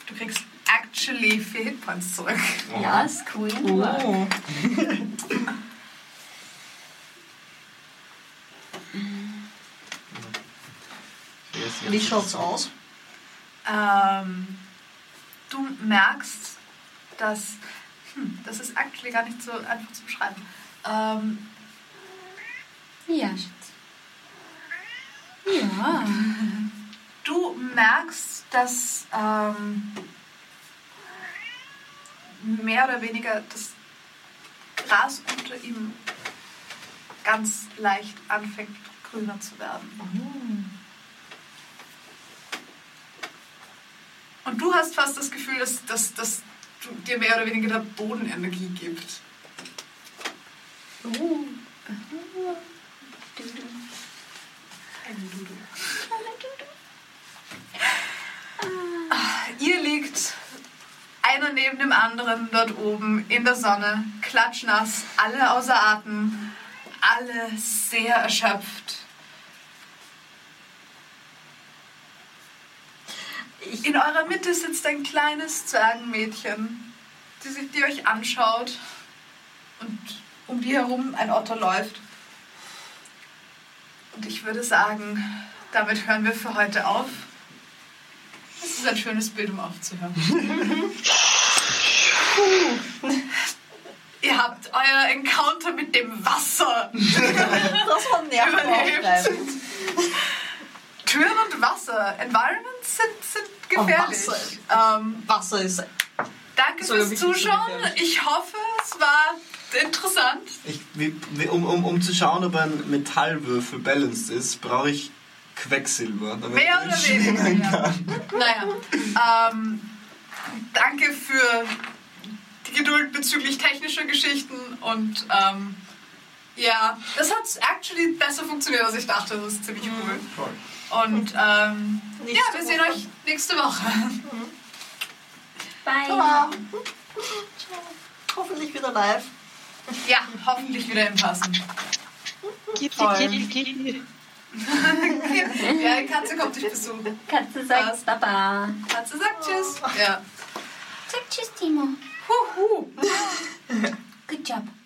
Du kriegst actually vier Hitpoints zurück.
Ja, ist cool.
Oh. Wie schaut's aus?
Ähm, du merkst, dass hm, das ist actually gar nicht so einfach zu beschreiben. Ähm,
Ja, Schatz. Ja.
Du merkst, dass ähm, mehr oder weniger das Gras unter ihm ganz leicht anfängt, grüner zu werden. Und du hast fast das Gefühl, dass, dass, dass du, dir mehr oder weniger der Boden Energie gibt. Ein Dudu. Ihr liegt einer neben dem anderen dort oben in der Sonne, klatschnass, alle außer Atem, alle sehr erschöpft. In eurer Mitte sitzt ein kleines Zwergenmädchen, die, sich, die euch anschaut und um die herum ein Otter läuft. Und ich würde sagen, damit hören wir für heute auf. Es ist ein schönes Bild, um aufzuhören. Ihr habt euer Encounter mit dem Wasser.
Das war nervenaufreibend.
Türen und Wasser. Environments sind, sind
Oh,
gefährlich. ähm,
Wasser ist
danke
Sogar
fürs
wirklich so
Zuschauen.
gefährlich.
Ich hoffe, es war interessant.
Ich, wie- wie- um, um, um zu schauen, ob ein Metallwürfel balanced ist, brauche ich Quecksilber. damit
Mehr
ich
oder
schwingen
weniger, ja.
kann.
Naja, ähm, danke für die Geduld bezüglich technischer Geschichten und ähm, Ja, das hat actually besser funktioniert, als ich dachte. Das ist ziemlich cool.
Toll.
Und ähm, ja,
Nächste
wir sehen
Woche.
euch nächste Woche.
Bye.
Ciao.
Hoffentlich wieder live.
Ja, hoffentlich wieder im Passen. Ja, die Katze kommt dich besuchen.
Katze sagt Baba.
Katze sagt
Oh.
Tschüss. Ja.
Sag Tschüss, Timo.
Huhu.
Good job.